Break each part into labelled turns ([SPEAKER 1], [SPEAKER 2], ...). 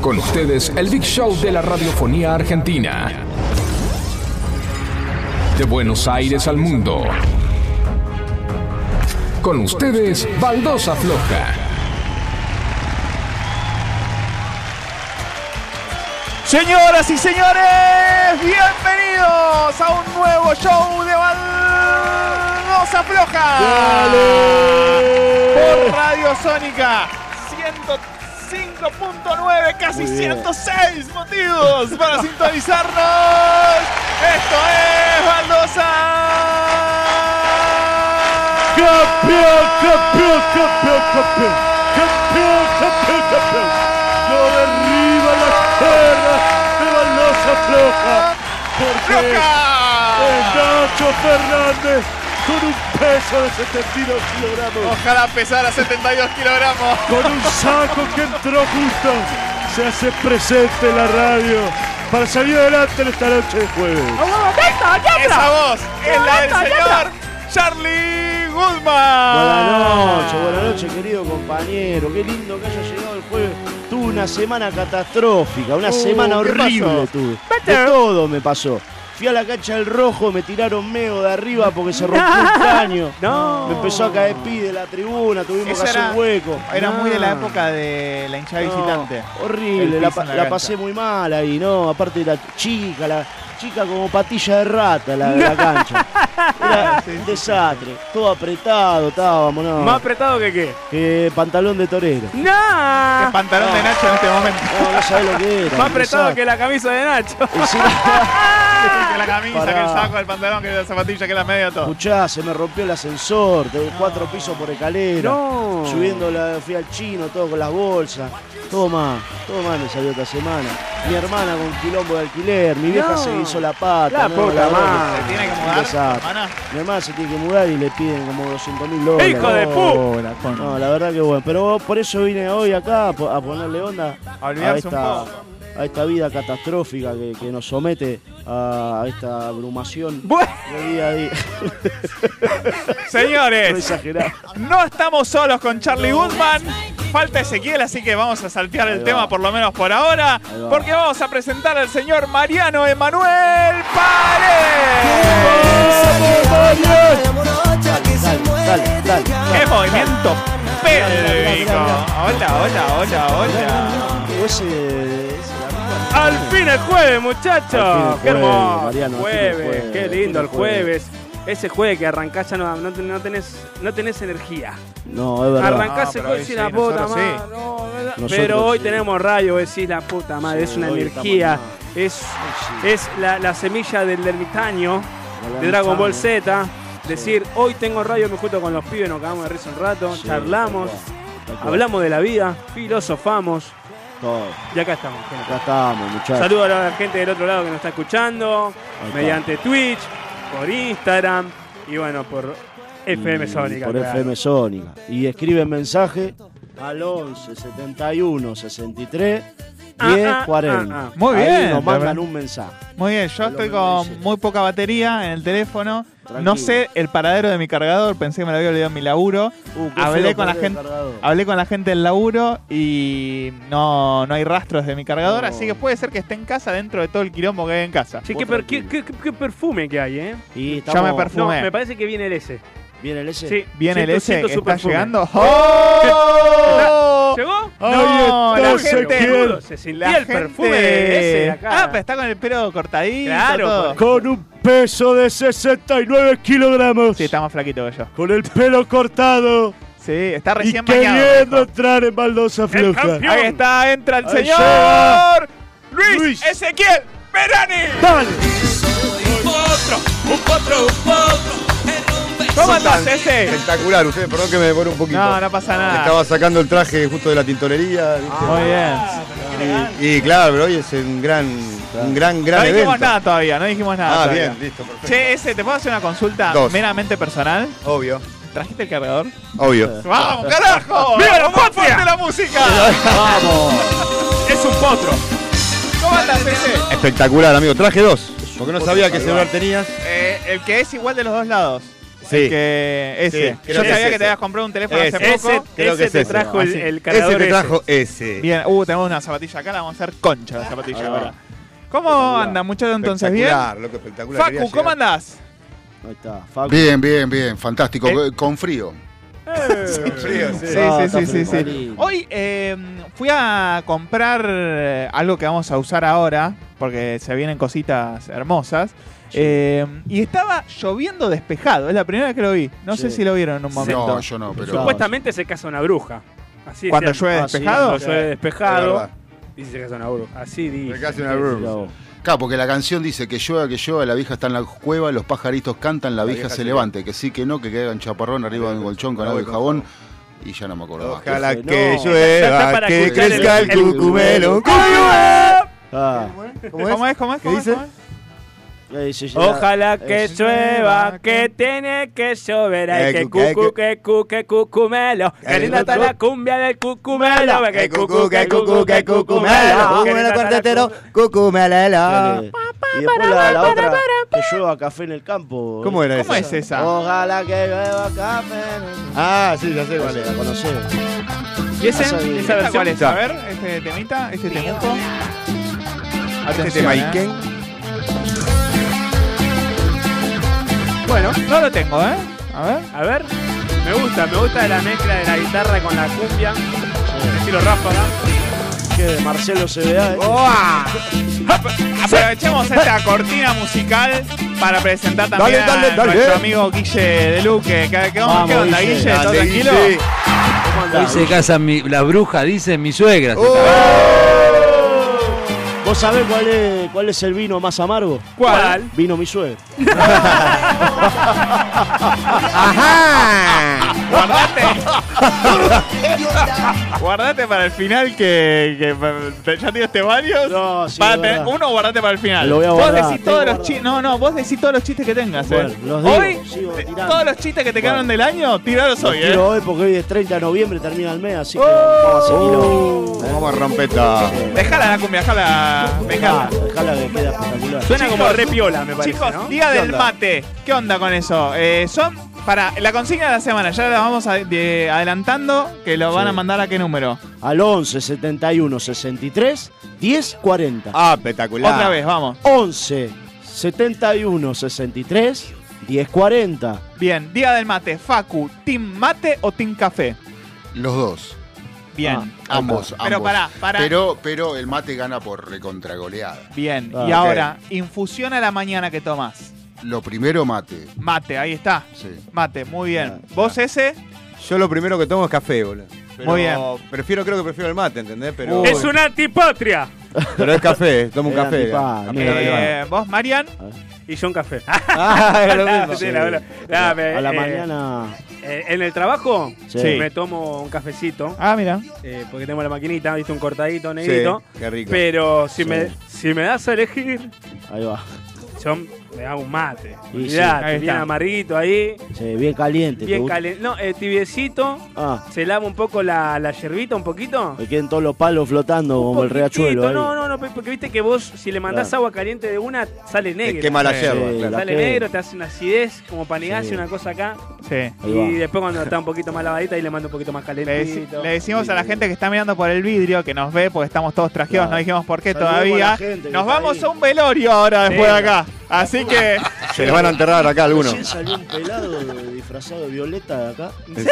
[SPEAKER 1] con ustedes el Big Show de la radiofonía argentina. De Buenos Aires al mundo. Con ustedes, Baldosa Floja.
[SPEAKER 2] Señoras y señores, bienvenidos a un nuevo show de Baldosa Floja. Por Radio Sónica 105.9, casi 106 motivos para sintonizarnos. Esto es Baldosa.
[SPEAKER 3] Campeón, campeón, campeón, campeón. Campeón, campeón, campeón. Lo derriba la tierra de balosa floja. Porque el
[SPEAKER 2] ¡Floja!
[SPEAKER 3] Nacho Fernández con un peso de 72 kilogramos.
[SPEAKER 2] Ojalá pesara 72 kilogramos.
[SPEAKER 3] Con un saco que entró justo. Se hace presente en la radio. Para salir adelante en esta noche de jueves.
[SPEAKER 2] Esa voz es la del señor Charlie Goodman.
[SPEAKER 4] Buenas noches, buenas noches, querido compañero. Qué lindo que haya llegado el jueves. Tuve una semana catastrófica, una
[SPEAKER 2] Uh,
[SPEAKER 4] semana
[SPEAKER 2] ¿qué
[SPEAKER 4] horrible
[SPEAKER 2] pasó?
[SPEAKER 4] tuve. De todo me pasó. Fui a la cancha del rojo, me tiraron medio de arriba porque se rompió un caño.
[SPEAKER 2] No.
[SPEAKER 4] Me empezó a caer pi de la tribuna, tuvimos
[SPEAKER 2] Esa
[SPEAKER 4] que hacer
[SPEAKER 2] era-
[SPEAKER 4] hueco.
[SPEAKER 2] Era muy de la
[SPEAKER 4] No.
[SPEAKER 2] época de la hinchada
[SPEAKER 4] No,
[SPEAKER 2] visitante.
[SPEAKER 4] horrible,
[SPEAKER 2] El
[SPEAKER 4] la,
[SPEAKER 2] piso
[SPEAKER 4] pa-
[SPEAKER 2] en la
[SPEAKER 4] la
[SPEAKER 2] cancha.
[SPEAKER 4] pasé muy mal ahí, ¿no? Aparte la chica, la chica como patilla de rata, la de la cancha. Era
[SPEAKER 2] Sí, sí,
[SPEAKER 4] un desastre, todo apretado estábamos, ¿no?
[SPEAKER 5] ¿Más apretado que qué?
[SPEAKER 4] Eh, pantalón de torero.
[SPEAKER 2] El
[SPEAKER 5] ¡No!
[SPEAKER 2] pantalón de Nacho en este momento.
[SPEAKER 4] No, no sabés lo que era.
[SPEAKER 5] Más apretado que la camisa de Nacho.
[SPEAKER 2] que la camisa,
[SPEAKER 4] Pará.
[SPEAKER 2] que el saco, el pantalón, que la zapatilla, que la media, todo.
[SPEAKER 4] Escuchá, se me rompió el ascensor, tengo cuatro pisos por escalera.
[SPEAKER 5] No.
[SPEAKER 4] Subiendo la, fui al chino, todo con las bolsas. Todo más, todo más me salió esta semana. Mi hermana con quilombo de alquiler, mi vieja
[SPEAKER 5] No.
[SPEAKER 4] se hizo la pata.
[SPEAKER 5] La puta
[SPEAKER 4] verdad,
[SPEAKER 5] madre.
[SPEAKER 2] Se tiene que
[SPEAKER 4] un
[SPEAKER 2] mudar,
[SPEAKER 4] desastre.
[SPEAKER 2] hermana.
[SPEAKER 4] Mi hermana se tiene que mudar y le piden como 200 mil dólares.
[SPEAKER 5] ¡Hijo de pu!
[SPEAKER 2] Hola, con-
[SPEAKER 4] No, la verdad que bueno. Pero por eso vine hoy acá a po- a ponerle onda
[SPEAKER 2] A olvidarse
[SPEAKER 4] a
[SPEAKER 2] un
[SPEAKER 4] esta,
[SPEAKER 2] poco.
[SPEAKER 4] a esta vida catastrófica que, que nos somete a esta abrumación
[SPEAKER 5] Bueno,
[SPEAKER 4] de día a día. No
[SPEAKER 2] Señores,
[SPEAKER 4] exagerado.
[SPEAKER 2] no estamos solos con Charlie Goodman. Falta Ezequiel, así que vamos a saltear el
[SPEAKER 4] Ahí
[SPEAKER 2] tema
[SPEAKER 4] va.
[SPEAKER 2] por lo menos por ahora,
[SPEAKER 4] Ahí va.
[SPEAKER 2] porque vamos a presentar al señor Mariano Emanuel Paredes.
[SPEAKER 4] Dale, dale.
[SPEAKER 2] ¡Qué
[SPEAKER 4] dale.
[SPEAKER 2] movimiento pélvico! Hola, hola, hola, hola.
[SPEAKER 4] Dale. Ese- ese-
[SPEAKER 5] al fin el jueves,
[SPEAKER 4] Al
[SPEAKER 5] muchachos.
[SPEAKER 4] fin el
[SPEAKER 5] Qué hermoso.
[SPEAKER 4] jueves, Mariano, al fin el
[SPEAKER 5] jueves,
[SPEAKER 4] jueves,
[SPEAKER 5] qué
[SPEAKER 4] al fin
[SPEAKER 5] lindo
[SPEAKER 4] el
[SPEAKER 5] el jueves. Ese jueves que arrancás ya no, no, ten- no tenés, no tenés energía.
[SPEAKER 4] No, es verdad.
[SPEAKER 2] Ah,
[SPEAKER 5] Arrancás el
[SPEAKER 2] pero
[SPEAKER 5] jueves
[SPEAKER 2] hoy
[SPEAKER 5] y
[SPEAKER 2] sí,
[SPEAKER 5] la puta
[SPEAKER 2] nosotros
[SPEAKER 5] madre.
[SPEAKER 2] sí.
[SPEAKER 5] no, no, no.
[SPEAKER 4] Nosotros
[SPEAKER 5] Pero hoy
[SPEAKER 4] sí.
[SPEAKER 5] tenemos radio, decís la puta madre.
[SPEAKER 4] Sí,
[SPEAKER 5] es una
[SPEAKER 4] hoy
[SPEAKER 5] energía.
[SPEAKER 4] estamos
[SPEAKER 5] Es,
[SPEAKER 4] Sí.
[SPEAKER 5] es la, la semilla del ermitaño. de Dragon Ball Z. Decir, hoy tengo radio, me junto con los pibes, nos cagamos de risa un rato,
[SPEAKER 4] Sí,
[SPEAKER 5] charlamos,
[SPEAKER 4] tal cual, tal cual.
[SPEAKER 5] hablamos de la vida, filosofamos
[SPEAKER 4] Todo.
[SPEAKER 5] y acá estamos. gente.
[SPEAKER 4] Ya estamos, muchachos.
[SPEAKER 5] Saludo a la gente del otro lado que nos está escuchando,
[SPEAKER 4] Ahí está.
[SPEAKER 5] mediante Twitch, por Instagram y bueno, por FM
[SPEAKER 4] Y
[SPEAKER 5] Sónica.
[SPEAKER 4] Por
[SPEAKER 5] claro.
[SPEAKER 4] FM Sónica. Y escriben mensaje al 11 71 63
[SPEAKER 5] Ah,
[SPEAKER 4] 10
[SPEAKER 5] ah,
[SPEAKER 4] 40.
[SPEAKER 5] ah, ah.
[SPEAKER 2] Muy
[SPEAKER 4] Ahí
[SPEAKER 2] bien,
[SPEAKER 4] nos
[SPEAKER 2] la
[SPEAKER 4] mandan
[SPEAKER 2] verdad.
[SPEAKER 4] un mensaje.
[SPEAKER 2] Muy bien, yo
[SPEAKER 4] Lo
[SPEAKER 2] estoy
[SPEAKER 4] mismo
[SPEAKER 2] con
[SPEAKER 4] dice.
[SPEAKER 2] muy poca batería en el teléfono. No
[SPEAKER 4] Tranquilo.
[SPEAKER 2] sé el paradero de mi cargador, pensé que me lo había olvidado en mi laburo.
[SPEAKER 4] Uh, qué
[SPEAKER 2] Hablé
[SPEAKER 4] feo
[SPEAKER 2] con la
[SPEAKER 4] perder el
[SPEAKER 2] gente-
[SPEAKER 4] cargador.
[SPEAKER 2] Hablé con la gente del laburo y no, no hay rastros de mi cargador,
[SPEAKER 4] No.
[SPEAKER 2] así que puede ser que esté en casa dentro de todo el quilombo que hay en casa.
[SPEAKER 5] Che, qué,
[SPEAKER 4] Vos
[SPEAKER 5] per- qué- qué- qué perfume que hay, ¿eh?
[SPEAKER 4] Y
[SPEAKER 2] Ya
[SPEAKER 4] estamos,
[SPEAKER 2] me perfumé.
[SPEAKER 5] No,
[SPEAKER 2] Fumé.
[SPEAKER 5] me parece que viene el S.
[SPEAKER 4] Viene el S.
[SPEAKER 5] Sí,
[SPEAKER 2] Viene el
[SPEAKER 5] siento-
[SPEAKER 2] S
[SPEAKER 5] siento
[SPEAKER 2] que
[SPEAKER 5] su
[SPEAKER 2] está
[SPEAKER 5] perfume.
[SPEAKER 2] llegando. ¡Oh!
[SPEAKER 5] ¿Llegó?
[SPEAKER 2] No,
[SPEAKER 3] Ahí
[SPEAKER 2] la
[SPEAKER 3] está
[SPEAKER 2] gente.
[SPEAKER 3] Ezequiel.
[SPEAKER 5] Boludo, Se
[SPEAKER 2] La
[SPEAKER 5] sentía el
[SPEAKER 2] gente-
[SPEAKER 5] perfume de S de acá.
[SPEAKER 2] Ah, pero está con el pelo cortadito.
[SPEAKER 5] Claro,
[SPEAKER 2] todo.
[SPEAKER 5] por-
[SPEAKER 3] Con un peso de 69 kilogramos.
[SPEAKER 2] Sí, está más flaquito que yo.
[SPEAKER 3] Con el pelo cortado.
[SPEAKER 2] Sí, está
[SPEAKER 3] Y
[SPEAKER 2] recién
[SPEAKER 3] queriendo
[SPEAKER 2] bañado.
[SPEAKER 3] entrar en baldosa floja.
[SPEAKER 5] campeón.
[SPEAKER 2] Ahí está, entra el
[SPEAKER 3] Ahí
[SPEAKER 2] señor
[SPEAKER 3] llega.
[SPEAKER 2] Luis,
[SPEAKER 3] Luis.
[SPEAKER 2] Ezequiel Verani.
[SPEAKER 3] Dale.
[SPEAKER 2] ¿Cómo andás, ese?
[SPEAKER 6] Espectacular, ustedes, perdón que me demore un poquito.
[SPEAKER 2] No, no pasa nada. Ah,
[SPEAKER 6] Estaba sacando el traje justo de la tintorería. ¿viste? Ah,
[SPEAKER 2] Muy bien.
[SPEAKER 6] y, y claro, pero hoy es un gran, un gran, gran
[SPEAKER 2] No
[SPEAKER 6] evento.
[SPEAKER 2] dijimos nada todavía, no dijimos nada.
[SPEAKER 6] ah,
[SPEAKER 2] todavía.
[SPEAKER 6] bien, listo, perfecto.
[SPEAKER 2] Che, ese, ¿te puedo hacer una consulta
[SPEAKER 6] Dos.
[SPEAKER 2] meramente personal?
[SPEAKER 6] Obvio,
[SPEAKER 2] ¿Trajiste el cargador?
[SPEAKER 6] obvio.
[SPEAKER 2] ¡Vamos, carajo!
[SPEAKER 5] ¡Viva la
[SPEAKER 2] ¡Vamos
[SPEAKER 5] patria!
[SPEAKER 2] fuerte la música!
[SPEAKER 5] Es un potro.
[SPEAKER 2] ¿Cómo andas, ese?
[SPEAKER 6] Espectacular, amigo. Traje dos. Porque no sabía qué celular tenías.
[SPEAKER 2] Eh, el que es igual de los dos lados.
[SPEAKER 6] Sí.
[SPEAKER 2] El que ese.
[SPEAKER 6] Sí, creo
[SPEAKER 2] Yo
[SPEAKER 6] que
[SPEAKER 2] sabía
[SPEAKER 6] es
[SPEAKER 2] que te
[SPEAKER 6] ese.
[SPEAKER 2] habías comprado un teléfono hace
[SPEAKER 6] Ese.
[SPEAKER 2] poco.
[SPEAKER 5] Ese,
[SPEAKER 6] Creo
[SPEAKER 5] ese
[SPEAKER 6] que es
[SPEAKER 5] te
[SPEAKER 6] ese,
[SPEAKER 5] trajo
[SPEAKER 6] ¿no?
[SPEAKER 5] el,
[SPEAKER 2] Así.
[SPEAKER 5] el
[SPEAKER 6] Ese te
[SPEAKER 5] cargador ese.
[SPEAKER 6] trajo ese.
[SPEAKER 2] Bien, uh, tenemos una zapatilla acá, la vamos a hacer concha la zapatilla
[SPEAKER 4] Ahora.
[SPEAKER 2] ahora. ¿Cómo anda, muchacho, entonces? ¿Bien?
[SPEAKER 6] Espectacular, loco, espectacular. Quería
[SPEAKER 2] Facu,
[SPEAKER 6] llegar.
[SPEAKER 2] ¿cómo andás?
[SPEAKER 4] Ahí está, Facu.
[SPEAKER 7] Bien, bien, bien, fantástico. Con frío.
[SPEAKER 6] Con frío, sí.
[SPEAKER 2] Sí,
[SPEAKER 4] Ah,
[SPEAKER 2] sí,
[SPEAKER 4] está
[SPEAKER 2] sí, sí, sí.
[SPEAKER 4] frío.
[SPEAKER 2] Hoy eh, fui a comprar eh, algo que vamos a usar ahora, porque se vienen cositas hermosas. Eh, y estaba lloviendo despejado, es la primera vez que lo vi. No
[SPEAKER 4] Sí.
[SPEAKER 2] sé si lo vieron en un momento.
[SPEAKER 7] No, yo no, pero.
[SPEAKER 5] Supuestamente se casa una bruja. Así
[SPEAKER 2] Cuando
[SPEAKER 5] decían.
[SPEAKER 2] llueve
[SPEAKER 4] Ah, sí,
[SPEAKER 2] despejado.
[SPEAKER 5] Cuando llueve despejado.
[SPEAKER 6] verdad.
[SPEAKER 5] Dice se casa una bruja. Así
[SPEAKER 6] Me
[SPEAKER 5] dice.
[SPEAKER 6] casi una broma.
[SPEAKER 4] Mirá vos.
[SPEAKER 7] Claro, porque la canción dice que llueva, que llueva, la vieja está en la cueva, los pajaritos cantan, la vieja, se levante, que sí, que no, que caigan chaparrón arriba de un colchón con agua y jabón. Y ya no me acordaba.
[SPEAKER 6] Ojalá
[SPEAKER 4] No.
[SPEAKER 6] que
[SPEAKER 5] Está- está
[SPEAKER 6] llueva,
[SPEAKER 5] para
[SPEAKER 6] que
[SPEAKER 5] escuchar
[SPEAKER 6] crezca el,
[SPEAKER 5] el-
[SPEAKER 4] el-
[SPEAKER 6] cucumelo.
[SPEAKER 4] Ah,
[SPEAKER 2] ¿Cómo es? ¿Cómo es? ¿Cómo es? ¿Cómo
[SPEAKER 6] dice?
[SPEAKER 2] es?
[SPEAKER 4] ahí se llega-
[SPEAKER 5] Ojalá
[SPEAKER 4] eh,
[SPEAKER 5] que
[SPEAKER 6] Es-
[SPEAKER 5] llueva, que tiene que llover, ay,
[SPEAKER 6] Ay,
[SPEAKER 5] que
[SPEAKER 6] cuca, ay,
[SPEAKER 5] cucu,
[SPEAKER 6] cu-
[SPEAKER 5] que cucu, que cucumelo, que
[SPEAKER 6] Ay,
[SPEAKER 5] linda está
[SPEAKER 6] cucu.
[SPEAKER 5] la cumbia del cucumelo,
[SPEAKER 6] Que eh, cucú, que cucú, que cucumelo. Cucumelo cuartetero,
[SPEAKER 4] Dale.
[SPEAKER 6] cucumelelo.
[SPEAKER 4] Y después la, la otra, que llueva café en el campo.
[SPEAKER 6] ¿Cómo era
[SPEAKER 2] ¿Cómo
[SPEAKER 6] esa?
[SPEAKER 2] es esa?
[SPEAKER 4] Ojalá que llueva café en el campo.
[SPEAKER 6] Ah, sí, ya sé cuál
[SPEAKER 4] Vale,
[SPEAKER 6] es.
[SPEAKER 4] la conocés.
[SPEAKER 5] ¿Y ese?
[SPEAKER 4] Esa
[SPEAKER 5] ¿Esa
[SPEAKER 2] ¿Esta cuál
[SPEAKER 5] versión?
[SPEAKER 2] es? A ver, este temita, este temuco.
[SPEAKER 6] Este
[SPEAKER 2] Atención,
[SPEAKER 6] tema,
[SPEAKER 2] eh.
[SPEAKER 6] ¿y quién?
[SPEAKER 2] Bueno, no lo tengo, ¿eh? A ver.
[SPEAKER 5] A ver, me gusta, me gusta la mezcla de la guitarra con la cumbia, estilo ráfaga.
[SPEAKER 4] Que de Marcelo CBA. ¿eh?
[SPEAKER 2] Aprovechemos esta cortina musical para presentar también
[SPEAKER 6] Dale, dale, eh.
[SPEAKER 2] a
[SPEAKER 6] dale.
[SPEAKER 2] nuestro amigo Guille de Luque. ¿Qué, qué onda,
[SPEAKER 4] Vamos,
[SPEAKER 2] ¿Qué onda,
[SPEAKER 4] Guille.
[SPEAKER 2] Guille? ¿Todo
[SPEAKER 6] Grande,
[SPEAKER 2] tranquilo?
[SPEAKER 6] Guille.
[SPEAKER 4] ¿Cómo
[SPEAKER 8] Hoy
[SPEAKER 4] andás?
[SPEAKER 8] se casa mi, la bruja, dice mi suegra.
[SPEAKER 5] Oh,
[SPEAKER 8] se casa.
[SPEAKER 4] ¿Vos sabés cuál es, cuál es el vino más amargo?
[SPEAKER 5] ¿Cuál?
[SPEAKER 4] Vino mi suegro.
[SPEAKER 2] Guardate. guardate para el final que, que- que ya tiraste varios.
[SPEAKER 4] No, sí,
[SPEAKER 2] Para
[SPEAKER 4] es
[SPEAKER 2] tener-
[SPEAKER 4] verdad.
[SPEAKER 2] uno guardate para el final.
[SPEAKER 4] Lo voy a
[SPEAKER 2] vos
[SPEAKER 4] guardar,
[SPEAKER 2] decís
[SPEAKER 4] tengo
[SPEAKER 2] todos los
[SPEAKER 4] guardado.
[SPEAKER 2] chistes. No, no, vos decís todos los chistes que tengas.
[SPEAKER 4] Bueno,
[SPEAKER 2] eh.
[SPEAKER 4] los digo,
[SPEAKER 2] hoy,
[SPEAKER 4] sigo
[SPEAKER 2] te-
[SPEAKER 4] tirando.
[SPEAKER 2] todos los chistes que te quedaron
[SPEAKER 4] Bueno.
[SPEAKER 2] del año, tiralos hoy,
[SPEAKER 4] Quiero
[SPEAKER 2] eh.
[SPEAKER 4] hoy porque hoy es 30 de noviembre, termina el mes, así que vamos a seguirlo.
[SPEAKER 6] Vamos a romper todo.
[SPEAKER 2] Dejala la cumbia, dejala. Me encanta.
[SPEAKER 4] Dejala que queda espectacular.
[SPEAKER 5] Suena como
[SPEAKER 2] Chicos,
[SPEAKER 5] re piola, me parece,
[SPEAKER 2] Chicos,
[SPEAKER 5] ¿no?
[SPEAKER 2] Día
[SPEAKER 4] ¿Qué
[SPEAKER 2] del
[SPEAKER 4] onda?
[SPEAKER 2] Mate. ¿Qué onda con eso? Eh, son para la consigna de la semana. Ya la vamos a- de- adelantando que lo van
[SPEAKER 4] Sí.
[SPEAKER 2] a mandar a qué número.
[SPEAKER 4] Al 11 71 63 10 40.
[SPEAKER 6] Ah, espectacular.
[SPEAKER 2] Otra vez, vamos.
[SPEAKER 4] 11 71 63 10 40.
[SPEAKER 2] Bien, Día del Mate. Facu, ¿Team Mate o Team Café?
[SPEAKER 7] Los dos,
[SPEAKER 4] Ah,
[SPEAKER 2] Bien.
[SPEAKER 7] ambos,
[SPEAKER 2] Pero pará, pará.
[SPEAKER 7] Pero, pero el mate gana por recontragoleada.
[SPEAKER 2] Bien.
[SPEAKER 4] Ah,
[SPEAKER 2] y
[SPEAKER 4] ok.
[SPEAKER 2] ahora, infusión a la mañana que tomás.
[SPEAKER 7] Lo primero, mate.
[SPEAKER 2] Mate, ahí está.
[SPEAKER 7] Sí.
[SPEAKER 2] Mate, muy bien.
[SPEAKER 4] Ah,
[SPEAKER 2] ¿Vos ese?
[SPEAKER 6] Yo lo primero que tomo es café, boludo. Pero
[SPEAKER 2] Muy bien.
[SPEAKER 6] Prefiero, creo que prefiero el mate, ¿entendés? Pero,
[SPEAKER 5] Es una antipatria.
[SPEAKER 6] pero es café, tomo un
[SPEAKER 4] Era
[SPEAKER 6] café.
[SPEAKER 4] antipá,
[SPEAKER 6] Café
[SPEAKER 4] no.
[SPEAKER 6] de Oliván.
[SPEAKER 2] Eh, ¿Vos, Marian?
[SPEAKER 5] Y yo un café.
[SPEAKER 6] Ah, era lo mismo.
[SPEAKER 5] Sí, la verdad. Nah, me-
[SPEAKER 4] a la
[SPEAKER 5] eh,
[SPEAKER 4] mañana.
[SPEAKER 5] eh, en el trabajo
[SPEAKER 4] Sí.
[SPEAKER 5] me tomo un cafecito,
[SPEAKER 2] Ah, mira.
[SPEAKER 5] eh, porque tengo la maquinita, viste, un cortadito
[SPEAKER 6] Sí,
[SPEAKER 5] negrito.
[SPEAKER 6] qué rico.
[SPEAKER 5] Pero si,
[SPEAKER 4] Sí.
[SPEAKER 5] me, si me das a elegir,
[SPEAKER 4] Ahí va.
[SPEAKER 5] yo me hago un mate.
[SPEAKER 4] Y sí,
[SPEAKER 5] Olvidate,
[SPEAKER 2] ahí está.
[SPEAKER 5] bien amarguito ahí,
[SPEAKER 4] Sí, bien caliente. ¿te
[SPEAKER 5] bien
[SPEAKER 4] gusta?
[SPEAKER 5] caliente. No, eh, tibiecito,
[SPEAKER 4] Ah,
[SPEAKER 5] se lava un poco la, la yerbita, un poquito.
[SPEAKER 4] me queden todos los palos flotando como el
[SPEAKER 5] Poquitito,
[SPEAKER 4] riachuelo. ahí.
[SPEAKER 5] No, no, no, porque viste que vos, si le mandás
[SPEAKER 4] Claro.
[SPEAKER 5] agua caliente de una, sale negra.
[SPEAKER 6] Te quema la
[SPEAKER 2] Sí.
[SPEAKER 6] yerba.
[SPEAKER 4] Sí,
[SPEAKER 6] claro.
[SPEAKER 4] la-
[SPEAKER 5] Sale
[SPEAKER 4] quema.
[SPEAKER 5] negro, te hace una acidez, como panigarse,
[SPEAKER 4] Sí.
[SPEAKER 5] una cosa acá.
[SPEAKER 2] Sí.
[SPEAKER 4] Ahí
[SPEAKER 5] y
[SPEAKER 4] va.
[SPEAKER 5] después cuando está un poquito más lavadita, y le mando un poquito más
[SPEAKER 2] Le, deci-
[SPEAKER 5] calentito.
[SPEAKER 2] le decimos a la gente que está mirando por el vidrio, que nos ve porque estamos todos trajeados,
[SPEAKER 4] Claro.
[SPEAKER 2] no dijimos por qué
[SPEAKER 4] Saludemos a
[SPEAKER 2] todavía.
[SPEAKER 4] la gente que
[SPEAKER 2] Nos
[SPEAKER 4] está
[SPEAKER 2] vamos
[SPEAKER 4] ahí.
[SPEAKER 2] a un velorio ahora después de
[SPEAKER 5] Sí.
[SPEAKER 2] acá. Así que.
[SPEAKER 6] Se les van a enterrar acá algunos.
[SPEAKER 4] Recién salió un pelado de- disfrazado de violeta de acá
[SPEAKER 5] ¿En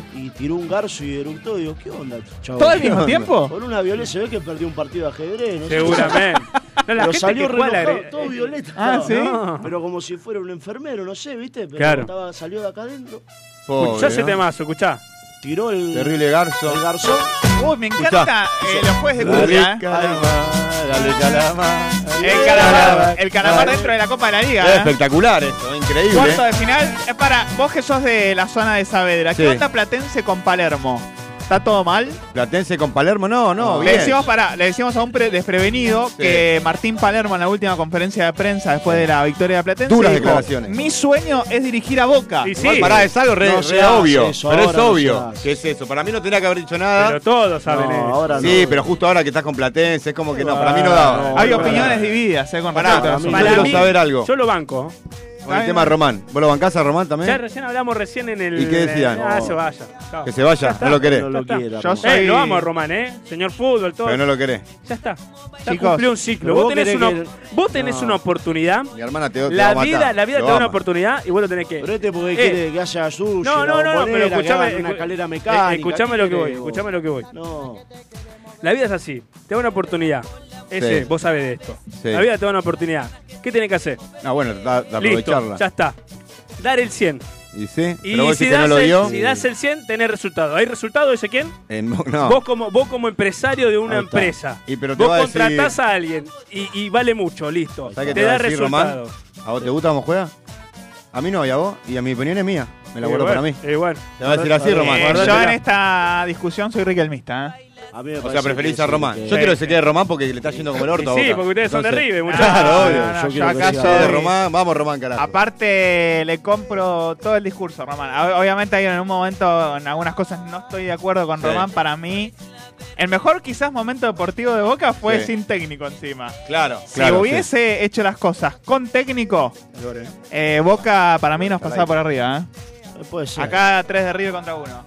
[SPEAKER 2] Sí.
[SPEAKER 4] y tiró un garzo y eructó. Digo, ¿qué onda, chavo?
[SPEAKER 2] ¿Todo al mismo tiempo?
[SPEAKER 4] Con una violeta se ve que perdió un partido de ajedrez. No sé.
[SPEAKER 5] Seguramente. No, la
[SPEAKER 4] Pero
[SPEAKER 5] gente
[SPEAKER 4] salió
[SPEAKER 5] que juega la
[SPEAKER 4] relojado,
[SPEAKER 5] agre-
[SPEAKER 4] todo violeta.
[SPEAKER 2] Ah, ¿sí?
[SPEAKER 5] No.
[SPEAKER 4] Pero como si fuera un enfermero, no sé, ¿viste? Pero
[SPEAKER 5] Claro.
[SPEAKER 4] estaba- salió de acá adentro,
[SPEAKER 6] Pobre,
[SPEAKER 5] Escuchá ese
[SPEAKER 6] ¿no?
[SPEAKER 5] temazo, escuchá.
[SPEAKER 4] tiró el,
[SPEAKER 6] Terrible garzo.
[SPEAKER 4] el garzón.
[SPEAKER 2] Uy, me encanta eh, los jueves de cumbia.
[SPEAKER 6] Dale
[SPEAKER 2] ¿eh?
[SPEAKER 6] calamar, dale calamar.
[SPEAKER 2] El calamar, el calamar dentro de la Copa de la
[SPEAKER 6] Es
[SPEAKER 2] Liga. ¿eh?
[SPEAKER 6] espectacular ¿eh? esto, increíble.
[SPEAKER 2] Cuarto de final es para vos que sos de la zona de Saavedra. ¿Qué
[SPEAKER 6] Sí.
[SPEAKER 2] onda Platense con Palermo? ¿Está todo mal?
[SPEAKER 6] Platense con Palermo, no,
[SPEAKER 5] Ah.
[SPEAKER 6] no,
[SPEAKER 2] Le
[SPEAKER 6] bien.
[SPEAKER 2] decimos, pará, le decimos a un pre- desprevenido que Martín Palermo en la última conferencia de prensa después de la victoria de Platense
[SPEAKER 6] Duras
[SPEAKER 2] dijo,
[SPEAKER 6] declaraciones.
[SPEAKER 2] mi sueño es dirigir a Boca.
[SPEAKER 5] Y sí,
[SPEAKER 6] Igual, pará, es algo re,
[SPEAKER 4] No
[SPEAKER 6] re
[SPEAKER 4] se hace
[SPEAKER 6] obvio.
[SPEAKER 4] eso,
[SPEAKER 6] pero es
[SPEAKER 4] ahora no
[SPEAKER 6] obvio.
[SPEAKER 4] se hace.
[SPEAKER 6] ¿Qué es eso? Para mí no tendría que haber dicho
[SPEAKER 5] Pero
[SPEAKER 6] nada.
[SPEAKER 5] todos saben
[SPEAKER 4] No,
[SPEAKER 5] eso.
[SPEAKER 4] ahora
[SPEAKER 6] sí,
[SPEAKER 4] no.
[SPEAKER 6] pero justo ahora que estás con Platense, es como que no, para mí no daba.
[SPEAKER 4] no,
[SPEAKER 2] Hay
[SPEAKER 4] Pará.
[SPEAKER 2] opiniones divididas, eh, con
[SPEAKER 6] Pará,
[SPEAKER 2] respecto a
[SPEAKER 4] para
[SPEAKER 2] eso.
[SPEAKER 6] yo
[SPEAKER 4] mí-
[SPEAKER 5] Para
[SPEAKER 6] quiero
[SPEAKER 5] mí-
[SPEAKER 6] saber algo.
[SPEAKER 5] Yo lo banco.
[SPEAKER 6] Con el tema Román. ¿Vos lo bancás a Román
[SPEAKER 5] Ya
[SPEAKER 6] también?
[SPEAKER 5] recién hablamos recién en el.
[SPEAKER 6] ¿Y qué decían?
[SPEAKER 5] Ah,
[SPEAKER 6] No.
[SPEAKER 5] se vaya. Chao.
[SPEAKER 6] Que se vaya, no lo querés.
[SPEAKER 4] No lo
[SPEAKER 5] está.
[SPEAKER 4] quiera.
[SPEAKER 2] Yo
[SPEAKER 4] Román.
[SPEAKER 2] soy-
[SPEAKER 5] Eh, lo amo a Román, ¿eh? Señor fútbol, todo.
[SPEAKER 6] Pero no lo querés.
[SPEAKER 5] Ya está. Ya
[SPEAKER 2] Chicos,
[SPEAKER 5] cumplió un ciclo.
[SPEAKER 4] pero
[SPEAKER 5] Vos
[SPEAKER 4] vos
[SPEAKER 5] tenés,
[SPEAKER 4] querés
[SPEAKER 5] una,
[SPEAKER 4] que-
[SPEAKER 5] vos tenés
[SPEAKER 4] No.
[SPEAKER 5] una oportunidad.
[SPEAKER 6] Mi hermana te, te va a
[SPEAKER 5] La
[SPEAKER 6] matar.
[SPEAKER 5] vida, la vida
[SPEAKER 6] Lo
[SPEAKER 5] te da una
[SPEAKER 6] ama.
[SPEAKER 5] oportunidad y vos lo tenés que.
[SPEAKER 4] Pero este porque
[SPEAKER 5] Eh,
[SPEAKER 4] quiere que haya sushi,
[SPEAKER 5] No, no, no, no, pero escuchame.
[SPEAKER 4] una
[SPEAKER 5] escu-
[SPEAKER 4] escalera
[SPEAKER 5] eh,
[SPEAKER 4] mecánica.
[SPEAKER 5] Escuchame lo que voy,
[SPEAKER 4] quiere, vos.
[SPEAKER 5] escuchame lo que voy.
[SPEAKER 4] No.
[SPEAKER 5] La vida es así. Te da una oportunidad. Ese,
[SPEAKER 6] Sí.
[SPEAKER 5] vos sabés de esto.
[SPEAKER 6] Sí.
[SPEAKER 5] La vida te da una oportunidad. ¿Qué tenés que hacer?
[SPEAKER 6] No, bueno, da- de
[SPEAKER 5] Listo,
[SPEAKER 6] aprovecharla.
[SPEAKER 5] ya está. Dar el 100.
[SPEAKER 6] ¿Y sí?
[SPEAKER 5] Y
[SPEAKER 6] ¿Pero vos
[SPEAKER 5] si,
[SPEAKER 6] decís que
[SPEAKER 5] das
[SPEAKER 6] no lo
[SPEAKER 5] el,
[SPEAKER 6] dio?
[SPEAKER 5] si das el 100, tenés resultado. ¿Hay resultado ese quién?
[SPEAKER 6] En- no.
[SPEAKER 5] Vos, como, vos como empresario de una
[SPEAKER 6] Ahí está.
[SPEAKER 5] empresa.
[SPEAKER 6] Y pero te
[SPEAKER 5] vos
[SPEAKER 6] va a decir-
[SPEAKER 5] contratás a alguien y, y vale mucho, listo.
[SPEAKER 6] ¿Sabés qué
[SPEAKER 5] Te da
[SPEAKER 6] va a decir, Román?
[SPEAKER 5] resultado.
[SPEAKER 6] ¿A vos te gusta cómo juega? A mí no, y a vos. Y a mi opinión es mía. Me la
[SPEAKER 5] Y
[SPEAKER 6] guardo
[SPEAKER 5] bueno,
[SPEAKER 6] para mí.
[SPEAKER 5] y bueno.
[SPEAKER 6] Te va a decir así,
[SPEAKER 4] Eh,
[SPEAKER 6] Román.
[SPEAKER 2] Eh, yo en
[SPEAKER 6] Guardatela.
[SPEAKER 5] este
[SPEAKER 2] esta discusión soy riquelmista. ¿eh?
[SPEAKER 4] A mí me
[SPEAKER 6] O sea,
[SPEAKER 4] parece
[SPEAKER 6] preferís
[SPEAKER 4] que
[SPEAKER 6] a
[SPEAKER 4] sí,
[SPEAKER 6] Román.
[SPEAKER 4] que-
[SPEAKER 6] Yo quiero que se quede Román porque le está yendo como el orto a
[SPEAKER 5] Sí,
[SPEAKER 6] Boca.
[SPEAKER 5] porque ustedes son de
[SPEAKER 6] Entonces,
[SPEAKER 5] River, muchachos.
[SPEAKER 6] Claro,
[SPEAKER 2] No,
[SPEAKER 6] obvio.
[SPEAKER 2] no, no,
[SPEAKER 4] yo
[SPEAKER 2] yo
[SPEAKER 4] quiero que
[SPEAKER 2] acá
[SPEAKER 4] sea
[SPEAKER 6] Yo de
[SPEAKER 2] soy-
[SPEAKER 6] Román, vamos Román, carajo.
[SPEAKER 2] Aparte, le compro todo el discurso, Román. Ob- Obviamente, ahí en un momento, en algunas cosas no estoy de acuerdo con
[SPEAKER 6] Sí.
[SPEAKER 2] Román. Para mí, el mejor quizás momento deportivo de Boca fue
[SPEAKER 6] Sí.
[SPEAKER 2] sin técnico encima.
[SPEAKER 6] claro,
[SPEAKER 2] si
[SPEAKER 6] claro. sí.
[SPEAKER 2] hubiese hecho las cosas con técnico, eh, Boca para mí nos pasaba por arriba. ¿eh?
[SPEAKER 4] Eh, Puede ser.
[SPEAKER 2] Acá tres de River contra uno.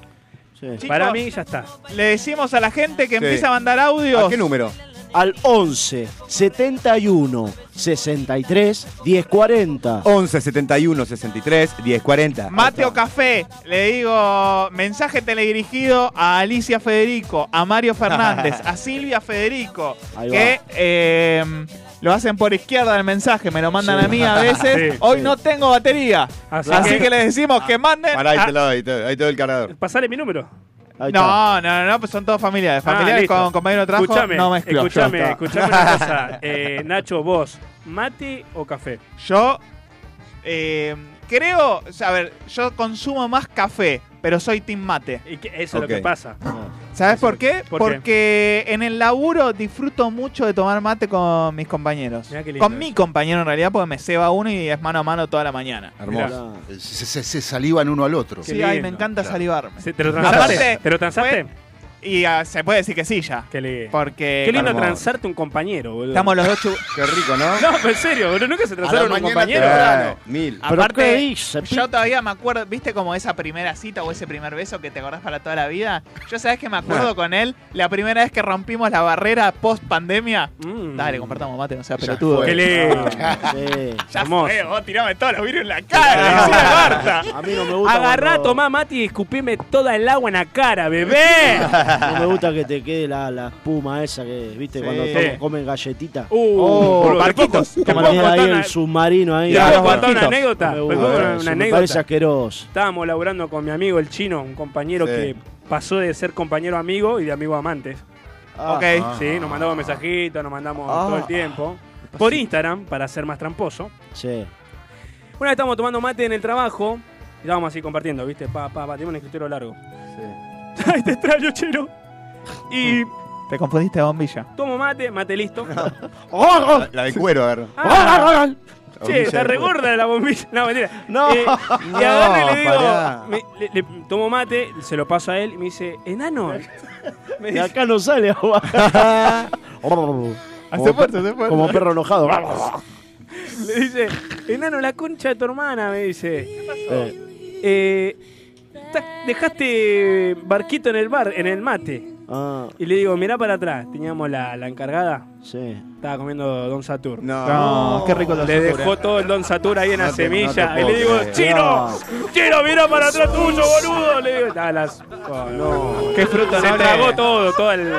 [SPEAKER 4] sí.
[SPEAKER 2] Chicos,
[SPEAKER 5] Para mí ya está.
[SPEAKER 2] le decimos a la gente que
[SPEAKER 6] Sí.
[SPEAKER 2] empieza a mandar
[SPEAKER 6] ¿A
[SPEAKER 2] audios.
[SPEAKER 6] qué número?
[SPEAKER 4] Al 11 71 63 1040.
[SPEAKER 6] 11 71 63 10 40.
[SPEAKER 2] Mate o café, le digo mensaje teledirigido a Alicia Federico, a Mario Fernández, a Silvia Federico,
[SPEAKER 4] Ahí
[SPEAKER 2] que eh, lo hacen por izquierda el mensaje, me lo mandan
[SPEAKER 4] Sí.
[SPEAKER 2] a mí a veces.
[SPEAKER 5] Sí,
[SPEAKER 2] Hoy
[SPEAKER 4] sí.
[SPEAKER 2] no tengo batería,
[SPEAKER 5] Así
[SPEAKER 2] así,
[SPEAKER 5] que-
[SPEAKER 2] que, les decimos que manden.
[SPEAKER 6] Pará, ahí
[SPEAKER 2] a-
[SPEAKER 5] ah.
[SPEAKER 6] te lo doy, ahí te doy, ahí te doy el cargador.
[SPEAKER 5] Pasale mi número.
[SPEAKER 4] Ahí está.
[SPEAKER 2] no, no, no, no, pues son todos familiares. Familiares
[SPEAKER 5] Ah, listo.
[SPEAKER 2] con compañero de trabajo,
[SPEAKER 5] Escuchame,
[SPEAKER 2] no mezclo.
[SPEAKER 5] escuchame,
[SPEAKER 2] Yo, está.
[SPEAKER 5] escuchame una cosa. Eh, Nacho, vos, ¿mate o café?
[SPEAKER 2] Yo eh, creo, o sea, a ver, yo consumo más café, pero soy team mate.
[SPEAKER 5] Y que- eso es lo
[SPEAKER 6] Ok.
[SPEAKER 5] que pasa.
[SPEAKER 2] ¿Sabes por qué?
[SPEAKER 5] ¿Por qué?
[SPEAKER 2] Porque en el laburo disfruto mucho de tomar mate con mis compañeros.
[SPEAKER 5] Mirá qué lindo
[SPEAKER 2] Con mi compañero en realidad, porque me ceba uno y es mano a mano toda la mañana.
[SPEAKER 6] Hermoso.
[SPEAKER 4] No.
[SPEAKER 7] Se, se- se salivan uno al otro.
[SPEAKER 5] Qué
[SPEAKER 2] sí, ay,
[SPEAKER 5] lindo.
[SPEAKER 2] me encanta
[SPEAKER 7] Claro.
[SPEAKER 2] salivarme.
[SPEAKER 5] ¿Se- ¿Te lo transaste?
[SPEAKER 2] Aparte,
[SPEAKER 5] ¿Te lo transaste?
[SPEAKER 2] Y ah, se puede decir que sí ya.
[SPEAKER 5] Qué lindo.
[SPEAKER 2] Porque
[SPEAKER 5] Qué lindo
[SPEAKER 6] hermoso.
[SPEAKER 5] transarte un compañero, boludo.
[SPEAKER 2] estamos los dos chu-
[SPEAKER 6] Qué rico, ¿no?
[SPEAKER 5] No, pero en serio, boludo. Nunca se
[SPEAKER 7] A
[SPEAKER 5] transaron
[SPEAKER 7] la
[SPEAKER 5] un
[SPEAKER 7] mañana
[SPEAKER 5] compañero.
[SPEAKER 6] Claro, mil.
[SPEAKER 4] ¿Pero qué
[SPEAKER 2] Aparte,
[SPEAKER 4] dice,
[SPEAKER 2] yo todavía me acuerdo, ¿viste como esa primera cita o ese primer beso que te acordás para toda la vida? Yo sabes que me acuerdo con él la primera vez que rompimos la barrera post pandemia.
[SPEAKER 5] Mm.
[SPEAKER 2] Dale, compartamos mate, no sea
[SPEAKER 7] Ya
[SPEAKER 2] pelotudo.
[SPEAKER 7] fue.
[SPEAKER 5] Qué lindo.
[SPEAKER 4] Sí.
[SPEAKER 2] Ya
[SPEAKER 5] Hermoso.
[SPEAKER 2] fue, vos tirame todos los virus en la cara, decía Marta.
[SPEAKER 4] A mí no me gusta.
[SPEAKER 5] Agarrá,
[SPEAKER 4] cuando-
[SPEAKER 5] tomá mate y escupime toda el agua en la cara, bebé.
[SPEAKER 4] No me gusta que te quede la, la espuma esa que, viste, cuando
[SPEAKER 2] Sí.
[SPEAKER 4] tomo- comen galletita.
[SPEAKER 5] Uh,
[SPEAKER 2] Oh,
[SPEAKER 5] boludo, ¿te puedo-
[SPEAKER 2] barquitos.
[SPEAKER 5] ¿Te
[SPEAKER 4] Como
[SPEAKER 5] puedo
[SPEAKER 4] tenés
[SPEAKER 5] contar
[SPEAKER 4] ahí
[SPEAKER 5] una-
[SPEAKER 4] el submarino ahí.
[SPEAKER 5] te
[SPEAKER 6] Ya,
[SPEAKER 5] puedo
[SPEAKER 6] los
[SPEAKER 5] contar una
[SPEAKER 6] barquitos.
[SPEAKER 5] anécdota?
[SPEAKER 4] No me
[SPEAKER 5] ¿Te
[SPEAKER 4] gusta
[SPEAKER 5] puedo contar
[SPEAKER 4] eso,
[SPEAKER 5] una
[SPEAKER 4] me parece
[SPEAKER 5] anécdota?
[SPEAKER 4] asqueroso.
[SPEAKER 5] Estábamos laburando con mi amigo el chino, un compañero
[SPEAKER 6] Sí.
[SPEAKER 5] que pasó de ser compañero amigo y de amigo amante.
[SPEAKER 4] Ah,
[SPEAKER 2] Ok.
[SPEAKER 5] Sí, nos mandamos mensajitos, nos mandamos
[SPEAKER 2] Ah.
[SPEAKER 5] todo el tiempo. Por Instagram, para ser más tramposo.
[SPEAKER 4] Sí.
[SPEAKER 5] Una vez estábamos tomando mate en el trabajo y estábamos así compartiendo, ¿viste? Pa, pa, pa, tengo un escritorio largo. Ay, te extraño, chero. Y
[SPEAKER 2] Te confundiste de bombilla.
[SPEAKER 5] tomo mate, mate listo.
[SPEAKER 2] Oh,
[SPEAKER 6] La, la de cuero, a ver.
[SPEAKER 5] Ah,
[SPEAKER 6] La
[SPEAKER 5] che,
[SPEAKER 6] bombilla
[SPEAKER 5] está
[SPEAKER 6] de
[SPEAKER 5] re
[SPEAKER 6] cuero.
[SPEAKER 5] gorda la bombilla. No, mentira.
[SPEAKER 4] No.
[SPEAKER 5] Eh, y agarro y le
[SPEAKER 6] pará.
[SPEAKER 5] digo, me- le, le tomo mate, se lo paso a él y me dice, enano. Me
[SPEAKER 4] De
[SPEAKER 5] dice,
[SPEAKER 4] acá no sale agua.
[SPEAKER 2] Hace fuerza, hace fuerza.
[SPEAKER 4] Como perro enojado.
[SPEAKER 5] Le dice, enano, la concha de tu hermana, me dice.
[SPEAKER 4] Eh,
[SPEAKER 5] Eh, ta- dejaste barquito en el bar, en el mate.
[SPEAKER 4] ah,
[SPEAKER 5] Y le digo, mirá para atrás. Teníamos la, la encargada,
[SPEAKER 4] sí.
[SPEAKER 5] estaba comiendo Don Satur.
[SPEAKER 2] No, qué rico eh. los
[SPEAKER 5] Le
[SPEAKER 2] Satura.
[SPEAKER 5] dejó todo el Don Satur ahí en la
[SPEAKER 6] No te- no te
[SPEAKER 5] semilla. y
[SPEAKER 6] puedo
[SPEAKER 5] le digo,
[SPEAKER 6] creer.
[SPEAKER 5] chino,
[SPEAKER 4] No.
[SPEAKER 5] chino, mirá para atrás tuyo, boludo. Le digo, "Ah, las- oh, no.
[SPEAKER 2] Qué fruto
[SPEAKER 5] Se
[SPEAKER 2] noble.
[SPEAKER 5] tragó todo, todo el,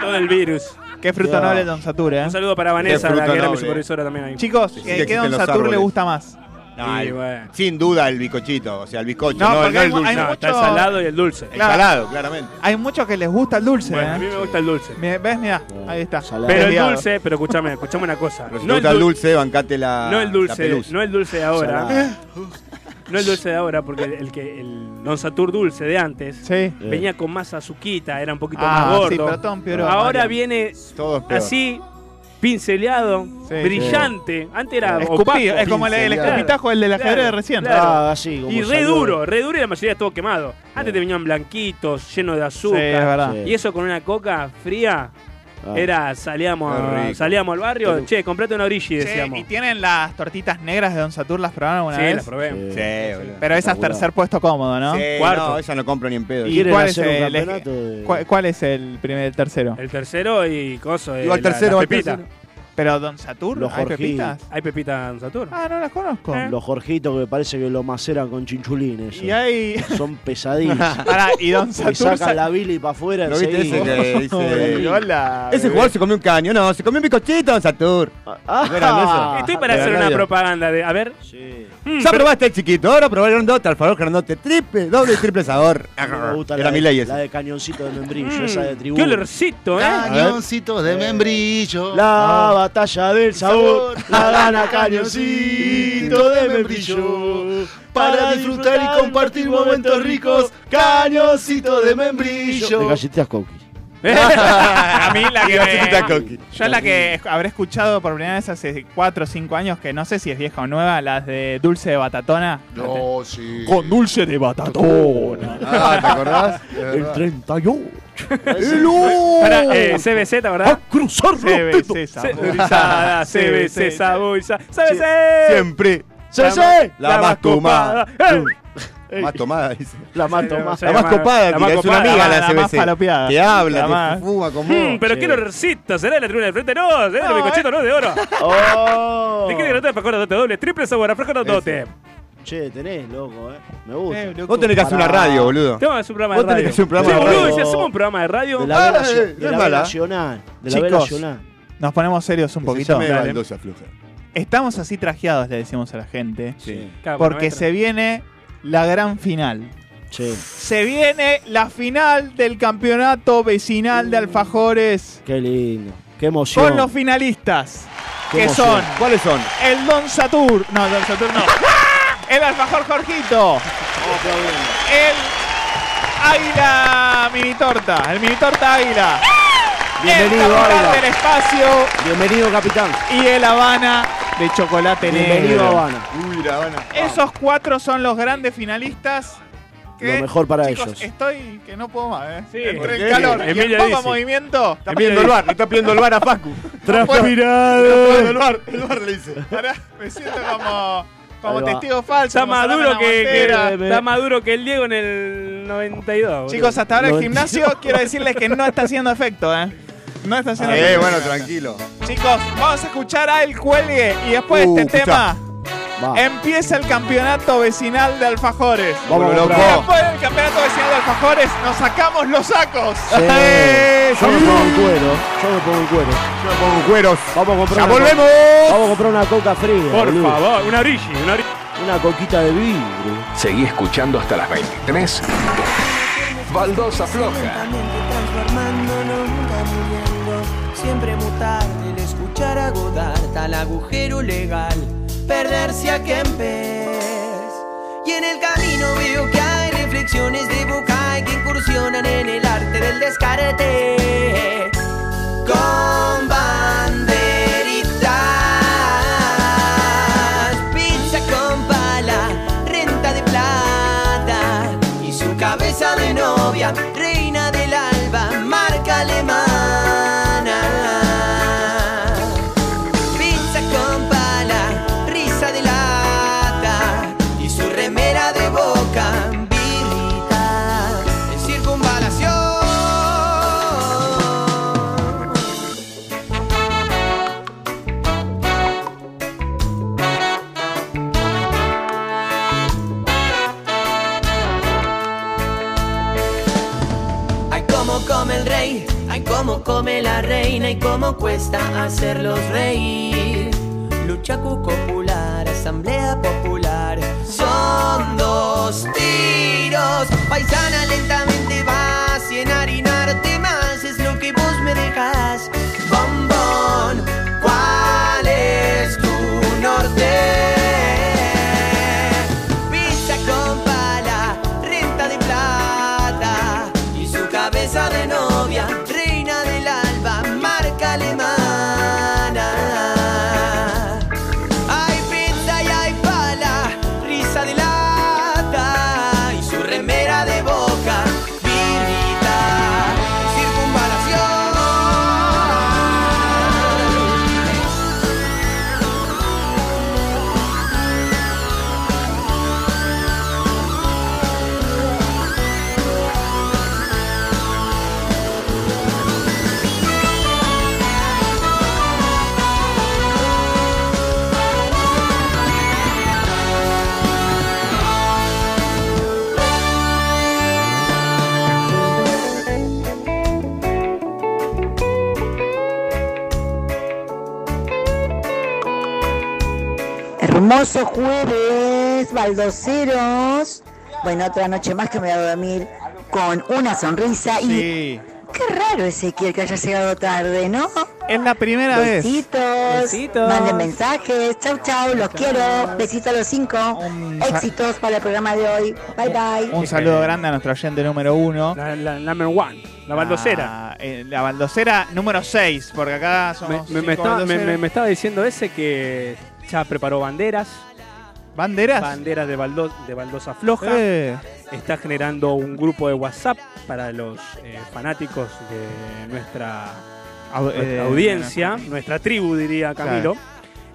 [SPEAKER 5] todo el virus.
[SPEAKER 2] Qué fruto
[SPEAKER 4] Ya.
[SPEAKER 2] noble Don Satura,
[SPEAKER 5] Un
[SPEAKER 2] ¿eh?
[SPEAKER 5] saludo para Vanessa, la
[SPEAKER 6] fruto
[SPEAKER 5] que era mi
[SPEAKER 6] noble.
[SPEAKER 5] supervisora también ahí.
[SPEAKER 2] Chicos,
[SPEAKER 6] Sí,
[SPEAKER 2] eh,
[SPEAKER 6] que
[SPEAKER 2] ¿qué
[SPEAKER 6] existen
[SPEAKER 2] Don
[SPEAKER 6] los
[SPEAKER 2] Satur le
[SPEAKER 6] árboles.
[SPEAKER 2] gusta más?
[SPEAKER 6] No,
[SPEAKER 5] Y
[SPEAKER 6] el-
[SPEAKER 5] bueno.
[SPEAKER 6] Sin duda el bicochito, o sea, el bizcocho,
[SPEAKER 2] No,
[SPEAKER 6] no,
[SPEAKER 2] porque
[SPEAKER 6] no
[SPEAKER 2] hay
[SPEAKER 6] el
[SPEAKER 2] mu-
[SPEAKER 6] dulce.
[SPEAKER 2] hay
[SPEAKER 5] No,
[SPEAKER 2] mucho-
[SPEAKER 5] está el salado y el dulce.
[SPEAKER 6] El
[SPEAKER 2] claro.
[SPEAKER 6] salado, claramente.
[SPEAKER 2] Hay muchos que les gusta el dulce,
[SPEAKER 5] Bueno, a mí
[SPEAKER 2] ¿eh?
[SPEAKER 5] me gusta el dulce.
[SPEAKER 2] Me- ¿Ves? Mira, ahí está.
[SPEAKER 4] Salado.
[SPEAKER 5] Pero el
[SPEAKER 2] Desviado.
[SPEAKER 5] dulce, pero escuchame, escuchame una cosa.
[SPEAKER 6] Pero si
[SPEAKER 5] No
[SPEAKER 6] te
[SPEAKER 5] el,
[SPEAKER 6] gusta el
[SPEAKER 5] dul-
[SPEAKER 6] dulce, bancate la.
[SPEAKER 5] no el
[SPEAKER 6] la
[SPEAKER 5] dulce,
[SPEAKER 6] pelusa.
[SPEAKER 5] no el dulce de ahora.
[SPEAKER 4] Salado.
[SPEAKER 5] No el dulce de ahora, porque el, el que el Don Satur dulce de antes
[SPEAKER 2] Sí.
[SPEAKER 5] venía con más azuquita, era un poquito
[SPEAKER 2] Ah,
[SPEAKER 5] más gordo.
[SPEAKER 2] sí, pero todo empeoró,
[SPEAKER 5] ahora
[SPEAKER 2] Mario.
[SPEAKER 5] viene
[SPEAKER 6] Todo es peor.
[SPEAKER 5] así, pinceleado,
[SPEAKER 2] Sí,
[SPEAKER 5] brillante. Antes era opaco.
[SPEAKER 2] Escupido, es como el, el
[SPEAKER 5] Claro,
[SPEAKER 2] escupitajo, el del
[SPEAKER 5] claro,
[SPEAKER 2] ajedrez recién.
[SPEAKER 5] claro.
[SPEAKER 4] Ah, así. como
[SPEAKER 5] Y re
[SPEAKER 4] salió.
[SPEAKER 5] duro, re duro y la mayoría todo quemado. Antes te venían blanquitos, llenos de
[SPEAKER 2] Sí, es
[SPEAKER 5] azúcar.
[SPEAKER 2] verdad.
[SPEAKER 4] Sí.
[SPEAKER 5] Y eso con una coca fría.
[SPEAKER 4] Ah.
[SPEAKER 5] Era, salíamos,
[SPEAKER 6] Qué
[SPEAKER 5] a-
[SPEAKER 6] rico.
[SPEAKER 5] salíamos al barrio, che, comprate una orilla,
[SPEAKER 2] Che,
[SPEAKER 5] decíamos.
[SPEAKER 2] ¿Y tienen las tortitas negras de Don Satur? ¿Las probaron alguna
[SPEAKER 5] sí,
[SPEAKER 2] vez?
[SPEAKER 5] la probé.
[SPEAKER 4] Sí.
[SPEAKER 6] boludo.
[SPEAKER 2] Pero esas
[SPEAKER 4] Espectacular.
[SPEAKER 2] tercer puesto cómodo, ¿no?
[SPEAKER 6] Sí,
[SPEAKER 5] Cuarto.
[SPEAKER 6] no, esa no compro ni en pedo.
[SPEAKER 2] Y-
[SPEAKER 4] ¿Quieren
[SPEAKER 2] cuál
[SPEAKER 4] hacer
[SPEAKER 2] es
[SPEAKER 4] un
[SPEAKER 2] el
[SPEAKER 4] campeonato? de-
[SPEAKER 2] ¿Cuál, cuál es el primer, el tercero?
[SPEAKER 5] El tercero y coso. eh,
[SPEAKER 6] Y va el
[SPEAKER 5] la-
[SPEAKER 6] tercero,
[SPEAKER 5] la
[SPEAKER 6] va el
[SPEAKER 5] pepita.
[SPEAKER 6] tercero.
[SPEAKER 2] ¿Pero Don Satur?
[SPEAKER 4] Los
[SPEAKER 2] ¿Hay
[SPEAKER 4] Jorgitos.
[SPEAKER 2] pepitas?
[SPEAKER 5] Hay pepita en Saturno.
[SPEAKER 2] Ah, no las conozco.
[SPEAKER 5] Eh.
[SPEAKER 4] Los Jorgitos que parece que lo maceran con chinchulines.
[SPEAKER 2] Y hay...
[SPEAKER 4] Son pesadillas.
[SPEAKER 2] Pará, y Don
[SPEAKER 4] Te
[SPEAKER 2] Satur...
[SPEAKER 4] sacan la bili para afuera.
[SPEAKER 6] ¿No viste ese?
[SPEAKER 4] enseguida.
[SPEAKER 6] que dice-
[SPEAKER 2] Hola,
[SPEAKER 6] Ese
[SPEAKER 2] bebé.
[SPEAKER 6] jugador se comió un caño, no, se comió un bizcochito Don Satur.
[SPEAKER 4] Ah,
[SPEAKER 6] ¿No eran esos?
[SPEAKER 5] Estoy para
[SPEAKER 6] de la
[SPEAKER 5] hacer una
[SPEAKER 6] radio.
[SPEAKER 5] propaganda de. A ver.
[SPEAKER 4] Sí.
[SPEAKER 5] mm,
[SPEAKER 6] Ya
[SPEAKER 5] pero-
[SPEAKER 6] probaste el chiquito, ahora probé el grandote, alfajor grandote, triple, doble y triple sabor.
[SPEAKER 4] Me gusta
[SPEAKER 6] Era
[SPEAKER 4] la,
[SPEAKER 6] mi
[SPEAKER 4] de,
[SPEAKER 6] ley ese.
[SPEAKER 4] la de cañoncito de membrillo,
[SPEAKER 5] mm,
[SPEAKER 4] esa de
[SPEAKER 5] Qué
[SPEAKER 4] tribuno.
[SPEAKER 5] olorcito, ¿eh?
[SPEAKER 7] Cañoncitos de membrillo.
[SPEAKER 4] Eh. La batalla del sabor la gana Cañoncito de membrillo. Para disfrutar y compartir momentos ricos, Cañoncito de membrillo. De galletitas cookies.
[SPEAKER 2] a mí la que
[SPEAKER 6] Chiquita
[SPEAKER 2] me-
[SPEAKER 6] Coqui.
[SPEAKER 2] Yo la que es- habré escuchado por primera vez hace 4 o 5 años, que no sé si es vieja o nueva, las de dulce de batatona.
[SPEAKER 7] No, sí.
[SPEAKER 2] dulce de batatona.
[SPEAKER 6] Ah, ¿te acordás? Es
[SPEAKER 4] El
[SPEAKER 6] verdad.
[SPEAKER 4] 38.
[SPEAKER 5] Pará, eh, CBC, ¿la verdad?
[SPEAKER 4] cruzar los
[SPEAKER 2] CBC,
[SPEAKER 5] Saborizada, CBC, saborizada. CBC.
[SPEAKER 6] Siempre
[SPEAKER 4] ¡CC!
[SPEAKER 6] la, más tomada.
[SPEAKER 5] Eh,
[SPEAKER 6] Más tomada, dice.
[SPEAKER 4] La mato más.
[SPEAKER 5] Sí,
[SPEAKER 6] La más
[SPEAKER 5] más-
[SPEAKER 6] copada,
[SPEAKER 5] la más
[SPEAKER 6] tira, es una
[SPEAKER 5] copada,
[SPEAKER 6] amiga la,
[SPEAKER 2] la más
[SPEAKER 6] CBC.
[SPEAKER 2] falopeada.
[SPEAKER 6] Te habla,
[SPEAKER 2] La
[SPEAKER 6] te
[SPEAKER 2] más.
[SPEAKER 6] fuma como.
[SPEAKER 5] mm, Ah, pero qué olorcito. ¿Será de la tribuna del frente? No, será de los
[SPEAKER 2] eh.
[SPEAKER 5] bizcochitos, no de oro.
[SPEAKER 4] ¡Oh!
[SPEAKER 5] ¿De qué grandote para dote doble? Triple sabor, afrajo dote.
[SPEAKER 4] Che, tenés, loco, eh. Me gusta.
[SPEAKER 6] Vos tenés que hacer una
[SPEAKER 4] Pará.
[SPEAKER 6] radio, boludo.
[SPEAKER 5] Tengo que hacer un programa de
[SPEAKER 6] Vos
[SPEAKER 5] radio.
[SPEAKER 6] tenés que hacer un programa
[SPEAKER 5] sí,
[SPEAKER 6] de radio.
[SPEAKER 5] boludo, si hacemos un programa de radio.
[SPEAKER 4] De la B
[SPEAKER 6] Ah, eh, no
[SPEAKER 4] nacio- de
[SPEAKER 6] es
[SPEAKER 4] la B
[SPEAKER 6] mala.
[SPEAKER 4] nacional. De la B
[SPEAKER 2] Chicos.
[SPEAKER 4] nacional.
[SPEAKER 2] Nos ponemos serios un poquito.
[SPEAKER 6] me
[SPEAKER 2] Dale.
[SPEAKER 6] baldosa floja.
[SPEAKER 2] Estamos así trajeados, le decimos a la gente,
[SPEAKER 6] Sí.
[SPEAKER 5] Claro, bueno,
[SPEAKER 2] porque
[SPEAKER 5] maestro.
[SPEAKER 2] se viene la gran final.
[SPEAKER 4] Che,
[SPEAKER 2] Se viene la final del campeonato vecinal de Alfajores
[SPEAKER 4] qué lindo. Qué emoción.
[SPEAKER 2] con los finalistas,
[SPEAKER 4] Qué
[SPEAKER 2] que
[SPEAKER 4] emoción.
[SPEAKER 2] son
[SPEAKER 6] ¿Cuáles son?
[SPEAKER 2] el Don Satur, no, Don Satur no, el Alfajor Jorgito, el Águila Mini Torta, el Mini Torta Águila,
[SPEAKER 4] Bienvenido,
[SPEAKER 2] el Capitán
[SPEAKER 4] Águila.
[SPEAKER 2] del Espacio
[SPEAKER 4] Bienvenido, capitán.
[SPEAKER 2] y el Habana de Chocolate
[SPEAKER 4] Bienvenido,
[SPEAKER 2] Negro.
[SPEAKER 4] Habana.
[SPEAKER 6] Uy, la Habana.
[SPEAKER 2] Esos cuatro son los grandes finalistas. que-
[SPEAKER 4] Lo mejor para
[SPEAKER 2] chicos,
[SPEAKER 4] ellos.
[SPEAKER 2] Estoy que no puedo más, ¿eh?
[SPEAKER 5] Sí. ¿Por
[SPEAKER 2] Entre
[SPEAKER 5] qué?
[SPEAKER 2] el calor y el
[SPEAKER 5] Emilio
[SPEAKER 2] poco
[SPEAKER 5] dice.
[SPEAKER 2] movimiento.
[SPEAKER 6] Está pidiendo el bar, le está pidiendo el bar a Facu.
[SPEAKER 3] Transpirado.
[SPEAKER 6] El bar, el bar le dice.
[SPEAKER 2] Pará, me siento como,
[SPEAKER 4] Ahí
[SPEAKER 2] como
[SPEAKER 4] va.
[SPEAKER 2] testigo falso.
[SPEAKER 5] Está
[SPEAKER 2] como
[SPEAKER 5] más
[SPEAKER 2] Solana
[SPEAKER 5] duro que, que-
[SPEAKER 2] Mantera.
[SPEAKER 5] está más duro que el Diego en el 92. boludo.
[SPEAKER 2] Chicos, hasta ahora el
[SPEAKER 4] No
[SPEAKER 2] gimnasio, quiero decirles que no está haciendo efecto, ¿eh? No está haciendo
[SPEAKER 6] Eh,
[SPEAKER 2] efecto.
[SPEAKER 6] bueno, tranquilo.
[SPEAKER 2] Chicos, vamos a escuchar a El Cuelgue y después de
[SPEAKER 6] Uh,
[SPEAKER 2] este
[SPEAKER 6] escuchá.
[SPEAKER 2] tema
[SPEAKER 4] Va.
[SPEAKER 2] empieza el campeonato vecinal de Alfajores.
[SPEAKER 4] Vamos,
[SPEAKER 6] Loco.
[SPEAKER 4] loco.
[SPEAKER 2] Después del campeonato vecinal de Alfajores, nos sacamos los sacos.
[SPEAKER 4] Yo me pongo en cuero. Yo me pongo en cuero.
[SPEAKER 6] Yo me pongo cueros.
[SPEAKER 4] Vamos a comprar.
[SPEAKER 6] ¡Ya
[SPEAKER 4] una
[SPEAKER 6] volvemos!
[SPEAKER 4] co- Vamos a comprar una coca fría.
[SPEAKER 5] por
[SPEAKER 4] boludo.
[SPEAKER 5] favor, Ah, una origi, una origi.
[SPEAKER 4] Una coquita de vidrio.
[SPEAKER 1] Seguí escuchando hasta las 23. Baldosa floja.
[SPEAKER 9] transformándonos, nunca muriendo, siempre mutar, el escuchar a Godard, al agujero legal, perderse a Kempes. Y en el camino veo que hay reflexiones de Bocay que incursionan en el arte del descarte. Con banderitas, pizza con pala, renta de plata y su cabeza de novia, reina del alba, marca alemana. Pizza con pala, risa de lata y su remera de boca, birrita en circunvalación. Ay, cómo come el rey, ay, cómo come la reina y cómo cuesta hacerlos reír. Lucha popular, asamblea popular, son dos tiros. Paisana lentamente vas y enharinarte más es lo que vos me dejas. Bombón, ¿cuál es tu norte? Pizza con pala, renta de plata y su cabeza de novia, reina del alba, marca alemana. Hay pizza y hay pala, risa de lata y su remera de boca, virita, circunvalación.
[SPEAKER 10] Hermoso jueves, baldoseros. Bueno, otra noche más que me voy a dormir con una sonrisa y... Qué raro ese Ezequiel que haya llegado tarde, ¿no?
[SPEAKER 2] Es la primera vez.
[SPEAKER 10] Besitos.
[SPEAKER 2] Besitos.
[SPEAKER 10] Manden mensajes. Chau, chau. Los quiero. Besitos a los cinco. Éxitos para el programa de hoy. Bye, bye.
[SPEAKER 2] Un saludo grande a nuestro oyente número uno.
[SPEAKER 5] La, la number one, la baldocera.
[SPEAKER 2] Ah, eh, la baldocera número 6, porque acá
[SPEAKER 5] me,
[SPEAKER 2] somos.
[SPEAKER 5] me- me
[SPEAKER 2] cinco
[SPEAKER 5] estaba, me-
[SPEAKER 2] baldoseros.
[SPEAKER 5] me- me estaba diciendo ese que ya preparó banderas,
[SPEAKER 2] ¿Banderas?
[SPEAKER 5] banderas de, baldo- de baldosa floja.
[SPEAKER 2] Eh,
[SPEAKER 5] Está generando un grupo de WhatsApp para los eh, fanáticos de nuestra
[SPEAKER 2] au-
[SPEAKER 5] nuestra
[SPEAKER 2] eh,
[SPEAKER 5] audiencia, nuestra tribu, diría Camilo.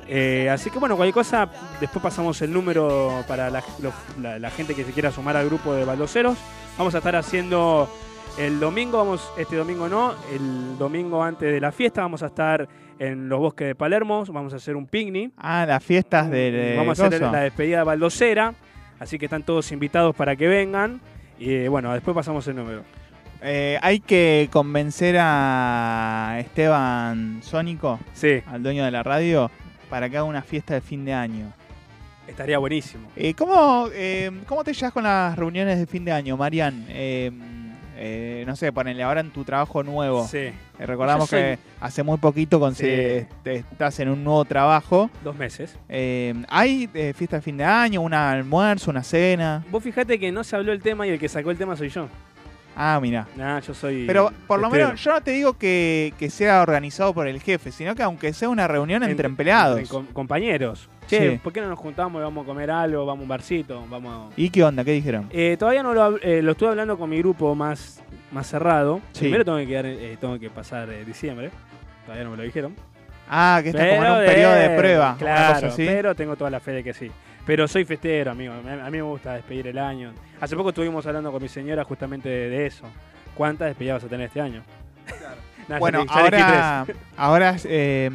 [SPEAKER 5] Eh, así que bueno, cualquier cosa, después pasamos el número para la, los- la- la gente que se quiera sumar al grupo de baldoceros. Vamos a estar haciendo el domingo, vamos, este domingo no, el domingo antes de la fiesta, vamos a estar en los bosques de Palermo, vamos a hacer un picnic,
[SPEAKER 2] Ah, las fiestas del. eh,
[SPEAKER 5] vamos a hacer
[SPEAKER 2] coso.
[SPEAKER 5] la despedida de baldocera, así que están todos invitados para que vengan. Y eh, bueno, después pasamos el número.
[SPEAKER 2] Eh, hay que convencer a Esteban Sónico,
[SPEAKER 5] Sí,
[SPEAKER 2] al dueño de la radio, para que haga una fiesta de fin de año.
[SPEAKER 5] estaría buenísimo.
[SPEAKER 2] Eh, ¿cómo, eh, ¿Cómo te llevas con las reuniones de fin de año, Marian? Eh, eh, no sé, ponele ahora en tu trabajo nuevo.
[SPEAKER 5] Sí,
[SPEAKER 2] Eh, Recordamos
[SPEAKER 5] Yo soy-
[SPEAKER 2] que hace muy poquito con-
[SPEAKER 5] Sí.
[SPEAKER 2] eh, te- estás en un nuevo trabajo.
[SPEAKER 5] dos meses.
[SPEAKER 2] Eh, ¿Hay eh, fiesta de fin de año, un almuerzo, una cena?
[SPEAKER 5] Vos fijate que no se habló el tema y el que sacó el tema soy yo.
[SPEAKER 2] Ah, mira.
[SPEAKER 5] Nah, yo soy.
[SPEAKER 2] Pero por lo
[SPEAKER 5] estrella.
[SPEAKER 2] menos yo no te digo que, que sea organizado por el jefe, sino que aunque sea una reunión entre,
[SPEAKER 5] Entre-
[SPEAKER 2] empleados.
[SPEAKER 5] entre com- compañeros. Che,
[SPEAKER 2] Sí.
[SPEAKER 5] ¿por qué no nos juntamos y vamos a comer algo? Vamos a un barcito, vamos.
[SPEAKER 2] ¿Y qué onda? ¿Qué dijeron?
[SPEAKER 5] Eh, todavía no lo, hab- eh, lo estuve hablando con mi grupo más, más cerrado.
[SPEAKER 2] Sí.
[SPEAKER 5] Primero tengo que, quedar, eh, tengo que pasar eh, diciembre. Todavía no me lo dijeron.
[SPEAKER 2] Ah, que está como en un
[SPEAKER 5] de-
[SPEAKER 2] periodo de prueba. una cosa
[SPEAKER 5] Claro,
[SPEAKER 2] así.
[SPEAKER 5] pero tengo toda la fe de que sí. Pero soy festero, amigo. A a mí me gusta despedir el año. Hace poco estuvimos hablando con mi señora justamente de, de eso. ¿Cuántas despedidas vas a tener este año? Nah, ya
[SPEAKER 2] Bueno,
[SPEAKER 5] te- ya elegí
[SPEAKER 2] ahora, ahora eh,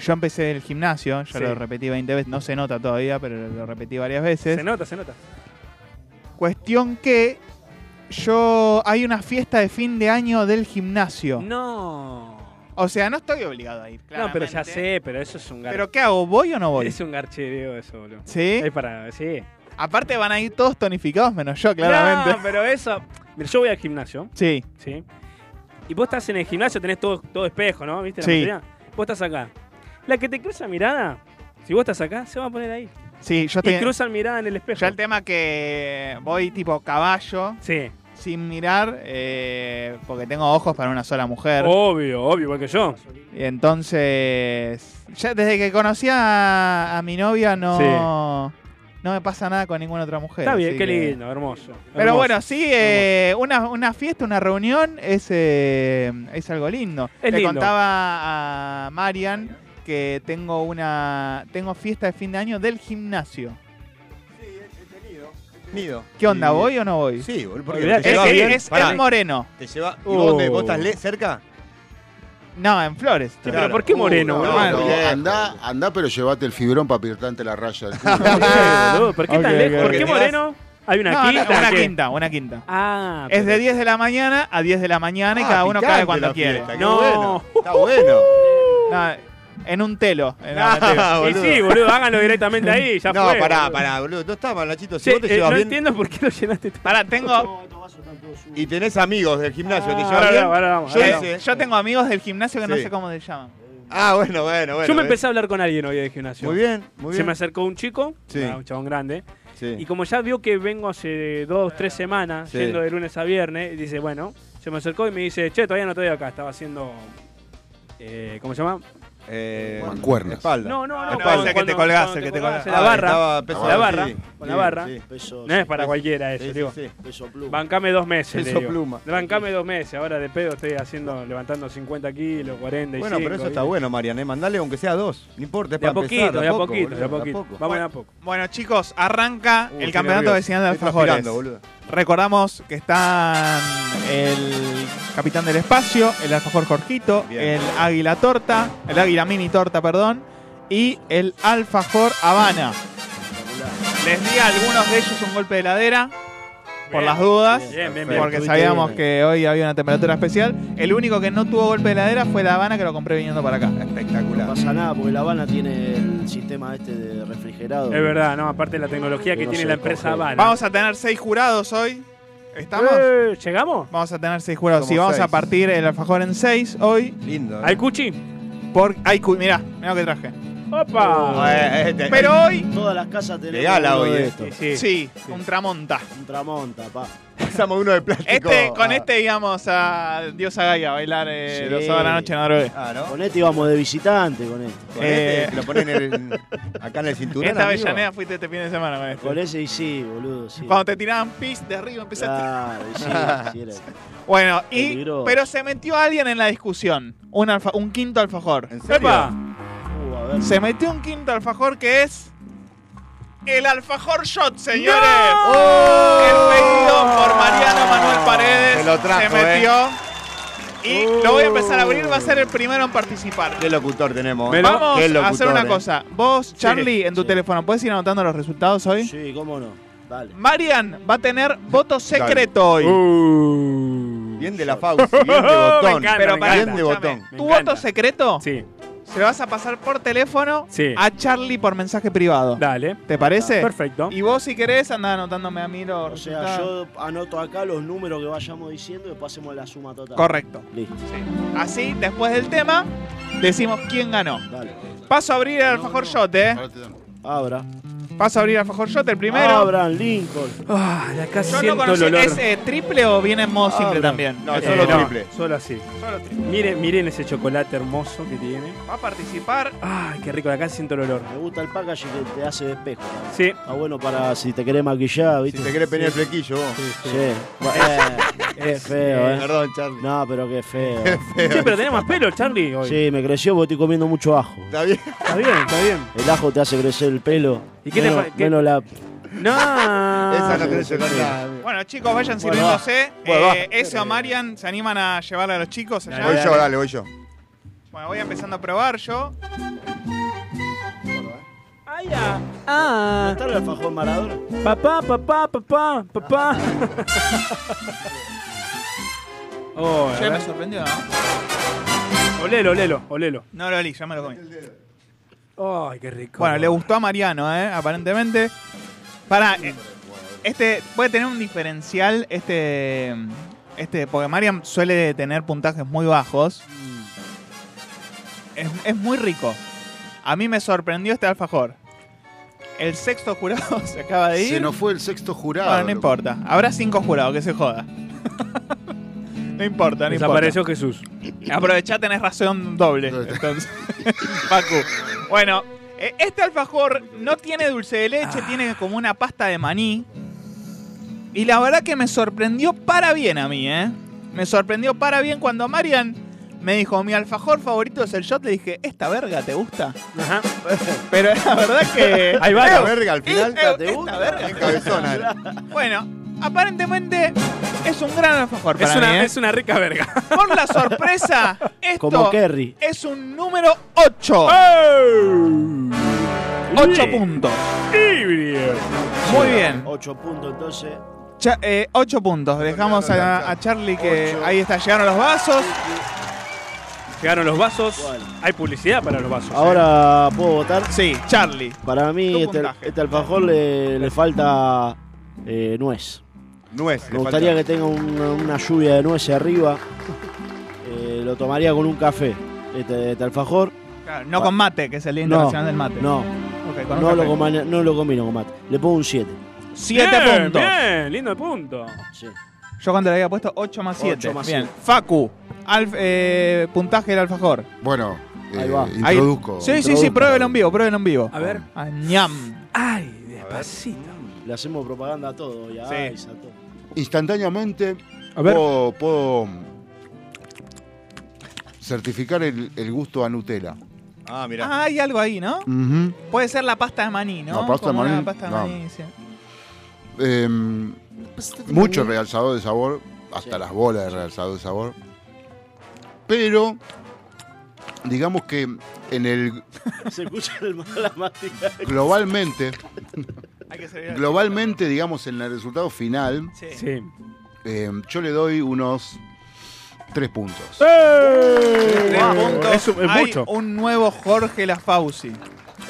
[SPEAKER 2] yo empecé el gimnasio, yo
[SPEAKER 5] Sí.
[SPEAKER 2] lo repetí 20 veces, no se nota todavía, pero lo repetí varias
[SPEAKER 5] tres.
[SPEAKER 2] veces.
[SPEAKER 5] Se nota, se nota.
[SPEAKER 2] Cuestión que yo hay una fiesta de fin de año del gimnasio.
[SPEAKER 5] No.
[SPEAKER 2] O sea, Ah, no estoy obligado a ir.
[SPEAKER 5] No, pero ya
[SPEAKER 2] claramente.
[SPEAKER 5] sé, pero eso es un garcheo.
[SPEAKER 2] ¿Pero qué hago? ¿Voy o no voy?
[SPEAKER 5] Es un garcheo eso, boludo.
[SPEAKER 2] ¿Sí?
[SPEAKER 5] Es para, sí.
[SPEAKER 2] Aparte van a ir todos tonificados menos yo, claramente.
[SPEAKER 5] No, pero eso. Mira, yo voy al gimnasio,
[SPEAKER 2] Sí,
[SPEAKER 5] ¿sí? Y vos estás en el gimnasio, tenés todo, todo espejo, ¿no? ¿Viste la
[SPEAKER 2] Sí.
[SPEAKER 5] mayoría? Vos estás acá. La que te cruza mirada, si vos estás acá, se va a poner ahí.
[SPEAKER 2] sí, yo
[SPEAKER 5] Y
[SPEAKER 2] estoy...
[SPEAKER 5] cruzan mirada en el espejo.
[SPEAKER 2] Yo el tema que Eh, voy tipo caballo,
[SPEAKER 5] Sí.
[SPEAKER 2] sin mirar, eh, porque tengo ojos para una sola mujer.
[SPEAKER 5] Obvio, obvio, igual que yo.
[SPEAKER 2] Y entonces, ya desde que conocí a, a mi novia no, no me pasa nada con ninguna otra mujer.
[SPEAKER 5] Está bien,
[SPEAKER 2] así
[SPEAKER 5] qué
[SPEAKER 2] que-
[SPEAKER 5] lindo, hermoso.
[SPEAKER 2] Pero bueno, sí, eh, una, una fiesta, una reunión es, eh, es algo lindo.
[SPEAKER 5] Es
[SPEAKER 2] Le
[SPEAKER 5] lindo.
[SPEAKER 2] contaba a Marian que tengo una tengo fiesta de fin de año del gimnasio.
[SPEAKER 6] Nido.
[SPEAKER 2] ¿Qué onda?
[SPEAKER 6] Y-
[SPEAKER 2] ¿Voy o no voy?
[SPEAKER 6] Sí, boludo. Porque
[SPEAKER 5] Olvidate,
[SPEAKER 6] te
[SPEAKER 2] Es,
[SPEAKER 6] lleva
[SPEAKER 2] es-
[SPEAKER 6] bien.
[SPEAKER 2] es
[SPEAKER 6] Pará,
[SPEAKER 2] el moreno. Uh,
[SPEAKER 6] te lleva. ¿Y
[SPEAKER 5] Oh.
[SPEAKER 6] vos dónde? ¿Vos estás le- cerca?
[SPEAKER 2] No, en Flores.
[SPEAKER 5] Sí, pero
[SPEAKER 6] claro.
[SPEAKER 5] ¿por qué moreno,
[SPEAKER 7] Uh, no,
[SPEAKER 5] boludo?
[SPEAKER 7] no,
[SPEAKER 6] boludo?
[SPEAKER 7] andá, andá, pero llévate el fibrón para apretarte la raya del culo.
[SPEAKER 5] Eh, boludo, ¿Por qué
[SPEAKER 2] Ok,
[SPEAKER 5] tan lejos?
[SPEAKER 2] ok,
[SPEAKER 5] ¿Por
[SPEAKER 6] ok.
[SPEAKER 5] qué moreno? Hay una
[SPEAKER 2] No, no,
[SPEAKER 5] quinta.
[SPEAKER 2] una
[SPEAKER 5] ¿qué?
[SPEAKER 2] quinta, una quinta.
[SPEAKER 5] Ah,
[SPEAKER 2] Es de
[SPEAKER 5] pero-
[SPEAKER 2] 10 de la mañana a 10 de la mañana y
[SPEAKER 6] Ah,
[SPEAKER 2] cada uno
[SPEAKER 6] picante
[SPEAKER 2] cae cuando
[SPEAKER 6] la
[SPEAKER 2] quiere.
[SPEAKER 6] fiesta, qué
[SPEAKER 5] No.
[SPEAKER 6] bueno. Está bueno.
[SPEAKER 2] No, en un telo. en la-
[SPEAKER 6] Ah,
[SPEAKER 5] Y
[SPEAKER 6] boludo.
[SPEAKER 5] sí, boludo, háganlo directamente ahí, ya
[SPEAKER 6] no,
[SPEAKER 5] fue.
[SPEAKER 6] pará,
[SPEAKER 5] boludo.
[SPEAKER 6] pará, boludo. No está mal, Nachito. Si
[SPEAKER 5] Che,
[SPEAKER 6] vos te
[SPEAKER 5] eh,
[SPEAKER 6] llevas
[SPEAKER 5] no
[SPEAKER 6] bien
[SPEAKER 5] entiendo por qué lo llenaste todo.
[SPEAKER 2] Pará, tengo.
[SPEAKER 6] y tenés amigos del gimnasio, te
[SPEAKER 5] Ah,
[SPEAKER 6] llevas
[SPEAKER 5] ahora
[SPEAKER 6] bien.
[SPEAKER 5] vamos, ahora vamos,
[SPEAKER 6] yo
[SPEAKER 5] ahora
[SPEAKER 2] eh,
[SPEAKER 5] vamos.
[SPEAKER 6] hice-
[SPEAKER 2] yo tengo amigos del gimnasio que no
[SPEAKER 6] Sí.
[SPEAKER 2] sé cómo se llaman.
[SPEAKER 6] Ah, bueno, bueno, bueno.
[SPEAKER 5] Yo me
[SPEAKER 6] ¿ves?
[SPEAKER 5] empecé a hablar con alguien hoy de gimnasio.
[SPEAKER 6] Muy bien, muy
[SPEAKER 5] Se me
[SPEAKER 6] bien.
[SPEAKER 5] acercó un chico,
[SPEAKER 6] Sí.
[SPEAKER 5] ah, un chabón grande,
[SPEAKER 6] Sí.
[SPEAKER 5] y como ya vio que vengo hace dos, tres semanas,
[SPEAKER 6] Sí.
[SPEAKER 5] yendo de lunes a viernes, dice, bueno, se me acercó y me dice, che, todavía no estoy acá, estaba haciendo... eh, ¿Cómo se llama?
[SPEAKER 6] Eh,
[SPEAKER 7] Mancuernas.
[SPEAKER 6] Espalda.
[SPEAKER 5] No, no, no.
[SPEAKER 6] Ah,
[SPEAKER 5] cuando-
[SPEAKER 2] no, el que
[SPEAKER 5] cuando-
[SPEAKER 2] te colgás,
[SPEAKER 5] cuando
[SPEAKER 2] el que te colgás.
[SPEAKER 5] en La
[SPEAKER 6] Ah,
[SPEAKER 5] barra.
[SPEAKER 6] estaba peso-
[SPEAKER 5] con la barra,
[SPEAKER 6] sí,
[SPEAKER 5] con la
[SPEAKER 6] sí,
[SPEAKER 5] barra.
[SPEAKER 6] sí,
[SPEAKER 4] Peso,
[SPEAKER 5] No es para cualquiera
[SPEAKER 6] sí,
[SPEAKER 5] eso,
[SPEAKER 6] sí,
[SPEAKER 5] digo.
[SPEAKER 6] sí.
[SPEAKER 4] peso pluma.
[SPEAKER 5] Bancame dos meses. le
[SPEAKER 6] Peso
[SPEAKER 5] digo.
[SPEAKER 6] pluma.
[SPEAKER 5] Bancame dos meses. Ahora de pedo estoy haciendo, levantando 50 kilos, 40
[SPEAKER 6] Bueno, pero eso está bueno, Marian. eh, Mandale aunque sea dos. No importa, es
[SPEAKER 5] De a
[SPEAKER 6] para
[SPEAKER 5] poquito,
[SPEAKER 6] empezar,
[SPEAKER 5] de a poquito,
[SPEAKER 6] boludo,
[SPEAKER 5] de a poquito. Vamos de a poco.
[SPEAKER 2] Bueno, chicos, arranca
[SPEAKER 6] Uh,
[SPEAKER 2] el
[SPEAKER 6] estoy
[SPEAKER 2] campeonato
[SPEAKER 6] nervioso.
[SPEAKER 2] vecinal de
[SPEAKER 6] Estoy
[SPEAKER 2] alfajores.
[SPEAKER 6] transpirando, boludo.
[SPEAKER 2] Recordamos que están el capitán del espacio, el alfajor Jorgito,
[SPEAKER 6] Bien.
[SPEAKER 2] el águila torta, el águila mini torta, perdón, y el alfajor Habana. Les di a algunos de ellos un golpe de ladera. por las dudas,
[SPEAKER 5] Bien, bien, bien.
[SPEAKER 2] porque sabíamos que hoy había una temperatura especial. El único que no tuvo golpe de heladera fue La Habana, que lo compré viniendo para acá.
[SPEAKER 4] No
[SPEAKER 2] Espectacular.
[SPEAKER 4] pasa nada porque La Habana tiene el sistema este de refrigerado.
[SPEAKER 5] Es verdad, no, aparte de la tecnología que
[SPEAKER 4] No
[SPEAKER 5] tiene
[SPEAKER 4] se
[SPEAKER 5] la empresa
[SPEAKER 4] coge.
[SPEAKER 5] Habana.
[SPEAKER 2] Vamos a tener seis jurados hoy. ¿Estamos?
[SPEAKER 5] Eh, ¿Llegamos?
[SPEAKER 2] Vamos a tener seis jurados.
[SPEAKER 6] Como
[SPEAKER 2] Sí, vamos
[SPEAKER 6] seis.
[SPEAKER 2] a partir el alfajor en seis hoy.
[SPEAKER 4] ¿eh?
[SPEAKER 6] Lindo.
[SPEAKER 5] ¿Al Cuchi?
[SPEAKER 2] Por, ay, cu- mirá, mirá lo que traje.
[SPEAKER 5] ¡Opa!
[SPEAKER 2] Pero hoy,
[SPEAKER 4] Todas las casas tenemos
[SPEAKER 6] Regala
[SPEAKER 4] uno
[SPEAKER 6] este, eh, hoy eh.
[SPEAKER 4] de
[SPEAKER 6] esto.
[SPEAKER 4] estos.
[SPEAKER 5] Sí, sí.
[SPEAKER 2] sí, un tramonta.
[SPEAKER 4] Un tramonta, pa.
[SPEAKER 6] Pasamos uno de plástico.
[SPEAKER 2] Este, con
[SPEAKER 6] Ah.
[SPEAKER 2] este íbamos a Diosa Gaia a bailar eh,
[SPEAKER 4] Sí.
[SPEAKER 2] los sábados a la noche en Adrogué.
[SPEAKER 6] Ah, ¿no?
[SPEAKER 4] Con este íbamos de visitante con este.
[SPEAKER 6] Con
[SPEAKER 2] Eh.
[SPEAKER 6] este, lo ponen en el- acá en el cinturón.
[SPEAKER 2] Esta
[SPEAKER 6] amigo.
[SPEAKER 2] Avellaneda fuiste este fin de semana con esto.
[SPEAKER 4] Con ese y sí, boludo, sí.
[SPEAKER 2] Cuando te tiraban pis de arriba empezaste.
[SPEAKER 4] Claro, y sí, sí era.
[SPEAKER 2] Bueno, y,
[SPEAKER 4] Peligroso.
[SPEAKER 2] pero se metió alguien en la discusión. Un, alfa- un quinto alfajor.
[SPEAKER 6] ¿En serio?
[SPEAKER 5] ¡Epa!
[SPEAKER 4] Uh, a ver.
[SPEAKER 2] Se metió un quinto alfajor que es. El alfajor shot, señores. El pedido por Mariano Manuel Paredes.
[SPEAKER 6] Se lo trajo,
[SPEAKER 2] se
[SPEAKER 4] eh.
[SPEAKER 2] metió. Y lo voy a
[SPEAKER 4] Uh.
[SPEAKER 2] empezar a abrir. Va a ser el primero en participar.
[SPEAKER 6] ¿Qué locutor tenemos? eh?
[SPEAKER 2] Vamos
[SPEAKER 6] Qué
[SPEAKER 2] a hacer
[SPEAKER 6] locutor,
[SPEAKER 2] una
[SPEAKER 6] eh.
[SPEAKER 2] cosa. Vos, Charlie, en tu
[SPEAKER 4] sí.
[SPEAKER 2] teléfono, ¿puedes ir anotando los resultados hoy?
[SPEAKER 4] Sí, cómo no. Dale. Uh.
[SPEAKER 2] Marian va a tener voto secreto hoy.
[SPEAKER 6] Bien de la Fauci, bien de
[SPEAKER 5] Uh. Me
[SPEAKER 6] botón.
[SPEAKER 5] encanta,
[SPEAKER 2] Pero
[SPEAKER 5] me
[SPEAKER 2] pará,
[SPEAKER 6] bien de
[SPEAKER 5] encanta.
[SPEAKER 6] botón.
[SPEAKER 2] escúchame,
[SPEAKER 5] Me
[SPEAKER 2] Tu
[SPEAKER 5] encanta.
[SPEAKER 2] voto secreto
[SPEAKER 5] Sí,
[SPEAKER 2] se lo vas a pasar por teléfono
[SPEAKER 5] Sí.
[SPEAKER 2] a Charlie por mensaje privado.
[SPEAKER 5] dale.
[SPEAKER 2] ¿Te parece?
[SPEAKER 5] Perfecto.
[SPEAKER 2] Y vos, si querés, andá anotándome a mí los
[SPEAKER 4] O sea,
[SPEAKER 2] resultados.
[SPEAKER 4] yo anoto acá los números que vayamos diciendo y después hacemos la suma total.
[SPEAKER 2] Correcto.
[SPEAKER 4] Listo,
[SPEAKER 2] Así, después del tema, decimos quién ganó.
[SPEAKER 4] dale.
[SPEAKER 2] Paso a abrir el alfajor shot, eh.
[SPEAKER 7] Ahora te dan.
[SPEAKER 4] Abra.
[SPEAKER 2] Paso a abrir el alfajor shot, el primero.
[SPEAKER 4] Abran Lincoln.
[SPEAKER 5] Ah, de acá
[SPEAKER 2] Yo no
[SPEAKER 5] siento
[SPEAKER 2] conocí,
[SPEAKER 5] el olor.
[SPEAKER 2] ¿es eh, triple o viene en
[SPEAKER 4] Ah,
[SPEAKER 2] modo simple también?
[SPEAKER 6] No,
[SPEAKER 5] Eh,
[SPEAKER 6] solo
[SPEAKER 5] no,
[SPEAKER 6] triple.
[SPEAKER 5] Solo así. Miren, miren ese chocolate hermoso que tiene.
[SPEAKER 2] Va a participar.
[SPEAKER 5] Ay, qué rico. De acá siento el olor.
[SPEAKER 4] Me gusta el packaging que te hace despejo.
[SPEAKER 5] Sí.
[SPEAKER 4] Está bueno para si te querés maquillar,
[SPEAKER 6] Si
[SPEAKER 4] ¿viste?
[SPEAKER 6] te querés peñar el flequillo vos.
[SPEAKER 4] Sí. Bueno, eh, es feo, ¿eh?
[SPEAKER 6] Perdón, Charlie.
[SPEAKER 4] No, pero qué feo.
[SPEAKER 5] Sí, pero tenés más pelo, Charlie. hoy.
[SPEAKER 4] Sí, me creció porque estoy comiendo mucho ajo.
[SPEAKER 6] Está bien.
[SPEAKER 5] Está bien, está bien.
[SPEAKER 4] El ajo te hace crecer el pelo.
[SPEAKER 5] ¿Y qué te
[SPEAKER 4] menos,
[SPEAKER 5] pa- qué-
[SPEAKER 4] menos la.
[SPEAKER 5] No.
[SPEAKER 6] Esa no tenés que contar. amigo.
[SPEAKER 2] Bueno, chicos, vayan
[SPEAKER 4] Bueno,
[SPEAKER 2] sirviéndose.
[SPEAKER 6] Bueno, va.
[SPEAKER 2] Eh, ese o Marian, ¿se animan a llevarle a los chicos allá?
[SPEAKER 6] Voy yo, dale, voy yo.
[SPEAKER 2] Bueno, Ah, voy empezando a probar yo.
[SPEAKER 5] Ay, ah, ah.
[SPEAKER 4] ¿Está el alfajor Maradona?
[SPEAKER 5] Papá, papá, papá, papá. oh,
[SPEAKER 4] eh.
[SPEAKER 2] Ya me sorprendió, ¿no?
[SPEAKER 5] olelo, olelo, olelo.
[SPEAKER 2] No lo olí, ya me lo comí.
[SPEAKER 5] Ay, qué rico.
[SPEAKER 2] Bueno, le gustó a Mariano, ¿eh? Aparentemente. Pará, eh, este puede tener un diferencial, este, este, porque Marian suele tener puntajes muy bajos. Es, es muy rico. A mí me sorprendió este alfajor. El sexto jurado se acaba de ir.
[SPEAKER 7] Se nos fue el sexto jurado.
[SPEAKER 2] Bueno, no
[SPEAKER 7] loco.
[SPEAKER 2] importa. Habrá cinco jurados, que se joda. no importa, no importa.
[SPEAKER 5] Desapareció Jesús.
[SPEAKER 2] Aprovechá, tenés razón doble. Entonces, Facu. Bueno, eh, este alfajor no tiene dulce de
[SPEAKER 5] Ah.
[SPEAKER 2] leche, tiene como una pasta de maní. Y la verdad que me sorprendió para bien a mí, ¿eh? Me sorprendió para bien cuando Marian me dijo, mi alfajor favorito es el shot. Le dije, ¿esta verga te gusta?
[SPEAKER 5] Ajá.
[SPEAKER 2] Pero la verdad que...
[SPEAKER 5] Ahí va.
[SPEAKER 6] La verga, al final.
[SPEAKER 2] Eh, eh,
[SPEAKER 4] ¿te
[SPEAKER 2] esta
[SPEAKER 4] gusta?
[SPEAKER 2] verga
[SPEAKER 6] Qué cabezona. era.
[SPEAKER 2] bueno, aparentemente es un gran alfajor para
[SPEAKER 5] Es una,
[SPEAKER 2] mí, ¿eh?
[SPEAKER 5] es una rica verga.
[SPEAKER 2] Por la sorpresa,
[SPEAKER 4] Como
[SPEAKER 2] esto
[SPEAKER 4] Kerry.
[SPEAKER 2] es un número 8.
[SPEAKER 5] Oh.
[SPEAKER 2] 8 puntos. Muy bien.
[SPEAKER 4] 8 puntos entonces.
[SPEAKER 2] 8 eh, puntos. Dejamos a, a Charlie que ahí está, llegaron los vasos.
[SPEAKER 5] Llegaron los vasos.
[SPEAKER 4] Bueno.
[SPEAKER 5] Hay publicidad para los vasos. ¿eh?
[SPEAKER 4] Ahora puedo votar.
[SPEAKER 2] Sí, Charlie.
[SPEAKER 4] Para
[SPEAKER 2] Tu
[SPEAKER 4] mí, este,
[SPEAKER 2] puntaje.
[SPEAKER 4] este alfajor le, le falta eh, nuez.
[SPEAKER 6] Nuez.
[SPEAKER 4] Me
[SPEAKER 6] le
[SPEAKER 4] gustaría
[SPEAKER 6] falta.
[SPEAKER 4] que tenga un- una lluvia de nueces arriba. Eh, lo tomaría con un café. Este, este alfajor.
[SPEAKER 2] Claro, no con mate, que es el Día
[SPEAKER 4] No,
[SPEAKER 2] Internacional del Mate.
[SPEAKER 4] no,
[SPEAKER 2] Ok, con un
[SPEAKER 4] no lo,
[SPEAKER 2] café.
[SPEAKER 4] coma- no lo combino con mate. Le pongo un 7.
[SPEAKER 2] 7
[SPEAKER 5] Bien,
[SPEAKER 2] puntos.
[SPEAKER 5] Bien, lindo punto.
[SPEAKER 4] Sí.
[SPEAKER 2] Yo cuando le había puesto 8 más 7.
[SPEAKER 4] Ocho más
[SPEAKER 2] bien.
[SPEAKER 4] siete.
[SPEAKER 2] Facu, alf- eh, puntaje del alfajor.
[SPEAKER 7] Bueno, eh,
[SPEAKER 4] Ahí va.
[SPEAKER 2] Ahí-
[SPEAKER 7] introduzco.
[SPEAKER 2] Sí, sí, sí, pruébelo en vivo, pruébelo en vivo.
[SPEAKER 5] A ver.
[SPEAKER 2] Ah, ñam.
[SPEAKER 5] Ay, despacito.
[SPEAKER 4] Le hacemos propaganda a todo y a
[SPEAKER 2] Sí.
[SPEAKER 4] Ice, a todo.
[SPEAKER 7] Instantáneamente
[SPEAKER 5] A ver.
[SPEAKER 7] Puedo, puedo certificar el, el gusto a Nutella.
[SPEAKER 6] Ah, mirá.
[SPEAKER 2] Ah, hay algo ahí, ¿no?
[SPEAKER 7] Ujú.
[SPEAKER 2] Puede ser la pasta de maní, ¿no?
[SPEAKER 7] Mm. La pasta de
[SPEAKER 2] Como una
[SPEAKER 7] maní,
[SPEAKER 2] pasta de
[SPEAKER 7] no.
[SPEAKER 2] maní, sí.
[SPEAKER 7] Em, mucho realzador de sabor, hasta
[SPEAKER 4] Sí.
[SPEAKER 7] las bolas de realzador de sabor. Pero, digamos que en el
[SPEAKER 4] Se escucha el mal la mastica.
[SPEAKER 7] globalmente,
[SPEAKER 2] Hay que celebrar.
[SPEAKER 7] Globalmente, digamos, en el resultado final,
[SPEAKER 2] Sí.
[SPEAKER 7] eh, yo le doy unos tres puntos.
[SPEAKER 2] Tres puntos.
[SPEAKER 5] Es, es
[SPEAKER 2] Hay
[SPEAKER 5] mucho.
[SPEAKER 2] un nuevo Jorge Lafauci.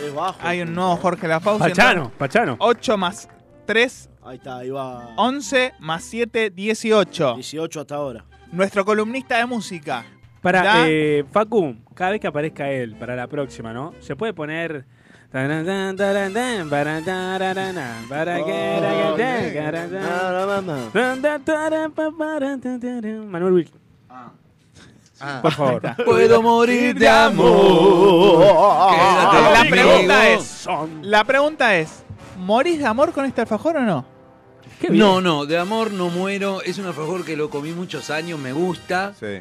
[SPEAKER 4] Es bajo.
[SPEAKER 2] Hay un nuevo Jorge Lafauci.
[SPEAKER 5] Pachano, Pachano.
[SPEAKER 2] 8 más 3,
[SPEAKER 4] Ahí está, ahí va.
[SPEAKER 2] 11 más 7, 18.
[SPEAKER 4] 18 hasta ahora.
[SPEAKER 2] Nuestro columnista de música.
[SPEAKER 5] Para,
[SPEAKER 2] Da-
[SPEAKER 5] eh, Facu, cada vez que aparezca él, para la próxima, ¿no? Se puede poner. Tararán, tararán, para tararán, para que- para que- tararán. Tan, tan, taran, pa, paran, tan, taran. Manuel Will.
[SPEAKER 2] Ah.
[SPEAKER 5] Por favor.
[SPEAKER 8] Puedo morir de amor. Ah, Quédate conmigo.
[SPEAKER 2] La Ah, pregunta es, la pregunta es, ¿morís de amor con este alfajor o no?
[SPEAKER 5] Qué bien.
[SPEAKER 8] No, no, de amor no muero. Es un alfajor que lo comí muchos años, me gusta,
[SPEAKER 6] Sí.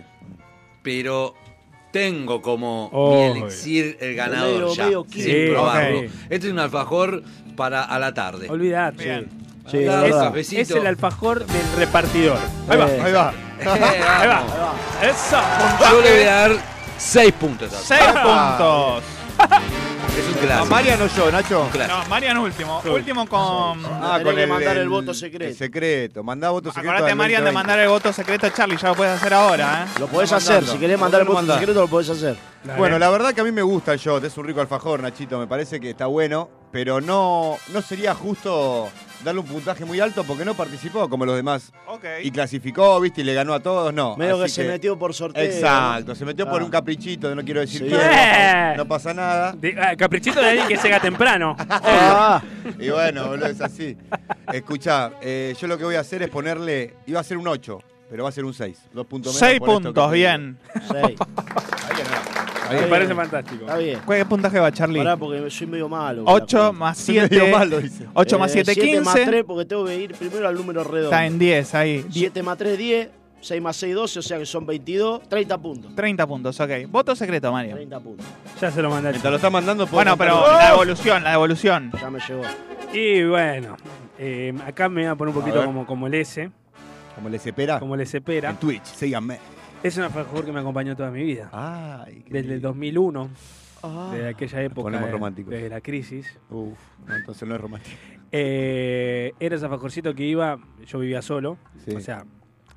[SPEAKER 8] pero tengo como
[SPEAKER 5] Oh.
[SPEAKER 8] mi elixir el ganador
[SPEAKER 4] Medio-
[SPEAKER 8] ya.
[SPEAKER 4] medio
[SPEAKER 8] sin
[SPEAKER 5] kilo. Sí,
[SPEAKER 8] probarlo.
[SPEAKER 5] ok.
[SPEAKER 8] Este es un alfajor para a la tarde.
[SPEAKER 5] Olvidate.
[SPEAKER 2] Bien.
[SPEAKER 4] Sí, la
[SPEAKER 8] Eso,
[SPEAKER 4] verdad.
[SPEAKER 8] besito.
[SPEAKER 5] Es el alfajor del repartidor. Ahí va,
[SPEAKER 4] Eh.
[SPEAKER 5] ahí va.
[SPEAKER 8] Eh,
[SPEAKER 5] Ahí
[SPEAKER 8] vamos.
[SPEAKER 5] va. Eso.
[SPEAKER 8] Yo le voy a dar 6 puntos. a-
[SPEAKER 2] 6 puntos.
[SPEAKER 8] Es un
[SPEAKER 6] A
[SPEAKER 8] clásico.
[SPEAKER 6] Marian o yo, Nacho.
[SPEAKER 8] un clásico.
[SPEAKER 2] No, Marian último. Último con...
[SPEAKER 4] Ah, tenés que mandar el voto secreto.
[SPEAKER 6] El secreto. Mandá voto secreto.
[SPEAKER 2] Acordate,
[SPEAKER 6] al
[SPEAKER 2] Marian, de
[SPEAKER 6] 2020.
[SPEAKER 2] mandar el voto secreto a Charlie. Ya lo puedes hacer ahora, ¿eh?
[SPEAKER 4] Lo podés
[SPEAKER 6] Está
[SPEAKER 4] hacer.
[SPEAKER 6] mandando.
[SPEAKER 4] Si querés mandar el
[SPEAKER 6] ¿Por qué
[SPEAKER 4] voto
[SPEAKER 6] no mandás?
[SPEAKER 4] secreto, lo podés hacer.
[SPEAKER 6] Bueno, la verdad que a mí me gusta el shot, es un rico alfajor, Nachito, me parece que está bueno, pero no, no sería justo darle un puntaje muy alto porque no participó como los demás
[SPEAKER 2] Ok.
[SPEAKER 6] y clasificó, viste, y le ganó a todos, no.
[SPEAKER 4] Medio
[SPEAKER 6] así
[SPEAKER 4] que, se metió por sorteo.
[SPEAKER 6] Exacto, se metió por
[SPEAKER 4] Ah.
[SPEAKER 6] un caprichito, no quiero decir
[SPEAKER 4] Sí.
[SPEAKER 6] quién,
[SPEAKER 5] Eh.
[SPEAKER 6] no, no pasa nada.
[SPEAKER 5] De- ah, caprichito de alguien que llega temprano.
[SPEAKER 4] Ah,
[SPEAKER 6] Y bueno, boludo, es así. Escuchá, eh, yo lo que voy a hacer es ponerle, iba a ser un 8, pero va a ser un 6, dos puntos menos.
[SPEAKER 2] 6
[SPEAKER 6] por esto que
[SPEAKER 2] puntos,
[SPEAKER 6] te-
[SPEAKER 2] bien.
[SPEAKER 4] seis.
[SPEAKER 5] Me
[SPEAKER 4] bien.
[SPEAKER 5] parece fantástico.
[SPEAKER 4] Está bien.
[SPEAKER 2] ¿Qué puntaje va, Charlie?
[SPEAKER 4] Pará, Ah, porque soy medio malo. con la
[SPEAKER 2] 8
[SPEAKER 4] pregunta.
[SPEAKER 2] más
[SPEAKER 6] Medio
[SPEAKER 2] 7.
[SPEAKER 6] malo, dice.
[SPEAKER 2] 8 más
[SPEAKER 4] Eh,
[SPEAKER 2] 7,
[SPEAKER 4] siete más 3,
[SPEAKER 2] 15.
[SPEAKER 4] porque tengo que ir primero al número redondo.
[SPEAKER 2] Está en 10 ahí. 10,
[SPEAKER 4] 7 más 3, 10. 6 más 6, 12. O sea que son 22. 30 puntos.
[SPEAKER 2] 30 puntos, ok. Voto secreto, Marian.
[SPEAKER 4] 30 puntos.
[SPEAKER 5] Ya se lo mandé.
[SPEAKER 6] Mientras lo está mandando, puedo
[SPEAKER 2] Bueno,
[SPEAKER 6] contar-
[SPEAKER 2] pero la evolución, la evolución.
[SPEAKER 4] Ya me llegó.
[SPEAKER 5] Y bueno, eh, acá me voy a poner un poquito
[SPEAKER 6] ver.
[SPEAKER 5] como, como el S,
[SPEAKER 6] Como les espera,
[SPEAKER 5] como el espera.
[SPEAKER 6] en Twitch, síganme.
[SPEAKER 5] Es un alfajor que me acompañó toda mi vida.
[SPEAKER 6] Ay, qué
[SPEAKER 5] Desde el
[SPEAKER 6] lindo.
[SPEAKER 5] 2001,
[SPEAKER 6] Ah.
[SPEAKER 5] desde aquella época.
[SPEAKER 6] ponemos
[SPEAKER 5] eh,
[SPEAKER 6] románticos.
[SPEAKER 5] Desde la crisis.
[SPEAKER 6] Uf, no, entonces no es romántico.
[SPEAKER 5] Eh, era ese alfajorcito que iba, yo vivía solo.
[SPEAKER 6] Sí.
[SPEAKER 5] O sea,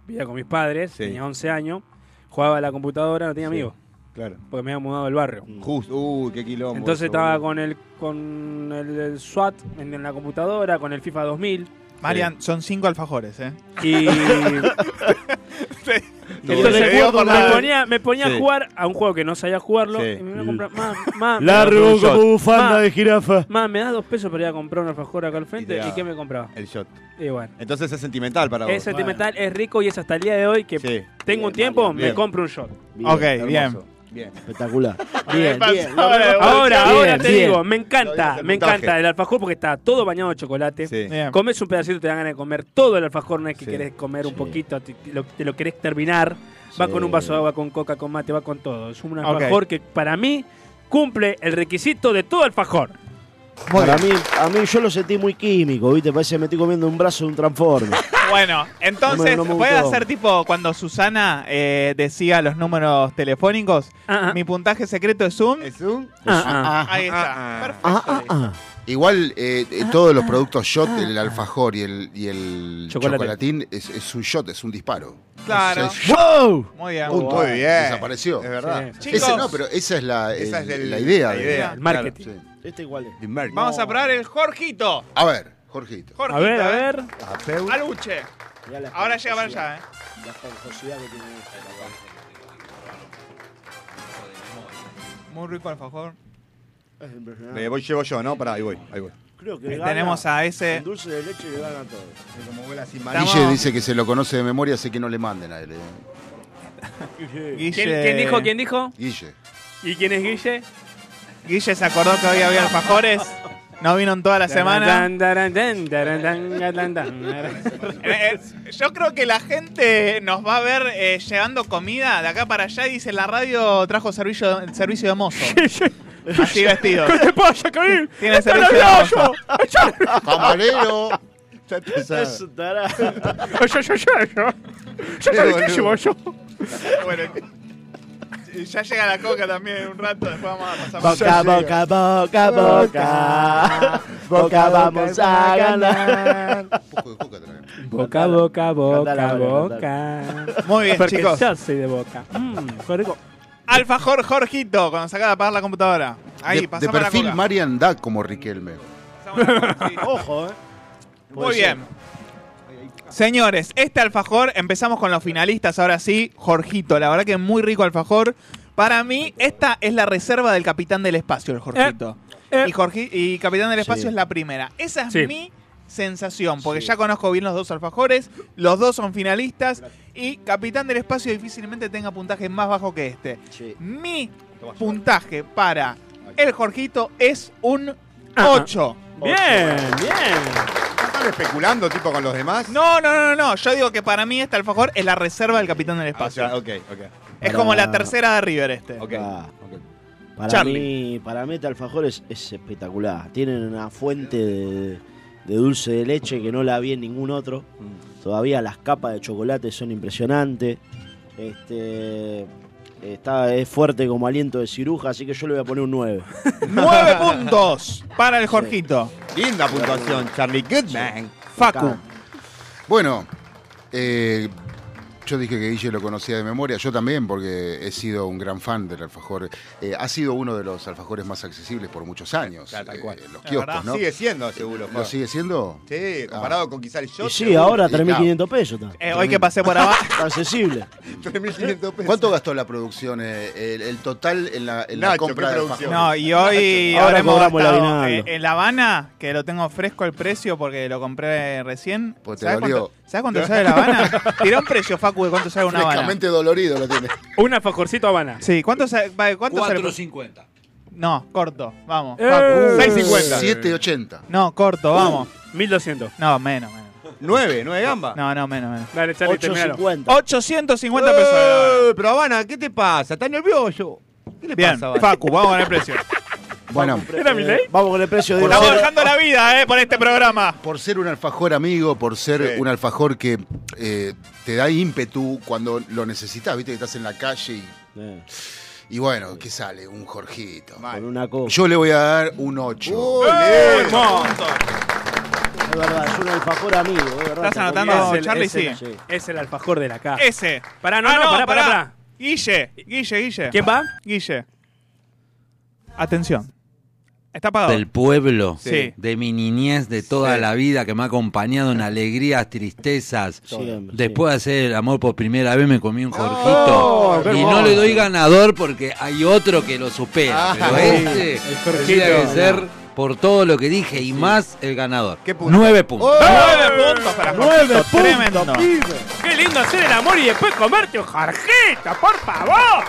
[SPEAKER 5] vivía con mis padres,
[SPEAKER 6] Sí.
[SPEAKER 5] tenía 11 años, jugaba a la computadora, no tenía
[SPEAKER 6] Sí.
[SPEAKER 5] amigos,
[SPEAKER 6] Claro.
[SPEAKER 5] porque me había mudado del barrio.
[SPEAKER 4] Mm.
[SPEAKER 6] Justo. Uy, qué quilombo.
[SPEAKER 5] Entonces
[SPEAKER 6] eso,
[SPEAKER 5] estaba
[SPEAKER 6] boludo.
[SPEAKER 5] con el con el, el SWAT en, en la computadora, con el FIFA 2000
[SPEAKER 2] Marian, son 5 alfajores, ¿eh?
[SPEAKER 5] y
[SPEAKER 6] Todo.
[SPEAKER 5] entonces
[SPEAKER 2] digo por
[SPEAKER 5] me
[SPEAKER 2] la-
[SPEAKER 5] ponía, me ponía
[SPEAKER 6] Sí.
[SPEAKER 5] a jugar a un juego que no sabía jugarlo
[SPEAKER 6] Sí.
[SPEAKER 5] y me iba a comprar más, más,
[SPEAKER 3] Largo
[SPEAKER 6] Shot.
[SPEAKER 3] como bufanda
[SPEAKER 5] Ma.
[SPEAKER 3] de jirafa.
[SPEAKER 5] me da dos pesos para ir a comprar una alfajor acá al frente
[SPEAKER 6] Y te
[SPEAKER 5] y,
[SPEAKER 6] da-
[SPEAKER 5] qué me compraba.
[SPEAKER 6] El shot.
[SPEAKER 5] Y bueno.
[SPEAKER 6] Entonces es sentimental para vos.
[SPEAKER 5] Es sentimental, es rico y es hasta el día de hoy que
[SPEAKER 6] Sí.
[SPEAKER 5] tengo un
[SPEAKER 4] Bien,
[SPEAKER 5] tiempo,
[SPEAKER 4] Mario,
[SPEAKER 5] me
[SPEAKER 6] bien.
[SPEAKER 5] compro un shot.
[SPEAKER 4] Bien,
[SPEAKER 2] Ok,
[SPEAKER 6] Hermoso.
[SPEAKER 2] bien.
[SPEAKER 6] Bien.
[SPEAKER 4] Espectacular. Bien, bien. Lo
[SPEAKER 2] Ahora,
[SPEAKER 4] reconozco.
[SPEAKER 5] Ahora,
[SPEAKER 4] Bien,
[SPEAKER 5] ahora te
[SPEAKER 4] bien.
[SPEAKER 5] digo, me
[SPEAKER 6] Lo
[SPEAKER 5] encanta,
[SPEAKER 6] dice
[SPEAKER 5] me
[SPEAKER 6] puntaje.
[SPEAKER 5] encanta el alfajor porque está todo bañado de chocolate.
[SPEAKER 6] Sí.
[SPEAKER 2] Bien.
[SPEAKER 5] Comes un pedacito, te dan ganas de comer todo el alfajor, no es que
[SPEAKER 6] Sí.
[SPEAKER 5] querés comer un
[SPEAKER 4] Sí.
[SPEAKER 5] poquito, te te lo, te lo querés terminar. Va
[SPEAKER 4] Sí.
[SPEAKER 5] con un vaso de agua, con coca, con mate, va con todo. Es un
[SPEAKER 2] Ok.
[SPEAKER 5] alfajor que para mí cumple el requisito de todo alfajor.
[SPEAKER 4] Para mí, a mí yo lo sentí muy químico, ¿viste? Parece que me estoy comiendo un brazo de un transforme.
[SPEAKER 2] Bueno,
[SPEAKER 5] eh,
[SPEAKER 2] entonces,
[SPEAKER 4] No me- no me
[SPEAKER 2] voy a
[SPEAKER 4] gustó.
[SPEAKER 2] hacer tipo cuando Susana eh, decía los números telefónicos.
[SPEAKER 5] Ah, ah.
[SPEAKER 2] Mi puntaje secreto es un.
[SPEAKER 6] Es un.
[SPEAKER 5] Ah, ah.
[SPEAKER 7] Ah,
[SPEAKER 2] Ahí está.
[SPEAKER 6] ah, ah.
[SPEAKER 2] Perfecto.
[SPEAKER 4] Ah, ah, ah.
[SPEAKER 7] Igual eh, eh, todos los productos shot,
[SPEAKER 6] ah,
[SPEAKER 7] el alfajor y el, y el
[SPEAKER 5] Chocolate.
[SPEAKER 7] chocolatín es, es un shot, es un disparo.
[SPEAKER 2] Claro.
[SPEAKER 7] Es- es-
[SPEAKER 4] ¡Wow!
[SPEAKER 2] Muy bien.
[SPEAKER 7] punto.
[SPEAKER 6] Muy bien.
[SPEAKER 7] Desapareció.
[SPEAKER 6] Es verdad.
[SPEAKER 5] Sí.
[SPEAKER 2] Chicos,
[SPEAKER 7] Ese no, pero esa es la,
[SPEAKER 6] Esa
[SPEAKER 7] el-
[SPEAKER 6] es el-
[SPEAKER 7] la idea.
[SPEAKER 6] la
[SPEAKER 7] de-
[SPEAKER 6] idea.
[SPEAKER 5] el marketing.
[SPEAKER 7] Sí.
[SPEAKER 4] Este igual es.
[SPEAKER 6] The Merc.
[SPEAKER 2] vamos a probar el Jorgito.
[SPEAKER 7] A ver, Jorgito.
[SPEAKER 2] Jorgito.
[SPEAKER 5] A ver, a
[SPEAKER 2] ¿eh?
[SPEAKER 5] ver.
[SPEAKER 6] Apeu.
[SPEAKER 2] Aluche.
[SPEAKER 4] Mirá la
[SPEAKER 2] Ahora llega para
[SPEAKER 4] esponjosidad-
[SPEAKER 2] allá, ¿eh?
[SPEAKER 4] La esponjosidad que tiene este, capaz.
[SPEAKER 2] Muy rico alfajor.
[SPEAKER 4] Es
[SPEAKER 6] Eh,
[SPEAKER 4] impresionante.
[SPEAKER 6] voy, llevo yo, ¿no? Pará, ahí voy. Ahí voy.
[SPEAKER 4] Creo que
[SPEAKER 2] Ahí
[SPEAKER 4] gana
[SPEAKER 2] Eh, tenemos a ese-
[SPEAKER 4] en dulce de leche le gana todo.
[SPEAKER 6] Como
[SPEAKER 2] Estamos-
[SPEAKER 7] Guille dice que se lo conoce de memoria, así que no le manden a él. eh.
[SPEAKER 2] Guille-
[SPEAKER 5] ¿Quién, quién dijo? ¿Quién dijo?
[SPEAKER 7] Guille.
[SPEAKER 5] ¿Y quién es Guille?
[SPEAKER 2] Guille se acordó que hoy había alfajores. No vino en toda la semana.
[SPEAKER 5] Dan, dan, dan, dan, dan, dan, dan, dan.
[SPEAKER 2] Eh, eh, Yo creo que la gente nos va a ver eh, llevando comida de acá para allá y dice la radio trajo servicio, servicio de mozo. Así vestido.
[SPEAKER 5] ¿Qué te pasa, Karim?
[SPEAKER 2] Tiene
[SPEAKER 5] ¡Está
[SPEAKER 2] servicio de
[SPEAKER 5] nervioso!
[SPEAKER 7] ¡Camarero!
[SPEAKER 4] Es un tarado.
[SPEAKER 5] Yo, yo, yo, yo. Yo soy riquísimo, yo.
[SPEAKER 2] Bueno, Y ya llega la coca también en un rato, después vamos a pasar
[SPEAKER 4] Boca,
[SPEAKER 2] Ya
[SPEAKER 4] boca, boca, boca. Boca, vamos a ganar.
[SPEAKER 5] Boca, boca, boca,
[SPEAKER 4] Cantala, Mario,
[SPEAKER 5] boca.
[SPEAKER 2] Muy bien,
[SPEAKER 5] Porque
[SPEAKER 2] chicos.
[SPEAKER 5] yo soy de boca. Mm, qué rico.
[SPEAKER 2] Alfajor Jorgito, cuando se acaba de apagar la computadora. Ahí,
[SPEAKER 7] de, de
[SPEAKER 2] pasame la
[SPEAKER 7] perfil
[SPEAKER 2] coca.
[SPEAKER 7] Marian da como Riquelme.
[SPEAKER 4] Ojo, eh.
[SPEAKER 2] Muy bien. Señores, este alfajor, empezamos con los finalistas ahora sí. Jorgito, la verdad que muy rico alfajor. Para mí, esta es la reserva del Capitán del Espacio, el Jorgito.
[SPEAKER 5] Eh,
[SPEAKER 2] Y, Jorgi- y Capitán del Espacio
[SPEAKER 4] Sí.
[SPEAKER 2] es la primera. Esa es
[SPEAKER 5] Sí.
[SPEAKER 2] mi sensación, porque ya conozco bien los dos alfajores, los dos son finalistas y Capitán del Espacio difícilmente tenga puntaje más bajo que este.
[SPEAKER 4] Sí.
[SPEAKER 2] Mi puntaje para el Jorgito es un
[SPEAKER 5] Ajá.
[SPEAKER 2] 8.
[SPEAKER 5] Bien, bien.
[SPEAKER 6] ¿Están especulando, tipo, con los demás?
[SPEAKER 2] No, no, no, no, no. Yo digo que para mí este alfajor es la reserva del Capitán del
[SPEAKER 6] Ah, o
[SPEAKER 2] Espacio.
[SPEAKER 6] sea, ok, ok.
[SPEAKER 2] Es como la
[SPEAKER 4] Para-
[SPEAKER 2] tercera de River este.
[SPEAKER 6] Ok.
[SPEAKER 4] Ah. Para
[SPEAKER 2] Charlie.
[SPEAKER 4] mí, para mí este alfajor es, es espectacular. Tienen una fuente de, de dulce de leche que no la vi en ningún otro. Todavía las capas de chocolate son impresionantes. Este está es fuerte como aliento de ciruja, así que yo le voy a poner un 9.
[SPEAKER 2] Nueve puntos para el Jorgito.
[SPEAKER 6] Linda puntuación, Charlie Goodman.
[SPEAKER 2] Facu.
[SPEAKER 7] Bueno, eh, yo dije que Guille lo conocía de memoria, yo también, porque he sido un gran fan del alfajor. Eh, ha sido uno de los alfajores más accesibles por muchos años.
[SPEAKER 6] Claro, tal
[SPEAKER 7] eh,
[SPEAKER 6] cual.
[SPEAKER 7] en los
[SPEAKER 2] La
[SPEAKER 7] kioscos,
[SPEAKER 2] verdad,
[SPEAKER 7] ¿no?
[SPEAKER 6] Sigue siendo, seguro.
[SPEAKER 7] ¿Lo
[SPEAKER 6] Flor.
[SPEAKER 7] sigue siendo?
[SPEAKER 6] Sí, comparado con quizá el
[SPEAKER 4] Y
[SPEAKER 6] shot.
[SPEAKER 4] sí,
[SPEAKER 6] seguro.
[SPEAKER 4] ahora
[SPEAKER 7] y
[SPEAKER 4] 3.500 pesos. Está,
[SPEAKER 2] Eh, hoy que pasé por abajo.
[SPEAKER 4] Está accesible.
[SPEAKER 6] 3.500 pesos.
[SPEAKER 7] ¿Cuánto gastó la producción? eh, el, el total en la, en la
[SPEAKER 6] Nacho,
[SPEAKER 7] compra
[SPEAKER 6] ¿qué
[SPEAKER 7] de
[SPEAKER 6] producción?
[SPEAKER 7] alfajores.
[SPEAKER 2] No, y hoy
[SPEAKER 4] Ahora
[SPEAKER 2] habremos
[SPEAKER 4] cobramos el
[SPEAKER 2] gastado,
[SPEAKER 4] aguinaldo.
[SPEAKER 2] eh, en La Habana, que lo tengo fresco el precio porque lo compré recién.
[SPEAKER 7] Pues te
[SPEAKER 2] ¿Sabes
[SPEAKER 7] dolió.
[SPEAKER 2] cuánto, ¿sabes cuánto sale La Habana? Tirá un precio, Facu, de cuánto sale una Habana.
[SPEAKER 7] Frescamente dolorido lo tiene.
[SPEAKER 5] Un alfajorcito Habana.
[SPEAKER 2] Sí, ¿cuánto sale? va, ¿Cuánto sale?
[SPEAKER 8] 4.50.
[SPEAKER 2] No, corto, vamos.
[SPEAKER 5] Eh.
[SPEAKER 2] Facu.
[SPEAKER 6] 6.50.
[SPEAKER 7] 7.80.
[SPEAKER 2] No, corto, vamos.
[SPEAKER 5] 1200.
[SPEAKER 2] No, menos, menos.
[SPEAKER 6] 9, 9 gamba.
[SPEAKER 2] No, no, menos, menos.
[SPEAKER 5] Dale, Charlie, terminalo.
[SPEAKER 4] 8.50.
[SPEAKER 2] 850 pesos. de La Habana.
[SPEAKER 6] Eh, Pero Habana, ¿qué te pasa? ¿Estás nervioso? ¿Qué le
[SPEAKER 2] Bien,
[SPEAKER 6] pasa, Habana?
[SPEAKER 2] Facu, vamos con el precio.
[SPEAKER 7] Uh, Bueno,
[SPEAKER 5] ¿Era mi ley?
[SPEAKER 4] Vamos con el precio de
[SPEAKER 2] Estamos dejando la vida, eh, por este programa.
[SPEAKER 7] por ser un alfajor amigo, por ser
[SPEAKER 6] Sí.
[SPEAKER 7] un alfajor que eh, te da ímpetu cuando lo necesitas, viste que estás en la calle y,
[SPEAKER 4] Eh,
[SPEAKER 7] y bueno, ¿qué sale? Un Jorgito. Uh,
[SPEAKER 4] Con una cosa.
[SPEAKER 7] Yo le voy a dar un 8.
[SPEAKER 4] Es verdad, es un alfajor amigo. es verdad,
[SPEAKER 2] ¿Estás
[SPEAKER 4] te
[SPEAKER 2] anotando,
[SPEAKER 4] acordás.
[SPEAKER 2] Charlie?
[SPEAKER 4] Es el-
[SPEAKER 2] Sí.
[SPEAKER 5] Es el alfajor de la casa.
[SPEAKER 2] Ese.
[SPEAKER 5] Pará, no,
[SPEAKER 2] Ah,
[SPEAKER 5] no, pará, pará, pará.
[SPEAKER 2] Guille, Guille, Guille.
[SPEAKER 5] ¿Quién va?
[SPEAKER 2] Guille. Atención. Está apagado.
[SPEAKER 8] Del pueblo,
[SPEAKER 2] Sí.
[SPEAKER 8] de mi niñez, de toda la vida, que me ha acompañado en alegrías, tristezas.
[SPEAKER 4] Siempre,
[SPEAKER 8] Después de hacer el amor por primera vez, me comí un jorjito.
[SPEAKER 5] Oh, qué
[SPEAKER 8] y no
[SPEAKER 5] hermoso.
[SPEAKER 8] le doy ganador porque hay otro que lo supera. pero este tendría que ser por todo lo que dije y más el ganador.
[SPEAKER 6] ¿Qué punto?
[SPEAKER 8] Nueve puntos.
[SPEAKER 2] Nueve puntos para Jorgito. Tremendo.
[SPEAKER 5] Qué lindo hacer el amor y después comerte un jarjito, por favor.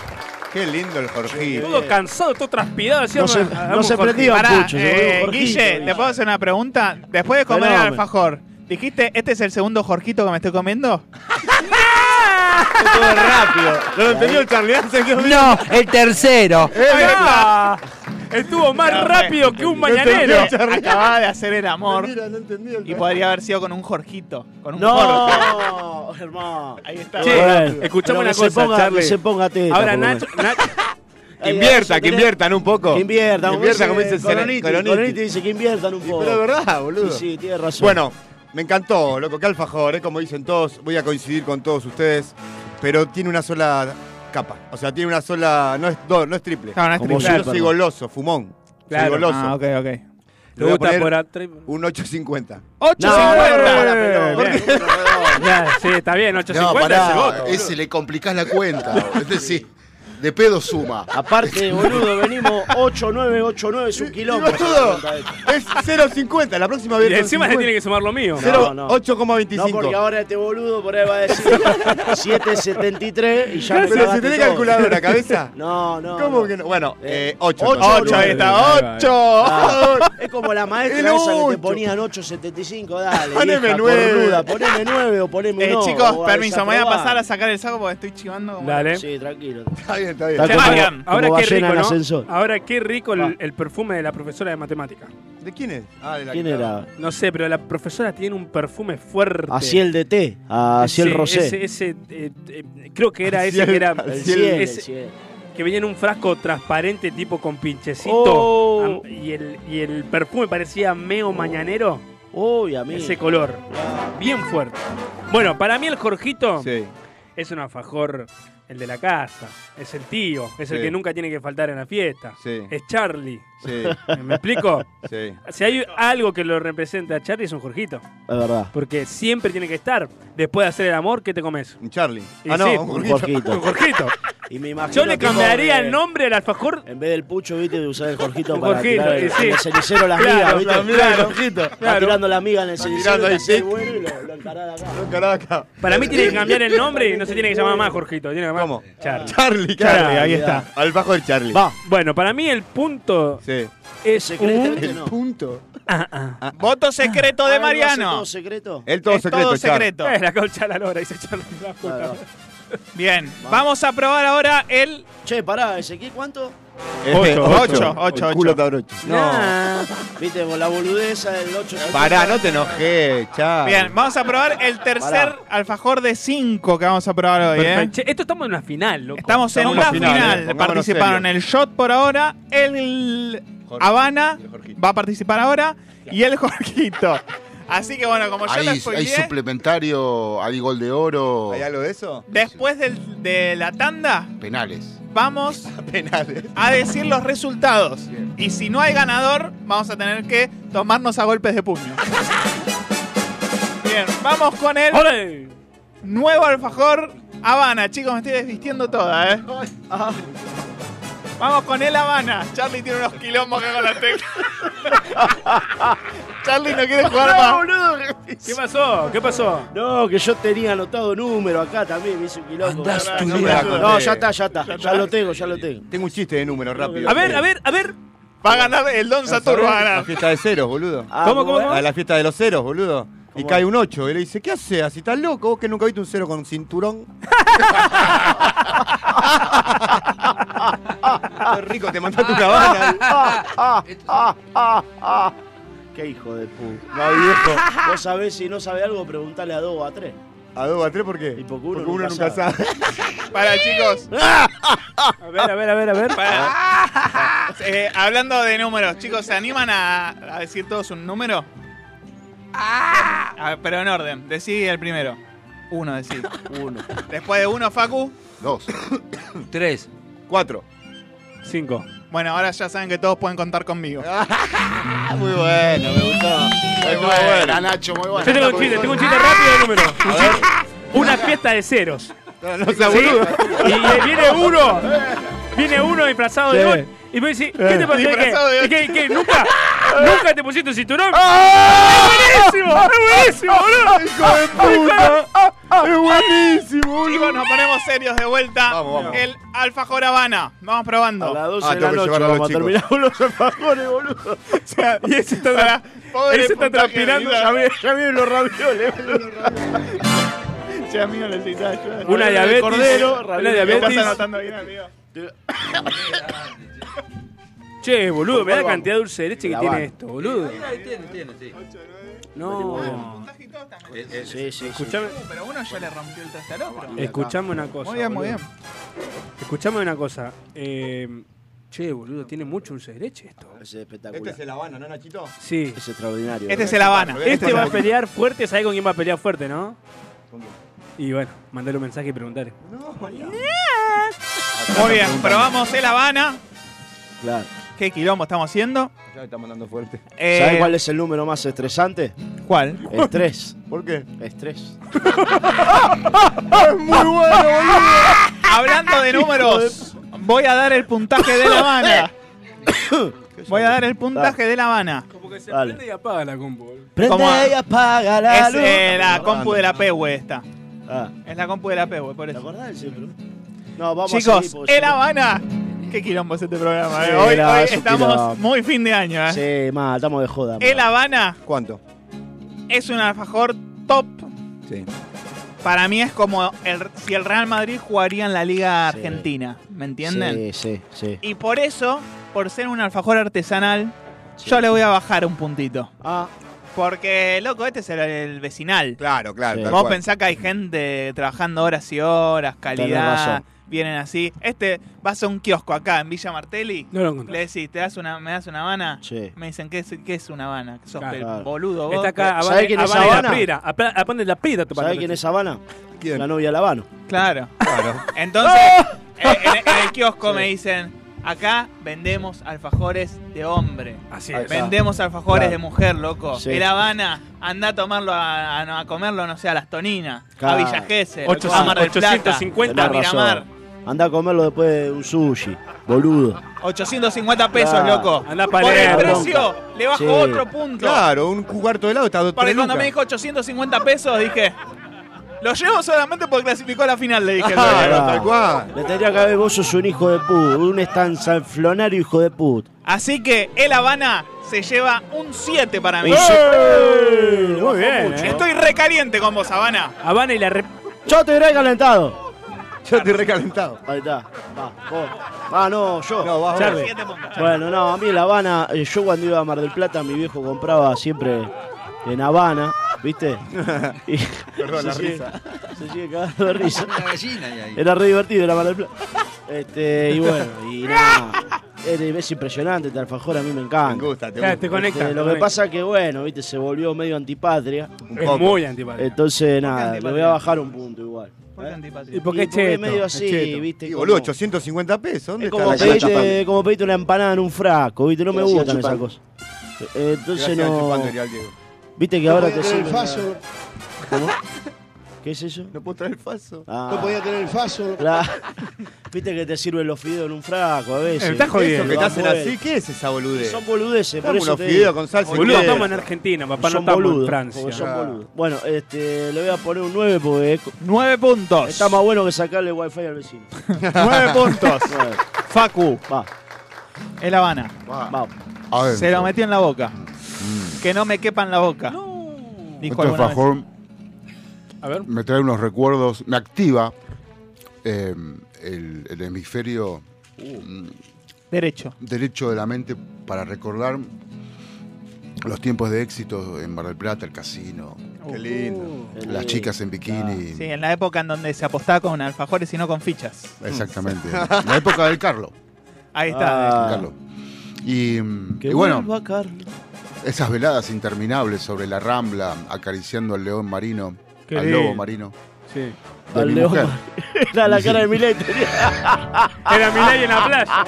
[SPEAKER 6] Qué lindo el Jorgito.
[SPEAKER 5] Todo cansado, todo transpirado. así,
[SPEAKER 4] No se-
[SPEAKER 5] vamos,
[SPEAKER 4] no
[SPEAKER 5] hagamos
[SPEAKER 4] se
[SPEAKER 5] un jorjito.
[SPEAKER 4] prendió.
[SPEAKER 2] Pará,
[SPEAKER 4] Pucho,
[SPEAKER 2] eh,
[SPEAKER 4] se volvió Jorgito,
[SPEAKER 2] Guille,
[SPEAKER 4] Guille.
[SPEAKER 2] ¿te puedo hacer una pregunta? Después de comer el
[SPEAKER 4] Fenómeno.
[SPEAKER 2] alfajor, ¿dijiste este es el segundo Jorgito que me estoy comiendo?
[SPEAKER 4] Todo rápido.
[SPEAKER 6] ¿Lo entendió el Charlie?
[SPEAKER 8] No, el tercero.
[SPEAKER 6] Eh,
[SPEAKER 5] Ah, Estuvo más rápido que un mañanero.
[SPEAKER 2] Acababa de hacer el amor y podría haber sido con un Jorgito. Con un Jorge.
[SPEAKER 4] No, hermano.
[SPEAKER 2] Ahí está.
[SPEAKER 5] Che,
[SPEAKER 4] Bueno,
[SPEAKER 5] escuchame
[SPEAKER 4] pero
[SPEAKER 5] una
[SPEAKER 4] que se
[SPEAKER 5] cosa,
[SPEAKER 4] ponga-
[SPEAKER 5] Charlie.
[SPEAKER 4] Que se ponga teta,
[SPEAKER 5] Ahora
[SPEAKER 4] por lo
[SPEAKER 5] Nacho,
[SPEAKER 4] menos.
[SPEAKER 5] Nacho-
[SPEAKER 6] Que
[SPEAKER 4] Ahí,
[SPEAKER 6] inviertan,
[SPEAKER 4] ahí,
[SPEAKER 6] que
[SPEAKER 4] tenés-
[SPEAKER 6] inviertan un poco.
[SPEAKER 4] Que inviertan.
[SPEAKER 6] Que inviertan,
[SPEAKER 4] como
[SPEAKER 6] como
[SPEAKER 4] dice
[SPEAKER 6] dice
[SPEAKER 4] Coloniti.
[SPEAKER 6] Coloniti.
[SPEAKER 4] Coloniti dice que inviertan un
[SPEAKER 6] Sí,
[SPEAKER 4] poco.
[SPEAKER 6] Pero es verdad, boludo.
[SPEAKER 4] Sí, sí, tiene razón.
[SPEAKER 6] Bueno, me encantó, loco, que alfajor, ¿eh? como dicen todos, voy a coincidir con todos ustedes, pero tiene una sola capa, o sea, tiene una sola, no es do- no es triple.
[SPEAKER 2] No, no es
[SPEAKER 4] Como
[SPEAKER 2] triple.
[SPEAKER 6] Yo soy goloso, fumón, soy
[SPEAKER 5] Claro.
[SPEAKER 6] goloso.
[SPEAKER 2] Ah, ok, ok.
[SPEAKER 6] Le voy a
[SPEAKER 5] gusta
[SPEAKER 6] poner
[SPEAKER 5] por atrás.
[SPEAKER 6] un 850.
[SPEAKER 4] No,
[SPEAKER 2] 850.
[SPEAKER 4] no, no, no, no, no, no, no.
[SPEAKER 5] Ya, Sí, está bien,
[SPEAKER 7] No,
[SPEAKER 5] 850 es
[SPEAKER 7] pará,
[SPEAKER 5] el voto.
[SPEAKER 7] ese le complicás la cuenta. Es decir, de pedo suma.
[SPEAKER 4] Aparte, boludo, venimos 8989, es un kilómetro.
[SPEAKER 6] Digo todo, es 050, la próxima vez
[SPEAKER 5] Y encima le tiene que sumar lo mío.
[SPEAKER 4] No, no. No,
[SPEAKER 6] 8,25.
[SPEAKER 4] porque ahora este boludo por ahí va a decir 773 y ya me
[SPEAKER 6] pero si
[SPEAKER 4] cagaste
[SPEAKER 6] tenés
[SPEAKER 4] todo.
[SPEAKER 6] calculadora, cabeza.
[SPEAKER 4] No, no.
[SPEAKER 6] ¿Cómo
[SPEAKER 4] no.
[SPEAKER 6] que no? Bueno,
[SPEAKER 4] Eh,
[SPEAKER 6] eh, 8.
[SPEAKER 4] ocho,
[SPEAKER 6] entonces.
[SPEAKER 4] ocho, ahí está,
[SPEAKER 5] Ahí va,
[SPEAKER 6] ocho.
[SPEAKER 4] Es como la maestra
[SPEAKER 6] El
[SPEAKER 4] esa que te
[SPEAKER 6] ocho.
[SPEAKER 4] ponían 875, dale.
[SPEAKER 6] Poneme
[SPEAKER 4] vieja
[SPEAKER 6] nueve.
[SPEAKER 4] cornuda, Poneme 9 o poneme
[SPEAKER 2] Eh,
[SPEAKER 4] 9.
[SPEAKER 2] chicos, permiso, me voy a pasar a sacar el saco porque estoy chivando. como-
[SPEAKER 5] Dale.
[SPEAKER 4] Sí, tranquilo.
[SPEAKER 6] Está bien, está bien.
[SPEAKER 4] Está
[SPEAKER 2] Che,
[SPEAKER 4] como-
[SPEAKER 2] Marian,
[SPEAKER 5] Ahora
[SPEAKER 4] como
[SPEAKER 5] qué rico,
[SPEAKER 4] ballena en
[SPEAKER 5] ¿no?
[SPEAKER 4] ascensor.
[SPEAKER 5] Ahora qué rico el,
[SPEAKER 4] Ah.
[SPEAKER 5] el perfume de la profesora de matemática.
[SPEAKER 6] ¿De quién es? Ah, de la
[SPEAKER 4] ¿Quién
[SPEAKER 6] guitarra.
[SPEAKER 4] era?
[SPEAKER 5] No sé, pero la profesora tiene un perfume fuerte.
[SPEAKER 4] Así el de té, así el
[SPEAKER 5] Ese-
[SPEAKER 4] rosé.
[SPEAKER 5] Ese, ese, eh, eh, creo que era ese
[SPEAKER 6] Ciel-
[SPEAKER 5] que era.
[SPEAKER 4] El
[SPEAKER 5] ese-
[SPEAKER 4] cielo, el
[SPEAKER 5] ese-
[SPEAKER 4] cielo.
[SPEAKER 5] que venía en un frasco transparente tipo con pinchecito
[SPEAKER 4] Oh.
[SPEAKER 5] am- y, el, y el perfume parecía meo mañanero.
[SPEAKER 4] Uy, a mí.
[SPEAKER 5] Ese color. Bien fuerte. Bueno, para mí el Jorgito
[SPEAKER 6] Sí.
[SPEAKER 5] es un alfajor, el de la casa. Es el tío. Es el
[SPEAKER 6] Sí.
[SPEAKER 5] que nunca tiene que faltar en la fiesta.
[SPEAKER 6] Sí.
[SPEAKER 5] Es Charlie.
[SPEAKER 6] Sí.
[SPEAKER 5] ¿Me explico?
[SPEAKER 6] Sí.
[SPEAKER 5] Si hay algo que lo representa a Charlie es un Jorgito.
[SPEAKER 4] Es verdad.
[SPEAKER 5] Porque siempre tiene que estar. Después de hacer el amor, ¿qué te comes?
[SPEAKER 6] Un Charlie.
[SPEAKER 5] Y
[SPEAKER 6] ah, no,
[SPEAKER 5] sí,
[SPEAKER 6] un
[SPEAKER 4] Un
[SPEAKER 6] Jorgito.
[SPEAKER 4] Jorgito.
[SPEAKER 5] Un Jorgito.
[SPEAKER 4] Y me imagino
[SPEAKER 5] Yo le
[SPEAKER 4] que
[SPEAKER 5] cambiaría
[SPEAKER 4] pobre,
[SPEAKER 5] el nombre al alfajor.
[SPEAKER 4] eh. En vez del pucho, viste, de usar el Jorgito
[SPEAKER 5] Un
[SPEAKER 4] para
[SPEAKER 5] Jorgito,
[SPEAKER 4] tirar el,
[SPEAKER 5] y sí.
[SPEAKER 4] en el cenicero las
[SPEAKER 5] Claro,
[SPEAKER 4] migas, viste.
[SPEAKER 5] también, claro.
[SPEAKER 4] Está
[SPEAKER 5] Claro.
[SPEAKER 4] tirando las migas en el cenicero,
[SPEAKER 6] tirando
[SPEAKER 4] te
[SPEAKER 6] ahí,
[SPEAKER 4] hace
[SPEAKER 6] tic.
[SPEAKER 4] bueno y lo, lo encarás acá.
[SPEAKER 6] Caracas.
[SPEAKER 5] Para mí tiene que cambiar el nombre y no se tiene que llamar más Jorgito. Tiene que llamar
[SPEAKER 6] ¿Cómo?
[SPEAKER 5] Charlie.
[SPEAKER 6] Charlie,
[SPEAKER 2] Charlie, ahí
[SPEAKER 4] Mirá.
[SPEAKER 2] está.
[SPEAKER 6] Alfajor Charlie.
[SPEAKER 4] Va.
[SPEAKER 5] Bueno, para mí el punto
[SPEAKER 6] Sí.
[SPEAKER 5] es un...
[SPEAKER 4] Secretamente no.
[SPEAKER 6] Punto.
[SPEAKER 5] Ah, ah.
[SPEAKER 2] Voto secreto
[SPEAKER 4] Ah,
[SPEAKER 2] de
[SPEAKER 4] ¿lo hace
[SPEAKER 2] Mariano.
[SPEAKER 4] todo secreto?
[SPEAKER 6] El todo
[SPEAKER 2] Es
[SPEAKER 6] secreto,
[SPEAKER 2] todo
[SPEAKER 6] Char.
[SPEAKER 2] secreto.
[SPEAKER 5] Eh, la colcha a la lora, dice Charlie. La puta.
[SPEAKER 4] Claro.
[SPEAKER 2] Bien, vamos a probar ahora el
[SPEAKER 4] Che, pará, Ezequiel, ¿cuánto?
[SPEAKER 6] Este,
[SPEAKER 2] Ocho,
[SPEAKER 6] ocho,
[SPEAKER 2] ocho, ocho,
[SPEAKER 6] ocho, El culo
[SPEAKER 2] ocho.
[SPEAKER 6] te abrocha. No.
[SPEAKER 5] Nah.
[SPEAKER 4] Viste, con la boludeza del 8.
[SPEAKER 6] Pará, no te enojes, Charlie.
[SPEAKER 2] Bien, vamos a probar el tercer alfajor de 5 que vamos a probar hoy, ¿eh?
[SPEAKER 5] Perfecto. Che, Esto estamos en una final, loco.
[SPEAKER 2] Estamos en
[SPEAKER 6] Estamos
[SPEAKER 2] una
[SPEAKER 6] en la
[SPEAKER 2] final.
[SPEAKER 6] final, eh. Pongámonos
[SPEAKER 2] Participaron
[SPEAKER 6] serios.
[SPEAKER 2] el Shot por ahora, el
[SPEAKER 6] Jorge.
[SPEAKER 2] Habana
[SPEAKER 6] Y el Jorgito.
[SPEAKER 2] va a participar ahora y el Jorgito. Así que bueno, como yo la
[SPEAKER 7] Hay, hay
[SPEAKER 2] spoileé,
[SPEAKER 7] suplementario, hay gol de oro,
[SPEAKER 6] ¿Hay algo de eso?
[SPEAKER 2] después del- de la tanda
[SPEAKER 7] penales.
[SPEAKER 2] vamos
[SPEAKER 6] Penales.
[SPEAKER 2] a decir los resultados. Y si no hay ganador, vamos a tener que tomarnos a golpes de puño. Bien, vamos con el
[SPEAKER 5] ¡Ole!
[SPEAKER 2] nuevo alfajor Habana. Chicos, me estoy desvistiendo toda, ¿eh? Vamos con el Habana. Charlie tiene unos quilombos acá con la tecla. Charlie no quiere jugar más.
[SPEAKER 5] ¿Qué pasó? ¿Qué pasó?
[SPEAKER 4] No, que yo tenía anotado número acá también, me hice un quilombo.
[SPEAKER 8] Andá a
[SPEAKER 4] No,
[SPEAKER 8] estudiar.
[SPEAKER 4] no, No, ya está, ya está. Ya lo tengo, ya lo tengo.
[SPEAKER 6] Tengo un chiste de números rápido.
[SPEAKER 5] A ver, a ver, a ver.
[SPEAKER 2] Va a ganar el Don Saturno. Va a
[SPEAKER 6] La
[SPEAKER 2] ganar.
[SPEAKER 6] fiesta de ceros, boludo.
[SPEAKER 4] Ah,
[SPEAKER 5] ¿Cómo, cómo, cómo?
[SPEAKER 6] A la fiesta de los ceros, boludo. Y cae un 8. Y le dice, ¿qué haces? así estás loco? ¿Vos que nunca viste un cero con un cinturón? Qué rico, te mandó tu cabana.
[SPEAKER 4] Ah, ah, ah. Qué hijo de puta.
[SPEAKER 6] No, viejo.
[SPEAKER 4] Vos sabés, si no sabe algo, preguntale a dos o a tres.
[SPEAKER 6] ¿A dos, a tres por qué?
[SPEAKER 4] Y porque uno nunca
[SPEAKER 6] nunca sabe.
[SPEAKER 2] Para, chicos.
[SPEAKER 5] A ver, a ver, a ver, a ver.
[SPEAKER 2] para. Eh, hablando de números, chicos, ¿se animan a, a decir todos un número? A ver, ah, pero en orden. Decí el primero. Uno, decí.
[SPEAKER 4] Uno.
[SPEAKER 2] Después de uno, Facu.
[SPEAKER 7] Dos.
[SPEAKER 8] Tres.
[SPEAKER 6] Cuatro.
[SPEAKER 5] Cinco.
[SPEAKER 2] Bueno, ahora ya saben que todos pueden contar conmigo.
[SPEAKER 6] Muy bueno, me gustó. Muy
[SPEAKER 7] Buena, Nacho, muy buena.
[SPEAKER 5] Yo tengo un chiste, tengo un chiste rápido de número. Un chiste. Una fiesta de ceros.
[SPEAKER 6] No, no sea
[SPEAKER 5] ¿sí?
[SPEAKER 6] boludo.
[SPEAKER 5] Y eh, viene uno. Viene uno disfrazado de gol. Y me dice, ¿qué te pasó?
[SPEAKER 2] Disfrazado de
[SPEAKER 5] ¿Qué,
[SPEAKER 2] gol.
[SPEAKER 5] ¿Qué? ¿Qué? ¿Nunca? ¿Nunca te pusiste un cinturón?
[SPEAKER 2] ¡Ah!
[SPEAKER 5] ¡Es buenísimo! ¡Es buenísimo, boludo!
[SPEAKER 6] ¡Hijo de puta! ¡Es buenísimo, boludo!
[SPEAKER 2] Chicos, nos ponemos serios de vuelta.
[SPEAKER 6] Vamos, vamos.
[SPEAKER 2] El alfajor Habana. Vamos
[SPEAKER 4] A
[SPEAKER 2] probando.
[SPEAKER 4] las 12
[SPEAKER 6] Ah,
[SPEAKER 4] de
[SPEAKER 6] tengo
[SPEAKER 4] la
[SPEAKER 6] que
[SPEAKER 4] noche
[SPEAKER 6] llevar a los
[SPEAKER 4] vamos a terminar con los alfajores, boludo.
[SPEAKER 5] Y ese está,
[SPEAKER 2] Pará, pobre
[SPEAKER 5] ese está
[SPEAKER 2] puntaje de
[SPEAKER 5] transpirando.
[SPEAKER 2] vida.
[SPEAKER 5] ya ve-
[SPEAKER 4] Ya vienen los ravioles, boludo.
[SPEAKER 2] Ya, amigo, necesito ayuda.
[SPEAKER 5] Una
[SPEAKER 4] Ravioles de
[SPEAKER 5] diabetes.
[SPEAKER 4] Cordero,
[SPEAKER 5] Una
[SPEAKER 4] ravioles de
[SPEAKER 5] diabetes.
[SPEAKER 2] Estás anotando bien, amigo.
[SPEAKER 5] Che, boludo, mirá la cantidad de dulce de leche que
[SPEAKER 4] La
[SPEAKER 5] tiene
[SPEAKER 4] van.
[SPEAKER 5] esto, boludo.
[SPEAKER 8] Tiene, tiene, sí. Eh,
[SPEAKER 5] No.
[SPEAKER 4] Sí, sí, sí.
[SPEAKER 5] Escuchame,
[SPEAKER 2] Uh, Pero uno ya le rompió el traste al otro.
[SPEAKER 5] escuchame una cosa.
[SPEAKER 2] Muy bien, muy
[SPEAKER 5] boludo.
[SPEAKER 2] bien.
[SPEAKER 5] Escuchame una cosa. Eh, che, boludo, tiene mucho dulce de leche esto.
[SPEAKER 4] Es espectacular.
[SPEAKER 6] Este el Habana, ¿no, Nachito?
[SPEAKER 5] Sí.
[SPEAKER 4] Es extraordinario.
[SPEAKER 2] Este es el Habana.
[SPEAKER 5] Este va a
[SPEAKER 6] porque-
[SPEAKER 5] pelear fuerte, ¿sabes con quién va a pelear fuerte, no? Y bueno, mandale un mensaje y preguntale.
[SPEAKER 2] Muy bien, probamos el Habana.
[SPEAKER 4] Claro.
[SPEAKER 2] ¿Qué quilombo estamos haciendo?
[SPEAKER 6] Ya me está mandando fuerte.
[SPEAKER 2] Eh,
[SPEAKER 4] ¿Sabes cuál es el número más estresante?
[SPEAKER 2] ¿Cuál?
[SPEAKER 4] El 3.
[SPEAKER 6] ¿Por qué?
[SPEAKER 4] Este, Estrés.
[SPEAKER 2] Hablando de números, voy a dar el puntaje de La Habana. Voy a dar el puntaje de La Habana.
[SPEAKER 5] Como que se
[SPEAKER 4] Dale. prende
[SPEAKER 5] y apaga la combo.
[SPEAKER 4] Prende y apaga la
[SPEAKER 2] Es
[SPEAKER 4] luz.
[SPEAKER 2] eh, la compu de la Pehue esta.
[SPEAKER 4] Ah,
[SPEAKER 2] Es la compu de la Pehue, por
[SPEAKER 4] ¿Te
[SPEAKER 2] eso.
[SPEAKER 4] acordás del siempre? No, vamos a
[SPEAKER 2] Chicos,
[SPEAKER 4] seguir, porque
[SPEAKER 2] el
[SPEAKER 4] si no-
[SPEAKER 2] Habana. Qué quilombo es este programa. eh.
[SPEAKER 4] Sí,
[SPEAKER 2] hoy
[SPEAKER 4] era,
[SPEAKER 2] hoy
[SPEAKER 4] es un quilombo.
[SPEAKER 2] estamos muy fin de año. eh.
[SPEAKER 4] Sí, ma, estamos de joda. ma.
[SPEAKER 2] El Habana
[SPEAKER 6] ¿Cuánto?
[SPEAKER 2] es un alfajor top.
[SPEAKER 6] Sí.
[SPEAKER 2] Para mí es como el- si el Real Madrid jugaría en la Liga
[SPEAKER 4] Sí.
[SPEAKER 2] Argentina. ¿Me entienden?
[SPEAKER 4] Sí, sí, sí.
[SPEAKER 2] Y por eso, por ser un alfajor artesanal, yo le voy a bajar un puntito.
[SPEAKER 4] Ah,
[SPEAKER 2] Porque, loco, este es el, el vecinal.
[SPEAKER 6] Claro, claro.
[SPEAKER 4] Sí.
[SPEAKER 6] tal
[SPEAKER 2] Vos
[SPEAKER 6] cual.
[SPEAKER 2] pensás que hay gente trabajando horas y horas,
[SPEAKER 4] Tenés
[SPEAKER 2] calidad,
[SPEAKER 4] razón.
[SPEAKER 2] vienen así. Este, vas a un kiosco acá en Villa Martelli.
[SPEAKER 5] No lo encontrás.
[SPEAKER 2] Le decís, ¿te das una, ¿me das una Habana?
[SPEAKER 4] Sí.
[SPEAKER 2] Me dicen, ¿qué es, qué es una Habana? Que sos
[SPEAKER 5] Claro.
[SPEAKER 2] el boludo vos.
[SPEAKER 5] Está acá,
[SPEAKER 4] ¿Sabe
[SPEAKER 5] Habana-
[SPEAKER 4] quién es
[SPEAKER 5] Habana y
[SPEAKER 4] Habana?
[SPEAKER 5] la pira. Apa-
[SPEAKER 2] Ah,
[SPEAKER 5] Apande la pira, tu
[SPEAKER 4] ¿Sabés
[SPEAKER 5] padre.
[SPEAKER 4] quién es Habana?
[SPEAKER 6] ¿Quién?
[SPEAKER 4] La novia de Habano.
[SPEAKER 2] Claro. Entonces,
[SPEAKER 4] ¡Ah!
[SPEAKER 2] eh, en, en el kiosco me dicen, acá vendemos alfajores de hombre.
[SPEAKER 5] Así
[SPEAKER 4] Ahí
[SPEAKER 5] es.
[SPEAKER 4] está.
[SPEAKER 2] Vendemos alfajores
[SPEAKER 4] Claro.
[SPEAKER 2] de mujer, loco.
[SPEAKER 4] Sí.
[SPEAKER 2] El Habana, anda a tomarlo, a, a- a comerlo, no sé, a las Toninas,
[SPEAKER 4] Claro.
[SPEAKER 2] a Villa Gesell,
[SPEAKER 5] Ocho-
[SPEAKER 2] a Mar del Plata,
[SPEAKER 5] 850.
[SPEAKER 2] a Miramar.
[SPEAKER 4] Anda a comerlo después de un sushi, boludo.
[SPEAKER 2] 850 pesos,
[SPEAKER 4] Claro.
[SPEAKER 2] loco.
[SPEAKER 5] Andá pa'
[SPEAKER 2] Por el
[SPEAKER 5] Palermo.
[SPEAKER 2] precio, le bajo
[SPEAKER 4] Sí.
[SPEAKER 2] otro punto.
[SPEAKER 6] Claro, un cuarto de helado está a dos
[SPEAKER 2] Porque
[SPEAKER 6] tres
[SPEAKER 2] cuando
[SPEAKER 6] lucas.
[SPEAKER 2] me dijo 850 pesos, dije, lo llevo solamente porque clasificó a la final, le dije.
[SPEAKER 6] Claro,
[SPEAKER 4] Claro.
[SPEAKER 6] tal cual.
[SPEAKER 4] Le tendría que haber, vos sos un hijo de put, un estanzanflonario hijo de put.
[SPEAKER 2] Así que el Habana se lleva un 7 para mí.
[SPEAKER 4] Un
[SPEAKER 5] ¡Ey!
[SPEAKER 4] Lo bajó
[SPEAKER 5] Muy bien.
[SPEAKER 4] mucho.
[SPEAKER 5] ¿eh?
[SPEAKER 2] Estoy recaliente con vos, Habana.
[SPEAKER 5] Habana y la re-
[SPEAKER 4] Yo te he calentado.
[SPEAKER 6] Yo te recalentado.
[SPEAKER 4] Ahí está. Va, vos. Ah, no, yo.
[SPEAKER 6] No, vas vos.
[SPEAKER 5] Charlie.
[SPEAKER 2] 7 puntos.
[SPEAKER 4] Bueno, no, a mí en La Habana, eh, yo cuando iba a Mar del Plata, mi viejo compraba siempre en Habana, ¿viste? Y
[SPEAKER 6] Perdón,
[SPEAKER 4] se
[SPEAKER 6] la
[SPEAKER 4] sigue-
[SPEAKER 6] risa.
[SPEAKER 4] Se sigue cagando de risa.
[SPEAKER 8] Una gallina hay ahí.
[SPEAKER 4] Era re divertido la Mar del Plata. Este, y bueno, y nada. Era- Es impresionante, este alfajor a mí me
[SPEAKER 6] Me
[SPEAKER 4] encanta.
[SPEAKER 6] gusta, te
[SPEAKER 5] Claro,
[SPEAKER 6] gusta.
[SPEAKER 5] te conecta.
[SPEAKER 4] Este,
[SPEAKER 5] te
[SPEAKER 4] lo que
[SPEAKER 5] conecta.
[SPEAKER 4] pasa que, bueno, viste, se volvió medio antipatria.
[SPEAKER 6] Un
[SPEAKER 5] es
[SPEAKER 6] poco.
[SPEAKER 5] muy antipático.
[SPEAKER 4] Entonces, nada,
[SPEAKER 2] antipatria?
[SPEAKER 4] le voy a bajar un punto igual.
[SPEAKER 2] ¿Por qué
[SPEAKER 4] ¿eh?
[SPEAKER 2] antipatía?
[SPEAKER 5] ¿Y por qué
[SPEAKER 4] Y
[SPEAKER 5] es cheto?
[SPEAKER 4] es medio así,
[SPEAKER 5] Es cheto.
[SPEAKER 4] viste.
[SPEAKER 6] Y boludo,
[SPEAKER 4] como-
[SPEAKER 6] 850 pesos. ¿Dónde
[SPEAKER 4] Es
[SPEAKER 6] está
[SPEAKER 4] como
[SPEAKER 6] la
[SPEAKER 4] pedirte, como pedirte una empanada en un frasco, viste, no me
[SPEAKER 11] Gracias,
[SPEAKER 4] gustan esas
[SPEAKER 11] chupando.
[SPEAKER 4] cosas. Eh, Entonces
[SPEAKER 6] Gracias,
[SPEAKER 4] no.
[SPEAKER 6] chupando, diría el Diego.
[SPEAKER 4] Viste que
[SPEAKER 11] No
[SPEAKER 4] ahora
[SPEAKER 11] podía
[SPEAKER 4] te
[SPEAKER 11] tener el
[SPEAKER 4] sirven-
[SPEAKER 11] faso.
[SPEAKER 4] ¿Cómo? ¿Qué es eso?
[SPEAKER 6] No puedo traer el faso.
[SPEAKER 4] Ah,
[SPEAKER 11] No podía tener el faso.
[SPEAKER 4] la- Viste que te sirven los fideos en un frasco a veces.
[SPEAKER 5] Me estás
[SPEAKER 6] Eso que
[SPEAKER 5] jodiendo.
[SPEAKER 6] te hacen
[SPEAKER 4] Vamos,
[SPEAKER 6] así, ¿qué es esa boludez?
[SPEAKER 4] Son boludeces, por
[SPEAKER 6] Dame
[SPEAKER 4] eso
[SPEAKER 6] unos
[SPEAKER 4] te
[SPEAKER 6] fideos
[SPEAKER 4] digo.
[SPEAKER 6] con salsa. y
[SPEAKER 5] Boludo,
[SPEAKER 6] queso.
[SPEAKER 5] estamos en Argentina, papá, no
[SPEAKER 4] son
[SPEAKER 5] estamos en
[SPEAKER 4] boludos, porque
[SPEAKER 5] Francia.
[SPEAKER 4] son boludos. Bueno, este, le voy a poner un 9 porque es-
[SPEAKER 2] 9 puntos.
[SPEAKER 4] está más bueno que sacarle wifi al vecino.
[SPEAKER 2] 9 puntos.
[SPEAKER 4] Bueno,
[SPEAKER 2] Facu,
[SPEAKER 4] va,
[SPEAKER 2] el Habana.
[SPEAKER 4] va.
[SPEAKER 7] A ver,
[SPEAKER 2] Se lo metió en la boca. Que no me quepa en la boca. Dijo
[SPEAKER 7] este
[SPEAKER 2] alguna vez.
[SPEAKER 7] Mm. alfajor
[SPEAKER 5] A ver.
[SPEAKER 7] me trae unos recuerdos, me activa eh, el, el hemisferio mm,
[SPEAKER 2] Derecho.
[SPEAKER 7] derecho de la mente para recordar los tiempos de éxito en Mar del Plata, el casino,
[SPEAKER 6] Qué lindo.
[SPEAKER 5] Uh.
[SPEAKER 7] las chicas en bikini.
[SPEAKER 2] Uh. Sí, en la época en donde se apostaba con alfajores y no con fichas.
[SPEAKER 7] Exactamente. la época del Carlo.
[SPEAKER 2] Ahí está.
[SPEAKER 4] Ah.
[SPEAKER 7] Carlo. Y, mm,
[SPEAKER 4] Que
[SPEAKER 7] y bueno,
[SPEAKER 4] vuelva Carlos.
[SPEAKER 7] esas veladas interminables sobre la rambla, acariciando al león marino,
[SPEAKER 5] Qué
[SPEAKER 7] al lobo
[SPEAKER 5] lindo.
[SPEAKER 7] marino.
[SPEAKER 5] Sí.
[SPEAKER 7] De
[SPEAKER 4] Al
[SPEAKER 7] mi
[SPEAKER 4] león.
[SPEAKER 7] mujer.
[SPEAKER 4] Era la cara de Milei. tenía-
[SPEAKER 5] Era Milei en la playa. Ah,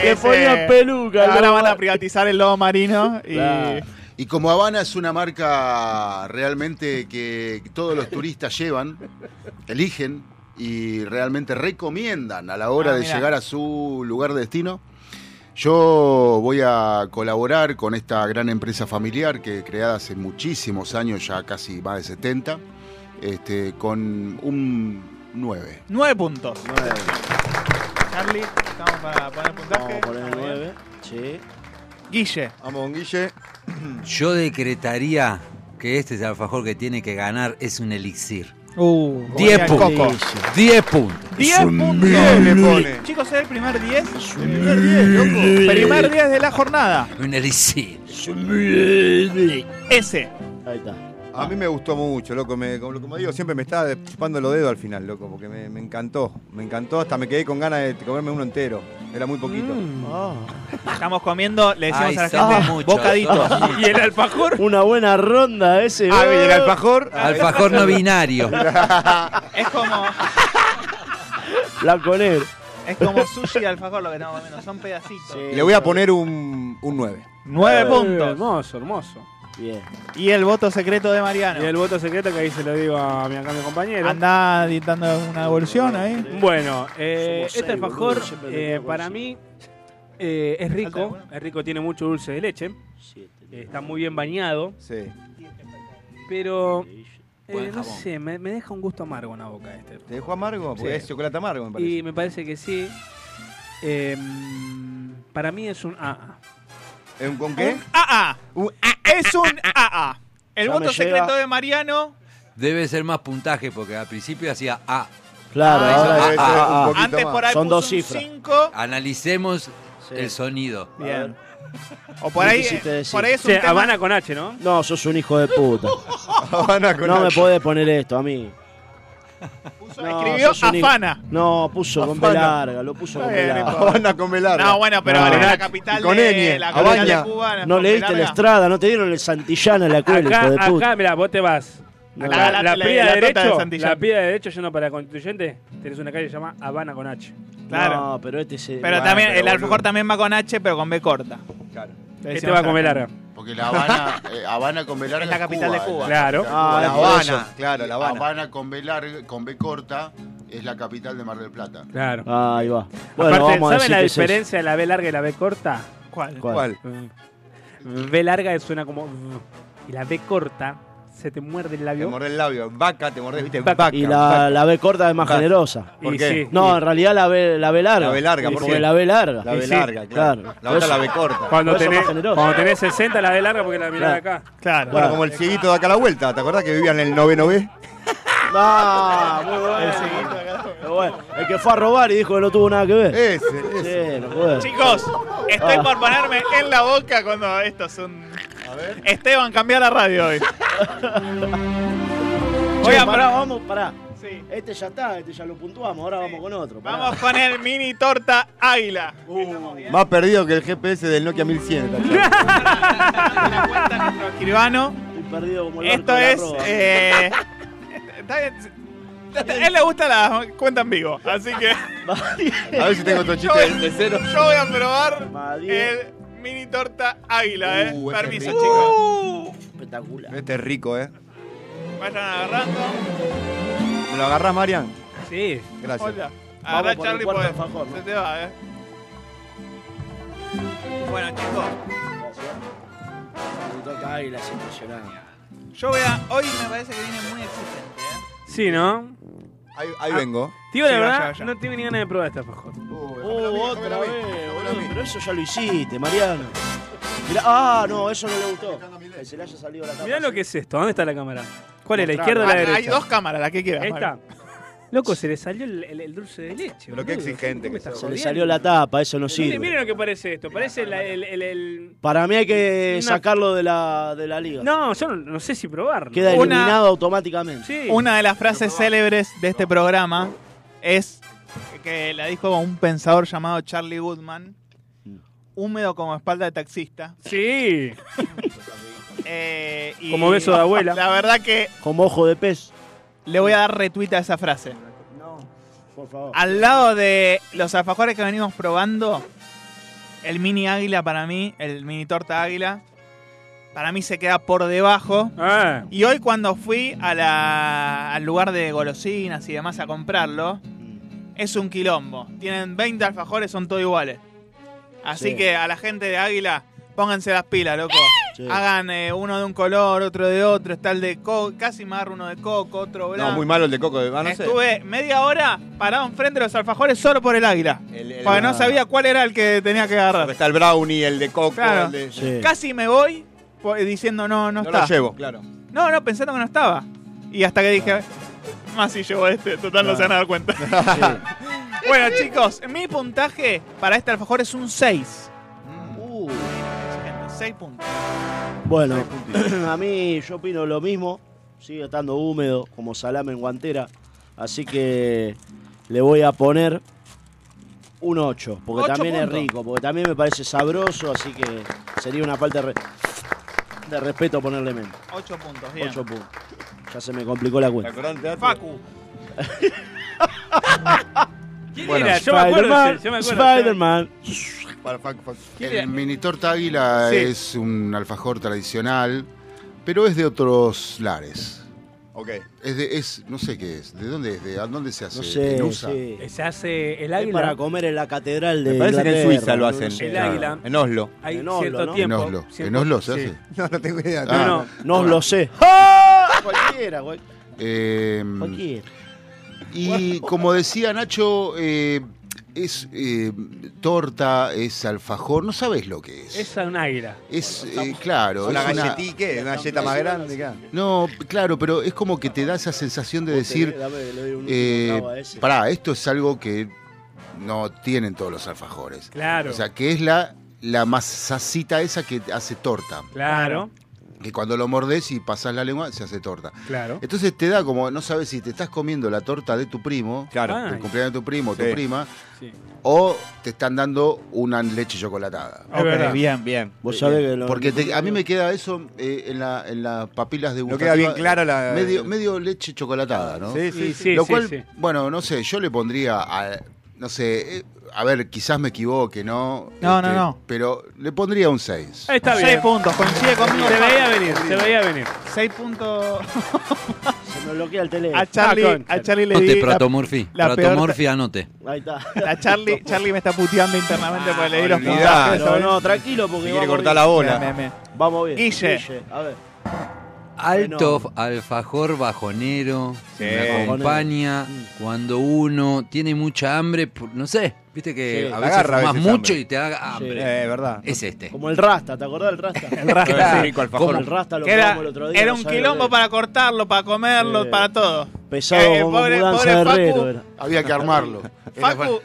[SPEAKER 4] Que
[SPEAKER 2] Ese-
[SPEAKER 4] ponía peluca. al
[SPEAKER 2] Ahora
[SPEAKER 4] lobo.
[SPEAKER 2] van a privatizar el lobo marino y
[SPEAKER 4] Claro.
[SPEAKER 7] Y como Habana es una marca realmente que todos los turistas llevan, eligen y realmente recomiendan a la hora
[SPEAKER 2] Ah,
[SPEAKER 7] de
[SPEAKER 2] mirá.
[SPEAKER 7] llegar a su lugar de destino, yo voy a colaborar con esta gran empresa familiar que creada hace muchísimos años, ya casi más de 70, este, con un 9.
[SPEAKER 2] 9 puntos. Charlie, estamos para poner puntaje.
[SPEAKER 4] Vamos a poner el 9. Sí.
[SPEAKER 2] Guille,
[SPEAKER 6] Vamos, don Guille.
[SPEAKER 8] Yo decretaría que este alfajor que tiene que ganar es un elixir.
[SPEAKER 2] Uh,
[SPEAKER 8] 10
[SPEAKER 2] Julián
[SPEAKER 8] puntos.
[SPEAKER 2] Coco.
[SPEAKER 8] 10 puntos.
[SPEAKER 2] 10 puntos.
[SPEAKER 6] le pone.
[SPEAKER 2] Chicos, es el primer 10.
[SPEAKER 6] Primer 10, loco.
[SPEAKER 2] Primer 10 de la jornada.
[SPEAKER 8] Un elixir.
[SPEAKER 2] Ese.
[SPEAKER 4] Ahí está.
[SPEAKER 6] A mí me gustó mucho, loco. Me, como, como digo, siempre me estaba chupando los dedos al final, loco, porque me, me encantó. Me encantó, hasta me quedé con ganas de comerme uno entero. Era muy poquito.
[SPEAKER 5] Mm.
[SPEAKER 2] Estamos comiendo, le decimos
[SPEAKER 8] Ay,
[SPEAKER 2] a la
[SPEAKER 8] sabe
[SPEAKER 4] Ah,
[SPEAKER 2] gente,
[SPEAKER 8] mucho.
[SPEAKER 2] bocaditos.
[SPEAKER 5] Y el alfajor.
[SPEAKER 4] Una buena ronda ese.
[SPEAKER 6] Ah, bien, el
[SPEAKER 4] Oh.
[SPEAKER 6] alfajor.
[SPEAKER 8] Alfajor no binario.
[SPEAKER 2] Es como,
[SPEAKER 4] Blanco negro.
[SPEAKER 2] es como sushi y alfajor lo que estamos comiendo, son pedacitos.
[SPEAKER 6] Le voy a poner un, un 9.
[SPEAKER 2] 9 puntos.
[SPEAKER 5] Hermoso, hermoso.
[SPEAKER 4] Bien.
[SPEAKER 2] Y el voto secreto de Mariano.
[SPEAKER 5] Y el voto secreto que ahí se lo digo a mi, acá mi compañero.
[SPEAKER 2] Andá dictando una devolución ahí.
[SPEAKER 5] Bueno, eh,
[SPEAKER 4] Somos
[SPEAKER 5] este
[SPEAKER 4] seis,
[SPEAKER 5] alfajor
[SPEAKER 4] boludo, siempre
[SPEAKER 5] eh,
[SPEAKER 4] lo tengo
[SPEAKER 5] para
[SPEAKER 4] así.
[SPEAKER 5] mí eh, es rico.
[SPEAKER 2] Falta
[SPEAKER 5] Es rico, tiene mucho dulce de leche. eh, Está muy bien bañado.
[SPEAKER 6] Sí.
[SPEAKER 5] Pero, eh,
[SPEAKER 8] Buen
[SPEAKER 5] no
[SPEAKER 8] jabón.
[SPEAKER 5] sé, me, me deja un gusto amargo en la boca este.
[SPEAKER 6] ¿Te dejó amargo? Porque
[SPEAKER 5] Sí.
[SPEAKER 6] es chocolate amargo, me parece.
[SPEAKER 5] Y me parece que sí. Eh, para mí es un ah, AA.
[SPEAKER 6] ¿Es un con qué?
[SPEAKER 2] AA.
[SPEAKER 4] Uh,
[SPEAKER 6] Un
[SPEAKER 4] ah,
[SPEAKER 2] Es un AA. El
[SPEAKER 4] Ya
[SPEAKER 2] voto
[SPEAKER 4] me llega.
[SPEAKER 2] secreto de Mariano.
[SPEAKER 8] Debe ser más puntaje porque al principio hacía A.
[SPEAKER 4] Claro,
[SPEAKER 2] Ah,
[SPEAKER 4] ahora
[SPEAKER 2] eso-
[SPEAKER 4] es-
[SPEAKER 6] Debe ser un poquito
[SPEAKER 2] Antes
[SPEAKER 6] más.
[SPEAKER 2] por ahí
[SPEAKER 4] Son
[SPEAKER 2] puso
[SPEAKER 4] dos
[SPEAKER 2] un
[SPEAKER 4] cifras.
[SPEAKER 2] 5.
[SPEAKER 8] Analicemos
[SPEAKER 4] Sí.
[SPEAKER 8] el sonido.
[SPEAKER 2] Bien. O
[SPEAKER 4] ¿Qué
[SPEAKER 2] por ahí,
[SPEAKER 4] quisiste decir?
[SPEAKER 2] por ahí es un
[SPEAKER 5] Che,
[SPEAKER 2] tema-
[SPEAKER 5] Habana con H, ¿no?
[SPEAKER 4] No, sos un hijo de puta.
[SPEAKER 6] Habana con
[SPEAKER 4] No me
[SPEAKER 6] H.
[SPEAKER 4] podés poner esto a mí. No,
[SPEAKER 2] escribió
[SPEAKER 4] sos un in-
[SPEAKER 2] Afana.
[SPEAKER 4] No, puso con B
[SPEAKER 6] Afana.
[SPEAKER 4] larga, lo puso con B
[SPEAKER 2] bien,
[SPEAKER 4] larga.
[SPEAKER 6] Habana con Belarga.
[SPEAKER 2] No, bueno, pero
[SPEAKER 4] No.
[SPEAKER 2] es la capital
[SPEAKER 6] Y con
[SPEAKER 2] de
[SPEAKER 6] ñ,
[SPEAKER 2] la capital de
[SPEAKER 6] Habana.
[SPEAKER 2] Cuba. la
[SPEAKER 4] No
[SPEAKER 2] Pompe
[SPEAKER 4] leíste la
[SPEAKER 2] Larga.
[SPEAKER 4] estrada, no te dieron el Santillana en la escuela,
[SPEAKER 5] Acá,
[SPEAKER 4] hijo de puta.
[SPEAKER 5] acá, mirá, vos te vas.
[SPEAKER 2] La-
[SPEAKER 5] La,
[SPEAKER 2] la-
[SPEAKER 5] la,
[SPEAKER 2] la-
[SPEAKER 5] pida
[SPEAKER 2] la
[SPEAKER 5] de
[SPEAKER 2] nota de
[SPEAKER 5] derecho,
[SPEAKER 2] Santillán.
[SPEAKER 5] la pida de derecho yendo para la constituyente, tenés una calle que se llama Habana con H.
[SPEAKER 2] Claro.
[SPEAKER 4] No, pero este se.
[SPEAKER 2] Pero
[SPEAKER 6] Bueno,
[SPEAKER 2] también,
[SPEAKER 6] pero
[SPEAKER 2] el alfajor
[SPEAKER 6] boludo.
[SPEAKER 2] también va con H, pero con B corta.
[SPEAKER 6] Claro.
[SPEAKER 2] Te
[SPEAKER 5] Este
[SPEAKER 2] decimos
[SPEAKER 5] va a
[SPEAKER 2] acá.
[SPEAKER 5] comer larga.
[SPEAKER 7] Porque La Habana, eh, Habana con B larga
[SPEAKER 2] Es la capital de Cuba.
[SPEAKER 5] Claro.
[SPEAKER 4] Ah,
[SPEAKER 6] La
[SPEAKER 4] es por
[SPEAKER 6] Habana, claro, La
[SPEAKER 7] Habana.
[SPEAKER 6] Habana.
[SPEAKER 7] con B larga, con B corta es la capital de Mar del Plata.
[SPEAKER 5] Claro.
[SPEAKER 4] eso. Ahí va. Bueno,
[SPEAKER 5] Aparte,
[SPEAKER 4] vamos
[SPEAKER 5] ¿saben
[SPEAKER 4] a decir
[SPEAKER 5] la
[SPEAKER 4] que es eso.
[SPEAKER 5] diferencia de la B larga y la B corta? Mm.
[SPEAKER 2] ¿Cuál?
[SPEAKER 4] ¿Cuál?
[SPEAKER 6] ¿Cuál?
[SPEAKER 5] B larga suena como V, y la B corta se te muerde el
[SPEAKER 6] Te
[SPEAKER 5] labio.
[SPEAKER 6] mordés el labio. Vaca, te mordés, viste,
[SPEAKER 5] Vaca.
[SPEAKER 6] vaca.
[SPEAKER 4] Y la,
[SPEAKER 6] vaca.
[SPEAKER 4] la B corta es más
[SPEAKER 6] Vaca.
[SPEAKER 4] generosa.
[SPEAKER 6] ¿Por
[SPEAKER 5] Y
[SPEAKER 6] qué?
[SPEAKER 5] sí,
[SPEAKER 4] No,
[SPEAKER 5] y
[SPEAKER 4] en realidad la B, la B larga.
[SPEAKER 6] La B larga,
[SPEAKER 4] Y
[SPEAKER 6] ¿por
[SPEAKER 4] porque
[SPEAKER 6] qué?
[SPEAKER 4] la B larga.
[SPEAKER 6] La B
[SPEAKER 5] sí,
[SPEAKER 6] larga, claro.
[SPEAKER 4] claro.
[SPEAKER 6] La otra
[SPEAKER 4] Eso-
[SPEAKER 6] la B corta.
[SPEAKER 5] cuando
[SPEAKER 4] Por eso
[SPEAKER 5] tenés,
[SPEAKER 4] más generosa.
[SPEAKER 5] cuando tenés 60 la B larga porque la mirada
[SPEAKER 4] Claro.
[SPEAKER 5] acá.
[SPEAKER 2] Claro.
[SPEAKER 6] Bueno, como el cieguito de acá a la vuelta, ¿te acordás que vivían en el noveno B?
[SPEAKER 4] Ah, muy bueno. Pero bueno, El que fue a robar y dijo que no tuvo nada que ver.
[SPEAKER 6] Ese, ese.
[SPEAKER 4] Sí, no puede.
[SPEAKER 2] Chicos, estoy
[SPEAKER 4] Ah.
[SPEAKER 2] por ponerme en la boca cuando esto es un. Esteban, cambia la radio hoy. Voy
[SPEAKER 4] Che,
[SPEAKER 2] a
[SPEAKER 4] pará, vamos, pará.
[SPEAKER 2] Sí.
[SPEAKER 4] Este ya está, este ya lo puntuamos, ahora vamos con otro. pará. Uh,
[SPEAKER 2] Vamos con el mini torta águila.
[SPEAKER 6] Más perdido que el GPS del Nokia 1100. está claro.
[SPEAKER 2] La cuenta de nuestro escribano.
[SPEAKER 4] Estoy perdido como el barco
[SPEAKER 2] Esto
[SPEAKER 4] de la
[SPEAKER 2] es.
[SPEAKER 4] proa.
[SPEAKER 2] eh, está bien. A él le gusta la cuenta en vivo, así que
[SPEAKER 6] A ver si tengo otro
[SPEAKER 2] yo
[SPEAKER 6] chiste.
[SPEAKER 2] voy,
[SPEAKER 6] de- de cero.
[SPEAKER 2] yo voy a probar
[SPEAKER 4] Madre,
[SPEAKER 2] el mini torta águila, eh.
[SPEAKER 6] Uh, ese
[SPEAKER 2] Permiso,
[SPEAKER 6] es rico.
[SPEAKER 2] chicos.
[SPEAKER 4] espectacular.
[SPEAKER 6] Este es rico, ¿eh?
[SPEAKER 2] Vayan agarrando.
[SPEAKER 6] ¿Me lo agarrás, Marian?
[SPEAKER 5] Sí.
[SPEAKER 6] Gracias.
[SPEAKER 2] Hola. Ahora
[SPEAKER 4] Vamos por el
[SPEAKER 2] Charlie
[SPEAKER 4] cuarto
[SPEAKER 2] puede.
[SPEAKER 4] alfajor, ¿no?
[SPEAKER 2] Se te va, eh. Bueno, chicos,
[SPEAKER 4] Águila es impresionante.
[SPEAKER 2] yo voy a. Hoy me parece que viene muy exigente, eh.
[SPEAKER 5] Sí, ¿no?
[SPEAKER 6] Ahí, ahí
[SPEAKER 5] Ah.
[SPEAKER 6] vengo.
[SPEAKER 5] Tío, la
[SPEAKER 2] Sí, vaya,
[SPEAKER 5] verdad,
[SPEAKER 2] vaya.
[SPEAKER 5] no tengo ni ganas de probar esta alfajor.
[SPEAKER 4] Uh, otra vez, boludo, pero eso ya lo hiciste, Mariano. Mirá, ah, no, eso no le gustó. Que se le haya salido la tapa.
[SPEAKER 5] Mirá lo que es esto. ¿Dónde está la cámara? ¿Cuál es? ¿La
[SPEAKER 4] Mostrala.
[SPEAKER 5] izquierda o la
[SPEAKER 2] Ah,
[SPEAKER 5] derecha?
[SPEAKER 2] Hay dos cámaras, la que quieras.
[SPEAKER 5] Esta.
[SPEAKER 2] Mario.
[SPEAKER 5] Loco, se le salió el, el- el dulce de leche.
[SPEAKER 6] Pero qué
[SPEAKER 5] boludo.
[SPEAKER 6] exigente
[SPEAKER 5] ¿Qué me
[SPEAKER 6] que
[SPEAKER 5] estás
[SPEAKER 6] sos.
[SPEAKER 4] Se le
[SPEAKER 5] jodiendo?
[SPEAKER 4] salió la tapa, eso no
[SPEAKER 5] Miren,
[SPEAKER 4] sirve.
[SPEAKER 5] miren lo que parece esto. Parece la- el, el- el-
[SPEAKER 4] Para mí hay que
[SPEAKER 5] Una-
[SPEAKER 4] sacarlo de la, de la liga.
[SPEAKER 5] No, yo no, no sé si probarlo.
[SPEAKER 4] Queda
[SPEAKER 2] Una-
[SPEAKER 4] eliminado automáticamente.
[SPEAKER 5] Sí.
[SPEAKER 2] Una de las frases célebres de este programa es que la dijo un pensador llamado Charlie Goodman. Húmedo como espalda de taxista.
[SPEAKER 5] Mm. Sí.
[SPEAKER 2] eh, y
[SPEAKER 5] Como beso de abuela.
[SPEAKER 2] La verdad que
[SPEAKER 4] Como ojo de pez.
[SPEAKER 2] le voy a dar retweet a esa frase.
[SPEAKER 4] No, por favor.
[SPEAKER 2] Al lado de los alfajores que venimos probando, el mini águila para mí, el mini torta águila, para mí se queda por debajo.
[SPEAKER 5] Ah,
[SPEAKER 2] Y hoy cuando fui a la- al lugar de golosinas y demás a comprarlo,
[SPEAKER 4] Mm.
[SPEAKER 2] es un quilombo. Tienen 20 alfajores, son todos iguales. Así
[SPEAKER 4] Sí.
[SPEAKER 2] que a la gente de Águila, pónganse las pilas, loco.
[SPEAKER 4] Sí.
[SPEAKER 2] Hagan eh, uno de un color, otro de otro, está el de coco, casi me agarro uno de coco, otro blanco.
[SPEAKER 6] No, muy malo el de coco de ah, no sé.
[SPEAKER 2] Estuve media hora parado enfrente de los alfajores solo por el águila.
[SPEAKER 6] El- el-
[SPEAKER 2] porque no sabía cuál era el que tenía que agarrar.
[SPEAKER 6] Está el brownie, el de coco,
[SPEAKER 2] Claro.
[SPEAKER 6] el de...
[SPEAKER 4] Sí.
[SPEAKER 2] Casi me voy po- diciendo no, no,
[SPEAKER 6] No
[SPEAKER 2] está.
[SPEAKER 6] lo llevo, claro.
[SPEAKER 2] No, no, pensando que no estaba. Y hasta que dije, más si llevo este, total no, se van a dar cuenta. bueno, chicos, mi puntaje para este alfajor es un 6.
[SPEAKER 4] Uh,
[SPEAKER 2] 6 puntos.
[SPEAKER 4] bueno, a mí yo opino lo mismo. Sigue estando húmedo como salame en guantera. Así que le voy a poner un 8. Porque
[SPEAKER 2] Ocho
[SPEAKER 4] también
[SPEAKER 2] puntos.
[SPEAKER 4] es rico. Porque también me parece sabroso. Así que sería una falta de, re- de respeto ponerle menos.
[SPEAKER 2] 8 puntos, bien.
[SPEAKER 4] 8 puntos. Ya se me complicó la
[SPEAKER 6] ¿Te
[SPEAKER 4] cuenta.
[SPEAKER 6] acordás del teatro?
[SPEAKER 2] Facu.
[SPEAKER 5] ¿quién
[SPEAKER 6] Bueno,
[SPEAKER 5] era? Yo me acuerdo.
[SPEAKER 4] Spider-Man,
[SPEAKER 5] sí, Yo me acuerdo.
[SPEAKER 4] Spider-Man.
[SPEAKER 6] Para Facu, Facu.
[SPEAKER 7] El mini torta águila
[SPEAKER 2] Sí.
[SPEAKER 7] es un alfajor tradicional, pero es de otros lares.
[SPEAKER 6] Ok.
[SPEAKER 7] Es de, es, no sé qué es, ¿de dónde es? ¿De a dónde se hace?
[SPEAKER 4] No
[SPEAKER 7] ¿En
[SPEAKER 4] sé,
[SPEAKER 7] USA?
[SPEAKER 4] sí.
[SPEAKER 5] Se hace el
[SPEAKER 4] Es para
[SPEAKER 5] águila.
[SPEAKER 4] comer en la catedral de
[SPEAKER 6] Me parece que en
[SPEAKER 4] Inglaterra,
[SPEAKER 6] Suiza lo
[SPEAKER 4] no
[SPEAKER 6] hacen.
[SPEAKER 4] sé.
[SPEAKER 5] El águila.
[SPEAKER 6] En Oslo.
[SPEAKER 5] Hay
[SPEAKER 4] En Oslo,
[SPEAKER 5] cierto
[SPEAKER 4] ¿no?
[SPEAKER 5] tiempo.
[SPEAKER 7] en Oslo.
[SPEAKER 5] cierto-
[SPEAKER 7] ¿En Oslo se
[SPEAKER 5] sí.
[SPEAKER 7] hace?
[SPEAKER 6] No, no tengo idea.
[SPEAKER 7] Ah.
[SPEAKER 5] No, no.
[SPEAKER 4] No lo sé.
[SPEAKER 6] Cualquiera, güey.
[SPEAKER 7] Eh,
[SPEAKER 4] Cualquiera.
[SPEAKER 7] y como decía Nacho, eh, es eh, torta, es alfajor, no sabes lo que es.
[SPEAKER 5] Es un águila.
[SPEAKER 7] Es, eh, claro,
[SPEAKER 6] Una
[SPEAKER 7] es una-
[SPEAKER 6] galletita, ¿qué? Una galleta más grande, ¿qué?
[SPEAKER 7] No, claro, pero es como que te da esa sensación de decir,
[SPEAKER 4] Dame, le doy un-
[SPEAKER 7] eh,
[SPEAKER 4] un clavo a ese.
[SPEAKER 7] pará, esto es algo que no tienen todos los alfajores.
[SPEAKER 5] Claro.
[SPEAKER 7] O sea, que es la, la masacita esa que hace torta.
[SPEAKER 5] Claro.
[SPEAKER 7] que cuando lo mordés y pasás la lengua se hace torta.
[SPEAKER 5] Claro.
[SPEAKER 7] Entonces te da como, no sabes si te estás comiendo la torta de tu primo,
[SPEAKER 6] Claro.
[SPEAKER 5] Ah.
[SPEAKER 7] el cumpleaños de tu primo,
[SPEAKER 6] Sí.
[SPEAKER 7] tu prima,
[SPEAKER 5] Sí.
[SPEAKER 7] o te están dando una leche chocolatada.
[SPEAKER 5] Es verdad.
[SPEAKER 4] Bien, bien. Vos sabés que lo-
[SPEAKER 7] Porque te- a mí me queda eso eh, en, la, en las papilas de
[SPEAKER 6] No queda bien clara la.
[SPEAKER 7] Medio, medio leche chocolatada, ¿no?
[SPEAKER 6] Sí, sí, sí.
[SPEAKER 5] Sí,
[SPEAKER 7] Lo
[SPEAKER 5] sí,
[SPEAKER 7] cual,
[SPEAKER 5] sí.
[SPEAKER 7] bueno, no sé, yo le pondría, a- no sé, eh, a ver, quizás me equivoque, ¿no? Este,
[SPEAKER 2] No, no, no.
[SPEAKER 7] Pero le pondría un 6.
[SPEAKER 5] Ahí Está
[SPEAKER 2] Seis
[SPEAKER 5] bien.
[SPEAKER 2] puntos, coincide conmigo.
[SPEAKER 5] Se veía venir, se veía venir.
[SPEAKER 2] 6 puntos.
[SPEAKER 4] Se me bloquea el teléfono.
[SPEAKER 2] A Charlie,
[SPEAKER 5] concha.
[SPEAKER 2] a Charlie le
[SPEAKER 8] Anote,
[SPEAKER 2] di. la-
[SPEAKER 8] Protomorfi.
[SPEAKER 2] la peor-
[SPEAKER 8] Protomorfi, anote.
[SPEAKER 4] Ahí está.
[SPEAKER 2] a Charlie, Charlie me está puteando internamente porque le di los
[SPEAKER 6] olvidá.
[SPEAKER 2] puntajes.
[SPEAKER 4] No,
[SPEAKER 2] ¿sabes?
[SPEAKER 4] no, tranquilo porque
[SPEAKER 6] Te quiere
[SPEAKER 4] vamos
[SPEAKER 6] cortar
[SPEAKER 4] bien.
[SPEAKER 6] la bola.
[SPEAKER 2] Bien, bien, bien.
[SPEAKER 4] Vamos bien.
[SPEAKER 2] Guille.
[SPEAKER 4] A ver.
[SPEAKER 8] Alto alfajor bajonero. Me acompaña cuando uno tiene mucha hambre. pu- No sé, viste que
[SPEAKER 4] Sí,
[SPEAKER 8] a veces
[SPEAKER 6] agarra a
[SPEAKER 8] más
[SPEAKER 6] veces
[SPEAKER 8] mucho
[SPEAKER 6] hambre.
[SPEAKER 8] y te haga hambre.
[SPEAKER 6] Eh, verdad.
[SPEAKER 8] Es este.
[SPEAKER 4] Como el Rasta, ¿te acordás del Rasta? el
[SPEAKER 6] Qué rico alfajor.
[SPEAKER 4] Como el Rasta lo
[SPEAKER 2] Que era,
[SPEAKER 4] probamos el otro día.
[SPEAKER 2] era
[SPEAKER 4] no
[SPEAKER 2] un
[SPEAKER 4] sabés lo
[SPEAKER 2] quilombo
[SPEAKER 4] que
[SPEAKER 2] para cortarlo, para comerlo,
[SPEAKER 4] Sí.
[SPEAKER 2] para todo.
[SPEAKER 4] es. Pesado
[SPEAKER 2] Eh,
[SPEAKER 4] como
[SPEAKER 2] pobre-
[SPEAKER 4] mudanza
[SPEAKER 2] pobre
[SPEAKER 4] de
[SPEAKER 2] Facu.
[SPEAKER 4] herrero. era.
[SPEAKER 7] Había que armarlo. Era
[SPEAKER 2] Facu, Facu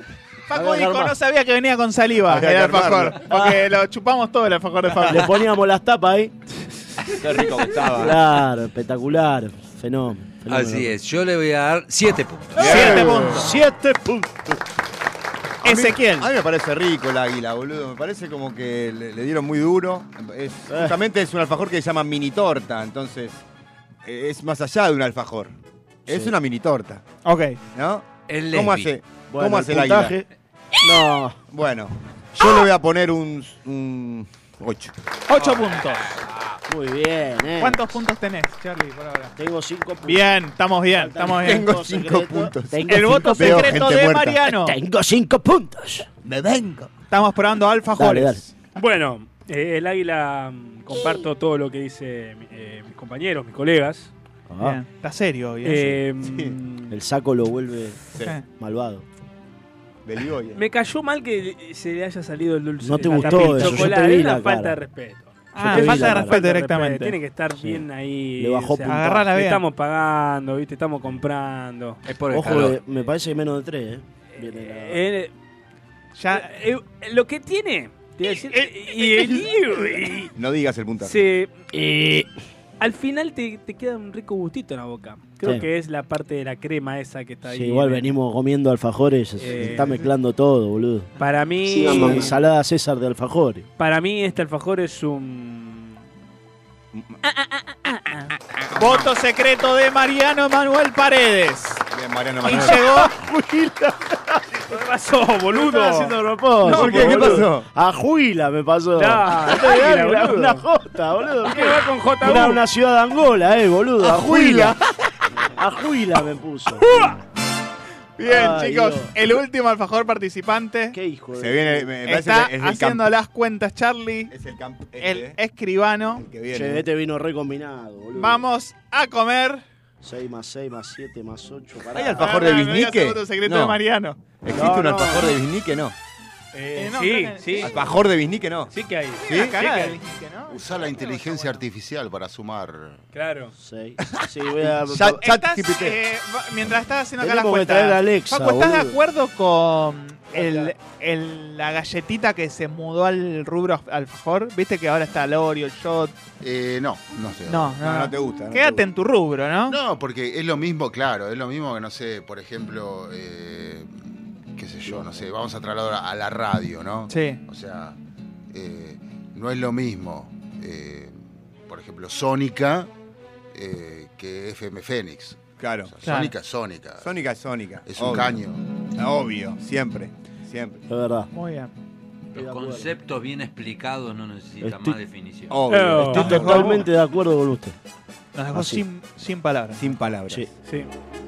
[SPEAKER 4] Había que
[SPEAKER 2] dijo,
[SPEAKER 4] armar.
[SPEAKER 2] no sabía que venía con saliva
[SPEAKER 6] Había
[SPEAKER 2] el
[SPEAKER 6] que
[SPEAKER 2] alfajor.
[SPEAKER 6] armarlo.
[SPEAKER 2] Porque lo chupamos todo el alfajor de Facu.
[SPEAKER 4] Ah. Le poníamos las tapas ahí.
[SPEAKER 6] Qué rico que estaba.
[SPEAKER 4] Claro, espectacular. Fenómeno. fenómeno.
[SPEAKER 8] Así es, yo le voy a dar 7 puntos.
[SPEAKER 2] Siete puntos.
[SPEAKER 3] Siete puntos.
[SPEAKER 2] Ezequiel.
[SPEAKER 6] A mí me parece rico el águila, boludo. Me parece como que le, le dieron muy duro. Es, justamente es un alfajor que se llama mini torta, entonces eh, es más allá de un alfajor. Es una mini torta,
[SPEAKER 2] Ok.
[SPEAKER 6] ¿no?
[SPEAKER 8] El
[SPEAKER 6] ¿Cómo
[SPEAKER 8] lesbi.
[SPEAKER 6] hace,
[SPEAKER 4] Bueno,
[SPEAKER 6] ¿cómo
[SPEAKER 4] el
[SPEAKER 6] hace el águila?
[SPEAKER 4] puntaje. No.
[SPEAKER 6] Bueno, yo le voy a poner un, un 8.
[SPEAKER 2] Ocho puntos.
[SPEAKER 4] Muy Ah, bien, eh.
[SPEAKER 2] ¿Cuántos puntos tenés, Charlie, por ahora?
[SPEAKER 4] Tengo cinco puntos.
[SPEAKER 2] Bien, estamos bien, estamos bien.
[SPEAKER 6] Tengo cinco
[SPEAKER 4] secreto.
[SPEAKER 6] puntos.
[SPEAKER 4] Tengo
[SPEAKER 2] El voto
[SPEAKER 6] Veo
[SPEAKER 2] secreto
[SPEAKER 6] gente
[SPEAKER 2] de
[SPEAKER 6] muerta.
[SPEAKER 2] Mariano.
[SPEAKER 4] Tengo cinco puntos.
[SPEAKER 2] Estamos probando alfajores.
[SPEAKER 4] Dale,
[SPEAKER 5] Bueno, eh, el águila mm, comparto todo lo que dice mi- eh, mis compañeros, mis colegas.
[SPEAKER 4] Ah, Em,
[SPEAKER 2] Bien, Está serio hoy. ¿eh?
[SPEAKER 5] Eh,
[SPEAKER 4] el saco lo vuelve
[SPEAKER 6] Sí.
[SPEAKER 4] malvado.
[SPEAKER 6] Beligoy.
[SPEAKER 5] Me cayó mal que se le haya salido el dulce.
[SPEAKER 4] eh. No te
[SPEAKER 5] la
[SPEAKER 4] gustó
[SPEAKER 5] tapita.
[SPEAKER 4] eso, yo
[SPEAKER 5] Chocolate,
[SPEAKER 4] te vi
[SPEAKER 5] es una
[SPEAKER 4] la
[SPEAKER 5] falta
[SPEAKER 4] cara.
[SPEAKER 5] de respeto.
[SPEAKER 2] Ah,
[SPEAKER 4] te vi
[SPEAKER 2] falta
[SPEAKER 4] la
[SPEAKER 2] de
[SPEAKER 4] cara.
[SPEAKER 2] respeto
[SPEAKER 5] Tiene que
[SPEAKER 2] directamente.
[SPEAKER 5] estar
[SPEAKER 4] Sí.
[SPEAKER 5] bien ahí.
[SPEAKER 4] Le bajó puntaje.
[SPEAKER 2] Agarrala bien.
[SPEAKER 5] Estamos pagando, ¿viste? Estamos comprando.
[SPEAKER 8] Es por el
[SPEAKER 4] Ojo,
[SPEAKER 8] calor.
[SPEAKER 4] que me parece que menos de tres, eh. Viene la-
[SPEAKER 5] Eh,
[SPEAKER 2] Ya,
[SPEAKER 5] eh, lo que tiene. te iba a decir, y- y-
[SPEAKER 6] No digas el puntaje.
[SPEAKER 5] se- al final te, te queda un rico gustito en la boca. Creo
[SPEAKER 4] Sí.
[SPEAKER 5] que es la parte de la crema esa que está ahí.
[SPEAKER 4] Sí, igual venimos comiendo alfajores, se- se
[SPEAKER 5] Eh.
[SPEAKER 4] está mezclando todo, boludo.
[SPEAKER 5] Para mí,
[SPEAKER 4] Ensalada César de alfajores.
[SPEAKER 5] para mí este alfajor es un...
[SPEAKER 2] voto secreto de Mariano Manuel Paredes.
[SPEAKER 6] Bien, Mariano
[SPEAKER 2] Y
[SPEAKER 6] Manuel.
[SPEAKER 2] llegó
[SPEAKER 5] ¿Qué pasó, boludo?
[SPEAKER 4] propósito.
[SPEAKER 6] No, ¿por qué? ¿Qué pasó?
[SPEAKER 4] A Juila me pasó.
[SPEAKER 5] Ya,
[SPEAKER 4] No te
[SPEAKER 5] Juila,
[SPEAKER 4] digas,
[SPEAKER 5] boludo.
[SPEAKER 4] Este una jota, boludo.
[SPEAKER 5] ¿Qué va con J.U.?
[SPEAKER 4] Era una ciudad de Angola, eh, boludo. A
[SPEAKER 6] Juila.
[SPEAKER 4] Juila. A Juila me puso.
[SPEAKER 2] Bien,
[SPEAKER 4] Ay,
[SPEAKER 2] chicos.
[SPEAKER 4] Dios.
[SPEAKER 2] El último alfajor participante.
[SPEAKER 4] Qué hijo de...
[SPEAKER 6] Se viene, me parece
[SPEAKER 2] Está
[SPEAKER 6] que es el
[SPEAKER 2] haciendo
[SPEAKER 6] camp-
[SPEAKER 2] las cuentas, Charlie.
[SPEAKER 6] Es el camp- este,
[SPEAKER 2] El
[SPEAKER 6] eh,
[SPEAKER 2] escribano.
[SPEAKER 6] el que viene.
[SPEAKER 4] Che, este vino recombinado, boludo.
[SPEAKER 2] Vamos a comer.
[SPEAKER 4] 6 más 6 más 7 más 8.
[SPEAKER 6] ¿Hay alfajor de
[SPEAKER 2] No, no, no digas el
[SPEAKER 6] bisnique?
[SPEAKER 2] voto secreto
[SPEAKER 6] No.
[SPEAKER 2] de Mariano.
[SPEAKER 6] ¿Existe
[SPEAKER 4] No,
[SPEAKER 6] un
[SPEAKER 4] no.
[SPEAKER 6] alfajor de bisnique? No.
[SPEAKER 5] Eh,
[SPEAKER 2] Eh, no,
[SPEAKER 5] sí,
[SPEAKER 2] creo que-
[SPEAKER 5] sí.
[SPEAKER 6] ¿Alfajor de bisnique? No.
[SPEAKER 5] Sí que hay.
[SPEAKER 2] Sí,
[SPEAKER 5] Sí que hay.
[SPEAKER 7] Usar la inteligencia artificial para sumar.
[SPEAKER 5] Claro.
[SPEAKER 4] 6. Sí, voy
[SPEAKER 6] Ya-
[SPEAKER 4] a.
[SPEAKER 2] Estás,
[SPEAKER 6] ChatGPT.
[SPEAKER 2] eh, va- mientras estás haciendo acá las
[SPEAKER 4] Tenemos que
[SPEAKER 2] cuentas.
[SPEAKER 4] traer a Alexa,
[SPEAKER 2] Facu, ¿estás de
[SPEAKER 4] boludo.
[SPEAKER 2] acuerdo con el, el- la galletita que se mudó al rubro alfajor? Viste que ahora está el Oreo, el Shot.
[SPEAKER 7] Eh, no, no sé.
[SPEAKER 2] No,
[SPEAKER 6] No,
[SPEAKER 2] no,
[SPEAKER 6] no
[SPEAKER 2] no.
[SPEAKER 6] te gusta. no te
[SPEAKER 2] Quédate
[SPEAKER 6] gusta.
[SPEAKER 2] en tu rubro, ¿no?
[SPEAKER 7] No, porque es lo mismo, claro, es lo mismo que, no sé, por ejemplo, eh, qué sé yo, no sé, vamos a trasladar a la radio, ¿no?
[SPEAKER 2] Sí.
[SPEAKER 7] O sea, eh, no es lo mismo, eh, por ejemplo, Sónica eh, que FM Fénix.
[SPEAKER 6] Claro.
[SPEAKER 7] O sea,
[SPEAKER 2] Claro.
[SPEAKER 7] Sónica es Sónica.
[SPEAKER 6] Sónica es Sónica.
[SPEAKER 7] Es un
[SPEAKER 6] obvio.
[SPEAKER 7] caño.
[SPEAKER 6] Obvio, siempre. Siempre.
[SPEAKER 4] Es verdad.
[SPEAKER 2] Muy bien.
[SPEAKER 4] de
[SPEAKER 8] Los
[SPEAKER 4] acuerdo.
[SPEAKER 8] conceptos bien explicados no necesitan
[SPEAKER 4] Estoy-
[SPEAKER 8] más definición.
[SPEAKER 6] Obvio.
[SPEAKER 5] Estoy
[SPEAKER 6] Ah,
[SPEAKER 4] Totalmente de acuerdo con usted.
[SPEAKER 2] Oh. Nos dejó
[SPEAKER 4] Así.
[SPEAKER 2] sin, sin palabras.
[SPEAKER 6] Sin palabras.
[SPEAKER 4] Sí.
[SPEAKER 5] Sí.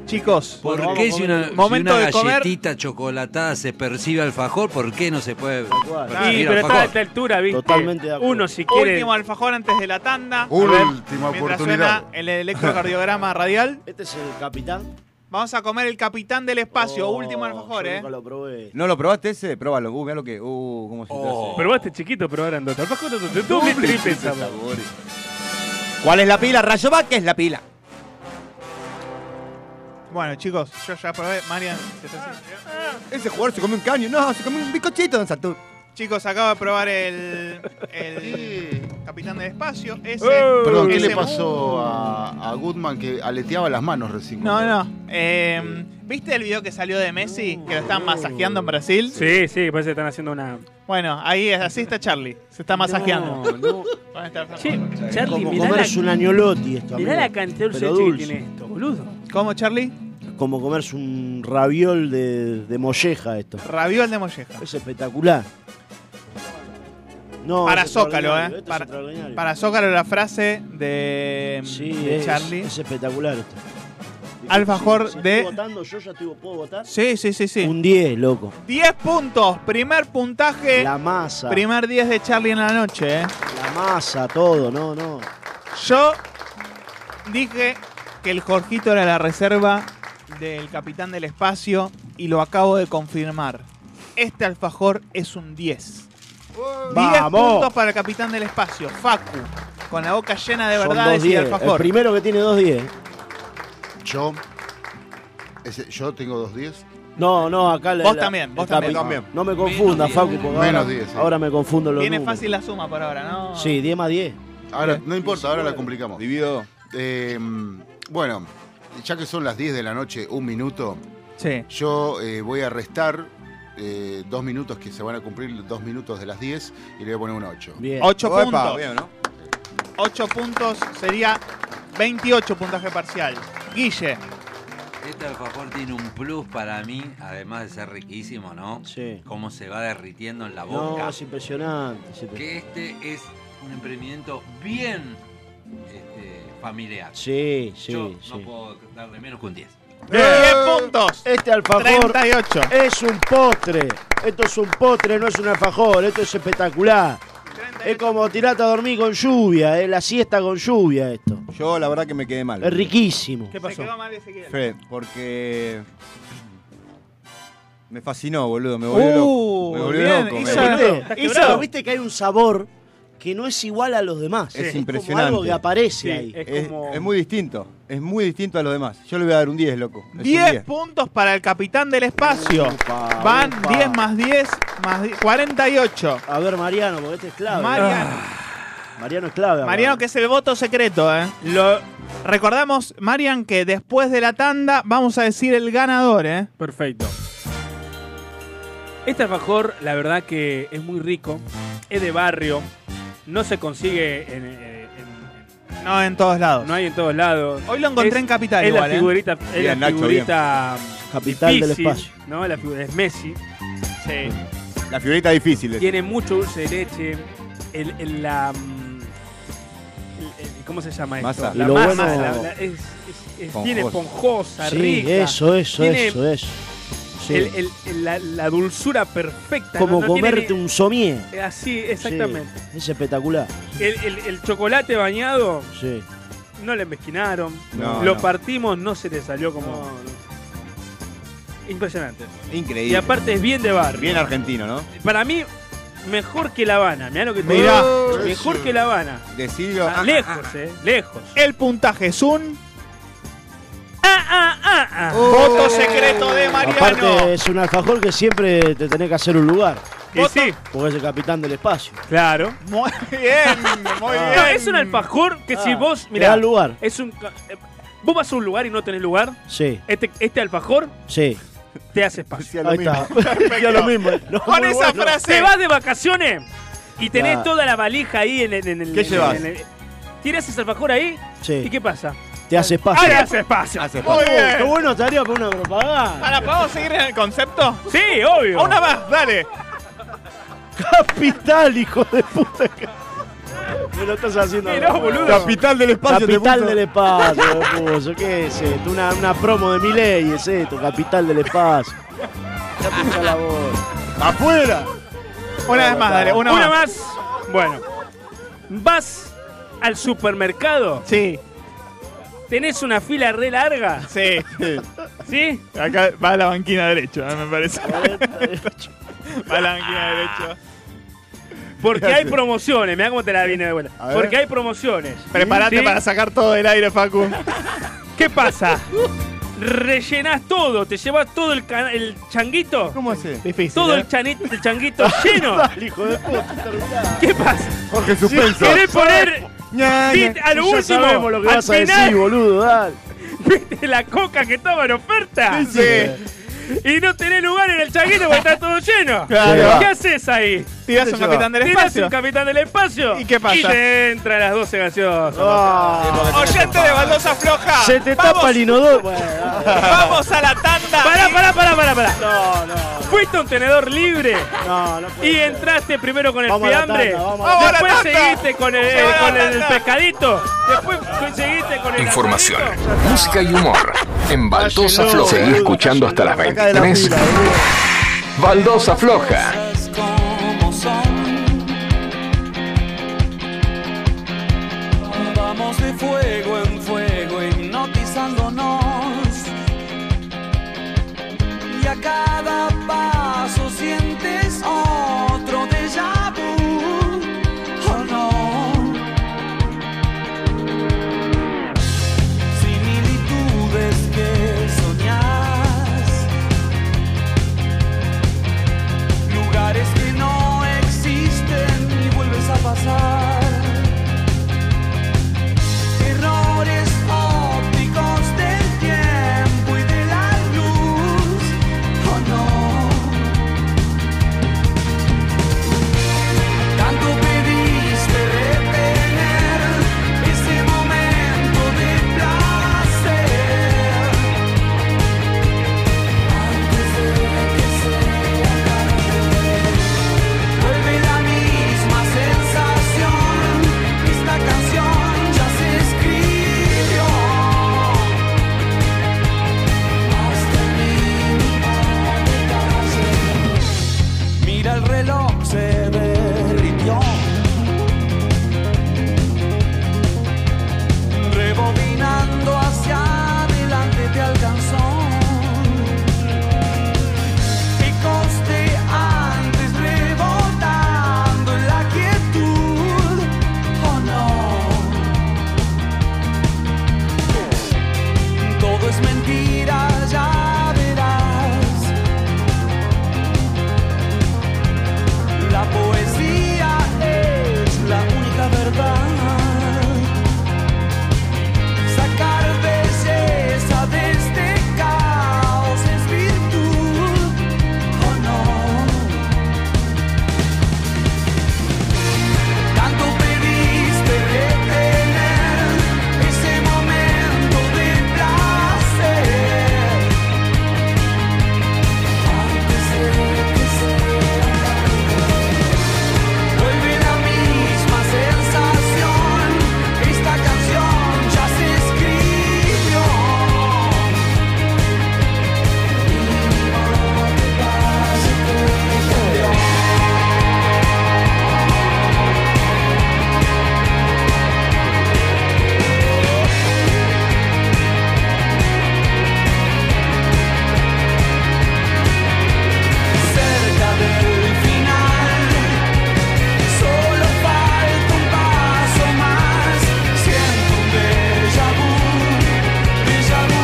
[SPEAKER 2] Chicos,
[SPEAKER 8] ¿Por
[SPEAKER 4] Bueno,
[SPEAKER 8] qué
[SPEAKER 4] vamos,
[SPEAKER 8] si una,
[SPEAKER 4] momento.
[SPEAKER 8] si
[SPEAKER 2] Momento
[SPEAKER 8] una
[SPEAKER 2] de comer.
[SPEAKER 8] galletita chocolatada se percibe alfajor, por qué no se puede
[SPEAKER 4] cual.
[SPEAKER 8] percibir
[SPEAKER 5] Sí,
[SPEAKER 4] mira,
[SPEAKER 5] pero está a
[SPEAKER 8] alfajor?
[SPEAKER 5] esta altura, ¿viste?
[SPEAKER 4] Totalmente de acuerdo.
[SPEAKER 5] Uno, si quiere.
[SPEAKER 2] último alfajor antes de la tanda.
[SPEAKER 7] Última
[SPEAKER 2] Mientras
[SPEAKER 7] oportunidad.
[SPEAKER 2] suena el electrocardiograma radial,
[SPEAKER 4] Este es el capitán.
[SPEAKER 2] vamos a comer el capitán del espacio.
[SPEAKER 4] Oh,
[SPEAKER 2] último alfajor,
[SPEAKER 4] yo
[SPEAKER 2] ¿eh?
[SPEAKER 4] Nunca lo probé.
[SPEAKER 6] ¿No lo probaste ese? Próbalo. Uh, mirá lo que. Uh, cómo se
[SPEAKER 8] Oh.
[SPEAKER 5] Pero vos este chiquito, pero ahora no. Tampoco no te tú bien
[SPEAKER 6] Doble
[SPEAKER 5] tripes, amor.
[SPEAKER 6] sabores. ¿Cuál es la pila? Rayo ¿qué es la pila.
[SPEAKER 2] Bueno, chicos, yo ya probé. Marian, ¿qué estás haciendo?
[SPEAKER 6] Ese jugador se comió un caño. No, se comió un bizcochito, don Satur.
[SPEAKER 2] Chicos, acabo de probar el. el Capitán del Espacio. Ese,
[SPEAKER 6] Eh,
[SPEAKER 7] Perdón, ¿qué
[SPEAKER 2] ese-
[SPEAKER 7] le pasó a, a Goodman que aleteaba las manos recién?
[SPEAKER 2] No, no. Eh, ¿Viste el video que salió de Messi? Que lo están masajeando en Brasil.
[SPEAKER 5] Sí, sí, parece que están haciendo una.
[SPEAKER 2] Bueno, ahí es- así está Charlie. Se está masajeando. Van a estar-
[SPEAKER 5] Che, Charlie,
[SPEAKER 4] Como
[SPEAKER 5] mirá
[SPEAKER 4] comerse
[SPEAKER 5] la,
[SPEAKER 4] un agnolotti esto.
[SPEAKER 5] mirá
[SPEAKER 4] amigo.
[SPEAKER 5] la cantidad de
[SPEAKER 4] Pero
[SPEAKER 5] dulce que
[SPEAKER 4] dulce.
[SPEAKER 5] tiene esto, boludo.
[SPEAKER 2] ¿Cómo, Charlie?
[SPEAKER 4] Como comerse un raviol de, de molleja esto.
[SPEAKER 2] Raviol de molleja.
[SPEAKER 4] Es espectacular. No,
[SPEAKER 2] Para
[SPEAKER 4] es
[SPEAKER 2] Zócalo,
[SPEAKER 4] extraordinario,
[SPEAKER 2] ¿eh?
[SPEAKER 4] esto es
[SPEAKER 2] Para-
[SPEAKER 4] extraordinario.
[SPEAKER 2] Para Zócalo la frase de,
[SPEAKER 4] Sí,
[SPEAKER 2] de
[SPEAKER 4] es,
[SPEAKER 2] Charlie.
[SPEAKER 4] es espectacular esto.
[SPEAKER 2] Alfajor
[SPEAKER 4] Si- si
[SPEAKER 2] de-
[SPEAKER 4] estoy votando, yo ya estoy, puedo votar.
[SPEAKER 2] Sí, sí, sí, sí.
[SPEAKER 4] Un 10, loco.
[SPEAKER 2] 10 puntos. Primer puntaje.
[SPEAKER 4] La masa.
[SPEAKER 2] Primer 10 de Charlie en la noche. ¿eh?
[SPEAKER 4] La masa, todo, no, no.
[SPEAKER 2] Yo dije que el Jorgito era la reserva del capitán del espacio y lo acabo de confirmar. Este alfajor es un 10. 10 puntos para el capitán del espacio, Facu, con la boca llena de
[SPEAKER 4] Son
[SPEAKER 2] verdades
[SPEAKER 4] dos
[SPEAKER 2] y de
[SPEAKER 4] 10. El
[SPEAKER 2] alfajor.
[SPEAKER 4] primero que tiene dos 10.
[SPEAKER 7] Yo. ese- yo tengo dos 10.
[SPEAKER 4] No, no, acá la-
[SPEAKER 2] Vos
[SPEAKER 4] la-
[SPEAKER 2] también,
[SPEAKER 4] el
[SPEAKER 2] vos también.
[SPEAKER 4] capi-
[SPEAKER 6] También.
[SPEAKER 4] No me confunda, Facu, porque
[SPEAKER 7] Menos
[SPEAKER 4] ahora,
[SPEAKER 7] 10, sí.
[SPEAKER 4] ahora me confundo los
[SPEAKER 2] Viene
[SPEAKER 4] números.
[SPEAKER 2] fácil la suma por ahora, ¿no?
[SPEAKER 4] Sí, 10 más 10.
[SPEAKER 5] ¿Eh?
[SPEAKER 7] Ahora, no importa, ahora la complicamos.
[SPEAKER 6] Divido.
[SPEAKER 7] Eh, bueno, ya que son las 10 de la noche, un minuto,
[SPEAKER 2] Sí.
[SPEAKER 7] yo eh, voy a restar eh, dos minutos que se van a cumplir, dos minutos de las 10, y le voy a poner un 8.
[SPEAKER 4] Bien.
[SPEAKER 2] 8
[SPEAKER 6] Opa,
[SPEAKER 2] puntos.
[SPEAKER 6] bien, ¿no?
[SPEAKER 2] 8 puntos sería 28 puntaje parcial. Guille,
[SPEAKER 8] Este alfajor tiene un plus para mí, además de ser riquísimo, ¿no?
[SPEAKER 4] Sí.
[SPEAKER 8] Cómo se va derritiendo en la boca.
[SPEAKER 4] No, es impresionante. es impresionante.
[SPEAKER 8] que este es un emprendimiento bien este, familiar.
[SPEAKER 4] Sí, sí,
[SPEAKER 8] Yo
[SPEAKER 4] sí.
[SPEAKER 8] no puedo darle menos que un 10.
[SPEAKER 2] 10 puntos.
[SPEAKER 4] Este alfajor
[SPEAKER 2] 38.
[SPEAKER 4] es un postre. Esto es un postre, no es un alfajor. Esto es espectacular. Es como tirarte a dormir con lluvia, es la siesta con lluvia esto.
[SPEAKER 6] Yo la verdad que me quedé mal.
[SPEAKER 4] Es riquísimo.
[SPEAKER 5] ¿Qué
[SPEAKER 2] Se
[SPEAKER 5] pasó?
[SPEAKER 2] quedó mal Ezequiel.
[SPEAKER 6] Fred, porque. Me fascinó, boludo. Me volvió
[SPEAKER 2] Uh,
[SPEAKER 6] loco. Me volvió
[SPEAKER 2] bien,
[SPEAKER 6] loco. me
[SPEAKER 2] hizo-
[SPEAKER 6] volvió-
[SPEAKER 4] ¿Viste?
[SPEAKER 2] hizo-
[SPEAKER 4] Pero viste que hay un sabor que no es igual a los demás.
[SPEAKER 6] Es
[SPEAKER 4] como
[SPEAKER 6] impresionante.
[SPEAKER 4] algo que aparece
[SPEAKER 5] Sí,
[SPEAKER 4] ahí.
[SPEAKER 5] es
[SPEAKER 6] Es,
[SPEAKER 5] como.
[SPEAKER 6] es muy distinto. Es muy distinto a los demás. Yo le voy a dar un 10, loco. Es un
[SPEAKER 2] 10 puntos para el capitán del espacio.
[SPEAKER 4] Upa,
[SPEAKER 2] Van
[SPEAKER 4] upa.
[SPEAKER 2] 10 más 10 más 10, 48.
[SPEAKER 4] A ver, Mariano, porque este es clave.
[SPEAKER 2] Mariano,
[SPEAKER 4] Ah, Mariano es clave. ahora.
[SPEAKER 2] Mariano, que es el voto secreto, ¿eh? Lo, recordamos, Marian, que después de la tanda vamos a decir el ganador, ¿eh?
[SPEAKER 5] Perfecto. Este alfajor, la verdad que es muy rico, es de barrio, no se consigue en- eh, en- en-
[SPEAKER 2] No en todos lados.
[SPEAKER 5] no hay en todos lados.
[SPEAKER 2] Hoy lo encontré
[SPEAKER 5] Es-
[SPEAKER 2] en Capital
[SPEAKER 5] es
[SPEAKER 2] igual,
[SPEAKER 5] la
[SPEAKER 2] ¿eh?
[SPEAKER 5] figurita, es
[SPEAKER 6] Bien,
[SPEAKER 5] la
[SPEAKER 6] Nacho,
[SPEAKER 5] figurita
[SPEAKER 4] Capital del
[SPEAKER 5] difícil,
[SPEAKER 4] espacio.
[SPEAKER 5] ¿no? La figura es Messi.
[SPEAKER 2] Sí.
[SPEAKER 6] diez. La figurita difícil. es.
[SPEAKER 5] Tiene mucho dulce de leche. El, el- la, mm, el- el- ¿Cómo se llama esto?
[SPEAKER 6] Masa.
[SPEAKER 5] La
[SPEAKER 4] Y lo
[SPEAKER 5] masa.
[SPEAKER 4] bueno-
[SPEAKER 5] la- la- es, es- es- tiene
[SPEAKER 6] Esponjosa.
[SPEAKER 5] esponjosa,
[SPEAKER 4] Sí,
[SPEAKER 5] rica.
[SPEAKER 4] eso, eso,
[SPEAKER 5] Tiene
[SPEAKER 4] eso, eso. Sí.
[SPEAKER 5] el- el- el- la, la dulzura perfecta.
[SPEAKER 4] como
[SPEAKER 5] no- no tiene
[SPEAKER 4] comerte
[SPEAKER 5] ni- eh,
[SPEAKER 4] un somier.
[SPEAKER 5] Así,
[SPEAKER 4] Sí,
[SPEAKER 5] exactamente.
[SPEAKER 4] es espectacular.
[SPEAKER 5] El, el- el chocolate bañado
[SPEAKER 4] Sí.
[SPEAKER 5] no le mezquinaron.
[SPEAKER 6] No,
[SPEAKER 5] lo
[SPEAKER 6] no.
[SPEAKER 5] partimos, no se le salió como. Impresionante. Y
[SPEAKER 6] Increíble.
[SPEAKER 5] aparte es bien de barrio.
[SPEAKER 6] Bien argentino, ¿no?
[SPEAKER 5] Para mí, mejor que La Habana. Mirá lo que te
[SPEAKER 2] Mirá.
[SPEAKER 5] digo. Mejor que La Habana.
[SPEAKER 6] Decirlo.
[SPEAKER 5] Ah, lejos, eh. Lejos.
[SPEAKER 2] El puntaje es un
[SPEAKER 5] Ah, ah, ah, ah.
[SPEAKER 2] voto secreto de Mariano.
[SPEAKER 4] Oh. Aparte, es un alfajor que siempre te tenés que hacer un lugar.
[SPEAKER 5] Y
[SPEAKER 2] voto-
[SPEAKER 5] sí,
[SPEAKER 4] Porque es el capitán del espacio.
[SPEAKER 5] claro.
[SPEAKER 2] Muy bien, muy
[SPEAKER 5] No,
[SPEAKER 2] bien.
[SPEAKER 5] Ah. es un alfajor que si
[SPEAKER 4] Ah,
[SPEAKER 5] vos,
[SPEAKER 4] te da
[SPEAKER 5] mirá,
[SPEAKER 4] lugar.
[SPEAKER 5] es un ca- eh, vos vas a un lugar y no tenés lugar,
[SPEAKER 4] Sí,
[SPEAKER 5] este, este alfajor
[SPEAKER 4] sí.
[SPEAKER 5] te hace espacio.
[SPEAKER 4] Ahí está. Ya lo mismo. No,
[SPEAKER 2] Con
[SPEAKER 4] muy
[SPEAKER 2] esa
[SPEAKER 4] bueno.
[SPEAKER 5] Te
[SPEAKER 2] frase.
[SPEAKER 5] vas de vacaciones y tenés
[SPEAKER 4] Claro.
[SPEAKER 5] toda la valija ahí en, el- en el...
[SPEAKER 6] ¿Qué
[SPEAKER 5] en el-
[SPEAKER 6] llevas?
[SPEAKER 5] en el- tirás ese alfajor ahí y
[SPEAKER 4] Sí,
[SPEAKER 5] ¿qué pasa?
[SPEAKER 4] te hace
[SPEAKER 5] Ah,
[SPEAKER 4] espacio.
[SPEAKER 5] le hace espacio.
[SPEAKER 6] Hace
[SPEAKER 2] Muy
[SPEAKER 6] falta.
[SPEAKER 3] Eh.
[SPEAKER 4] Oh, qué
[SPEAKER 2] bien.
[SPEAKER 4] bueno estaría para una propaganda.
[SPEAKER 2] Ahora, ¿podemos seguir en el concepto?
[SPEAKER 5] Sí, obvio.
[SPEAKER 2] A Una más, dale.
[SPEAKER 4] Capital, hijo de puta. Me lo estás haciendo.
[SPEAKER 5] Mirá, boludo.
[SPEAKER 6] Capital del espacio. te
[SPEAKER 4] Capital
[SPEAKER 6] puso.
[SPEAKER 4] del espacio, me puso. ¿Qué es esto? Una, una promo de Miley es esto, capital del espacio. Ya pincha la voz.
[SPEAKER 6] ¡Afuera!
[SPEAKER 2] Una vez más, dale. Una,
[SPEAKER 5] Una
[SPEAKER 2] más.
[SPEAKER 5] más. Bueno. Vas al supermercado,
[SPEAKER 2] Sí,
[SPEAKER 5] tenés una fila re larga,
[SPEAKER 2] sí.
[SPEAKER 5] ¿sí?
[SPEAKER 2] Acá va la banquina derecha, me parece. va la banquina
[SPEAKER 3] Ah.
[SPEAKER 2] derecha.
[SPEAKER 5] Porque hay promociones, mirá cómo te la viene de vuelta.
[SPEAKER 6] A ver.
[SPEAKER 5] Porque hay promociones.
[SPEAKER 2] Prepárate
[SPEAKER 5] ¿Sí?
[SPEAKER 2] para sacar todo del aire, Facu.
[SPEAKER 5] ¿Qué pasa?
[SPEAKER 3] Uh.
[SPEAKER 5] rellenás todo, te llevas todo el, cana- el changuito,
[SPEAKER 12] ¿Cómo hace?
[SPEAKER 2] Difícil.
[SPEAKER 5] todo
[SPEAKER 2] ¿eh?
[SPEAKER 5] el, chani- el changuito lleno.
[SPEAKER 3] hijo de puta.
[SPEAKER 5] ¿Qué pasa?
[SPEAKER 12] Jorge Suspenso.
[SPEAKER 5] ¿Querés poner Pit a lo
[SPEAKER 3] ya
[SPEAKER 5] último?
[SPEAKER 3] sabemos lo que
[SPEAKER 5] al
[SPEAKER 3] vas
[SPEAKER 5] final,
[SPEAKER 3] a decir, boludo, dale.
[SPEAKER 5] ¿Viste la coca que estaba en oferta? Y no tenés lugar en el changuito porque está todo lleno.
[SPEAKER 2] Claro.
[SPEAKER 5] ¿Qué haces ahí?
[SPEAKER 2] Tirás un capitán del
[SPEAKER 5] Tirás
[SPEAKER 2] espacio.
[SPEAKER 5] un capitán del espacio.
[SPEAKER 2] ¿Y qué pasa? Ah.
[SPEAKER 5] Y te entran las 12 gaseosas.
[SPEAKER 2] Oyente de baldosa floja.
[SPEAKER 13] Se te
[SPEAKER 2] vamos,
[SPEAKER 13] tapa el inodoro.
[SPEAKER 2] Vamos a la tanda.
[SPEAKER 5] Pará, pará, pará, pará, pará.
[SPEAKER 13] No, no,
[SPEAKER 5] Fuiste a un tenedor libre
[SPEAKER 13] no, no puede
[SPEAKER 5] y
[SPEAKER 13] ser.
[SPEAKER 5] entraste primero con el
[SPEAKER 13] Vamos a la
[SPEAKER 5] fiambre.
[SPEAKER 13] tanda, vamos
[SPEAKER 2] a la
[SPEAKER 5] después
[SPEAKER 2] tanda.
[SPEAKER 5] seguiste con el,
[SPEAKER 2] Vamos a la
[SPEAKER 5] con el
[SPEAKER 2] tanda.
[SPEAKER 5] pescadito. Después seguiste con el
[SPEAKER 11] Información,
[SPEAKER 5] asadito.
[SPEAKER 11] música y humor. En Baldosa
[SPEAKER 3] Cállelo,
[SPEAKER 11] Floja. Seguí
[SPEAKER 3] boludo,
[SPEAKER 11] escuchando hasta las 23. Baldosa Floja.
[SPEAKER 9] como son. Vamos de fuego en fuego, hipnotizándonos. Y a cada paso sientes otro déjà vu. Oh no. Similitudes que soñás lugares que no existen y vuelves a pasar. Errores ópticos del tiempo y de la luz. Oh no. Tanto pediste detener ese momento de placer. Antes de que se Vuelve la misma sensación, esta canción ya se escribió. Hasta el mínimo detalle. Mira el reloj, se derritió. Rebobinando hacia adelante te alcanzó picos de antes rebotando en la quietud. Oh no. Todo es mentira, ya verás. La poesía es la única verdad sacar belleza de este caos es virtud, oh no. Tanto pediste retener ese momento de placer. Antes de que sea Vuelve la misma sensación, esta canción ya se escribió. Cerca del final. Solo falta un paso más, siento un déjà vu, déjà vu.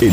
[SPEAKER 14] En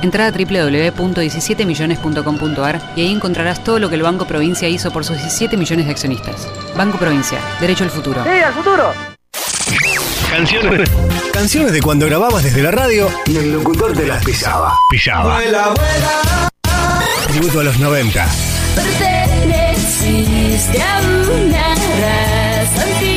[SPEAKER 15] Entrada www.17millones.com.ar y ahí encontrarás todo lo que el Banco Provincia hizo por sus 17 millones de accionistas. Banco Provincia, derecho al futuro.
[SPEAKER 16] al futuro!
[SPEAKER 14] Canciones. Canciones de cuando grababas desde la radio y el locutor te las pisaba. Pisaba. Tributo a los 90.
[SPEAKER 16] Perteneciste a una raza antigua.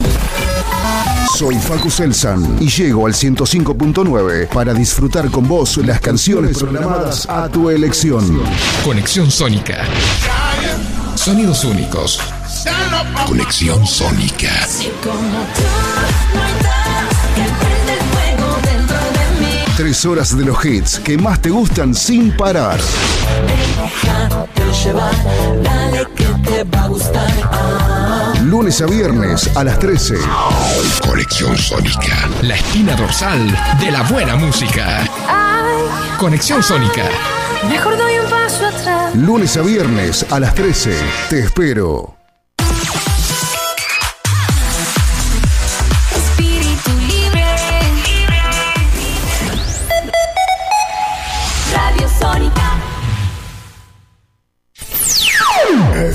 [SPEAKER 11] Soy Facu Selsan y llego al 105.9 para disfrutar con vos las canciones programadas a tu elección. Conexión Sónica. Sonidos únicos. Conexión Sónica. Tres horas de los hits que más te gustan sin parar. Lunes a viernes a las 13. Conexión Sónica. La esquina dorsal de la buena música. Conexión Sónica.
[SPEAKER 16] Mejor doy un paso atrás.
[SPEAKER 11] Lunes a viernes a las 13. Te espero.
[SPEAKER 16] Espíritu libre. Radio Sónica.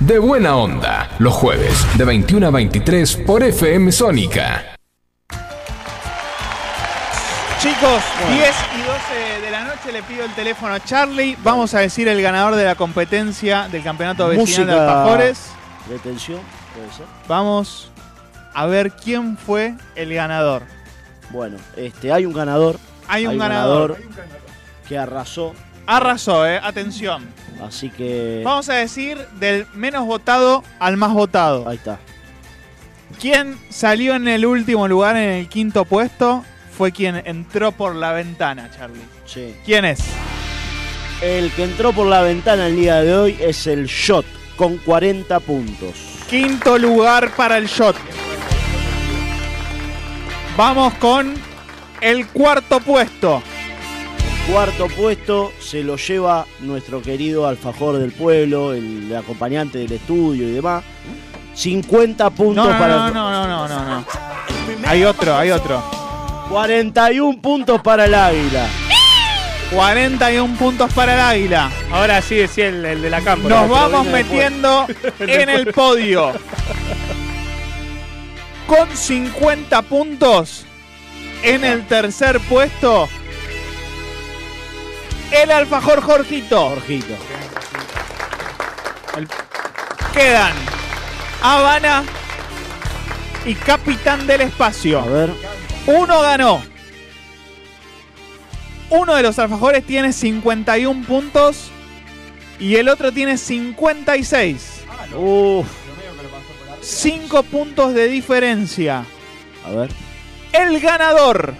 [SPEAKER 11] de buena onda. Los jueves de 21 a 23 por FM Sónica.
[SPEAKER 2] Chicos, 10 y 12 de la noche le pido el teléfono a Charlie. Vamos a decir el ganador de la competencia del campeonato vecinal de alfajores.
[SPEAKER 4] Retención, puede ser.
[SPEAKER 2] Vamos a ver quién fue el ganador.
[SPEAKER 4] Bueno, este, hay un ganador.
[SPEAKER 2] Hay un ganador.
[SPEAKER 4] que arrasó.
[SPEAKER 2] Arrasó, eh. Atención.
[SPEAKER 4] Así que.
[SPEAKER 2] Vamos a decir del menos votado al más votado.
[SPEAKER 4] Ahí está.
[SPEAKER 2] Quien salió en el último lugar, en el quinto puesto, fue quien entró por la ventana, Charlie.
[SPEAKER 4] Sí.
[SPEAKER 2] ¿Quién es?
[SPEAKER 4] El que entró por la ventana el día de hoy es el Shot, con 40 puntos.
[SPEAKER 2] Quinto lugar para el shot. Vamos con el cuarto puesto.
[SPEAKER 4] Cuarto puesto se lo lleva nuestro querido alfajor del pueblo, el acompañante del estudio y demás. 50 puntos
[SPEAKER 2] No, no,
[SPEAKER 4] para
[SPEAKER 2] no, no, no, no, no, no. Hay otro, hay otro.
[SPEAKER 4] 41 puntos para el águila.
[SPEAKER 2] 41 puntos para el águila.
[SPEAKER 5] Ahora sí decía el, el de la campo.
[SPEAKER 2] Nos vamos metiendo en el podio. Con 50 puntos en el tercer puesto. El alfajor Jorgito.
[SPEAKER 4] Jorgito.
[SPEAKER 2] Quedan Habana y Capitán del Espacio. Uno ganó. Uno de los alfajores tiene 51 puntos y el otro tiene 56.
[SPEAKER 4] Uf.
[SPEAKER 2] Cinco puntos de diferencia.
[SPEAKER 4] A ver.
[SPEAKER 2] El ganador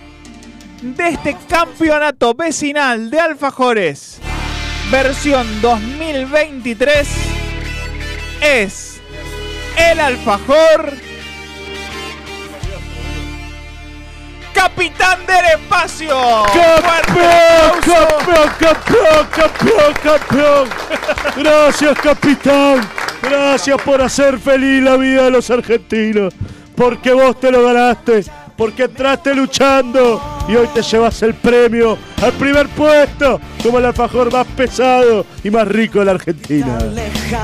[SPEAKER 2] de este campeonato vecinal de alfajores versión 2023 es el alfajor capitán del espacio.
[SPEAKER 3] ¡Campeón, campeón, campeón, campeón, campeón! Gracias, capitán. Gracias por hacer feliz la vida de los argentinos. Porque vos te lo ganaste. Porque entraste luchando. Y hoy te llevas el premio al primer puesto. Como el alfajor más pesado y más rico de la Argentina.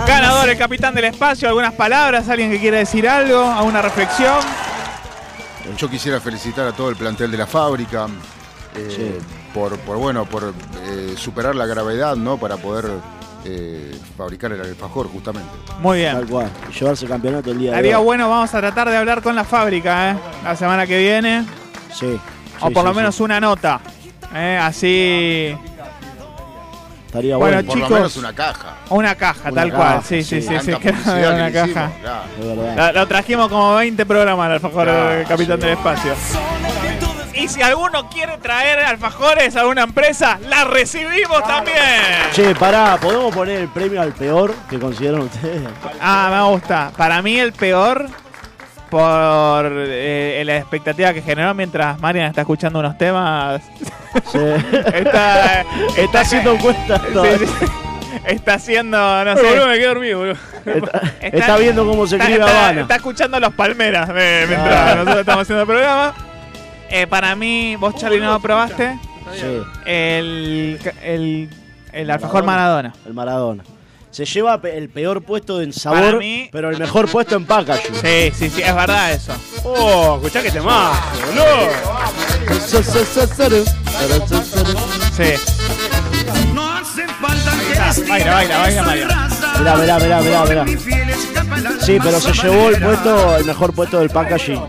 [SPEAKER 2] Ganador, el capitán del espacio. Algunas palabras, alguien que quiera decir algo, alguna reflexión.
[SPEAKER 7] Yo quisiera felicitar a todo el plantel de la fábrica. eh, por, por, bueno, por eh, superar la gravedad, ¿no? Para poder eh, fabricar el alfajor, justamente.
[SPEAKER 2] Muy bien.
[SPEAKER 4] Tal cual. Y llevarse el campeonato el día de
[SPEAKER 2] Estaría
[SPEAKER 4] hoy.
[SPEAKER 2] bueno, vamos a tratar de hablar con la fábrica, ¿eh? La semana que viene.
[SPEAKER 4] Sí.
[SPEAKER 2] o
[SPEAKER 4] sí,
[SPEAKER 2] por lo
[SPEAKER 4] sí,
[SPEAKER 2] menos una nota. ¿eh? Así.
[SPEAKER 4] Estaría
[SPEAKER 2] bueno,
[SPEAKER 4] bueno.
[SPEAKER 2] chicos.
[SPEAKER 7] caja.
[SPEAKER 2] Una caja,
[SPEAKER 4] Una
[SPEAKER 2] tal
[SPEAKER 4] caja,
[SPEAKER 2] cual. Sí, sí, sí.
[SPEAKER 4] sí.
[SPEAKER 2] sí,
[SPEAKER 4] Tanta
[SPEAKER 2] que
[SPEAKER 4] publicidad
[SPEAKER 2] era
[SPEAKER 4] que
[SPEAKER 2] una
[SPEAKER 4] le hicimos,
[SPEAKER 2] caja.
[SPEAKER 7] claro.
[SPEAKER 4] Es verdad.
[SPEAKER 2] La- Lo trajimos como 20 programas al alfajor
[SPEAKER 4] Claro,
[SPEAKER 2] eh, Capitán del Espacio. Y si alguno quiere traer alfajores a una empresa, la recibimos también.
[SPEAKER 4] Che, pará, ¿podemos poner el premio al peor que consideran ustedes?
[SPEAKER 2] Ah, me gusta. Para mí el peor por eh, la expectativa que generó mientras Marian está escuchando unos temas. está, está haciendo
[SPEAKER 4] cuenta.
[SPEAKER 2] Está haciendo, no
[SPEAKER 5] Bueno,
[SPEAKER 2] sé.
[SPEAKER 5] boludo, me quedé dormido, boludo.
[SPEAKER 4] está viendo cómo se escribe
[SPEAKER 2] está-
[SPEAKER 4] Habana. Ah.
[SPEAKER 2] Está escuchando los palmeras eh, mientras nosotros estamos haciendo el programa. Eh, para mí, vos Charlie no lo probaste.
[SPEAKER 4] Sí.
[SPEAKER 2] El, el, el alfajor Maradona.
[SPEAKER 4] El Maradona. Se lleva pe- el peor puesto en sabor,
[SPEAKER 2] Para mí-
[SPEAKER 4] pero el mejor puesto en packaging.
[SPEAKER 2] Sí, sí, sí, es verdad eso.
[SPEAKER 5] Oh, escuchá que te más,
[SPEAKER 2] Sí.
[SPEAKER 16] No hace falta
[SPEAKER 2] Ah, Baila, baila, baila, Mario.
[SPEAKER 4] Mirá, mirá, mirá, mirá, mirá. Sí, pero se llevó el puesto, el mejor puesto del packaging.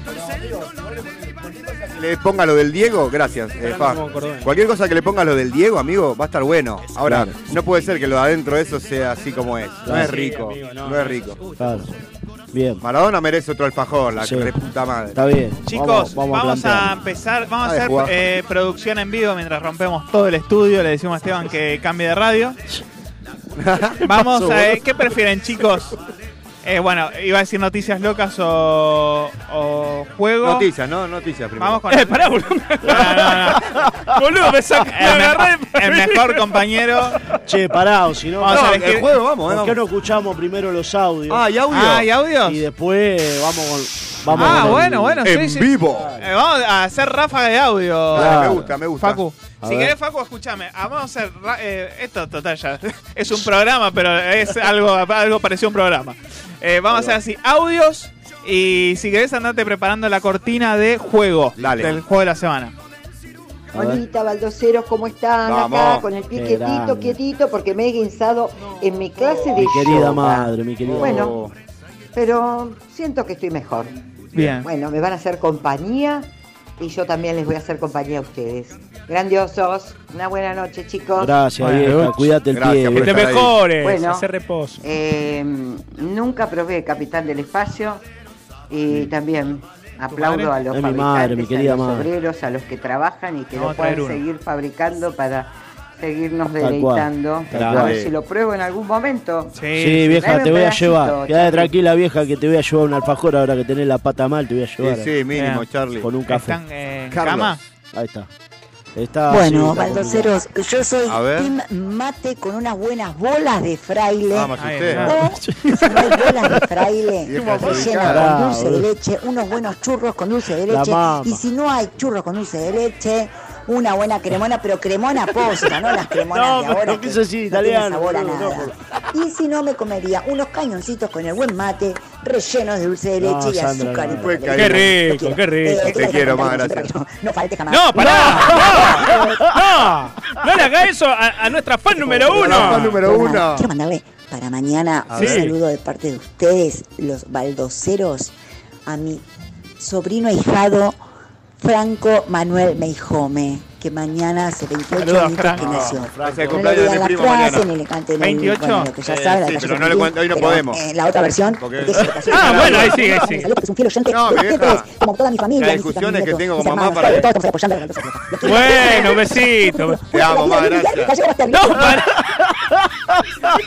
[SPEAKER 6] le ponga lo del Diego, gracias. eh, Fa. Cualquier cosa que le ponga lo del Diego, amigo, va a estar bueno. Ahora, no puede ser que lo de adentro de eso sea así como es. No
[SPEAKER 4] Claro.
[SPEAKER 6] es rico.
[SPEAKER 4] Sí, amigo, no,
[SPEAKER 6] no,
[SPEAKER 4] no.
[SPEAKER 6] es rico.
[SPEAKER 4] Claro. Bien.
[SPEAKER 6] Maradona merece otro alfajor, la
[SPEAKER 4] Sí.
[SPEAKER 6] reputa madre.
[SPEAKER 4] Está bien.
[SPEAKER 2] Chicos, vamos, a,
[SPEAKER 4] plantearlo.
[SPEAKER 2] empezar, vamos a
[SPEAKER 6] Ay,
[SPEAKER 2] hacer
[SPEAKER 6] guau.
[SPEAKER 2] eh, producción en vivo mientras rompemos todo el estudio, le decimos a Esteban que cambie de radio. Vamos a ver, ¿qué prefieren chicos? Eh, bueno, iba a decir noticias locas o, o juego.
[SPEAKER 6] Noticias, ¿no? Noticias primero.
[SPEAKER 2] Vamos con eh, pará, boludo.
[SPEAKER 5] Boludo, me
[SPEAKER 2] El, mejor- el Eh, mejor compañero.
[SPEAKER 4] Che, pará, o si no.
[SPEAKER 2] Vamos a No, elegir- el juego, vamos, eh,
[SPEAKER 4] ¿Por Ah, qué
[SPEAKER 2] vamos.
[SPEAKER 4] no escuchamos primero los audios?
[SPEAKER 2] Ah, ¿y audio? Ah, ¿y audios?
[SPEAKER 4] Y después eh, vamos con. Vamos
[SPEAKER 2] ah,
[SPEAKER 4] con el-
[SPEAKER 2] bueno, bueno, sí,
[SPEAKER 6] en
[SPEAKER 2] sí.
[SPEAKER 6] vivo.
[SPEAKER 2] Eh, vamos a hacer ráfaga de audio.
[SPEAKER 6] Dale, me gusta, me gusta.
[SPEAKER 2] Facu.
[SPEAKER 6] A
[SPEAKER 2] si
[SPEAKER 6] ver.
[SPEAKER 2] querés, Facu, escúchame. Ah, Vamos a hacer. ra- eh, esto, total, ya. Es un programa, pero es algo, algo parecido a un programa. Eh, vamos a hacer así: audios. Y si querés, andate preparando la cortina de juego. Del juego de la semana.
[SPEAKER 17] Bonita, baldoseros, ¿cómo están?
[SPEAKER 2] Vamos.
[SPEAKER 17] Acá con el pie
[SPEAKER 2] Qué
[SPEAKER 17] quietito,
[SPEAKER 2] grande.
[SPEAKER 17] quietito, porque me he guinzado en mi clase de
[SPEAKER 4] Mi querida
[SPEAKER 17] yoga.
[SPEAKER 4] madre,
[SPEAKER 10] ah.
[SPEAKER 4] mi querida
[SPEAKER 17] Bueno, pero siento que estoy mejor.
[SPEAKER 4] Bien.
[SPEAKER 17] Bueno, me van a hacer compañía y yo también les voy a hacer compañía a ustedes. Grandiosos. Una buena noche, chicos.
[SPEAKER 4] Gracias, vieja. Cuídate el pie.
[SPEAKER 5] Que te
[SPEAKER 4] vieja.
[SPEAKER 5] mejores,
[SPEAKER 17] Bueno.
[SPEAKER 5] hacer reposo.
[SPEAKER 17] Eh, nunca probé Capitán del Espacio y también aplaudo a los
[SPEAKER 4] Es mi
[SPEAKER 17] fabricantes,
[SPEAKER 4] madre, mi querida
[SPEAKER 17] a los
[SPEAKER 4] madre.
[SPEAKER 17] obreros, a los que trabajan y que
[SPEAKER 4] Vamos
[SPEAKER 17] lo
[SPEAKER 4] a traer
[SPEAKER 17] puedan
[SPEAKER 4] uno.
[SPEAKER 17] seguir fabricando para seguirnos
[SPEAKER 4] Tal cual,
[SPEAKER 17] deleitando.
[SPEAKER 4] tal
[SPEAKER 17] a
[SPEAKER 4] cual.
[SPEAKER 17] ver si lo pruebo en algún momento.
[SPEAKER 4] Sí, vieja,
[SPEAKER 17] Dame
[SPEAKER 4] te
[SPEAKER 17] un
[SPEAKER 4] voy a
[SPEAKER 17] pedacito,
[SPEAKER 4] llevar. Quédate
[SPEAKER 17] chicos.
[SPEAKER 4] tranquila, vieja, que te voy a llevar un alfajor ahora que tenés la pata mal, te voy a llevar.
[SPEAKER 6] Sí, sí, mínimo,
[SPEAKER 4] Bien.
[SPEAKER 6] Charlie.
[SPEAKER 4] Con un café.
[SPEAKER 2] Están, eh,
[SPEAKER 4] Carlos.
[SPEAKER 2] cama.
[SPEAKER 4] Ahí está. Está sí,
[SPEAKER 10] Bueno,
[SPEAKER 4] está
[SPEAKER 10] baldoseros, yo soy
[SPEAKER 4] A ver.
[SPEAKER 10] team mate con unas buenas bolas de fraile.
[SPEAKER 4] Ah, más que Ay, usted.
[SPEAKER 10] O, si no hay bolas de fraile,
[SPEAKER 4] Vieja
[SPEAKER 10] rellenas
[SPEAKER 4] dedicada.
[SPEAKER 10] con dulce de
[SPEAKER 4] Bravo.
[SPEAKER 10] leche, unos buenos churros con dulce de
[SPEAKER 4] La
[SPEAKER 10] leche.
[SPEAKER 4] mama.
[SPEAKER 10] Y si no hay churros con dulce de leche, una buena cremona, pero cremona posta, no las cremonas
[SPEAKER 4] No,
[SPEAKER 10] de
[SPEAKER 4] pero
[SPEAKER 10] ahora.
[SPEAKER 4] ¿qué es así,
[SPEAKER 10] no
[SPEAKER 4] italiano,
[SPEAKER 10] tienen sabor a
[SPEAKER 4] boludo,
[SPEAKER 10] nada. Y si no, me comería unos cañoncitos con el buen mate, rellenos de dulce de
[SPEAKER 4] No,
[SPEAKER 10] leche y
[SPEAKER 4] Sandra,
[SPEAKER 10] azúcar.
[SPEAKER 4] no.
[SPEAKER 10] y
[SPEAKER 4] Fue
[SPEAKER 10] proteína.
[SPEAKER 5] Qué
[SPEAKER 10] Lo
[SPEAKER 5] rico, qué rico.
[SPEAKER 10] Eh,
[SPEAKER 5] Te quiero más, gracias.
[SPEAKER 10] No falte jamás.
[SPEAKER 5] No, pará. No, no le haga eso a, a nuestra fan número uno.
[SPEAKER 10] Bueno, Quiero mandarle para mañana
[SPEAKER 5] A
[SPEAKER 10] un
[SPEAKER 5] ver.
[SPEAKER 10] saludo de parte de ustedes, los baldoseros, a mi sobrino ahijado Franco Manuel Meijome, que mañana hace 28
[SPEAKER 6] Saludos,
[SPEAKER 10] años que
[SPEAKER 6] Franco.
[SPEAKER 10] nació.
[SPEAKER 6] Es el
[SPEAKER 10] No
[SPEAKER 6] cumpleaños
[SPEAKER 10] le
[SPEAKER 6] de mi
[SPEAKER 10] digan la
[SPEAKER 6] primo
[SPEAKER 10] frase,
[SPEAKER 6] mañana.
[SPEAKER 10] ni le canten el-
[SPEAKER 6] 28?
[SPEAKER 10] bueno, lo que ya
[SPEAKER 6] Eh,
[SPEAKER 10] saben, la
[SPEAKER 6] sí,
[SPEAKER 10] calle
[SPEAKER 6] pero no le
[SPEAKER 10] Chapulín,
[SPEAKER 6] cuento- hoy no
[SPEAKER 10] pero,
[SPEAKER 6] podemos.
[SPEAKER 10] eh, la otra versión,
[SPEAKER 6] Porque-
[SPEAKER 10] de esa ocasión,
[SPEAKER 6] Ah,
[SPEAKER 10] la
[SPEAKER 6] bueno,
[SPEAKER 10] otra
[SPEAKER 6] ahí sigue, ahí
[SPEAKER 10] versión,
[SPEAKER 6] sigue.
[SPEAKER 10] saludos, que es un fiel oyente,
[SPEAKER 6] No,
[SPEAKER 10] de ustedes,
[SPEAKER 6] vieja.
[SPEAKER 10] como toda mi familia,
[SPEAKER 6] Las
[SPEAKER 10] mis hijos,
[SPEAKER 6] discusiones
[SPEAKER 10] mis
[SPEAKER 6] que
[SPEAKER 10] nietos,
[SPEAKER 6] tengo
[SPEAKER 10] mis
[SPEAKER 6] con mamá
[SPEAKER 10] hermanos,
[SPEAKER 6] para-
[SPEAKER 10] todos estamos apoyando a la Baldoseros.
[SPEAKER 5] Bueno, besitos.
[SPEAKER 6] Te amo, más gracias.
[SPEAKER 5] No, pará.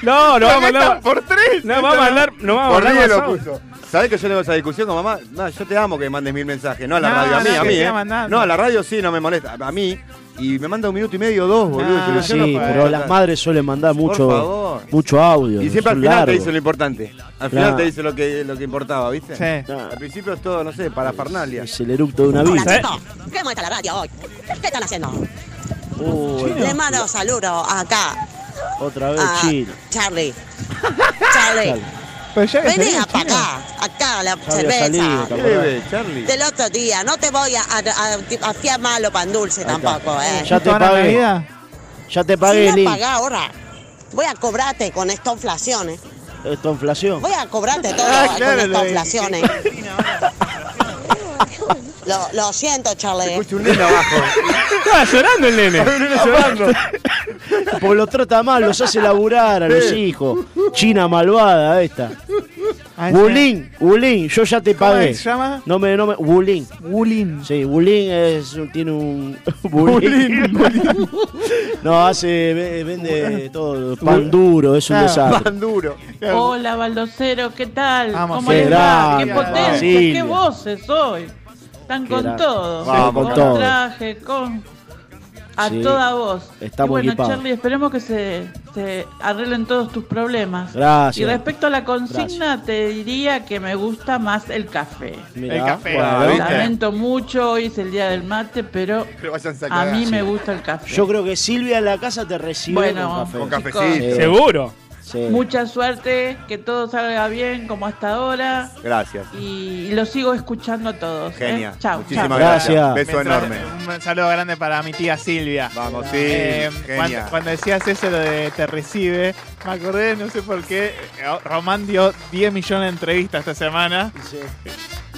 [SPEAKER 5] No, no vamos a hablar.
[SPEAKER 6] Por tres.
[SPEAKER 5] No vamos a hablar. No vamos a
[SPEAKER 6] Por
[SPEAKER 5] hablar.
[SPEAKER 6] diez
[SPEAKER 5] más
[SPEAKER 6] lo
[SPEAKER 5] audio.
[SPEAKER 6] puso. ¿Sabés que yo tengo esa discusión con mamá? No, yo te amo que me mandes mil mensajes. No a la
[SPEAKER 2] No,
[SPEAKER 6] radio, a mí,
[SPEAKER 2] no,
[SPEAKER 6] a
[SPEAKER 2] que
[SPEAKER 6] mí.
[SPEAKER 2] siga
[SPEAKER 6] eh.
[SPEAKER 2] mandando.
[SPEAKER 6] No, a la radio sí, no me molesta. A mí. Y me manda un minuto y medio, dos, boludo.
[SPEAKER 2] Ah,
[SPEAKER 6] y yo
[SPEAKER 4] Sí,
[SPEAKER 6] no puedo.
[SPEAKER 4] pero las madres suelen mandar mucho,
[SPEAKER 6] favor.
[SPEAKER 4] mucho audio.
[SPEAKER 6] Y siempre al
[SPEAKER 4] son
[SPEAKER 6] final te
[SPEAKER 4] largos.
[SPEAKER 6] dice lo importante. Al final
[SPEAKER 4] Claro.
[SPEAKER 6] te dice lo que, lo que importaba, ¿viste?
[SPEAKER 4] Sí. Claro.
[SPEAKER 6] Al principio es todo, no sé, para Farnalia.
[SPEAKER 4] Es el eructo de una
[SPEAKER 18] Hola
[SPEAKER 4] vida. ¿Eh?
[SPEAKER 18] chicos, ¿cómo está la radio hoy? ¿Qué están haciendo?
[SPEAKER 4] Uy,
[SPEAKER 18] Le mando un saludo acá
[SPEAKER 4] otra vez
[SPEAKER 18] a
[SPEAKER 4] Chile.
[SPEAKER 18] Charlie. Charlie,
[SPEAKER 2] Pero ya
[SPEAKER 18] Vení para acá, acá la cerveza. Del otro día, no te voy a, a, a- a fiar malo pan dulce tampoco, ¿eh?
[SPEAKER 4] Ya te pagué. Ya te pagué,
[SPEAKER 18] Si
[SPEAKER 4] Lin.
[SPEAKER 18] no pagá ahora, voy a cobrarte con esta inflación, ¿eh?
[SPEAKER 4] Esta inflación.
[SPEAKER 18] Voy a cobrarte todo
[SPEAKER 4] Ah, claro,
[SPEAKER 18] con esta
[SPEAKER 4] lo de-
[SPEAKER 18] inflación, ¿eh? lo, lo siento, Charlie. eh.
[SPEAKER 5] Estaba llorando el nene.
[SPEAKER 4] Porque los trata mal, los hace laburar a los hijos. China malvada esta. Ah, Wulin, Wulin, yo ya te
[SPEAKER 2] Ah, ¿Cómo
[SPEAKER 4] pagué.
[SPEAKER 2] se llama?
[SPEAKER 4] No me, no me, Wulin. Wulin. Sí, Wulin es, un- tiene un...
[SPEAKER 2] Wulin,
[SPEAKER 4] no, hace, ve- vende todo, pan duro,
[SPEAKER 2] Ah,
[SPEAKER 4] es un
[SPEAKER 19] Claro.
[SPEAKER 4] desastre.
[SPEAKER 6] duro.
[SPEAKER 19] Hola, Baldocero, ¿qué tal? ¿Cómo
[SPEAKER 4] Qué
[SPEAKER 19] les va?
[SPEAKER 4] grande,
[SPEAKER 19] ¡Qué potencia!
[SPEAKER 4] Silvia.
[SPEAKER 19] ¡Qué voces hoy! Están
[SPEAKER 4] Qué
[SPEAKER 19] con
[SPEAKER 4] grande.
[SPEAKER 19] todo.
[SPEAKER 4] Vamos,
[SPEAKER 19] con
[SPEAKER 4] con todo.
[SPEAKER 19] traje, con. A
[SPEAKER 4] Sí.
[SPEAKER 19] toda voz.
[SPEAKER 4] Estamos
[SPEAKER 19] y bueno,
[SPEAKER 4] equipados.
[SPEAKER 19] Charlie, esperemos que se, se arreglen todos tus problemas.
[SPEAKER 4] Gracias.
[SPEAKER 19] Y respecto a la consigna, te diría que me gusta más el café.
[SPEAKER 4] Mirá, El café. bueno,
[SPEAKER 19] Lo
[SPEAKER 4] ¿viste?
[SPEAKER 19] Lamento mucho, hoy es el día del mate, pero, a
[SPEAKER 4] sacar.
[SPEAKER 19] mí me
[SPEAKER 4] Sí.
[SPEAKER 19] gusta el café.
[SPEAKER 4] Yo creo que Silvia en la casa te recibe
[SPEAKER 19] Bueno,
[SPEAKER 4] con
[SPEAKER 19] Con
[SPEAKER 4] café.
[SPEAKER 19] cafecito. chicos.
[SPEAKER 5] Seguro.
[SPEAKER 4] Sí.
[SPEAKER 19] Mucha suerte, que todo salga bien como hasta ahora.
[SPEAKER 6] Gracias.
[SPEAKER 19] Y los sigo escuchando a todos. ¿eh?
[SPEAKER 6] Genia.
[SPEAKER 19] Chau,
[SPEAKER 6] Muchísimas
[SPEAKER 19] chau.
[SPEAKER 6] gracias. Beso
[SPEAKER 2] Mientras-
[SPEAKER 6] enorme.
[SPEAKER 2] Un saludo grande para mi tía Silvia. Vamos,
[SPEAKER 6] sí, genia.
[SPEAKER 2] cuando, cuando decías eso, lo de te recibe, me acordé, no sé por qué, eh, Román dio 10 millones de entrevistas esta semana.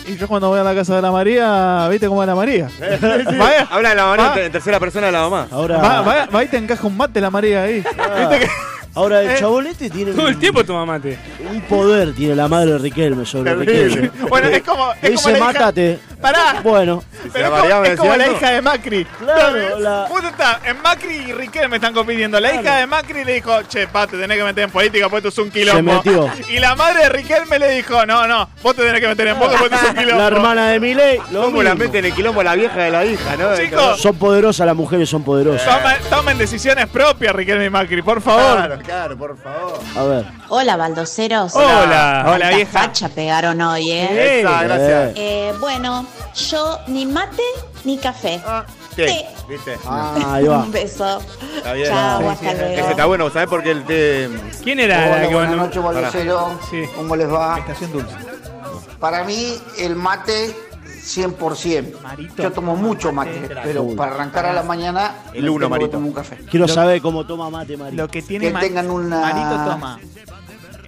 [SPEAKER 2] Y yo cuando voy a la casa de la María, ¿viste cómo es la María? Vaya,
[SPEAKER 6] Habla de la mamá,
[SPEAKER 2] Va.
[SPEAKER 6] en tercera persona de la mamá.
[SPEAKER 4] Ahora.
[SPEAKER 2] va, va- va y te encaja un mate la María ahí. ¿Viste que-
[SPEAKER 4] Ahora, el
[SPEAKER 2] Eh,
[SPEAKER 4] chabolete tiene
[SPEAKER 5] Todo el
[SPEAKER 4] un,
[SPEAKER 5] tiempo toma mate.
[SPEAKER 4] un poder, tiene la madre de Riquelme sobre Riquelme.
[SPEAKER 2] Bueno, es como.
[SPEAKER 4] Le
[SPEAKER 2] Es como
[SPEAKER 4] dice,
[SPEAKER 2] la hija-
[SPEAKER 4] mátate.
[SPEAKER 2] Pará.
[SPEAKER 4] Bueno.
[SPEAKER 2] Pero es como, es como la hija de Macri. Claro, Puta, está, en Macri y Riquelme están compitiendo. La hija de Macri le dijo, che, pa, te tenés que meter en política, pues esto es un quilombo.
[SPEAKER 4] metió.
[SPEAKER 2] Y la madre de Riquelme le dijo, no, no, vos te tenés que meter en política, pues esto es un quilombo.
[SPEAKER 4] La hermana de Milei, lo
[SPEAKER 6] ¿Cómo la
[SPEAKER 4] mismo.
[SPEAKER 6] mete en el quilombo la vieja de la hija, no?
[SPEAKER 2] Chicos,
[SPEAKER 4] Son poderosas, las mujeres son poderosas.
[SPEAKER 2] tomen, tomen decisiones propias, Riquelme y Macri, por favor.
[SPEAKER 6] Claro, claro, por favor.
[SPEAKER 4] A ver.
[SPEAKER 20] Hola, baldoseros.
[SPEAKER 2] Hola. Hola,
[SPEAKER 20] ¿Cuánta
[SPEAKER 2] vieja.
[SPEAKER 20] facha pegaron hoy,
[SPEAKER 6] Sí.
[SPEAKER 20] ¿eh?
[SPEAKER 6] Esa, gracias.
[SPEAKER 20] Eh, bueno, yo ni mate ni café.
[SPEAKER 6] Sí,
[SPEAKER 20] Té.
[SPEAKER 6] ¿Viste?
[SPEAKER 4] Ah, ahí va.
[SPEAKER 20] Un beso.
[SPEAKER 6] Está bien.
[SPEAKER 20] Chao, hasta luego.
[SPEAKER 6] Ese está bueno, ¿sabés por qué el té?
[SPEAKER 5] ¿Quién
[SPEAKER 6] Hola,
[SPEAKER 20] buenas noches,
[SPEAKER 6] Pará.
[SPEAKER 20] Baldocero.
[SPEAKER 21] ¿Cómo les va?
[SPEAKER 2] dulce.
[SPEAKER 21] Para mí, el mate 100%. Yo tomo mucho mate, pero para arrancar a la mañana,
[SPEAKER 6] El
[SPEAKER 21] tengo
[SPEAKER 6] uno,
[SPEAKER 21] que
[SPEAKER 6] Marito.
[SPEAKER 21] tomar un café.
[SPEAKER 4] Quiero saber cómo toma mate, Marito.
[SPEAKER 2] Lo que
[SPEAKER 21] Que tengan una
[SPEAKER 2] Marito toma.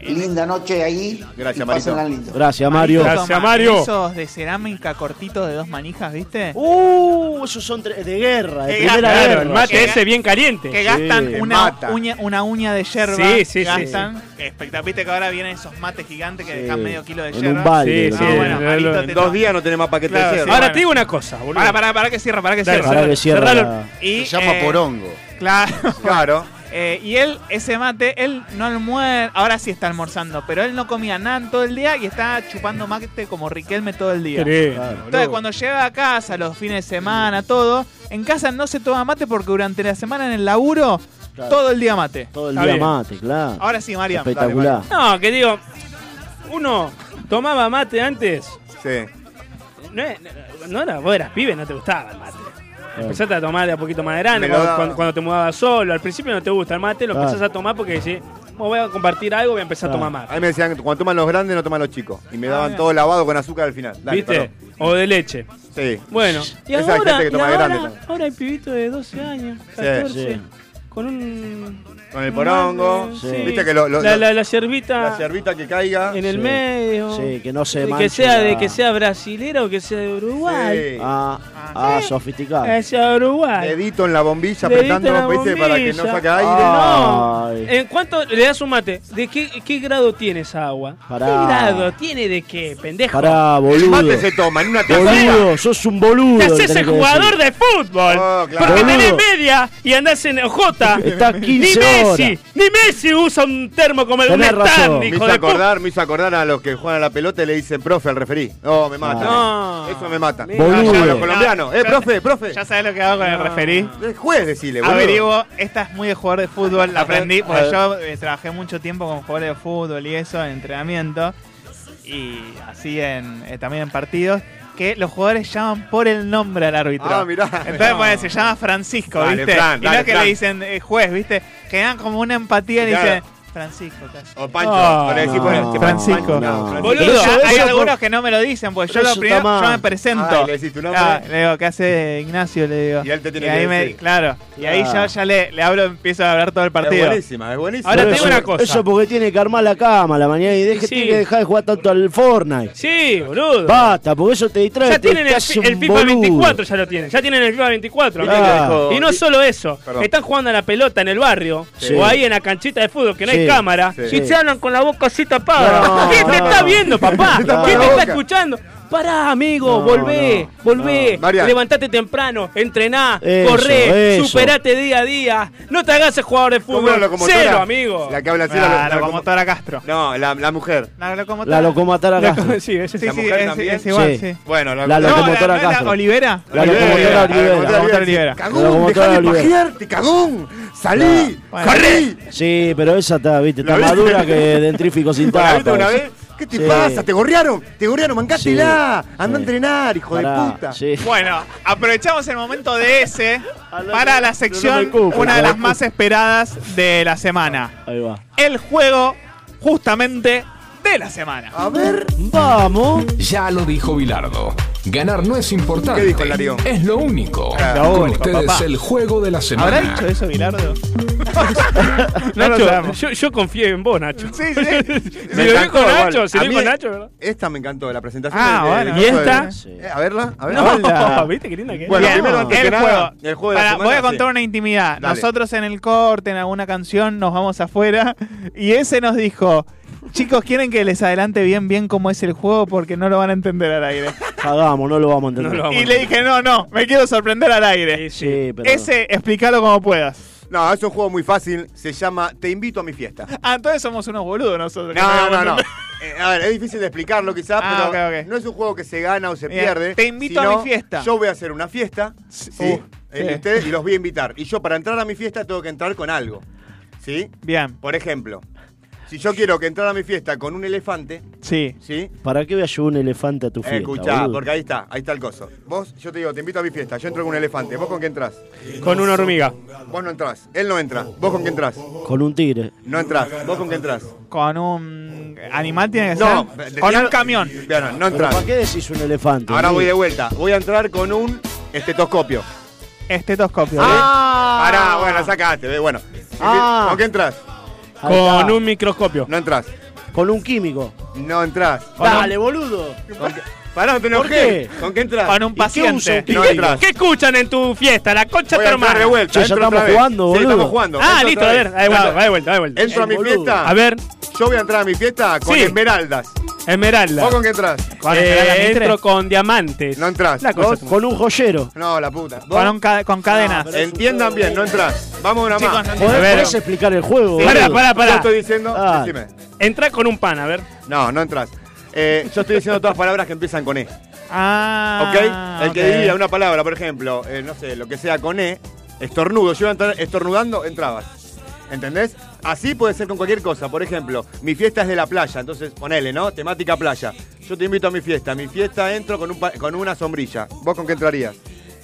[SPEAKER 2] ¿eh?
[SPEAKER 21] linda noche ahí.
[SPEAKER 6] Gracias,
[SPEAKER 21] y pásenla
[SPEAKER 6] Marito.
[SPEAKER 21] lindo.
[SPEAKER 4] Gracias, Mario.
[SPEAKER 2] Toma Esos de cerámica cortitos de dos manijas, ¿viste?
[SPEAKER 4] Uh, esos son tre- de guerra, de
[SPEAKER 2] Que
[SPEAKER 4] primera
[SPEAKER 2] gastan-
[SPEAKER 4] guerra.
[SPEAKER 2] el mate Que ga- ese
[SPEAKER 5] bien caliente.
[SPEAKER 2] Que gastan una uña, una uña de yerba.
[SPEAKER 5] Sí, sí,
[SPEAKER 2] gastan. Espectacular. Viste que ahora vienen esos mates gigantes que dejan medio kilo de
[SPEAKER 6] En un
[SPEAKER 2] yerba.
[SPEAKER 6] balde, Ah,
[SPEAKER 2] No,
[SPEAKER 6] lo que-
[SPEAKER 2] bueno,
[SPEAKER 6] en
[SPEAKER 2] Marito,
[SPEAKER 6] dos
[SPEAKER 2] te
[SPEAKER 6] dos
[SPEAKER 2] toma.
[SPEAKER 6] días no tenés más paquete
[SPEAKER 2] Claro,
[SPEAKER 6] de
[SPEAKER 2] sí,
[SPEAKER 6] yerba.
[SPEAKER 2] bueno.
[SPEAKER 5] una cosa,
[SPEAKER 2] Para, para, para que cierra, para que
[SPEAKER 6] Dale,
[SPEAKER 2] cierra.
[SPEAKER 6] pará que cierra.
[SPEAKER 2] Cerralo. Y,
[SPEAKER 7] Se llama porongo.
[SPEAKER 2] Claro.
[SPEAKER 6] Claro.
[SPEAKER 2] Eh, y él, ese mate, él no almuerza, ahora sí está almorzando, pero él no comía nada en todo el día y está chupando mate como Riquelme todo el día.
[SPEAKER 5] Qué lindo,
[SPEAKER 2] Entonces cuando llega a casa, los fines de semana, todo, en casa no se toma mate porque durante la semana en el laburo, todo el día mate.
[SPEAKER 4] Todo el
[SPEAKER 5] Está
[SPEAKER 4] día
[SPEAKER 5] bien.
[SPEAKER 4] mate, claro.
[SPEAKER 2] Ahora sí, Mariam.
[SPEAKER 4] Espectacular.
[SPEAKER 5] No, que digo, uno tomaba mate antes.
[SPEAKER 6] Sí.
[SPEAKER 5] No, es- no era, vos eras pibe, no te gustaba el mate. Empezaste a tomar de a poquito más
[SPEAKER 6] Me
[SPEAKER 5] grande,
[SPEAKER 6] lo
[SPEAKER 5] cuando,
[SPEAKER 6] daba.
[SPEAKER 5] cuando- cuando te mudabas solo. Al principio no te gusta el mate, lo
[SPEAKER 6] Claro.
[SPEAKER 5] empezás a tomar porque decís, "Bueno, voy a compartir algo, voy a empezar a tomar mate.
[SPEAKER 6] A mí me decían, cuando toman los grandes, no toman los chicos. Y me
[SPEAKER 5] Ah,
[SPEAKER 6] daban
[SPEAKER 5] bien.
[SPEAKER 6] todo lavado con azúcar al final. Dale,
[SPEAKER 5] ¿Viste?
[SPEAKER 6] perdón.
[SPEAKER 5] O de leche.
[SPEAKER 6] Sí.
[SPEAKER 5] Bueno, y
[SPEAKER 6] Esa
[SPEAKER 5] ahora,
[SPEAKER 6] gente que
[SPEAKER 5] y
[SPEAKER 6] toma de
[SPEAKER 5] ahora-
[SPEAKER 6] grande también.
[SPEAKER 5] ahora hay pibitos de 12 años, 14,
[SPEAKER 6] sí.
[SPEAKER 5] con un...
[SPEAKER 6] Con el porongo.
[SPEAKER 5] Sí.
[SPEAKER 6] ¿Viste que lo- lo-
[SPEAKER 5] la,
[SPEAKER 6] lo-
[SPEAKER 5] la, la yerbita...
[SPEAKER 6] la yerbita que caiga.
[SPEAKER 5] En el medio.
[SPEAKER 4] Sí, que no se
[SPEAKER 5] Que
[SPEAKER 4] manche
[SPEAKER 5] sea, de,
[SPEAKER 4] la-
[SPEAKER 5] que sea brasilera o que sea de Uruguay.
[SPEAKER 4] Ah, ah, sofisticado.
[SPEAKER 5] Que sea de Uruguay.
[SPEAKER 6] Dedito en la bombilla,
[SPEAKER 5] Dedito
[SPEAKER 6] apretando,
[SPEAKER 5] en la
[SPEAKER 6] ¿viste? para que no
[SPEAKER 5] bombilla.
[SPEAKER 6] saque aire.
[SPEAKER 5] No.
[SPEAKER 4] Ay.
[SPEAKER 5] ¿En cuánto le das un mate? ¿De qué, qué grado tiene esa agua?
[SPEAKER 4] Pará.
[SPEAKER 5] ¿Qué grado tiene de qué, pendejo?
[SPEAKER 4] Pará, boludo.
[SPEAKER 5] El mate se
[SPEAKER 6] toma en una
[SPEAKER 4] Boludo, sos un boludo.
[SPEAKER 5] Te
[SPEAKER 4] le
[SPEAKER 5] haces
[SPEAKER 4] tenés
[SPEAKER 5] el
[SPEAKER 4] que
[SPEAKER 5] jugador
[SPEAKER 4] decir. Oh,
[SPEAKER 5] de fútbol.
[SPEAKER 4] claro.
[SPEAKER 5] Porque
[SPEAKER 4] Boludo.
[SPEAKER 5] tenés media y andás en J.
[SPEAKER 4] Está 15
[SPEAKER 5] ni Messi,
[SPEAKER 4] horas.
[SPEAKER 5] ni Messi usa un termo como el un
[SPEAKER 6] Tenés
[SPEAKER 5] stand,
[SPEAKER 6] Me
[SPEAKER 5] hijo
[SPEAKER 6] hizo
[SPEAKER 5] de puta.
[SPEAKER 6] acordar, me hizo acordar a los que juegan a la pelota y le dicen, profe, al referí. No, me mata.
[SPEAKER 5] No.
[SPEAKER 6] Eso me mata.
[SPEAKER 5] Boludo.
[SPEAKER 6] Ah, ya, Los colombianos. Eh, profe, profe.
[SPEAKER 2] Ya sabes lo que hago con el referí.
[SPEAKER 6] Eh, Juez, decile, boludo.
[SPEAKER 2] Averiguo, esta es muy de jugador de fútbol, la
[SPEAKER 6] Ajá,
[SPEAKER 2] aprendí,
[SPEAKER 6] a
[SPEAKER 2] porque
[SPEAKER 6] ver.
[SPEAKER 2] yo eh, trabajé mucho tiempo con jugadores de fútbol y eso, en entrenamiento, y así en, eh, también en partidos, que los jugadores llaman por el nombre al árbitro.
[SPEAKER 6] Ah, mirá.
[SPEAKER 2] Entonces pues, se llama Francisco,
[SPEAKER 6] Dale,
[SPEAKER 2] ¿viste?
[SPEAKER 6] Fran,
[SPEAKER 2] y no
[SPEAKER 6] dale,
[SPEAKER 2] es que
[SPEAKER 6] Fran.
[SPEAKER 2] le dicen eh, juez, ¿viste? Generan como una empatía y le
[SPEAKER 6] Claro.
[SPEAKER 2] dicen, Francisco, casi.
[SPEAKER 6] O Pancho. para decir, bueno, que-
[SPEAKER 2] Ah, Francisco.
[SPEAKER 6] No, Francisco.
[SPEAKER 2] Boludo,
[SPEAKER 6] Eso-
[SPEAKER 2] hay
[SPEAKER 6] eso
[SPEAKER 2] algunos
[SPEAKER 6] por-
[SPEAKER 2] que no me lo dicen, porque yo lo
[SPEAKER 6] Eso está
[SPEAKER 2] primero yo
[SPEAKER 6] mal.
[SPEAKER 2] me presento.
[SPEAKER 6] Ah, y le decís tu nombre.
[SPEAKER 2] Ah, le digo, ¿qué hace Ignacio? Le digo.
[SPEAKER 6] Y él te tiene
[SPEAKER 2] ahí
[SPEAKER 6] que
[SPEAKER 2] me-
[SPEAKER 6] decir. Ah.
[SPEAKER 2] Claro. Y ahí
[SPEAKER 6] Claro.
[SPEAKER 2] yo ya le, le hablo, empiezo a hablar todo el partido.
[SPEAKER 6] Es buenísima, es buenísima.
[SPEAKER 2] Ahora
[SPEAKER 6] Pero
[SPEAKER 2] tengo
[SPEAKER 6] eso-
[SPEAKER 2] una cosa.
[SPEAKER 4] Eso porque tiene que armar la cama a la mañana y deje,
[SPEAKER 5] Sí.
[SPEAKER 4] tiene que dejar de jugar tanto al Fortnite.
[SPEAKER 5] Sí, boludo.
[SPEAKER 4] Basta, porque eso te distrae.
[SPEAKER 5] Ya
[SPEAKER 4] te-
[SPEAKER 5] tienen
[SPEAKER 4] te
[SPEAKER 5] el,
[SPEAKER 4] hace
[SPEAKER 5] fi-
[SPEAKER 4] un
[SPEAKER 5] el FIFA
[SPEAKER 4] boludo.
[SPEAKER 5] 24, ya lo tienen. Ya tienen el FIFA 24.
[SPEAKER 4] Viste
[SPEAKER 5] amigo.
[SPEAKER 4] que dijo-
[SPEAKER 5] Y no solo eso.
[SPEAKER 4] Perdón.
[SPEAKER 5] Están jugando a la pelota en el barrio
[SPEAKER 4] Sí.
[SPEAKER 5] o ahí en la canchita de fútbol que no
[SPEAKER 4] Sí,
[SPEAKER 5] hay cámara
[SPEAKER 4] sí.
[SPEAKER 5] y se hablan con la boca así tapada. ¿Quién te está viendo, papá?
[SPEAKER 4] Te tapa
[SPEAKER 5] ¿Quién
[SPEAKER 4] la
[SPEAKER 5] te está
[SPEAKER 4] boca.
[SPEAKER 5] escuchando? Pará, amigo,
[SPEAKER 4] No,
[SPEAKER 5] volvé,
[SPEAKER 4] no,
[SPEAKER 5] volvé.
[SPEAKER 4] no. Mariano.
[SPEAKER 5] Levantate temprano, entrená,
[SPEAKER 4] Eso,
[SPEAKER 5] corré,
[SPEAKER 4] eso.
[SPEAKER 5] superate día a día. No te hagas el jugador de
[SPEAKER 6] ¿Cómo era la
[SPEAKER 5] fútbol.
[SPEAKER 6] locomotora?
[SPEAKER 5] Cero, amigo.
[SPEAKER 6] La que habla así.
[SPEAKER 5] Ah,
[SPEAKER 6] locomotora
[SPEAKER 2] locomotora Castro.
[SPEAKER 6] No, la, la mujer.
[SPEAKER 2] La locomotora.
[SPEAKER 4] La locomotora
[SPEAKER 5] La-
[SPEAKER 4] Castro.
[SPEAKER 5] sí, ese-
[SPEAKER 6] ¿La
[SPEAKER 5] sí,
[SPEAKER 6] mujer
[SPEAKER 5] es-
[SPEAKER 6] también?
[SPEAKER 5] es igual, sí.
[SPEAKER 6] Bueno, la,
[SPEAKER 4] La
[SPEAKER 6] no,
[SPEAKER 4] locomotora
[SPEAKER 6] no, la-
[SPEAKER 4] Castro.
[SPEAKER 2] ¿Olivera?
[SPEAKER 4] La locomotora
[SPEAKER 6] La
[SPEAKER 4] Olivera.
[SPEAKER 6] locomotora Olivera.
[SPEAKER 4] La
[SPEAKER 6] Cagón,
[SPEAKER 4] locomotora
[SPEAKER 6] dejá de
[SPEAKER 4] Olivera. Ah,
[SPEAKER 6] pajearte, cagón. Salí,
[SPEAKER 4] Bueno.
[SPEAKER 6] corrí.
[SPEAKER 4] Sí, pero esa está, viste,
[SPEAKER 6] ¿La
[SPEAKER 4] está
[SPEAKER 6] viste?
[SPEAKER 4] más dura que dentrífico sin
[SPEAKER 6] ¿La
[SPEAKER 4] tapa.
[SPEAKER 6] viste una vez? ¿Qué te
[SPEAKER 4] Sí.
[SPEAKER 6] pasa? ¿Te gorrearon? ¿Te gorrearon? Mancátela.
[SPEAKER 4] Sí.
[SPEAKER 6] Anda a
[SPEAKER 4] Sí.
[SPEAKER 6] entrenar, hijo de
[SPEAKER 4] Pará,
[SPEAKER 6] puta.
[SPEAKER 4] sí.
[SPEAKER 2] Bueno, aprovechamos el momento de ese para la
[SPEAKER 4] no me
[SPEAKER 2] sección,
[SPEAKER 4] escupo,
[SPEAKER 2] una de
[SPEAKER 4] no me
[SPEAKER 2] las más esperadas de la semana.
[SPEAKER 4] Ahí va.
[SPEAKER 2] El juego, justamente, de la semana.
[SPEAKER 4] A ver. Vamos.
[SPEAKER 11] Ya lo dijo Bilardo. Ganar no es importante.
[SPEAKER 2] ¿Qué dijo Lario?
[SPEAKER 11] Es lo único.
[SPEAKER 2] Ah,
[SPEAKER 11] Con
[SPEAKER 2] lo único,
[SPEAKER 11] ustedes
[SPEAKER 2] papá.
[SPEAKER 11] el juego de la semana.
[SPEAKER 2] ¿Habrá dicho eso, Bilardo?
[SPEAKER 5] Nacho,
[SPEAKER 6] sabemos.
[SPEAKER 5] yo, yo confío en vos, Nacho.
[SPEAKER 2] Sí, sí.
[SPEAKER 5] si lo dijo Nacho, si
[SPEAKER 6] A
[SPEAKER 5] lo dijo
[SPEAKER 6] mí
[SPEAKER 5] Nacho, ¿verdad?
[SPEAKER 6] Esta me encantó, la presentación.
[SPEAKER 5] Ah,
[SPEAKER 6] de- de-
[SPEAKER 5] bueno.
[SPEAKER 6] de-
[SPEAKER 5] ¿Y
[SPEAKER 6] de-
[SPEAKER 5] esta?
[SPEAKER 6] Sí. Eh, a verla, a verla.
[SPEAKER 5] No, ¿viste qué linda que es?
[SPEAKER 6] Bueno,
[SPEAKER 2] Bien,
[SPEAKER 6] primero, antes
[SPEAKER 2] el
[SPEAKER 6] que nada,
[SPEAKER 2] juego.
[SPEAKER 6] el juego de la
[SPEAKER 2] Pará,
[SPEAKER 6] semana,
[SPEAKER 2] voy a contar
[SPEAKER 6] sí.
[SPEAKER 2] una intimidad.
[SPEAKER 6] Dale.
[SPEAKER 2] Nosotros en el corte, en alguna canción, nos vamos afuera y ese nos dijo, chicos, quieren que les adelante bien, bien cómo es el juego porque no lo van a entender al aire.
[SPEAKER 4] Cagamos, no lo vamos a entender.
[SPEAKER 2] y le dije, no, no, me quiero sorprender al aire.
[SPEAKER 4] Sí, pero.
[SPEAKER 2] Ese, explícalo como puedas.
[SPEAKER 6] No, es un juego muy fácil. Se llama Te invito a mi fiesta.
[SPEAKER 2] Ah, entonces somos unos boludos nosotros. que
[SPEAKER 6] No, no, no.
[SPEAKER 2] sabemos-
[SPEAKER 6] Eh, a ver, es difícil de explicarlo quizás,
[SPEAKER 2] Ah,
[SPEAKER 6] pero
[SPEAKER 2] ok, ok.
[SPEAKER 6] no es un juego que se gana o se
[SPEAKER 2] Bien,
[SPEAKER 6] pierde.
[SPEAKER 2] te invito a
[SPEAKER 6] sino
[SPEAKER 2] mi fiesta.
[SPEAKER 6] Yo voy a hacer una fiesta. Sí.
[SPEAKER 2] Uh,
[SPEAKER 6] eh,
[SPEAKER 2] sí.
[SPEAKER 6] Y ustedes y los voy a invitar. Y yo para entrar a mi fiesta tengo que entrar con algo. ¿Sí?
[SPEAKER 2] Bien,
[SPEAKER 6] Por ejemplo, si yo quiero que entrar a mi fiesta con un elefante,
[SPEAKER 2] sí.
[SPEAKER 6] ¿sí?
[SPEAKER 4] ¿Para qué voy a llevar un elefante a tu fiesta?
[SPEAKER 6] Eh, Escuchá,
[SPEAKER 4] boludo?
[SPEAKER 6] porque ahí está, ahí está el coso. Vos, yo te digo, te invito a mi fiesta, yo entro con un elefante. ¿Vos con qué entrás?
[SPEAKER 5] Con una hormiga.
[SPEAKER 6] Vos no entrás, él no entra. ¿Vos con qué entrás?
[SPEAKER 4] Con un tigre.
[SPEAKER 6] No entrás, ¿vos con qué entrás?
[SPEAKER 2] Con un animal tiene que ser.
[SPEAKER 6] No,
[SPEAKER 2] con
[SPEAKER 6] decía-
[SPEAKER 2] un camión.
[SPEAKER 6] Bueno, no
[SPEAKER 4] Pero
[SPEAKER 6] entrás.
[SPEAKER 4] ¿Para qué decís un elefante?
[SPEAKER 6] Ahora voy de
[SPEAKER 4] boludo?
[SPEAKER 6] vuelta. Voy a entrar con un estetoscopio.
[SPEAKER 2] Estetoscopio. ¿eh?
[SPEAKER 6] ¡Ah! Pará, bueno, sacaste. eh, Bueno.
[SPEAKER 4] Ah.
[SPEAKER 6] ¿Con qué entras?
[SPEAKER 4] Ahí está.
[SPEAKER 5] Con un microscopio.
[SPEAKER 6] No entras.
[SPEAKER 4] Con un químico.
[SPEAKER 6] No entras.
[SPEAKER 4] Dale, boludo.
[SPEAKER 6] ¿Con qué- Pará, no te enojes.
[SPEAKER 4] ¿Por qué?
[SPEAKER 6] ¿Con qué entras?
[SPEAKER 2] Con un paciente.
[SPEAKER 6] No entras.
[SPEAKER 5] ¿Qué escuchan en tu fiesta? La concha
[SPEAKER 6] Voy a
[SPEAKER 5] de tu
[SPEAKER 6] entrar de
[SPEAKER 5] hermana.
[SPEAKER 6] vuelta.
[SPEAKER 4] Che, ya
[SPEAKER 6] entro
[SPEAKER 4] estamos
[SPEAKER 6] otra vez.
[SPEAKER 4] jugando,
[SPEAKER 6] Sí, estamos
[SPEAKER 4] boludo.
[SPEAKER 6] jugando.
[SPEAKER 5] Ah,
[SPEAKER 6] Entro
[SPEAKER 5] listo,
[SPEAKER 6] otra
[SPEAKER 5] a ver,
[SPEAKER 6] vez.
[SPEAKER 5] ahí vuelta,
[SPEAKER 6] Entro-
[SPEAKER 5] ahí vuelta, ahí vuelta.
[SPEAKER 6] Entro a mi
[SPEAKER 4] boludo.
[SPEAKER 6] fiesta.
[SPEAKER 5] A ver,
[SPEAKER 6] Yo voy a entrar a mi fiesta con
[SPEAKER 5] Sí.
[SPEAKER 6] esmeraldas.
[SPEAKER 5] Esmeralda.
[SPEAKER 6] ¿Vos con qué entras?
[SPEAKER 2] Con
[SPEAKER 5] Eh,
[SPEAKER 2] Esmeralda Mitre.
[SPEAKER 5] entro con diamantes.
[SPEAKER 6] No entras.
[SPEAKER 5] La
[SPEAKER 6] ¿Vos?
[SPEAKER 5] cosa.
[SPEAKER 4] Con un joyero.
[SPEAKER 6] No, la puta. ¿Vos?
[SPEAKER 2] Con, un ca- con cadenas.
[SPEAKER 6] Entiendan bien, no entras. Vamos una
[SPEAKER 2] Chicos,
[SPEAKER 6] más.
[SPEAKER 2] no
[SPEAKER 4] ¿Podés,
[SPEAKER 2] entiendo.
[SPEAKER 4] podés explicar el juego?
[SPEAKER 5] Sí. Pará,
[SPEAKER 4] boludo?
[SPEAKER 5] pará,
[SPEAKER 6] Yo
[SPEAKER 5] pará.
[SPEAKER 6] estoy diciendo.
[SPEAKER 4] Ah.
[SPEAKER 6] Decime.
[SPEAKER 5] Entrá con un pan, a ver.
[SPEAKER 6] No, no entras. Eh, yo estoy diciendo todas palabras que empiezan con E. ¿Ok?
[SPEAKER 2] Ah,
[SPEAKER 6] El que
[SPEAKER 2] ok.
[SPEAKER 6] diría una palabra, por ejemplo, eh, no sé, lo que sea con E, estornudo, yo iba a entrar estornudando, entrabas. ¿Entendés? Así puede ser con cualquier cosa. Por ejemplo, mi fiesta es de la playa, entonces ponele, ¿no? Temática playa. Yo te invito a mi fiesta. Mi fiesta entro con, un pa- con una sombrilla. ¿Vos con qué entrarías?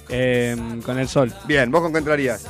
[SPEAKER 5] Em, con el sol.
[SPEAKER 6] Bien, ¿vos con qué entrarías?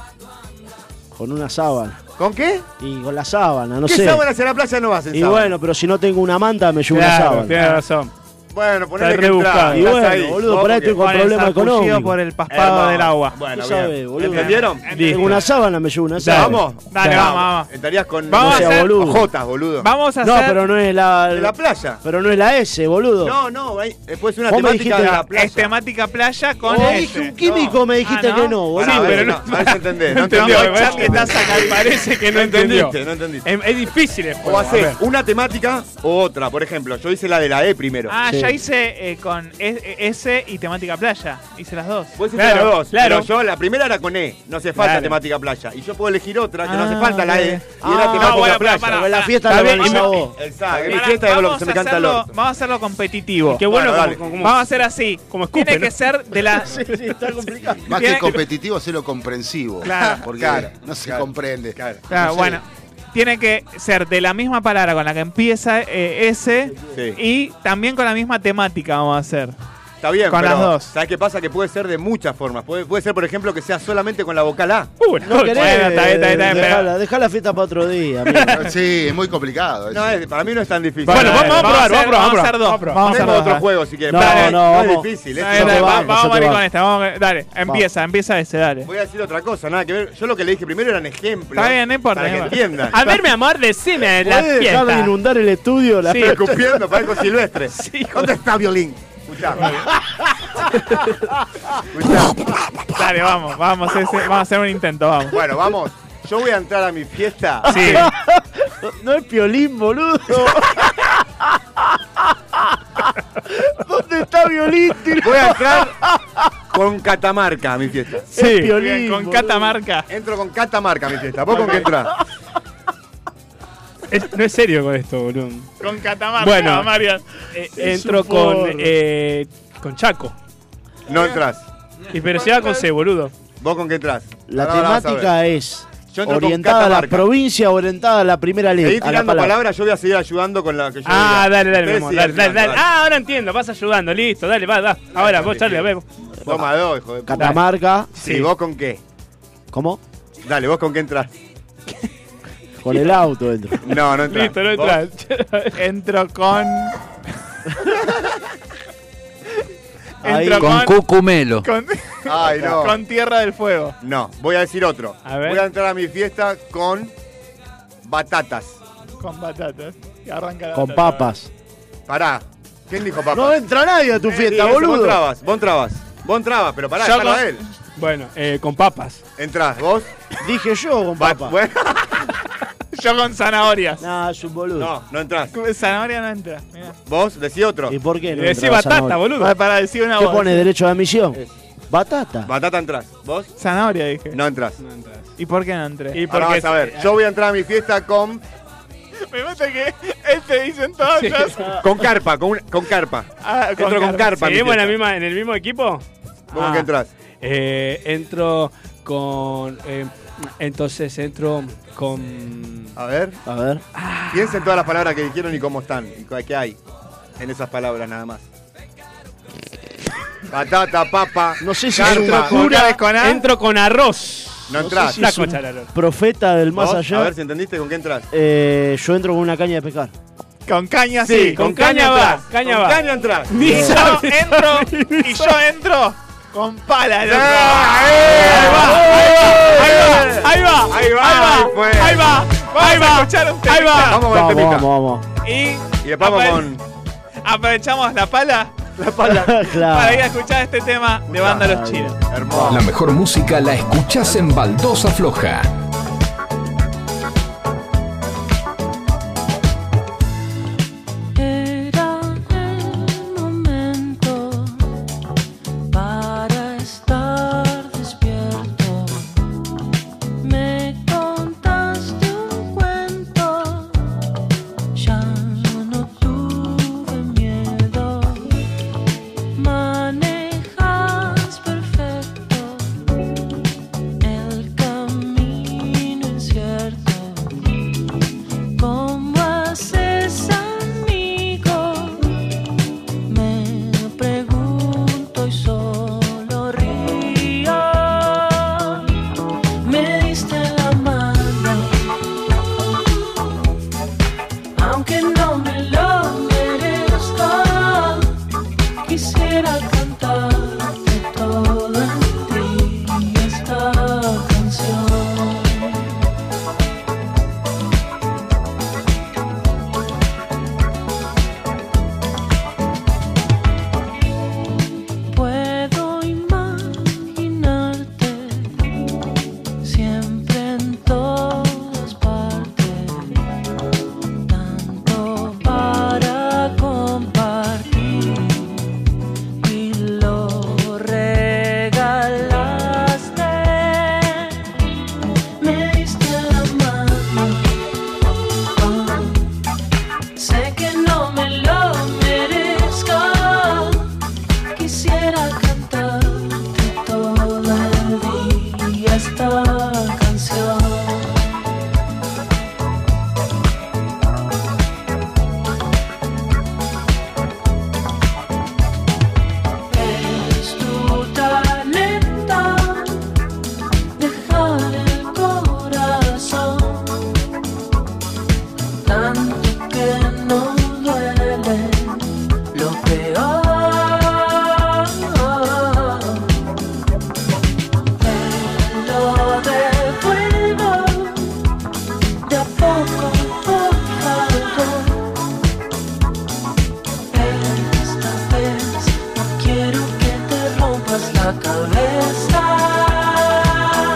[SPEAKER 4] Con una sábana.
[SPEAKER 6] ¿Con qué?
[SPEAKER 4] Y con la sábana, no
[SPEAKER 6] ¿Qué
[SPEAKER 4] sé.
[SPEAKER 6] sábana hacia la playa no vas en
[SPEAKER 4] Y
[SPEAKER 6] sábana?
[SPEAKER 4] bueno, pero si no tengo una manta, me llevo una
[SPEAKER 5] Claro,
[SPEAKER 4] sábana.
[SPEAKER 5] tienes razón.
[SPEAKER 6] bueno ponele
[SPEAKER 5] está
[SPEAKER 6] que
[SPEAKER 5] rebuscado.
[SPEAKER 6] entras.
[SPEAKER 4] Y
[SPEAKER 6] estás
[SPEAKER 4] bueno,
[SPEAKER 6] ahí.
[SPEAKER 4] boludo,
[SPEAKER 6] ¿Vos
[SPEAKER 4] por ahí
[SPEAKER 6] con qué?
[SPEAKER 4] estoy con
[SPEAKER 2] Con el
[SPEAKER 4] problemas
[SPEAKER 2] sarpullido
[SPEAKER 4] económicos.
[SPEAKER 2] por el paspado
[SPEAKER 6] Hermoso.
[SPEAKER 2] del agua.
[SPEAKER 6] Bueno,
[SPEAKER 4] Tú
[SPEAKER 6] bien.
[SPEAKER 4] sabes, boludo.
[SPEAKER 6] ¿Entendieron?
[SPEAKER 4] Tengo una sábana, me llevo una sábana.
[SPEAKER 6] Vamos.
[SPEAKER 2] Dale, vamos, vamos.
[SPEAKER 6] Estarías con
[SPEAKER 2] Vamos
[SPEAKER 4] a hacer-
[SPEAKER 6] Jotas, boludo.
[SPEAKER 2] Vamos a
[SPEAKER 4] No,
[SPEAKER 2] hacer
[SPEAKER 4] pero no es la.
[SPEAKER 6] De la playa.
[SPEAKER 4] Pero no es la S, boludo.
[SPEAKER 6] No, no, hay- después es una
[SPEAKER 4] Vos me
[SPEAKER 6] temática
[SPEAKER 4] dijiste-
[SPEAKER 6] de la playa.
[SPEAKER 2] es temática playa con
[SPEAKER 4] Vos me
[SPEAKER 2] S.
[SPEAKER 4] dijiste un químico, me dijiste
[SPEAKER 2] Ah,
[SPEAKER 4] que no, boludo.
[SPEAKER 6] Pará, a ver,
[SPEAKER 5] pero
[SPEAKER 6] Oh, no, a ver si entendés, no
[SPEAKER 5] No
[SPEAKER 2] Te
[SPEAKER 6] entendió. ¿eh?
[SPEAKER 2] vamos a echar que estás acá, parece que
[SPEAKER 5] no
[SPEAKER 2] no entendió. Em,
[SPEAKER 6] no entendiste.
[SPEAKER 5] Es, es difícil. el
[SPEAKER 6] O
[SPEAKER 5] juego, a ver.
[SPEAKER 6] haces una temática o otra. Por ejemplo, yo hice la de la E primero.
[SPEAKER 2] Ah,
[SPEAKER 4] Sí.
[SPEAKER 2] ya hice eh, con S, S y temática playa. Hice las dos.
[SPEAKER 6] Vos hiciste
[SPEAKER 5] claro,
[SPEAKER 6] las dos.
[SPEAKER 5] claro.
[SPEAKER 6] Pero yo la primera era con E. No hace falta
[SPEAKER 5] Claro.
[SPEAKER 6] temática playa. Y yo puedo elegir otra que no hace
[SPEAKER 2] Ah,
[SPEAKER 6] falta la E.
[SPEAKER 2] bien.
[SPEAKER 6] Y era
[SPEAKER 2] Ah,
[SPEAKER 6] que no
[SPEAKER 2] bueno,
[SPEAKER 6] ponga
[SPEAKER 2] pero
[SPEAKER 6] playa.
[SPEAKER 2] pará,
[SPEAKER 4] Porque la
[SPEAKER 2] pará.
[SPEAKER 4] fiesta
[SPEAKER 5] Está
[SPEAKER 4] la
[SPEAKER 5] bien,
[SPEAKER 4] organizás
[SPEAKER 5] y me-
[SPEAKER 4] vos.
[SPEAKER 6] Exacto, mi
[SPEAKER 2] Pará,
[SPEAKER 6] fiesta de lo
[SPEAKER 2] vamos,
[SPEAKER 6] que se
[SPEAKER 2] a
[SPEAKER 6] me canta el
[SPEAKER 2] hacerlo,
[SPEAKER 6] orto.
[SPEAKER 2] vamos a hacerlo competitivo.
[SPEAKER 5] Qué bueno,
[SPEAKER 6] Bueno,
[SPEAKER 5] como,
[SPEAKER 6] dale.
[SPEAKER 5] como-
[SPEAKER 2] Vamos a hacer así.
[SPEAKER 5] Como escupe,
[SPEAKER 2] Tiene que
[SPEAKER 5] ¿no?
[SPEAKER 2] ser de la.
[SPEAKER 4] está complicado.
[SPEAKER 7] Más
[SPEAKER 2] Tiene-
[SPEAKER 7] que competitivo, hacerlo comprensivo.
[SPEAKER 2] Claro.
[SPEAKER 7] Porque
[SPEAKER 6] Claro,
[SPEAKER 7] no se
[SPEAKER 6] claro,
[SPEAKER 7] comprende.
[SPEAKER 6] Claro.
[SPEAKER 2] Ah,
[SPEAKER 7] No sé.
[SPEAKER 2] bueno. Tiene que ser de la misma palabra con la que empieza eh, S
[SPEAKER 6] Sí.
[SPEAKER 2] y también con la misma temática vamos a hacer.
[SPEAKER 6] Está bien,
[SPEAKER 2] Con
[SPEAKER 6] pero
[SPEAKER 2] las dos.
[SPEAKER 6] ¿Sabes qué pasa? Que puede ser de muchas formas. Puede, puede ser, por ejemplo, que sea solamente con la vocal A.
[SPEAKER 2] Uh,
[SPEAKER 4] No querés,
[SPEAKER 6] Bueno, está bien, está bien, está bien, pero-
[SPEAKER 4] dejala, dejá la fiesta para otro día. amigo.
[SPEAKER 7] Sí, es muy complicado.
[SPEAKER 6] No, es- para mí no es tan difícil.
[SPEAKER 4] Bueno, Bueno, vamos a vamos a probar, hacer-
[SPEAKER 2] vamos a vamos a probar, hacer dos. vamos a
[SPEAKER 6] Hacemos
[SPEAKER 2] probar.
[SPEAKER 6] otro juego si quieres.
[SPEAKER 2] No,
[SPEAKER 6] Dale,
[SPEAKER 2] no,
[SPEAKER 6] es
[SPEAKER 2] vamos.
[SPEAKER 6] difícil.
[SPEAKER 2] Dale, dale, va- vamos a ir con esta. vamos a- Dale, empieza, empieza ese, dale.
[SPEAKER 6] Voy a decir otra cosa, nada que ver. Yo lo que le dije primero eran ejemplos.
[SPEAKER 2] Está bien, no importa.
[SPEAKER 6] Para que
[SPEAKER 2] no importa.
[SPEAKER 6] entiendan.
[SPEAKER 2] A ver, mi amor, decime
[SPEAKER 6] la
[SPEAKER 4] ¿Puede dejar
[SPEAKER 6] fiesta.
[SPEAKER 4] de inundar el estudio? La
[SPEAKER 6] Sí,
[SPEAKER 4] fiesta?
[SPEAKER 6] escupiendo, parezco silvestre. ¿Dónde está violín?
[SPEAKER 2] Dale, vamos, vamos, ese- vamos a hacer un intento, vamos.
[SPEAKER 6] Bueno, vamos. Yo voy a entrar a mi fiesta.
[SPEAKER 2] Sí.
[SPEAKER 4] No es piolín, boludo. ¿Dónde está violín?
[SPEAKER 6] Voy a entrar con Catamarca a mi fiesta.
[SPEAKER 2] Sí. Es Piolín, Bien, con boludo. Catamarca.
[SPEAKER 6] Entro con Catamarca a mi fiesta. ¿Vos con qué entras?
[SPEAKER 5] no es serio con esto, boludo.
[SPEAKER 2] Con Catamarca,
[SPEAKER 5] Bueno,
[SPEAKER 2] Marian.
[SPEAKER 5] eh, entro con, eh, con Chaco.
[SPEAKER 6] No entras.
[SPEAKER 5] Y pero se va con C, boludo.
[SPEAKER 6] ¿Vos con qué entras?
[SPEAKER 4] La
[SPEAKER 6] Ahora vas a
[SPEAKER 4] temática
[SPEAKER 6] ver.
[SPEAKER 4] es
[SPEAKER 6] Yo entro con
[SPEAKER 4] orientada a la
[SPEAKER 6] Catamarca.
[SPEAKER 4] provincia, orientada a la primera
[SPEAKER 6] Seguí
[SPEAKER 4] letra. a la
[SPEAKER 6] tirando
[SPEAKER 4] palabra.
[SPEAKER 6] palabras, yo voy a seguir ayudando con la que yo
[SPEAKER 5] Ah,
[SPEAKER 6] diga.
[SPEAKER 5] dale, dale, mi
[SPEAKER 6] Ustedes
[SPEAKER 5] amor,
[SPEAKER 6] sigan
[SPEAKER 5] dale, dale,
[SPEAKER 6] tirando,
[SPEAKER 5] dale. Ah, ahora entiendo, vas ayudando, listo, dale, va, va. Ahora, vos, Charlie, a ver.
[SPEAKER 6] Toma dos, hijo de puta.
[SPEAKER 4] Catamarca.
[SPEAKER 6] Sí, ¿vos con qué?
[SPEAKER 4] ¿Cómo?
[SPEAKER 6] Dale, ¿vos con qué entras?
[SPEAKER 4] Con el auto entro.
[SPEAKER 6] No, no entras.
[SPEAKER 2] Listo, no entras. Entro con.
[SPEAKER 7] Ahí.
[SPEAKER 2] Entro
[SPEAKER 7] Con cucumelo.
[SPEAKER 2] Con,
[SPEAKER 6] Ay, no.
[SPEAKER 2] con Tierra del Fuego.
[SPEAKER 6] No, voy a decir otro.
[SPEAKER 2] A ver.
[SPEAKER 6] Voy a entrar a mi fiesta con batatas.
[SPEAKER 2] Con batatas. Y arranca la
[SPEAKER 4] Con
[SPEAKER 2] batata.
[SPEAKER 4] papas.
[SPEAKER 6] Pará. ¿Quién dijo papá?
[SPEAKER 4] No entra nadie a tu fiesta,
[SPEAKER 6] Vos
[SPEAKER 4] boludo.
[SPEAKER 6] trabas, vos trabas. Vos trabas, pero pará,
[SPEAKER 5] Yo
[SPEAKER 6] déjalo
[SPEAKER 5] con-
[SPEAKER 6] a él.
[SPEAKER 5] Bueno, eh, con papas.
[SPEAKER 6] Entrás, vos.
[SPEAKER 4] Dije yo con
[SPEAKER 6] papas.
[SPEAKER 2] Yo con zanahorias.
[SPEAKER 4] No, es un boludo.
[SPEAKER 6] No, no entras.
[SPEAKER 2] Zanahoria no entra. mirá.
[SPEAKER 6] Vos, decí otro. ¿Y
[SPEAKER 4] por qué
[SPEAKER 2] no Decí entrás, batata, zanahoria? boludo. Para- para decir una
[SPEAKER 4] ¿Qué
[SPEAKER 2] voz.
[SPEAKER 4] pone derecho de admisión? Batata.
[SPEAKER 6] Batata entras. ¿Vos?
[SPEAKER 2] Zanahoria dije.
[SPEAKER 6] No entras.
[SPEAKER 2] ¿Y por qué no entré?
[SPEAKER 6] Y Ahora vas a ver. Yo voy a entrar a mi fiesta con.
[SPEAKER 2] Me mata que este dicen todas.
[SPEAKER 6] Con carpa, con, un- con carpa.
[SPEAKER 2] Ah,
[SPEAKER 6] entro con carpa. a mi
[SPEAKER 5] ¿Seguimos en, la
[SPEAKER 6] fiesta.
[SPEAKER 5] misma, en el mismo equipo? Ah.
[SPEAKER 6] ¿Vos con qué entras?
[SPEAKER 5] Eh, entro con. eh, entonces entro con.
[SPEAKER 6] A ver.
[SPEAKER 4] A ver.
[SPEAKER 6] Piensen todas las palabras que dijeron y cómo están. Y cu- qué hay en esas palabras nada más. Batata, papa.
[SPEAKER 4] No sé si
[SPEAKER 6] carpa.
[SPEAKER 4] es una locura.
[SPEAKER 5] Entro con arroz.
[SPEAKER 6] No entras.
[SPEAKER 4] sé si es un profeta del más
[SPEAKER 6] ¿Vos?
[SPEAKER 4] allá.
[SPEAKER 6] A ver si entendiste con qué entras.
[SPEAKER 4] Eh, yo entro con una caña de pescar.
[SPEAKER 2] Con caña
[SPEAKER 4] Sí,
[SPEAKER 2] sí.
[SPEAKER 4] con caña va,
[SPEAKER 2] entras.
[SPEAKER 4] caña
[SPEAKER 2] Con
[SPEAKER 4] va.
[SPEAKER 2] caña entras.
[SPEAKER 4] Ni
[SPEAKER 2] Y yo
[SPEAKER 4] sabe.
[SPEAKER 2] entro. Y yo entro. Con pala. loco. Ahí va. Ahí va. Ahí va. Ahí va. Ahí va. Ahí va.
[SPEAKER 6] Vamos con este pica.
[SPEAKER 4] vamos.
[SPEAKER 2] Y
[SPEAKER 6] Y después vamos con.
[SPEAKER 2] aprovechamos la pala. La pala. Para ir a escuchar este tema de banda Los Chinos.
[SPEAKER 11] La mejor música la escuchás en Baldosa Floja.
[SPEAKER 22] Era el momento para estar despierto. Me contaste un cuento, ya no tuve miedo. Manejas perfecto el camino.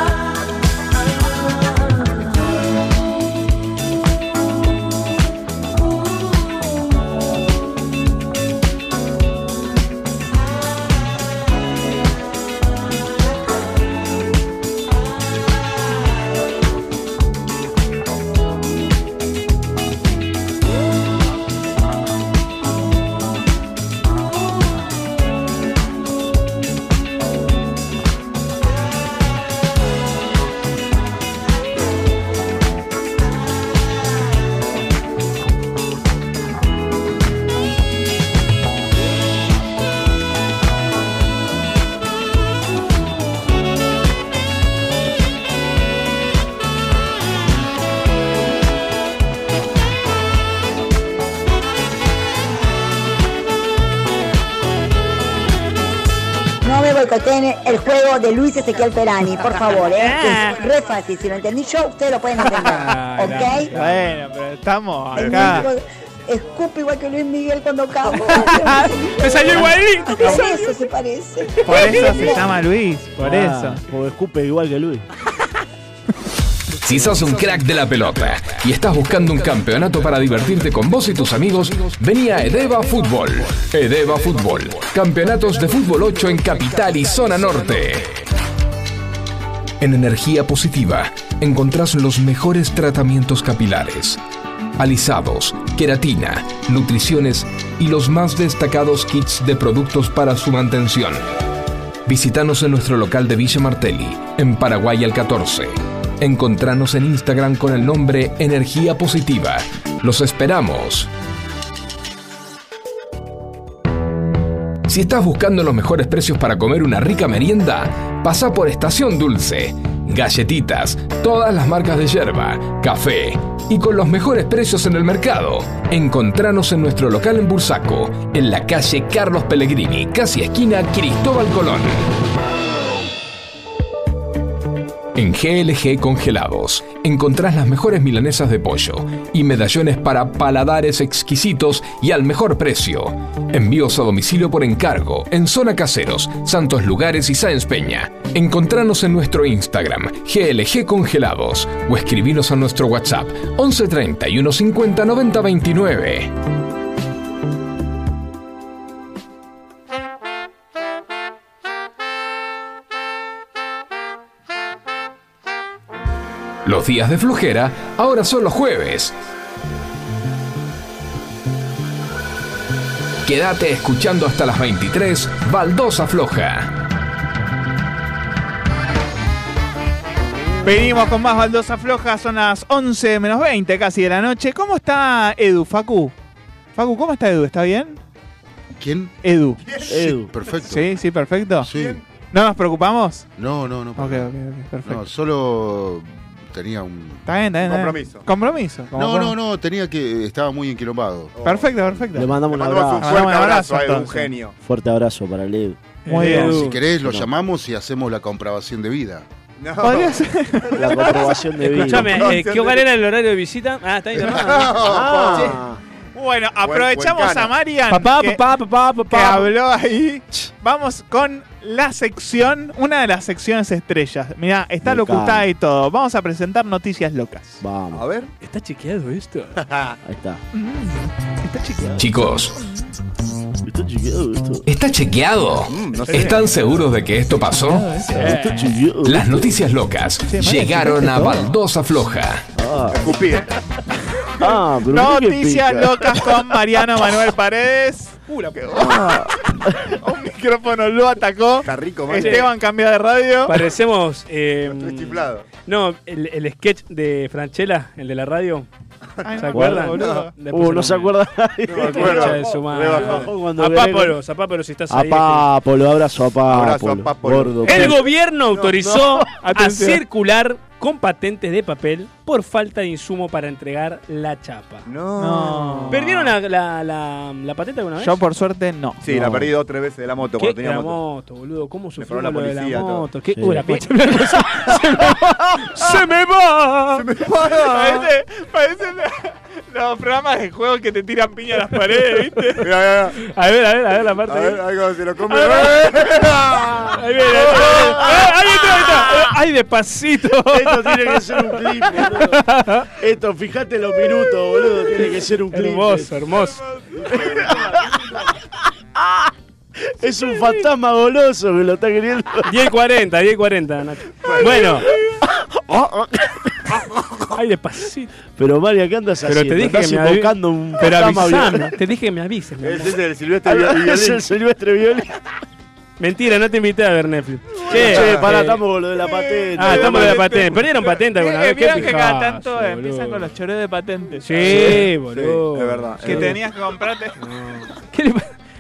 [SPEAKER 22] estar.
[SPEAKER 10] No me boicoteen el juego de Luis Ezequiel Perani, por favor, ¿eh?
[SPEAKER 2] Ah.
[SPEAKER 10] Que Es re fácil. Si lo entendí yo, ustedes lo pueden entender. ¿Ok?
[SPEAKER 2] Bueno, pero estamos
[SPEAKER 10] El
[SPEAKER 2] acá.
[SPEAKER 10] músico Escupe igual que Luis Miguel cuando cago.
[SPEAKER 2] Ah, Me salió igualito, me
[SPEAKER 10] Por
[SPEAKER 2] salió.
[SPEAKER 10] eso se parece.
[SPEAKER 2] Por eso se llama Luis, por
[SPEAKER 4] Ah,
[SPEAKER 2] eso.
[SPEAKER 4] Porque escupe igual que Luis.
[SPEAKER 11] Si sos un crack de la pelota y estás buscando un campeonato para divertirte con vos y tus amigos, vení a Edeva Fútbol. Edeva Fútbol. Campeonatos de fútbol 8 en Capital y Zona Norte. En Energía Positiva encontrás los mejores tratamientos capilares. Alisados, queratina, nutriciones y los más destacados kits de productos para su mantención. Visítanos en nuestro local de Villa Martelli, en Paraguay al 14. Encontranos en Instagram con el nombre Energía Positiva. Los esperamos. Si estás buscando los mejores precios para comer una rica merienda, pasa por Estación Dulce. Galletitas, todas las marcas de yerba, café y con los mejores precios en el mercado. Encontranos en nuestro local en Bursaco, en la calle Carlos Pellegrini, casi esquina Cristóbal Colón. En GLG Congelados encontrás las mejores milanesas de pollo y medallones para paladares exquisitos y al mejor precio. Envíos a domicilio por encargo en Zona Caseros, Santos Lugares y Sáenz Peña. Encontranos en nuestro Instagram, GLG Congelados, o escribinos a nuestro WhatsApp 11 31 50 90 29. Los días de flojera ahora son los jueves. Quédate escuchando hasta las 23, Baldosa Floja.
[SPEAKER 2] Venimos con más baldosa floja, son las 11 menos 20 casi de la noche. ¿Cómo está Edu, Facu? Facu, ¿cómo está Edu? ¿Está bien?
[SPEAKER 7] ¿Quién?
[SPEAKER 2] Edu.
[SPEAKER 7] Edu. perfecto.
[SPEAKER 2] Sí, sí, perfecto.
[SPEAKER 7] Sí.
[SPEAKER 2] ¿No nos preocupamos?
[SPEAKER 7] No, no, no.
[SPEAKER 2] Ok, ok, ok, perfecto.
[SPEAKER 7] No, solo tenía un.
[SPEAKER 2] Está bien, está bien, está bien. Compromiso. como
[SPEAKER 7] No, no,
[SPEAKER 2] compromiso.
[SPEAKER 7] no, tenía que. Estaba muy enquilombado.
[SPEAKER 2] Perfecto, perfecto.
[SPEAKER 4] Oh. Le mandamos un
[SPEAKER 7] mandamos
[SPEAKER 4] abrazo.
[SPEAKER 7] un fuerte abrazo a Edu,
[SPEAKER 2] entonces.
[SPEAKER 7] un genio.
[SPEAKER 4] Fuerte abrazo para Lev.
[SPEAKER 2] Muy
[SPEAKER 7] Eh,
[SPEAKER 2] bien.
[SPEAKER 7] Si querés, lo
[SPEAKER 4] No.
[SPEAKER 7] llamamos y hacemos la comprobación de vida.
[SPEAKER 2] Podría ser.
[SPEAKER 4] La comprobación de vida.
[SPEAKER 5] Escuchame, eh, ¿qué hogar era el horario de visita? Ah, está ahí nomás.
[SPEAKER 4] Ah.
[SPEAKER 2] Bueno, aprovechamos
[SPEAKER 5] cana.
[SPEAKER 2] a Marian
[SPEAKER 5] Papá,
[SPEAKER 2] que,
[SPEAKER 5] papá, papá,
[SPEAKER 2] que
[SPEAKER 5] papá.
[SPEAKER 2] habló ahí. Vamos con la sección, una de las secciones estrellas. Mirá, está
[SPEAKER 4] Me
[SPEAKER 2] locutada
[SPEAKER 4] encanta.
[SPEAKER 2] y todo. Vamos a presentar noticias locas.
[SPEAKER 4] Vamos.
[SPEAKER 6] A ver.
[SPEAKER 5] ¿Está chequeado esto?
[SPEAKER 4] Ahí está.
[SPEAKER 11] Chicos,
[SPEAKER 4] Está chiqueado esto.
[SPEAKER 11] ¿está chequeado?
[SPEAKER 2] Mm,
[SPEAKER 4] no sé.
[SPEAKER 11] ¿Están seguros de que esto pasó?
[SPEAKER 4] Está chiqueado.
[SPEAKER 11] Las noticias locas llegaron a Baldosa Floja.
[SPEAKER 4] Ah,
[SPEAKER 6] Escupí.
[SPEAKER 4] ah, pero mira qué
[SPEAKER 2] Noticias
[SPEAKER 4] pica.
[SPEAKER 2] locas con Mariano Manuel Paredes. Uh, la pegó.
[SPEAKER 5] Ah.
[SPEAKER 2] Un micrófono lo atacó.
[SPEAKER 6] Está rico, man.
[SPEAKER 2] Esteban cambia de radio.
[SPEAKER 5] Parecemos. eh,
[SPEAKER 6] Estoy chiflado.
[SPEAKER 5] no, el, el sketch de Franchella, el de la radio.
[SPEAKER 2] Ay,
[SPEAKER 5] ¿Se
[SPEAKER 2] no,
[SPEAKER 5] acuerdan?
[SPEAKER 2] boludo.
[SPEAKER 5] Después
[SPEAKER 4] Uh, no se acuerda.
[SPEAKER 5] No me acuerdo. Concha de su madre.
[SPEAKER 4] Rebajó cuando
[SPEAKER 5] A
[SPEAKER 4] viene-
[SPEAKER 5] Pápolo, a Pápolo, si estás
[SPEAKER 4] A
[SPEAKER 5] ahí.
[SPEAKER 4] Pápolo, abrazo a Pápolo.
[SPEAKER 6] Abrazo a Pápolo.
[SPEAKER 4] Gordo.
[SPEAKER 5] El gobierno autorizó
[SPEAKER 4] no.
[SPEAKER 5] a
[SPEAKER 4] Atención.
[SPEAKER 5] circular con patentes de papel por falta de insumo para entregar la chapa.
[SPEAKER 6] No.
[SPEAKER 5] ¿Perdieron la, la, la, la patente alguna vez?
[SPEAKER 2] Yo, por suerte, no.
[SPEAKER 6] Sí, la perdí dos o tres veces de la moto
[SPEAKER 5] ¿Qué?
[SPEAKER 6] cuando tenía
[SPEAKER 5] la moto.
[SPEAKER 6] moto.
[SPEAKER 5] boludo. ¿Cómo sufrió
[SPEAKER 6] paró la
[SPEAKER 5] lo de la
[SPEAKER 6] policía, todo.
[SPEAKER 5] moto? ¿Qué?
[SPEAKER 6] Sí.
[SPEAKER 5] Uy, la concha- se me va. Se me va.
[SPEAKER 2] Parece, parece la, Los programas de juegos que te tiran piña a las paredes, ¿viste?
[SPEAKER 5] A ver, a ver, a ver la parte.
[SPEAKER 6] A ver, algo se lo come.
[SPEAKER 5] A ver, Ahí viene, ahí viene. Ahí está, ahí está. Ay, despacito.
[SPEAKER 4] Esto tiene que ser un clip, boludo. Esto, fíjate los minutos, boludo. Tiene que ser un clip.
[SPEAKER 5] Hermoso, hermoso.
[SPEAKER 4] Es un fantasma goloso que lo está queriendo.
[SPEAKER 5] 10.40, 10.40, Nacho. Bueno. Ay, despacito.
[SPEAKER 4] Pero María, ¿qué andas
[SPEAKER 5] Pero
[SPEAKER 4] haciendo?
[SPEAKER 5] te dije
[SPEAKER 4] Estás
[SPEAKER 5] que me avi-
[SPEAKER 4] invocando un
[SPEAKER 5] Pero
[SPEAKER 4] fantasma
[SPEAKER 5] avisame,
[SPEAKER 4] violento.
[SPEAKER 5] te dije que me avises. mi amor.
[SPEAKER 6] Ese es el silvestre Viol-
[SPEAKER 4] Es el
[SPEAKER 6] violín.
[SPEAKER 4] silvestre violín.
[SPEAKER 5] Mentira, no te invité a ver Netflix.
[SPEAKER 4] Che, pará,
[SPEAKER 5] eh,
[SPEAKER 4] estamos con lo de la patente.
[SPEAKER 5] Ah, estamos de la patente. Perdieron patente alguna
[SPEAKER 2] Eh,
[SPEAKER 5] vez. Qué
[SPEAKER 2] Vieron que cada
[SPEAKER 5] pijazo,
[SPEAKER 2] tanto empiezan con los choreos de patentes.
[SPEAKER 5] Sí, boludo.
[SPEAKER 6] es verdad.
[SPEAKER 2] Que tenías que comprarte.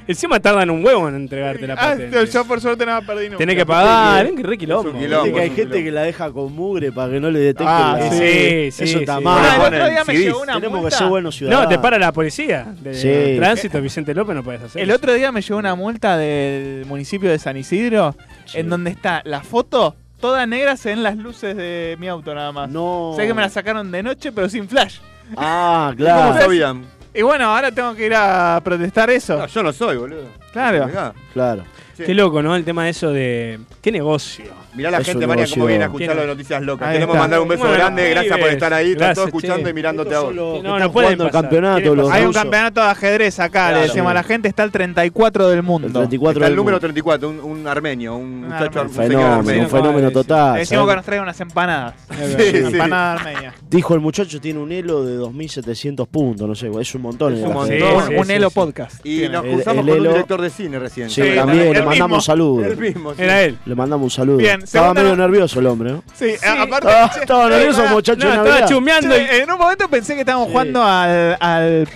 [SPEAKER 5] Encima tardan un huevo en entregarte la
[SPEAKER 2] Ah,
[SPEAKER 5] patente.
[SPEAKER 2] yo por suerte no perdí nunca.
[SPEAKER 5] Tenés que pagar. Es un re quilombo.
[SPEAKER 6] Es un quilombo,
[SPEAKER 4] Viste que hay
[SPEAKER 6] es un
[SPEAKER 4] gente que la deja con mugre para que no le detecten.
[SPEAKER 5] Ah,
[SPEAKER 4] la-
[SPEAKER 5] sí, sí,
[SPEAKER 4] Eso está
[SPEAKER 5] sí.
[SPEAKER 4] mal.
[SPEAKER 5] Ah, el
[SPEAKER 2] otro día me
[SPEAKER 4] Sí,
[SPEAKER 2] llegó una
[SPEAKER 4] Tenemos
[SPEAKER 2] multa.
[SPEAKER 4] que ser buenos
[SPEAKER 5] No,
[SPEAKER 4] ciudadanos.
[SPEAKER 5] te para la policía. De
[SPEAKER 4] Sí.
[SPEAKER 5] de tránsito, Vicente López, no puedes hacer.
[SPEAKER 2] El otro día me llegó una multa del municipio de San Isidro, en donde está la foto toda negra, se ven las luces de mi auto nada más.
[SPEAKER 4] No.
[SPEAKER 2] Sé que me la sacaron de noche, pero sin flash.
[SPEAKER 4] Ah,
[SPEAKER 6] ¿Cómo
[SPEAKER 4] claro.
[SPEAKER 6] sabían?
[SPEAKER 2] Y bueno, ahora tengo que ir a protestar eso.
[SPEAKER 6] No, yo no soy, boludo.
[SPEAKER 2] claro.
[SPEAKER 6] Mirá,
[SPEAKER 4] Claro.
[SPEAKER 5] eso. Qué loco, ¿no? El tema de eso de. ¿Qué negocio?
[SPEAKER 6] mirá la
[SPEAKER 4] Es
[SPEAKER 6] gente,
[SPEAKER 4] un
[SPEAKER 6] María,
[SPEAKER 4] negocio.
[SPEAKER 6] cómo viene a escuchar
[SPEAKER 5] ¿Quién?
[SPEAKER 6] las noticias locas.
[SPEAKER 2] Ahí
[SPEAKER 6] Queremos
[SPEAKER 2] está.
[SPEAKER 6] mandar un beso
[SPEAKER 5] Bueno,
[SPEAKER 6] grande. Gracias por
[SPEAKER 5] pibes.
[SPEAKER 6] estar ahí. Están todos
[SPEAKER 5] Gracias,
[SPEAKER 6] escuchando
[SPEAKER 5] che.
[SPEAKER 6] y mirándote a
[SPEAKER 4] Estos
[SPEAKER 6] vos.
[SPEAKER 4] son los que
[SPEAKER 5] No, no
[SPEAKER 4] están
[SPEAKER 5] pueden
[SPEAKER 4] jugando el
[SPEAKER 5] pasar.
[SPEAKER 4] campeonato.
[SPEAKER 5] Quieren
[SPEAKER 4] Los
[SPEAKER 2] Hay un
[SPEAKER 4] rusos.
[SPEAKER 2] campeonato de ajedrez acá,
[SPEAKER 4] Claro.
[SPEAKER 2] le decimos a la gente, está el 34 del
[SPEAKER 4] El
[SPEAKER 2] mundo.
[SPEAKER 4] 34
[SPEAKER 6] Está el
[SPEAKER 4] del
[SPEAKER 6] número
[SPEAKER 4] mundo.
[SPEAKER 6] 34, un, un armenio, un muchacho
[SPEAKER 2] armenio.
[SPEAKER 6] ar- un señor
[SPEAKER 4] Fenómeno,
[SPEAKER 6] armenio.
[SPEAKER 4] un fenómeno
[SPEAKER 2] Le
[SPEAKER 4] total.
[SPEAKER 2] decimos
[SPEAKER 4] ¿sabes?
[SPEAKER 2] que nos traiga unas empanadas.
[SPEAKER 6] Sí,
[SPEAKER 2] Una
[SPEAKER 6] sí.
[SPEAKER 2] empanada armenia.
[SPEAKER 4] Dijo el muchacho tiene un elo de 2.700 puntos, no sé, es un montón.
[SPEAKER 6] Es
[SPEAKER 4] en
[SPEAKER 6] un
[SPEAKER 4] la
[SPEAKER 6] montón.
[SPEAKER 4] Fede.
[SPEAKER 2] Un,
[SPEAKER 5] sí,
[SPEAKER 2] un
[SPEAKER 5] sí,
[SPEAKER 2] Elo
[SPEAKER 5] sí.
[SPEAKER 2] Podcast.
[SPEAKER 6] Y nos
[SPEAKER 4] El-
[SPEAKER 6] cruzamos
[SPEAKER 4] el
[SPEAKER 6] con un
[SPEAKER 4] Elo-
[SPEAKER 6] director de cine recién.
[SPEAKER 4] Sí,
[SPEAKER 2] Sí,
[SPEAKER 4] también,
[SPEAKER 2] el
[SPEAKER 4] le mandamos
[SPEAKER 2] mismo.
[SPEAKER 4] saludos.
[SPEAKER 6] El mismo. sí.
[SPEAKER 5] Era él.
[SPEAKER 4] Le mandamos saludos.
[SPEAKER 2] Bien,
[SPEAKER 4] Estaba
[SPEAKER 2] segunda-
[SPEAKER 4] medio nervioso el hombre, ¿no?
[SPEAKER 2] Sí, a- aparte.
[SPEAKER 4] Estaba,
[SPEAKER 2] che,
[SPEAKER 4] estaba nervioso,
[SPEAKER 2] pará.
[SPEAKER 4] muchacho.
[SPEAKER 5] No,
[SPEAKER 4] de
[SPEAKER 5] estaba
[SPEAKER 4] Navidad.
[SPEAKER 5] chumeando y.
[SPEAKER 2] Che, en un momento pensé que estábamos
[SPEAKER 4] Sí.
[SPEAKER 2] jugando al, al,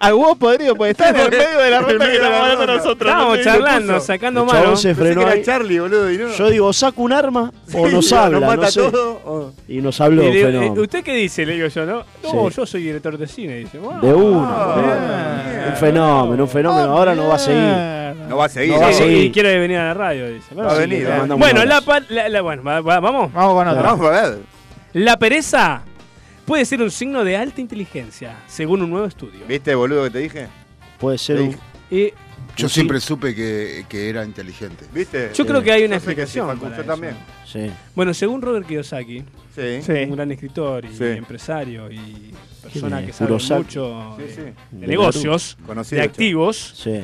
[SPEAKER 2] al huevo podrido,
[SPEAKER 4] pues,
[SPEAKER 2] porque está en el medio de la
[SPEAKER 6] En el
[SPEAKER 2] ruta que
[SPEAKER 6] medio de la
[SPEAKER 2] estamos hablando
[SPEAKER 6] ronda.
[SPEAKER 2] nosotros.
[SPEAKER 5] Estábamos
[SPEAKER 2] ¿no?
[SPEAKER 5] charlando, sacando
[SPEAKER 4] El
[SPEAKER 5] mano.
[SPEAKER 4] chabón se
[SPEAKER 6] Pensé que
[SPEAKER 4] frenó
[SPEAKER 6] era
[SPEAKER 4] ahí.
[SPEAKER 6] Charlie, boludo. Y no.
[SPEAKER 4] Yo digo, ¿saca un arma o
[SPEAKER 6] Sí,
[SPEAKER 4] nos habla?
[SPEAKER 6] mata
[SPEAKER 4] no sé.
[SPEAKER 6] todo. o-
[SPEAKER 4] Y nos habló,
[SPEAKER 5] Y le digo,
[SPEAKER 4] fenómeno.
[SPEAKER 5] "Eh, ¿Usted qué dice? Le digo yo, ¿no? No,
[SPEAKER 4] Sí.
[SPEAKER 5] yo soy director de cine. Dice, "Wow".
[SPEAKER 4] De uno.
[SPEAKER 2] Ah,
[SPEAKER 4] un fenómeno, un fenómeno.
[SPEAKER 5] Ah,
[SPEAKER 4] Ahora no va a seguir.
[SPEAKER 6] No va a seguir.
[SPEAKER 4] No va a
[SPEAKER 5] Sí,
[SPEAKER 4] seguir.
[SPEAKER 5] Y quiere venir a la radio, dice. Bueno,
[SPEAKER 6] Va a
[SPEAKER 5] sí,
[SPEAKER 6] venir,
[SPEAKER 5] claro.
[SPEAKER 6] le
[SPEAKER 4] mandamos
[SPEAKER 5] Bueno,
[SPEAKER 4] un
[SPEAKER 5] la,
[SPEAKER 4] abrazo.
[SPEAKER 5] pa- la- la- bueno va- va- vamos.
[SPEAKER 2] Vamos con otro.
[SPEAKER 6] Vamos a ver.
[SPEAKER 5] La pereza puede ser un signo de alta inteligencia, según un nuevo estudio.
[SPEAKER 6] ¿Viste, boludo, que te dije?
[SPEAKER 4] Puede ser
[SPEAKER 6] Sí.
[SPEAKER 4] un.
[SPEAKER 5] Y
[SPEAKER 7] Yo
[SPEAKER 4] Sí.
[SPEAKER 7] siempre supe que, que era inteligente.
[SPEAKER 6] ¿Viste?
[SPEAKER 5] yo creo que hay una
[SPEAKER 6] Yo sé que sí,
[SPEAKER 5] explicación.
[SPEAKER 6] Facu,
[SPEAKER 5] para
[SPEAKER 6] yo
[SPEAKER 5] eso.
[SPEAKER 6] también.
[SPEAKER 4] Sí.
[SPEAKER 5] Bueno, según Robert Kiyosaki,
[SPEAKER 6] Sí.
[SPEAKER 5] un gran escritor y
[SPEAKER 6] Sí.
[SPEAKER 5] empresario y persona
[SPEAKER 4] es?
[SPEAKER 5] que sabe
[SPEAKER 4] Kurosaki.
[SPEAKER 5] mucho de,
[SPEAKER 6] Sí, sí.
[SPEAKER 5] de negocios,
[SPEAKER 6] Conocido.
[SPEAKER 5] de activos,
[SPEAKER 4] Sí.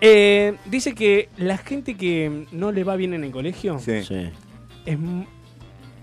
[SPEAKER 5] eh, dice que la gente que no le va bien en el colegio
[SPEAKER 6] Sí.
[SPEAKER 4] Sí.
[SPEAKER 5] es m-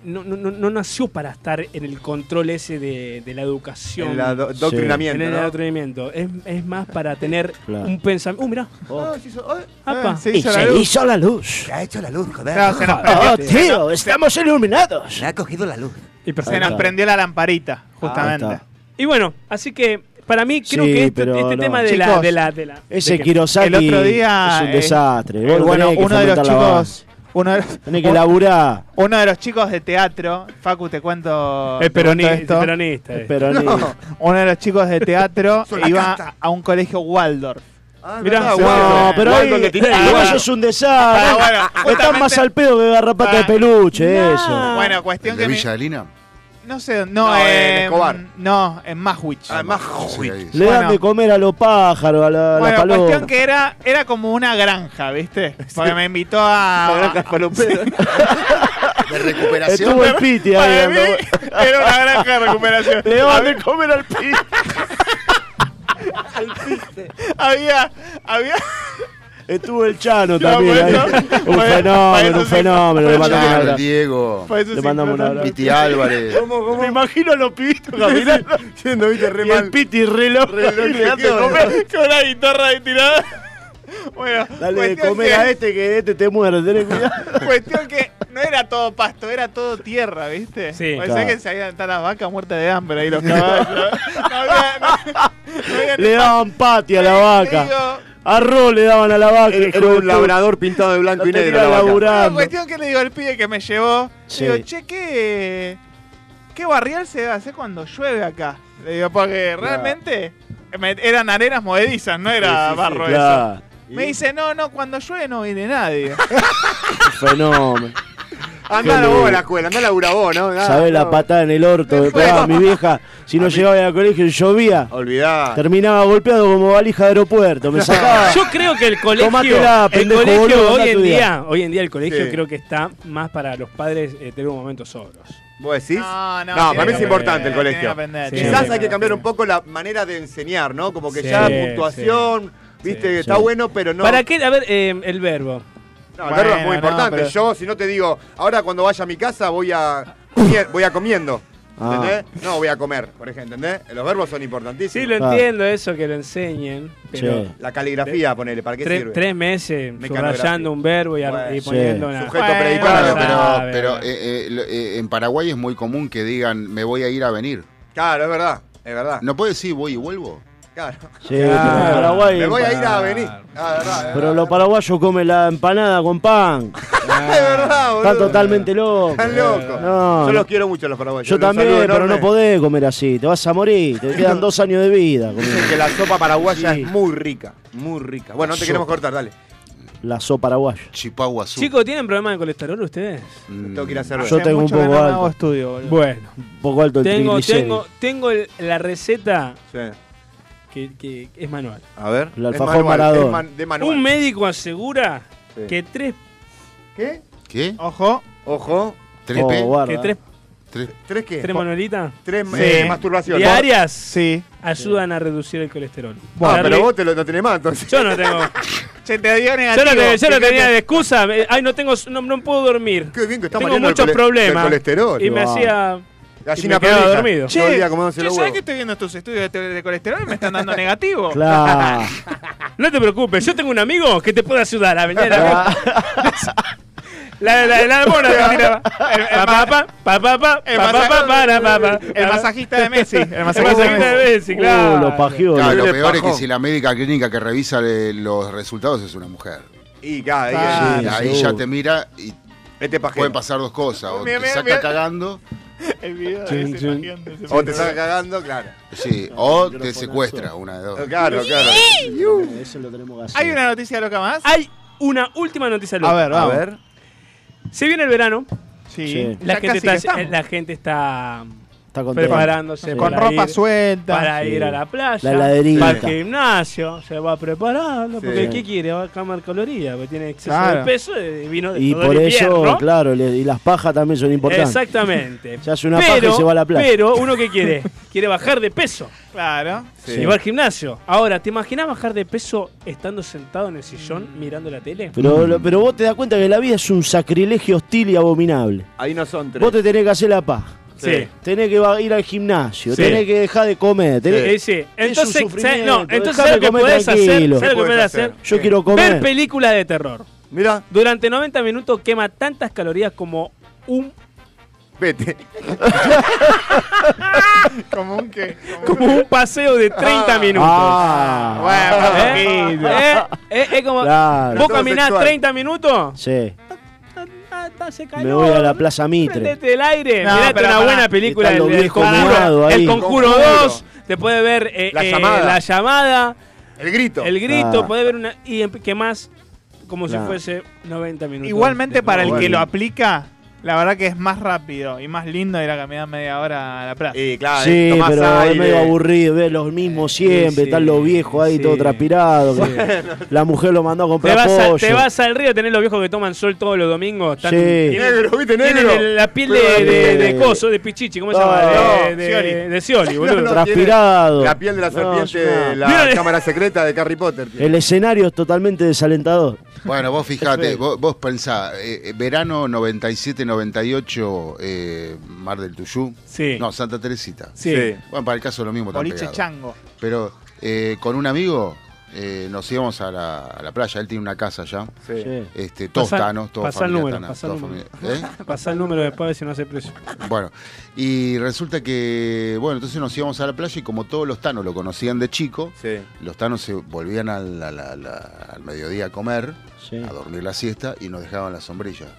[SPEAKER 5] no, no- no- no nació para estar en el control ese de, de la educación.
[SPEAKER 6] El ado- doctrinamiento.
[SPEAKER 5] en el
[SPEAKER 6] ¿no?
[SPEAKER 5] adoctrinamiento. Es, es más para tener
[SPEAKER 4] Claro.
[SPEAKER 5] un pensamiento. Uh, mirá.
[SPEAKER 2] Oh.
[SPEAKER 6] Ah, sí, so- ay,
[SPEAKER 5] Apa.
[SPEAKER 2] Sí,
[SPEAKER 4] Y
[SPEAKER 2] hizo la
[SPEAKER 4] se
[SPEAKER 2] luz.
[SPEAKER 4] hizo la luz.
[SPEAKER 6] te ha hecho la luz, joder.
[SPEAKER 2] No, se nos prendió.
[SPEAKER 4] Oh, tío, estamos iluminados.
[SPEAKER 6] ha cogido la luz.
[SPEAKER 5] Y, perfecto.
[SPEAKER 2] Se nos prendió la lamparita,
[SPEAKER 4] Ahí
[SPEAKER 2] justamente.
[SPEAKER 4] está.
[SPEAKER 5] Y bueno, así que para mí creo
[SPEAKER 4] Sí,
[SPEAKER 5] que este,
[SPEAKER 4] pero
[SPEAKER 5] este
[SPEAKER 4] no.
[SPEAKER 5] tema de la,
[SPEAKER 2] Chicos,
[SPEAKER 5] de la. de la- de
[SPEAKER 4] Ese
[SPEAKER 5] que-
[SPEAKER 4] Kirosaki
[SPEAKER 2] el otro día,
[SPEAKER 4] es un
[SPEAKER 2] eh,
[SPEAKER 4] desastre.
[SPEAKER 2] Eh,
[SPEAKER 4] Vos
[SPEAKER 2] bueno,
[SPEAKER 4] tenés que
[SPEAKER 2] uno de los
[SPEAKER 4] fomentar la
[SPEAKER 2] chicos.
[SPEAKER 4] base.
[SPEAKER 2] Uno de los,
[SPEAKER 4] Tenés que laburar.
[SPEAKER 2] uno de los chicos de teatro, Facu, te cuento.
[SPEAKER 5] Es
[SPEAKER 2] te cuento
[SPEAKER 5] peronista.
[SPEAKER 2] esto.
[SPEAKER 5] es peronista, eh.
[SPEAKER 4] Pero ni.
[SPEAKER 2] Uno de los chicos de teatro
[SPEAKER 6] Son la
[SPEAKER 2] iba
[SPEAKER 6] casta.
[SPEAKER 2] a- a un colegio Waldorf.
[SPEAKER 6] Ah,
[SPEAKER 5] Mirá,
[SPEAKER 6] verdad,
[SPEAKER 5] sí.
[SPEAKER 6] Waldo.
[SPEAKER 4] No, pero ahí,
[SPEAKER 6] Waldo le tiré.
[SPEAKER 4] eh,
[SPEAKER 6] Igual
[SPEAKER 4] eso es un desastre.
[SPEAKER 2] Pero bueno,
[SPEAKER 4] Estás
[SPEAKER 2] justamente-
[SPEAKER 4] más al pedo que garrapata de
[SPEAKER 2] Ah.
[SPEAKER 4] peluche,
[SPEAKER 5] No.
[SPEAKER 4] eso.
[SPEAKER 2] Bueno,
[SPEAKER 7] ¿El
[SPEAKER 2] cuestión
[SPEAKER 7] de
[SPEAKER 2] que. me-
[SPEAKER 7] Villa de Lina?
[SPEAKER 2] no sé, no,
[SPEAKER 6] No, en
[SPEAKER 2] en
[SPEAKER 6] Escobar.
[SPEAKER 2] No, en Maswich.
[SPEAKER 6] Ah, más
[SPEAKER 7] Sí,
[SPEAKER 6] joven.
[SPEAKER 7] ahí.
[SPEAKER 4] Le dan
[SPEAKER 2] bueno.
[SPEAKER 4] de comer a los pájaros, a la, a la
[SPEAKER 2] Bueno,
[SPEAKER 4] paloma.
[SPEAKER 2] cuestión que era, era como una granja, ¿viste? Porque me invitó a.
[SPEAKER 7] ¿De recuperación?
[SPEAKER 4] Estuvo el piti ahí.
[SPEAKER 2] Para mí,
[SPEAKER 4] dando-
[SPEAKER 2] era una granja de recuperación.
[SPEAKER 4] Le dan de comer al piti.
[SPEAKER 2] Había. había
[SPEAKER 4] Estuvo el Chano
[SPEAKER 2] Ya,
[SPEAKER 4] también.
[SPEAKER 2] bueno.
[SPEAKER 4] ahí.
[SPEAKER 2] Bueno,
[SPEAKER 4] Un
[SPEAKER 2] para
[SPEAKER 4] fenómeno,
[SPEAKER 2] eso
[SPEAKER 4] un
[SPEAKER 2] sí.
[SPEAKER 4] fenómeno. Le
[SPEAKER 2] Para
[SPEAKER 4] mandamos un
[SPEAKER 7] Claro,
[SPEAKER 4] abrazo.
[SPEAKER 7] Diego,
[SPEAKER 2] pues, eso
[SPEAKER 4] Le
[SPEAKER 2] sí,
[SPEAKER 4] mandamos un
[SPEAKER 2] pero-
[SPEAKER 4] abrazo.
[SPEAKER 7] Piti Álvarez.
[SPEAKER 6] ¿Cómo, cómo?
[SPEAKER 4] Me imagino a los pitos caminando.
[SPEAKER 6] Yendo, viste, re
[SPEAKER 4] Y el
[SPEAKER 6] mal.
[SPEAKER 4] piti reloj.
[SPEAKER 6] Re loco,
[SPEAKER 4] Le dan de
[SPEAKER 6] ¿qué onda?
[SPEAKER 4] comer.
[SPEAKER 2] Con una guitarra de tirada. Bueno,
[SPEAKER 4] Dale de
[SPEAKER 2] cuestión
[SPEAKER 4] comer
[SPEAKER 2] que-
[SPEAKER 4] a este que este te muere. Tenés cuidado.
[SPEAKER 2] Cuestión que no era todo pasto, era todo tierra, ¿viste?
[SPEAKER 5] Sí,
[SPEAKER 2] Parecía
[SPEAKER 4] claro.
[SPEAKER 2] que se habían estado las vacas muertas de hambre ahí los caballos. No había- no- no había ni-
[SPEAKER 4] Le daban pati a la
[SPEAKER 2] Te
[SPEAKER 4] vaca.
[SPEAKER 2] digo,
[SPEAKER 4] Arroz le daban a la vaca. hijo
[SPEAKER 6] Era
[SPEAKER 4] de
[SPEAKER 6] un
[SPEAKER 4] puta.
[SPEAKER 6] labrador pintado de
[SPEAKER 4] La
[SPEAKER 6] blanco y
[SPEAKER 4] tenía
[SPEAKER 6] negro. la vaca.
[SPEAKER 2] La
[SPEAKER 4] laburando.
[SPEAKER 2] cuestión que le digo al pibe que me llevó,
[SPEAKER 4] Sí.
[SPEAKER 2] le digo, che, ¿qué, ¿qué barrial se debe hacer cuando llueve acá? Le digo, porque realmente me- eran arenas movedizas, no era
[SPEAKER 6] Sí, sí, sí,
[SPEAKER 2] barro eso.
[SPEAKER 4] Claro,
[SPEAKER 2] Me dice, no, no, cuando llueve no viene nadie.
[SPEAKER 4] fenómeno.
[SPEAKER 6] Andá vos a la escuela, andá a laburar vos, ¿no?
[SPEAKER 2] Ah,
[SPEAKER 6] Nada,
[SPEAKER 4] ¿Sabés la
[SPEAKER 6] no.
[SPEAKER 4] patada en el orto que pegaba mi vieja? Si no llegaba al colegio y llovía.
[SPEAKER 6] Olvidá.
[SPEAKER 4] Terminaba golpeado como valija de aeropuerto. Me sacaba.
[SPEAKER 5] Yo creo que el colegio,
[SPEAKER 4] Tomátela,
[SPEAKER 5] el
[SPEAKER 4] pendejo,
[SPEAKER 5] colegio
[SPEAKER 4] boludo,
[SPEAKER 5] hoy
[SPEAKER 4] andá a
[SPEAKER 5] en
[SPEAKER 4] tu
[SPEAKER 5] día,
[SPEAKER 4] día.
[SPEAKER 5] hoy en día el colegio
[SPEAKER 4] Sí.
[SPEAKER 5] creo que está más para los padres eh, tener un momento sobros.
[SPEAKER 6] ¿Vos decís?
[SPEAKER 5] No, no,
[SPEAKER 6] para
[SPEAKER 5] tiene
[SPEAKER 6] mí es
[SPEAKER 5] que
[SPEAKER 6] importante el
[SPEAKER 5] aprender,
[SPEAKER 6] colegio.
[SPEAKER 5] tiene que aprender, tiene que
[SPEAKER 6] Quizás hay que
[SPEAKER 5] aprender.
[SPEAKER 6] cambiar un poco la manera de enseñar, ¿no? Como que
[SPEAKER 5] Sí,
[SPEAKER 6] ya
[SPEAKER 5] sí,
[SPEAKER 6] puntuación, viste, está
[SPEAKER 5] sí.
[SPEAKER 6] bueno, pero no.
[SPEAKER 5] ¿Para qué? A ver, eh, el verbo.
[SPEAKER 6] No, el verbo es muy importante.
[SPEAKER 5] pero-
[SPEAKER 6] Yo, si no te digo, ahora cuando vaya a mi casa voy a, comie- voy a comiendo.
[SPEAKER 5] Ah.
[SPEAKER 6] ¿Entendés? No, voy a comer, por ejemplo, ¿entendés? Los verbos son importantísimos.
[SPEAKER 5] Sí, lo entiendo eso, que lo enseñen. Pero
[SPEAKER 6] Sí. La caligrafía, ponele, ¿para qué
[SPEAKER 5] Tres-
[SPEAKER 6] sirve?
[SPEAKER 5] Tres meses
[SPEAKER 6] Mecanografía.
[SPEAKER 5] subrayando un verbo y, ar- y poniendo una...
[SPEAKER 6] Sujeto
[SPEAKER 5] Bueno,
[SPEAKER 6] predicado.
[SPEAKER 5] sabe.
[SPEAKER 7] Pero, pero eh, eh, lo- eh, en Paraguay es muy común que digan, me voy a ir a venir.
[SPEAKER 6] Claro, es verdad, es verdad.
[SPEAKER 7] No puede decir, voy y vuelvo.
[SPEAKER 6] Ah. Claro.
[SPEAKER 4] Sí, pero en Paraguay-
[SPEAKER 6] Me voy a ir a venir.
[SPEAKER 4] Pero los paraguayos comen la empanada con pan.
[SPEAKER 6] es verdad, boludo.
[SPEAKER 4] Están totalmente locos.
[SPEAKER 6] Están locos. Yo
[SPEAKER 4] No, no.
[SPEAKER 6] los quiero mucho a los paraguayos.
[SPEAKER 4] Yo
[SPEAKER 6] Los
[SPEAKER 4] también,
[SPEAKER 6] saludo
[SPEAKER 4] pero no
[SPEAKER 6] enorme.
[SPEAKER 4] podés comer así. Te vas a morir. Te quedan dos años de vida.
[SPEAKER 6] Dicen que la sopa paraguaya es muy rica, muy rica. Bueno, no te
[SPEAKER 4] Sopa.
[SPEAKER 6] queremos cortar, dale.
[SPEAKER 4] La sopa paraguaya.
[SPEAKER 7] Chipagua
[SPEAKER 5] Chicos, ¿tienen problema de colesterol ustedes?
[SPEAKER 6] Mm. Tengo que ir a hacer
[SPEAKER 4] Yo tengo un poco alto.
[SPEAKER 5] Bueno.
[SPEAKER 4] Un poco alto el
[SPEAKER 5] Tengo,
[SPEAKER 4] triglicérido.
[SPEAKER 5] tengo, tengo el- la receta
[SPEAKER 6] Sí.
[SPEAKER 5] que, que es manual.
[SPEAKER 6] A ver.
[SPEAKER 4] El alfajor Maradona.
[SPEAKER 5] Un médico asegura que tres...
[SPEAKER 6] ¿Qué?
[SPEAKER 7] ¿Qué?
[SPEAKER 5] Ojo.
[SPEAKER 6] Ojo.
[SPEAKER 7] ¿Tres
[SPEAKER 5] Oh,
[SPEAKER 7] P?
[SPEAKER 5] guarda. Que tres-
[SPEAKER 7] ¿Tres?
[SPEAKER 6] ¿Tres qué?
[SPEAKER 5] ¿Tres manuelitas?
[SPEAKER 6] Tres eh, masturbaciones.
[SPEAKER 5] Diarias.
[SPEAKER 2] Sí.
[SPEAKER 5] Ayudan a reducir el colesterol.
[SPEAKER 6] Ah,
[SPEAKER 5] Darle-
[SPEAKER 6] pero vos te lo, no tenés más, entonces.
[SPEAKER 5] Yo no tengo.
[SPEAKER 2] Se te dio
[SPEAKER 5] Yo no,
[SPEAKER 2] negativo.
[SPEAKER 5] te- yo no
[SPEAKER 2] Fíjate.
[SPEAKER 5] tenía de excusa. eh, Ay, no tengo, no, no puedo dormir.
[SPEAKER 6] Qué bien que estamos
[SPEAKER 5] Tengo
[SPEAKER 6] hablando del
[SPEAKER 5] muchos
[SPEAKER 6] cole- del
[SPEAKER 5] problemas.
[SPEAKER 6] colesterol.
[SPEAKER 5] Y me
[SPEAKER 6] Wow.
[SPEAKER 5] hacía.
[SPEAKER 6] Gallina
[SPEAKER 5] y me quedaba
[SPEAKER 6] perdida.
[SPEAKER 5] dormido.
[SPEAKER 6] Todo el día comiéndose
[SPEAKER 2] che,
[SPEAKER 6] los
[SPEAKER 2] ¿sabes
[SPEAKER 6] huevos.
[SPEAKER 2] que estoy viendo estos estudios de, te- de colesterol y me están dando negativo?
[SPEAKER 4] Claro.
[SPEAKER 5] No te preocupes, yo tengo un amigo que te puede ayudar a vender La la la mona te tiraba. Pa, pa, pa, pa, pa,
[SPEAKER 2] El
[SPEAKER 5] pa, pa,
[SPEAKER 2] masaje-
[SPEAKER 5] pa, para, pa, pa.
[SPEAKER 2] El masajista de Messi. El masajista de
[SPEAKER 5] masajista de
[SPEAKER 2] Messi.
[SPEAKER 5] Messi, claro.
[SPEAKER 4] Uh, lo pajeó.
[SPEAKER 7] Claro, lo
[SPEAKER 4] Le
[SPEAKER 7] peor es que
[SPEAKER 4] pajó.
[SPEAKER 7] si la médica clínica que revisa eh, los resultados es una mujer.
[SPEAKER 6] Y cada
[SPEAKER 7] Ahí,
[SPEAKER 6] día. Este
[SPEAKER 7] ahí ya te mira y
[SPEAKER 6] Vete
[SPEAKER 7] pueden pasar dos cosas. O
[SPEAKER 6] Mira,
[SPEAKER 7] te
[SPEAKER 6] mira,
[SPEAKER 7] saca
[SPEAKER 6] mira.
[SPEAKER 7] cagando,
[SPEAKER 2] El video de
[SPEAKER 7] Chun,
[SPEAKER 2] ese
[SPEAKER 7] chun.
[SPEAKER 2] pajeando, ese
[SPEAKER 6] O te
[SPEAKER 2] pajeando.
[SPEAKER 6] estás cagando, claro.
[SPEAKER 7] sí, o te secuestra, una de dos.
[SPEAKER 6] Claro, claro.
[SPEAKER 4] Eso lo tenemos que hacer.
[SPEAKER 2] ¿Hay una noticia loca más?
[SPEAKER 5] Hay una última noticia loca.
[SPEAKER 2] A ver, vamos. A ver.
[SPEAKER 5] Se viene el verano.
[SPEAKER 2] Sí.
[SPEAKER 5] La
[SPEAKER 2] Ya casi
[SPEAKER 5] gente,
[SPEAKER 2] que
[SPEAKER 5] está,
[SPEAKER 2] estamos.
[SPEAKER 5] la gente está
[SPEAKER 4] Está contento.
[SPEAKER 5] preparándose
[SPEAKER 2] Con
[SPEAKER 5] para
[SPEAKER 2] ropa
[SPEAKER 5] ir-
[SPEAKER 2] suelta.
[SPEAKER 5] para
[SPEAKER 2] Sí.
[SPEAKER 5] ir a la playa,
[SPEAKER 4] La heladerita.
[SPEAKER 5] va al gimnasio, se va preparando,
[SPEAKER 4] Sí.
[SPEAKER 5] porque ¿qué quiere? Va a cambiar caloría, porque tiene exceso
[SPEAKER 4] Claro.
[SPEAKER 5] de peso de vino de
[SPEAKER 4] Y
[SPEAKER 5] todo
[SPEAKER 4] por
[SPEAKER 5] el
[SPEAKER 4] eso,
[SPEAKER 5] invierno.
[SPEAKER 4] claro, le- y las pajas también son importantes.
[SPEAKER 5] Exactamente.
[SPEAKER 4] Se hace una paja y se va a la playa.
[SPEAKER 5] Pero uno que quiere, quiere bajar de peso.
[SPEAKER 2] Claro.
[SPEAKER 5] Sí. Y va al gimnasio. Ahora, ¿te imaginas bajar de peso estando sentado en el sillón mirando la tele?
[SPEAKER 6] Mm.
[SPEAKER 4] Pero, lo- pero vos te das cuenta que la vida es un sacrilegio hostil y abominable.
[SPEAKER 6] Ahí no son tres.
[SPEAKER 4] Vos te tenés que hacer la paz.
[SPEAKER 5] Sí.
[SPEAKER 4] Tenés que va- ir al gimnasio,
[SPEAKER 5] Sí.
[SPEAKER 4] tenés que dejar de comer. Tenés,
[SPEAKER 5] Sí, sí.
[SPEAKER 4] Es un
[SPEAKER 5] Entonces, ¿sabes-
[SPEAKER 4] sufrimiento,
[SPEAKER 5] no, entonces
[SPEAKER 4] dejame
[SPEAKER 5] ¿sabes lo que
[SPEAKER 4] comer
[SPEAKER 5] podés hacer? ¿Sabes
[SPEAKER 4] tranquilo.
[SPEAKER 5] lo que
[SPEAKER 4] ¿Qué
[SPEAKER 5] podés
[SPEAKER 4] podés
[SPEAKER 5] hacer?
[SPEAKER 4] hacer? Yo quiero comer.
[SPEAKER 5] Ver películas de terror.
[SPEAKER 6] Mira.
[SPEAKER 5] Durante 90 minutos quema tantas calorías como un
[SPEAKER 6] Vete.
[SPEAKER 2] Como un que.
[SPEAKER 5] como un paseo de 30 minutos.
[SPEAKER 4] Ah.
[SPEAKER 5] Bueno,
[SPEAKER 2] poquito.
[SPEAKER 5] ¿Eh? ¿Eh? Es como
[SPEAKER 4] Claro.
[SPEAKER 5] vos caminás
[SPEAKER 4] Sexual.
[SPEAKER 5] 30 minutos,
[SPEAKER 4] Sí,
[SPEAKER 5] hace
[SPEAKER 4] me
[SPEAKER 5] calor,
[SPEAKER 4] voy a la Plaza Mitre.
[SPEAKER 5] prendete el aire,
[SPEAKER 2] No,
[SPEAKER 5] mirate
[SPEAKER 2] pero
[SPEAKER 5] una
[SPEAKER 2] pará.
[SPEAKER 5] buena película
[SPEAKER 4] Están
[SPEAKER 5] del
[SPEAKER 4] los
[SPEAKER 5] del
[SPEAKER 4] viejos
[SPEAKER 5] conjuro,
[SPEAKER 4] fumados
[SPEAKER 5] el
[SPEAKER 4] ahí.
[SPEAKER 5] conjuro
[SPEAKER 6] Conjuro.
[SPEAKER 5] 2, te puede ver eh,
[SPEAKER 6] La
[SPEAKER 5] eh,
[SPEAKER 6] llamada.
[SPEAKER 5] la llamada,
[SPEAKER 6] El grito.
[SPEAKER 5] el grito,
[SPEAKER 4] Ah.
[SPEAKER 5] podés ver una y emp- que más como si
[SPEAKER 4] Claro.
[SPEAKER 5] fuese 90 minutos.
[SPEAKER 2] Igualmente,
[SPEAKER 5] de
[SPEAKER 2] para el
[SPEAKER 5] programa.
[SPEAKER 2] que lo aplica, la verdad que es más rápido y más lindo ir a caminar media hora a la plaza.
[SPEAKER 6] Y claro,
[SPEAKER 4] Sí,
[SPEAKER 6] tomás
[SPEAKER 4] pero es
[SPEAKER 6] aire.
[SPEAKER 4] medio aburrido, ves los mismos siempre,
[SPEAKER 5] sí,
[SPEAKER 4] están los viejos ahí
[SPEAKER 5] sí.
[SPEAKER 4] todos transpirados. que La mujer lo mandó a
[SPEAKER 5] Te
[SPEAKER 4] comprar
[SPEAKER 5] vas, a-
[SPEAKER 4] pollo.
[SPEAKER 5] te vas al río, tenés los viejos que toman sol todos los domingos. están-
[SPEAKER 4] Sí.
[SPEAKER 5] tienen-
[SPEAKER 6] Negro, ¿viste?
[SPEAKER 5] tienen
[SPEAKER 6] Negro.
[SPEAKER 5] el- la piel de,
[SPEAKER 6] Pero-
[SPEAKER 5] de- de coso, de pichichi, ¿cómo se
[SPEAKER 4] No,
[SPEAKER 5] llama? De,
[SPEAKER 6] no,
[SPEAKER 5] de-
[SPEAKER 6] Scioli.
[SPEAKER 5] de Scioli, boludo.
[SPEAKER 6] No, no,
[SPEAKER 4] Transpirado.
[SPEAKER 6] tiene La piel de la
[SPEAKER 4] No,
[SPEAKER 6] serpiente
[SPEAKER 4] es una-
[SPEAKER 6] de la
[SPEAKER 5] Mira,
[SPEAKER 6] cámara secreta de Harry Potter. tiene.
[SPEAKER 4] El escenario es totalmente desalentador.
[SPEAKER 7] Bueno, vos fijate, vos, vos pensá, eh, eh, verano 97-98, eh, Mar del Tuyú.
[SPEAKER 5] Sí.
[SPEAKER 7] No, Santa Teresita.
[SPEAKER 5] Sí. Sí.
[SPEAKER 7] Bueno, para el caso lo mismo tan
[SPEAKER 2] Boliche
[SPEAKER 7] pegado.
[SPEAKER 2] chango.
[SPEAKER 7] Pero eh, con un amigo eh, nos íbamos a la, a la playa, él tiene una casa allá.
[SPEAKER 6] Sí.
[SPEAKER 4] Sí.
[SPEAKER 7] Este, todos
[SPEAKER 5] Pasá-
[SPEAKER 7] tanos, todos
[SPEAKER 5] pasá el
[SPEAKER 7] familias
[SPEAKER 5] número,
[SPEAKER 7] tanas,
[SPEAKER 5] pasá el
[SPEAKER 7] todas
[SPEAKER 5] número.
[SPEAKER 7] familias- ¿eh?
[SPEAKER 5] Pasá el número después a ver si no hace precio.
[SPEAKER 7] Bueno, y resulta que, bueno, entonces nos íbamos a la playa y como todos los tanos lo conocían de chico,
[SPEAKER 6] Sí.
[SPEAKER 7] los tanos se volvían al, al- al- al mediodía a comer,
[SPEAKER 4] Sí.
[SPEAKER 7] a dormir la siesta y nos dejaban las sombrillas.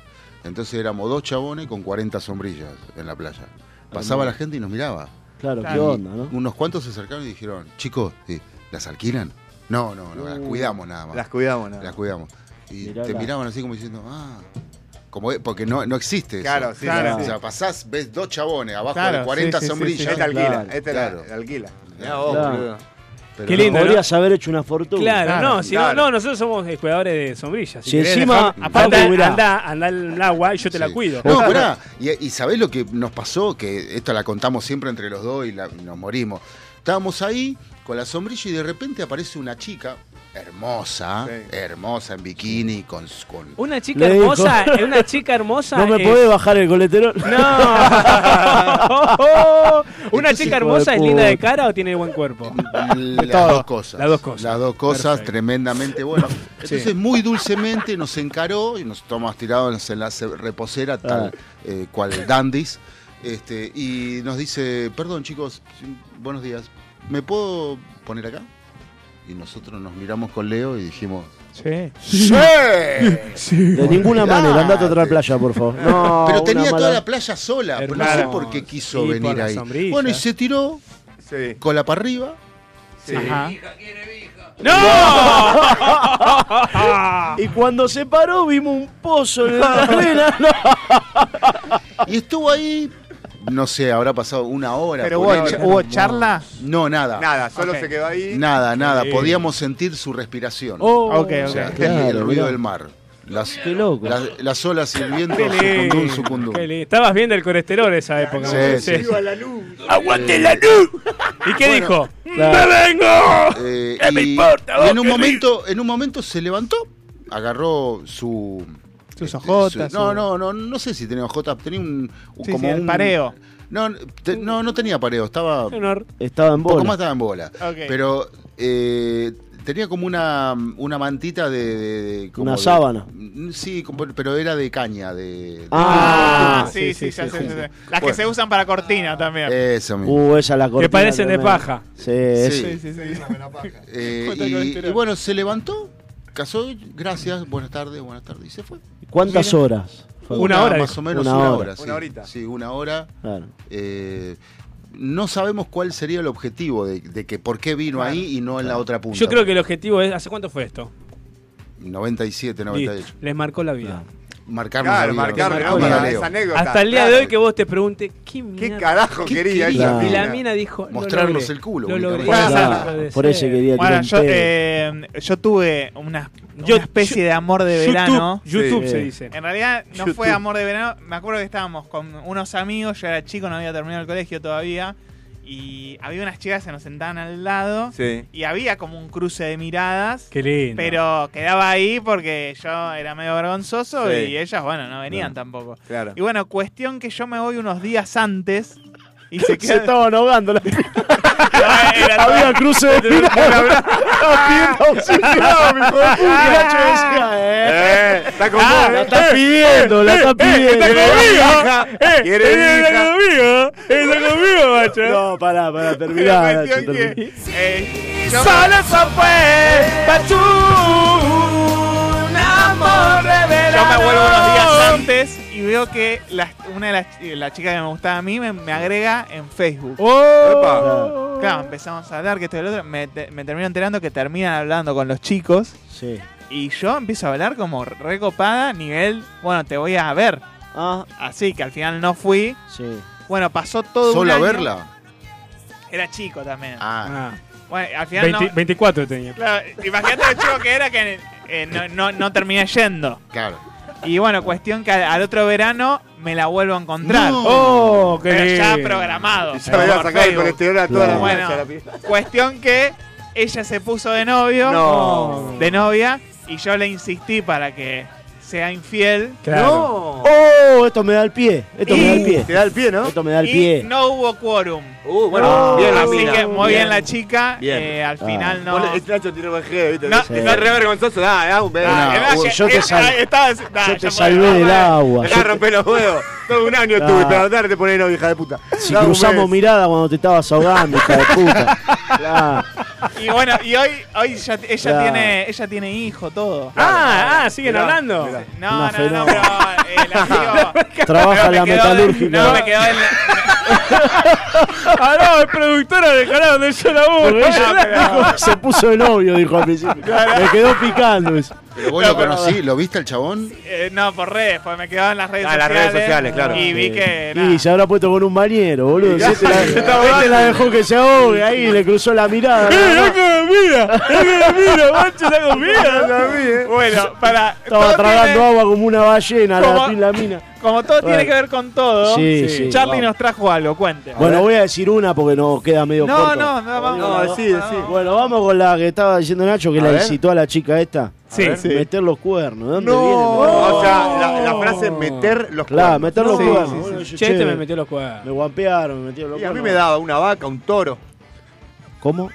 [SPEAKER 7] Entonces éramos dos chabones con 40 sombrillas en la playa. Pasaba la gente y nos miraba.
[SPEAKER 4] Claro, qué
[SPEAKER 7] Y
[SPEAKER 4] onda, ¿no?
[SPEAKER 7] Unos cuantos se acercaron y dijeron, chicos, eh, ¿las alquilan? No, no, no, las
[SPEAKER 4] Uh.
[SPEAKER 7] cuidamos nada más.
[SPEAKER 6] Las cuidamos, nada.
[SPEAKER 7] Las cuidamos. Y
[SPEAKER 4] Mirá
[SPEAKER 7] te
[SPEAKER 4] la-
[SPEAKER 7] miraban así como diciendo, ah, como es- porque no, no existe eso.
[SPEAKER 6] Claro, sí,
[SPEAKER 7] Claro.
[SPEAKER 6] sí, sí.
[SPEAKER 7] O sea, pasás, ves dos chabones abajo
[SPEAKER 6] Claro,
[SPEAKER 7] de 40
[SPEAKER 6] sí, sí, sí,
[SPEAKER 7] sombrillas.
[SPEAKER 6] sí, sí. Este alquila,
[SPEAKER 7] Claro,
[SPEAKER 6] este la- la alquila. Mirá vos,
[SPEAKER 7] Claro.
[SPEAKER 6] boludo.
[SPEAKER 7] Pero
[SPEAKER 5] Qué
[SPEAKER 7] no.
[SPEAKER 5] lindo, ¿no?
[SPEAKER 4] Podrías haber hecho una fortuna.
[SPEAKER 5] Claro, no, si no, no, nosotros somos cuidadores de sombrillas.
[SPEAKER 4] Si
[SPEAKER 5] querés
[SPEAKER 4] encima-
[SPEAKER 5] dejar- aparte,
[SPEAKER 4] Papu, mirá.
[SPEAKER 5] anda, anda al agua y yo te la cuido.
[SPEAKER 7] No, pará. Y, y sabés lo que nos pasó, que esto la contamos siempre entre los dos y, la- y nos morimos. Estábamos ahí con la sombrilla y de repente aparece una chica hermosa, hermosa en bikini, con, con-
[SPEAKER 5] Una chica
[SPEAKER 7] Le dijo.
[SPEAKER 5] hermosa, eh, una chica hermosa.
[SPEAKER 7] No me
[SPEAKER 5] es-
[SPEAKER 7] podés
[SPEAKER 4] bajar el colesterol.
[SPEAKER 5] No.
[SPEAKER 7] Hijo
[SPEAKER 5] una
[SPEAKER 7] de
[SPEAKER 5] chica hermosa es linda de
[SPEAKER 7] puta.
[SPEAKER 5] cara o tiene buen cuerpo.
[SPEAKER 7] las
[SPEAKER 5] todo.
[SPEAKER 7] dos cosas. Las dos cosas. tremendamente buenas. Entonces, muy dulcemente nos encaró y nos tomamos tirados en la se- reposera, tal eh, cual dandis. Este, y nos dice: Perdón, chicos, buenos días, ¿me puedo poner acá? Y nosotros nos miramos con Leo y dijimos:
[SPEAKER 5] Sí.
[SPEAKER 7] ¡Sí!
[SPEAKER 4] De ninguna
[SPEAKER 7] Olvidate.
[SPEAKER 4] manera, andate a otra playa, por favor. No,
[SPEAKER 7] Pero
[SPEAKER 4] una
[SPEAKER 7] tenía
[SPEAKER 4] mala-
[SPEAKER 7] toda la playa sola, pero no sé
[SPEAKER 4] Hermano.
[SPEAKER 7] por qué quiso
[SPEAKER 4] Sí, por
[SPEAKER 7] venir
[SPEAKER 4] la
[SPEAKER 7] ahí.
[SPEAKER 4] sombrilla.
[SPEAKER 7] Bueno, y se tiró, cola para arriba.
[SPEAKER 4] Sí.
[SPEAKER 7] Ajá.
[SPEAKER 4] Y cuando se paró vimos un pozo en la arena.
[SPEAKER 7] Y estuvo ahí, no sé, habrá pasado una hora.
[SPEAKER 2] Pero
[SPEAKER 7] por
[SPEAKER 2] hubo,
[SPEAKER 7] ahí.
[SPEAKER 2] cha- hubo charla.
[SPEAKER 7] No, nada.
[SPEAKER 6] Nada, solo se quedó ahí.
[SPEAKER 7] Nada, nada.
[SPEAKER 6] Sí.
[SPEAKER 7] Podíamos sentir su respiración.
[SPEAKER 6] Oh. Ok,
[SPEAKER 7] O sea,
[SPEAKER 6] ok.
[SPEAKER 7] el
[SPEAKER 6] Claro,
[SPEAKER 7] ruido
[SPEAKER 6] mirá.
[SPEAKER 7] del mar. Las,
[SPEAKER 4] Qué loco.
[SPEAKER 7] Las, las olas y el viento.
[SPEAKER 5] Qué
[SPEAKER 7] sucundum,
[SPEAKER 5] lindo,
[SPEAKER 7] sucundum.
[SPEAKER 5] qué lindo. Estabas bien del colesterol esa época.
[SPEAKER 7] Sí,
[SPEAKER 5] ¿no?
[SPEAKER 7] sí, sí.
[SPEAKER 5] la luz!
[SPEAKER 7] Eh,
[SPEAKER 5] ¡Aguante la luz! ¿Y qué dijo? ¡Me vengo!
[SPEAKER 7] Eh,
[SPEAKER 5] ¿Qué me
[SPEAKER 7] y,
[SPEAKER 5] importa,
[SPEAKER 7] y
[SPEAKER 5] vos,
[SPEAKER 7] en un
[SPEAKER 5] qué
[SPEAKER 7] momento, en un momento se levantó, agarró su
[SPEAKER 2] Sus
[SPEAKER 7] Jotas,
[SPEAKER 2] ojotas.
[SPEAKER 7] no,
[SPEAKER 2] su-
[SPEAKER 7] no, no, no sé si tenía ojotas, tenía un, un-
[SPEAKER 2] Sí,
[SPEAKER 7] como
[SPEAKER 2] sí, el
[SPEAKER 7] un
[SPEAKER 2] pareo.
[SPEAKER 7] No, te- no, no tenía pareo, estaba
[SPEAKER 4] Estaba en
[SPEAKER 7] un poco
[SPEAKER 4] bola.
[SPEAKER 7] más estaba en bola,
[SPEAKER 4] Ok.
[SPEAKER 7] pero eh, tenía como una, una mantita de, de- de- como
[SPEAKER 4] Una
[SPEAKER 7] de-
[SPEAKER 4] sábana.
[SPEAKER 7] Mm, sí, como- pero era de caña, de, de-
[SPEAKER 4] Ah,
[SPEAKER 7] de-
[SPEAKER 2] sí, sí, sí, sí, sí. Las que
[SPEAKER 7] Bueno.
[SPEAKER 2] se usan para cortina también.
[SPEAKER 7] Eso mismo.
[SPEAKER 4] Uh, esa la cortina.
[SPEAKER 5] parecen de
[SPEAKER 4] tremenda.
[SPEAKER 5] paja.
[SPEAKER 4] Sí, es-
[SPEAKER 7] Sí.
[SPEAKER 2] sí, sí.
[SPEAKER 7] Eh,
[SPEAKER 2] Jota
[SPEAKER 7] y,
[SPEAKER 2] Colesterol.
[SPEAKER 7] y bueno, se levantó, casó, gracias, buenas tardes, buenas tardes, y se fue.
[SPEAKER 4] ¿Cuántas
[SPEAKER 7] Mira.
[SPEAKER 4] horas? Fue?
[SPEAKER 7] Más o menos una, hora. sí.
[SPEAKER 6] Una horita.
[SPEAKER 7] Sí, una hora.
[SPEAKER 4] Claro.
[SPEAKER 7] Eh, no sabemos cuál sería el objetivo de, de que por qué vino ahí y no en la otra punta.
[SPEAKER 5] Yo creo que el objetivo es. ¿Hace cuánto fue esto?
[SPEAKER 7] 97, 98.
[SPEAKER 5] Listo. Les marcó la vida.
[SPEAKER 7] Marcarnos la vida.
[SPEAKER 5] Marcó la
[SPEAKER 7] Para
[SPEAKER 5] vida.
[SPEAKER 7] Leo.
[SPEAKER 5] Hasta el día de hoy que vos te preguntes, ¿qué, mierda-
[SPEAKER 6] carajo quería esa
[SPEAKER 5] Y la
[SPEAKER 6] mina?
[SPEAKER 5] mina dijo: lo
[SPEAKER 7] Mostrarnos
[SPEAKER 5] logré,
[SPEAKER 7] el culo,
[SPEAKER 5] Lo logré.
[SPEAKER 7] únicamente.
[SPEAKER 5] Claro,
[SPEAKER 7] Claro,
[SPEAKER 5] puede
[SPEAKER 4] por
[SPEAKER 5] ser.
[SPEAKER 4] eso quería
[SPEAKER 2] Bueno,
[SPEAKER 4] tirar
[SPEAKER 2] yo,
[SPEAKER 4] un pedo.
[SPEAKER 2] eh, yo tuve una, una especie de amor de
[SPEAKER 5] YouTube-
[SPEAKER 2] verano.
[SPEAKER 5] YouTube
[SPEAKER 2] Sí.
[SPEAKER 5] se dice.
[SPEAKER 2] En realidad no
[SPEAKER 5] YouTube.
[SPEAKER 2] fue amor de verano. Me acuerdo que estábamos con unos amigos, yo era chico, no había terminado el colegio todavía. Y había unas chicas que nos sentaban al lado.
[SPEAKER 6] Sí.
[SPEAKER 2] Y había como un cruce de miradas.
[SPEAKER 5] Qué lindo.
[SPEAKER 2] Pero quedaba ahí porque yo era medio vergonzoso
[SPEAKER 6] Sí.
[SPEAKER 2] y ellas, bueno, no venían tampoco.
[SPEAKER 6] Claro.
[SPEAKER 2] Y bueno, cuestión que yo me voy unos días antes y se
[SPEAKER 4] Se
[SPEAKER 2] quedan.
[SPEAKER 4] estaban ahogando. la-
[SPEAKER 2] Era-
[SPEAKER 4] Había cruce de pila.
[SPEAKER 6] Eh, está con vos,
[SPEAKER 4] Ah, La
[SPEAKER 6] eh.
[SPEAKER 4] está pidiendo, la está pidiendo.
[SPEAKER 6] Hija, quiere hija.
[SPEAKER 5] conmigo! ¡Está conmigo, macho!
[SPEAKER 4] No, pará, pará,
[SPEAKER 2] La
[SPEAKER 4] terminá. Nacho,
[SPEAKER 2] cuestión
[SPEAKER 4] terminá.
[SPEAKER 2] que, eh, yo- Yo me vuelvo unos días ¿eh? antes y veo que las- una de las eh, la chicas que me gustaba a mí me, me agrega en Facebook. Claro, empezamos a hablar que esto y el otro. Me, te- me termino enterando que terminan hablando con los chicos.
[SPEAKER 4] Sí.
[SPEAKER 2] Y yo empiezo a hablar como recopada, nivel, bueno, te voy a ver.
[SPEAKER 4] Ah,
[SPEAKER 2] Así que al final no fui.
[SPEAKER 4] sí.
[SPEAKER 2] Bueno, pasó todo un
[SPEAKER 7] ¿Solo a
[SPEAKER 2] año.
[SPEAKER 7] verla?
[SPEAKER 2] Era chico también.
[SPEAKER 7] Ah.
[SPEAKER 5] Ah,
[SPEAKER 2] Bueno, al final
[SPEAKER 5] 20
[SPEAKER 2] no.
[SPEAKER 5] 24 tenía.
[SPEAKER 2] Claro, imagínate lo chico que era que eh, no, no, no terminé yendo.
[SPEAKER 7] Claro.
[SPEAKER 2] Y bueno, cuestión que al, al otro verano me la vuelvo a encontrar.
[SPEAKER 7] No.
[SPEAKER 5] ¡Oh, qué
[SPEAKER 2] Pero ya
[SPEAKER 5] lindo.
[SPEAKER 2] programado.
[SPEAKER 6] Ya me había
[SPEAKER 2] Por
[SPEAKER 6] sacado el
[SPEAKER 2] Facebook.
[SPEAKER 6] colesterol a toda la
[SPEAKER 2] Bueno.
[SPEAKER 6] noche, la piba.
[SPEAKER 2] Cuestión que ella se puso de novio.
[SPEAKER 6] No.
[SPEAKER 2] De novia. Y yo le insistí para que sea infiel.
[SPEAKER 5] Claro.
[SPEAKER 4] Oh, esto me da el pie. Esto me da el pie.
[SPEAKER 6] Te da el pie, ¿no?
[SPEAKER 4] Esto me da el
[SPEAKER 2] y
[SPEAKER 4] pie.
[SPEAKER 2] no hubo quórum. Ah,
[SPEAKER 6] Uh, bueno, bien la
[SPEAKER 2] Así
[SPEAKER 6] mina.
[SPEAKER 2] que muy bien, la chica.
[SPEAKER 6] Bien. Ah.
[SPEAKER 2] eh, al final no.
[SPEAKER 6] Vos le- este Nacho tiene bajé, ¿viste?
[SPEAKER 2] No,
[SPEAKER 6] No,
[SPEAKER 2] no.
[SPEAKER 6] Está re vergonzoso. Da, da un beso.
[SPEAKER 2] Ah, era que-
[SPEAKER 4] yo te
[SPEAKER 2] era-
[SPEAKER 4] sal-
[SPEAKER 2] estaba- nah,
[SPEAKER 4] yo
[SPEAKER 2] ya
[SPEAKER 4] te
[SPEAKER 2] fue,
[SPEAKER 4] salvé del
[SPEAKER 2] nah,
[SPEAKER 4] agua.
[SPEAKER 6] Dejá de romper los huevos. Todo un año estuve
[SPEAKER 4] Da.
[SPEAKER 6] para tratarte de poner novio, hija de puta.
[SPEAKER 4] Si
[SPEAKER 6] Da un
[SPEAKER 4] cruzamos
[SPEAKER 6] beso.
[SPEAKER 4] mirada cuando te estabas ahogando, hija de puta. Claro.
[SPEAKER 2] Y bueno, y hoy, hoy ya- ella,
[SPEAKER 4] Claro.
[SPEAKER 2] tiene, ella tiene hijo, todo.
[SPEAKER 5] Ah, ah, siguen
[SPEAKER 6] Mirá,
[SPEAKER 5] hablando.
[SPEAKER 6] mirá.
[SPEAKER 2] No,
[SPEAKER 4] Una
[SPEAKER 2] no, no,
[SPEAKER 4] fenómena.
[SPEAKER 2] pero eh, la sigo-
[SPEAKER 4] Trabaja
[SPEAKER 2] pero me
[SPEAKER 4] la
[SPEAKER 2] quedó-
[SPEAKER 4] metalúrgica.
[SPEAKER 2] No, me quedó en la-
[SPEAKER 5] Ah, no, el productor del canal donde yo laburo.
[SPEAKER 4] Porque ella dijo, se puso de novio, dijo al principio. Me quedó picando. eso.
[SPEAKER 7] Pero vos
[SPEAKER 2] No,
[SPEAKER 7] lo
[SPEAKER 2] pero-
[SPEAKER 7] conocí, ¿lo viste al chabón?
[SPEAKER 2] Eh, no, por redes, porque me quedaba en las redes
[SPEAKER 7] Ah, las
[SPEAKER 2] sociales.
[SPEAKER 7] redes sociales, claro. Eh,
[SPEAKER 2] Y vi
[SPEAKER 7] Sí.
[SPEAKER 2] que.
[SPEAKER 4] Y se habrá puesto con un bañero, boludo.
[SPEAKER 2] Ya,
[SPEAKER 4] Este la,
[SPEAKER 2] se está
[SPEAKER 4] este la dejó que se ahogue ahí, le cruzó la mirada.
[SPEAKER 5] mira! mira! ¡Mancha la
[SPEAKER 2] Bueno, para.
[SPEAKER 4] Estaba
[SPEAKER 2] todo
[SPEAKER 4] tragando
[SPEAKER 2] tiene-
[SPEAKER 4] agua como una ballena, la
[SPEAKER 2] Como-
[SPEAKER 4] pila mina.
[SPEAKER 2] Como todo tiene
[SPEAKER 4] Bueno.
[SPEAKER 2] que ver con todo,
[SPEAKER 4] Sí, sí,
[SPEAKER 2] Charlie
[SPEAKER 4] vamos.
[SPEAKER 2] nos trajo algo, cuente.
[SPEAKER 4] Bueno, voy a decir una porque nos queda medio
[SPEAKER 2] No,
[SPEAKER 4] corto.
[SPEAKER 2] no, no, vamos.
[SPEAKER 4] No,
[SPEAKER 2] sí, sí.
[SPEAKER 4] Bueno, vamos con la que estaba diciendo Nacho, que
[SPEAKER 6] A
[SPEAKER 4] la
[SPEAKER 6] ver.
[SPEAKER 4] incitó a la chica esta.
[SPEAKER 6] Sí,
[SPEAKER 4] A ver,
[SPEAKER 6] sí.
[SPEAKER 4] Meter los cuernos. ¿De dónde
[SPEAKER 6] No.
[SPEAKER 4] viene?
[SPEAKER 6] O sea, la- la frase meter los
[SPEAKER 4] Claro,
[SPEAKER 6] cuernos.
[SPEAKER 4] meter los
[SPEAKER 6] Sí,
[SPEAKER 4] cuernos.
[SPEAKER 6] sí, sí, sí.
[SPEAKER 4] Bueno, yo,
[SPEAKER 6] Che, este me metió
[SPEAKER 5] los cuernos.
[SPEAKER 4] Me guampearon, me metieron los
[SPEAKER 6] Y a
[SPEAKER 4] cuernos.
[SPEAKER 6] mí me daba una vaca, un toro.
[SPEAKER 4] ¿Cómo?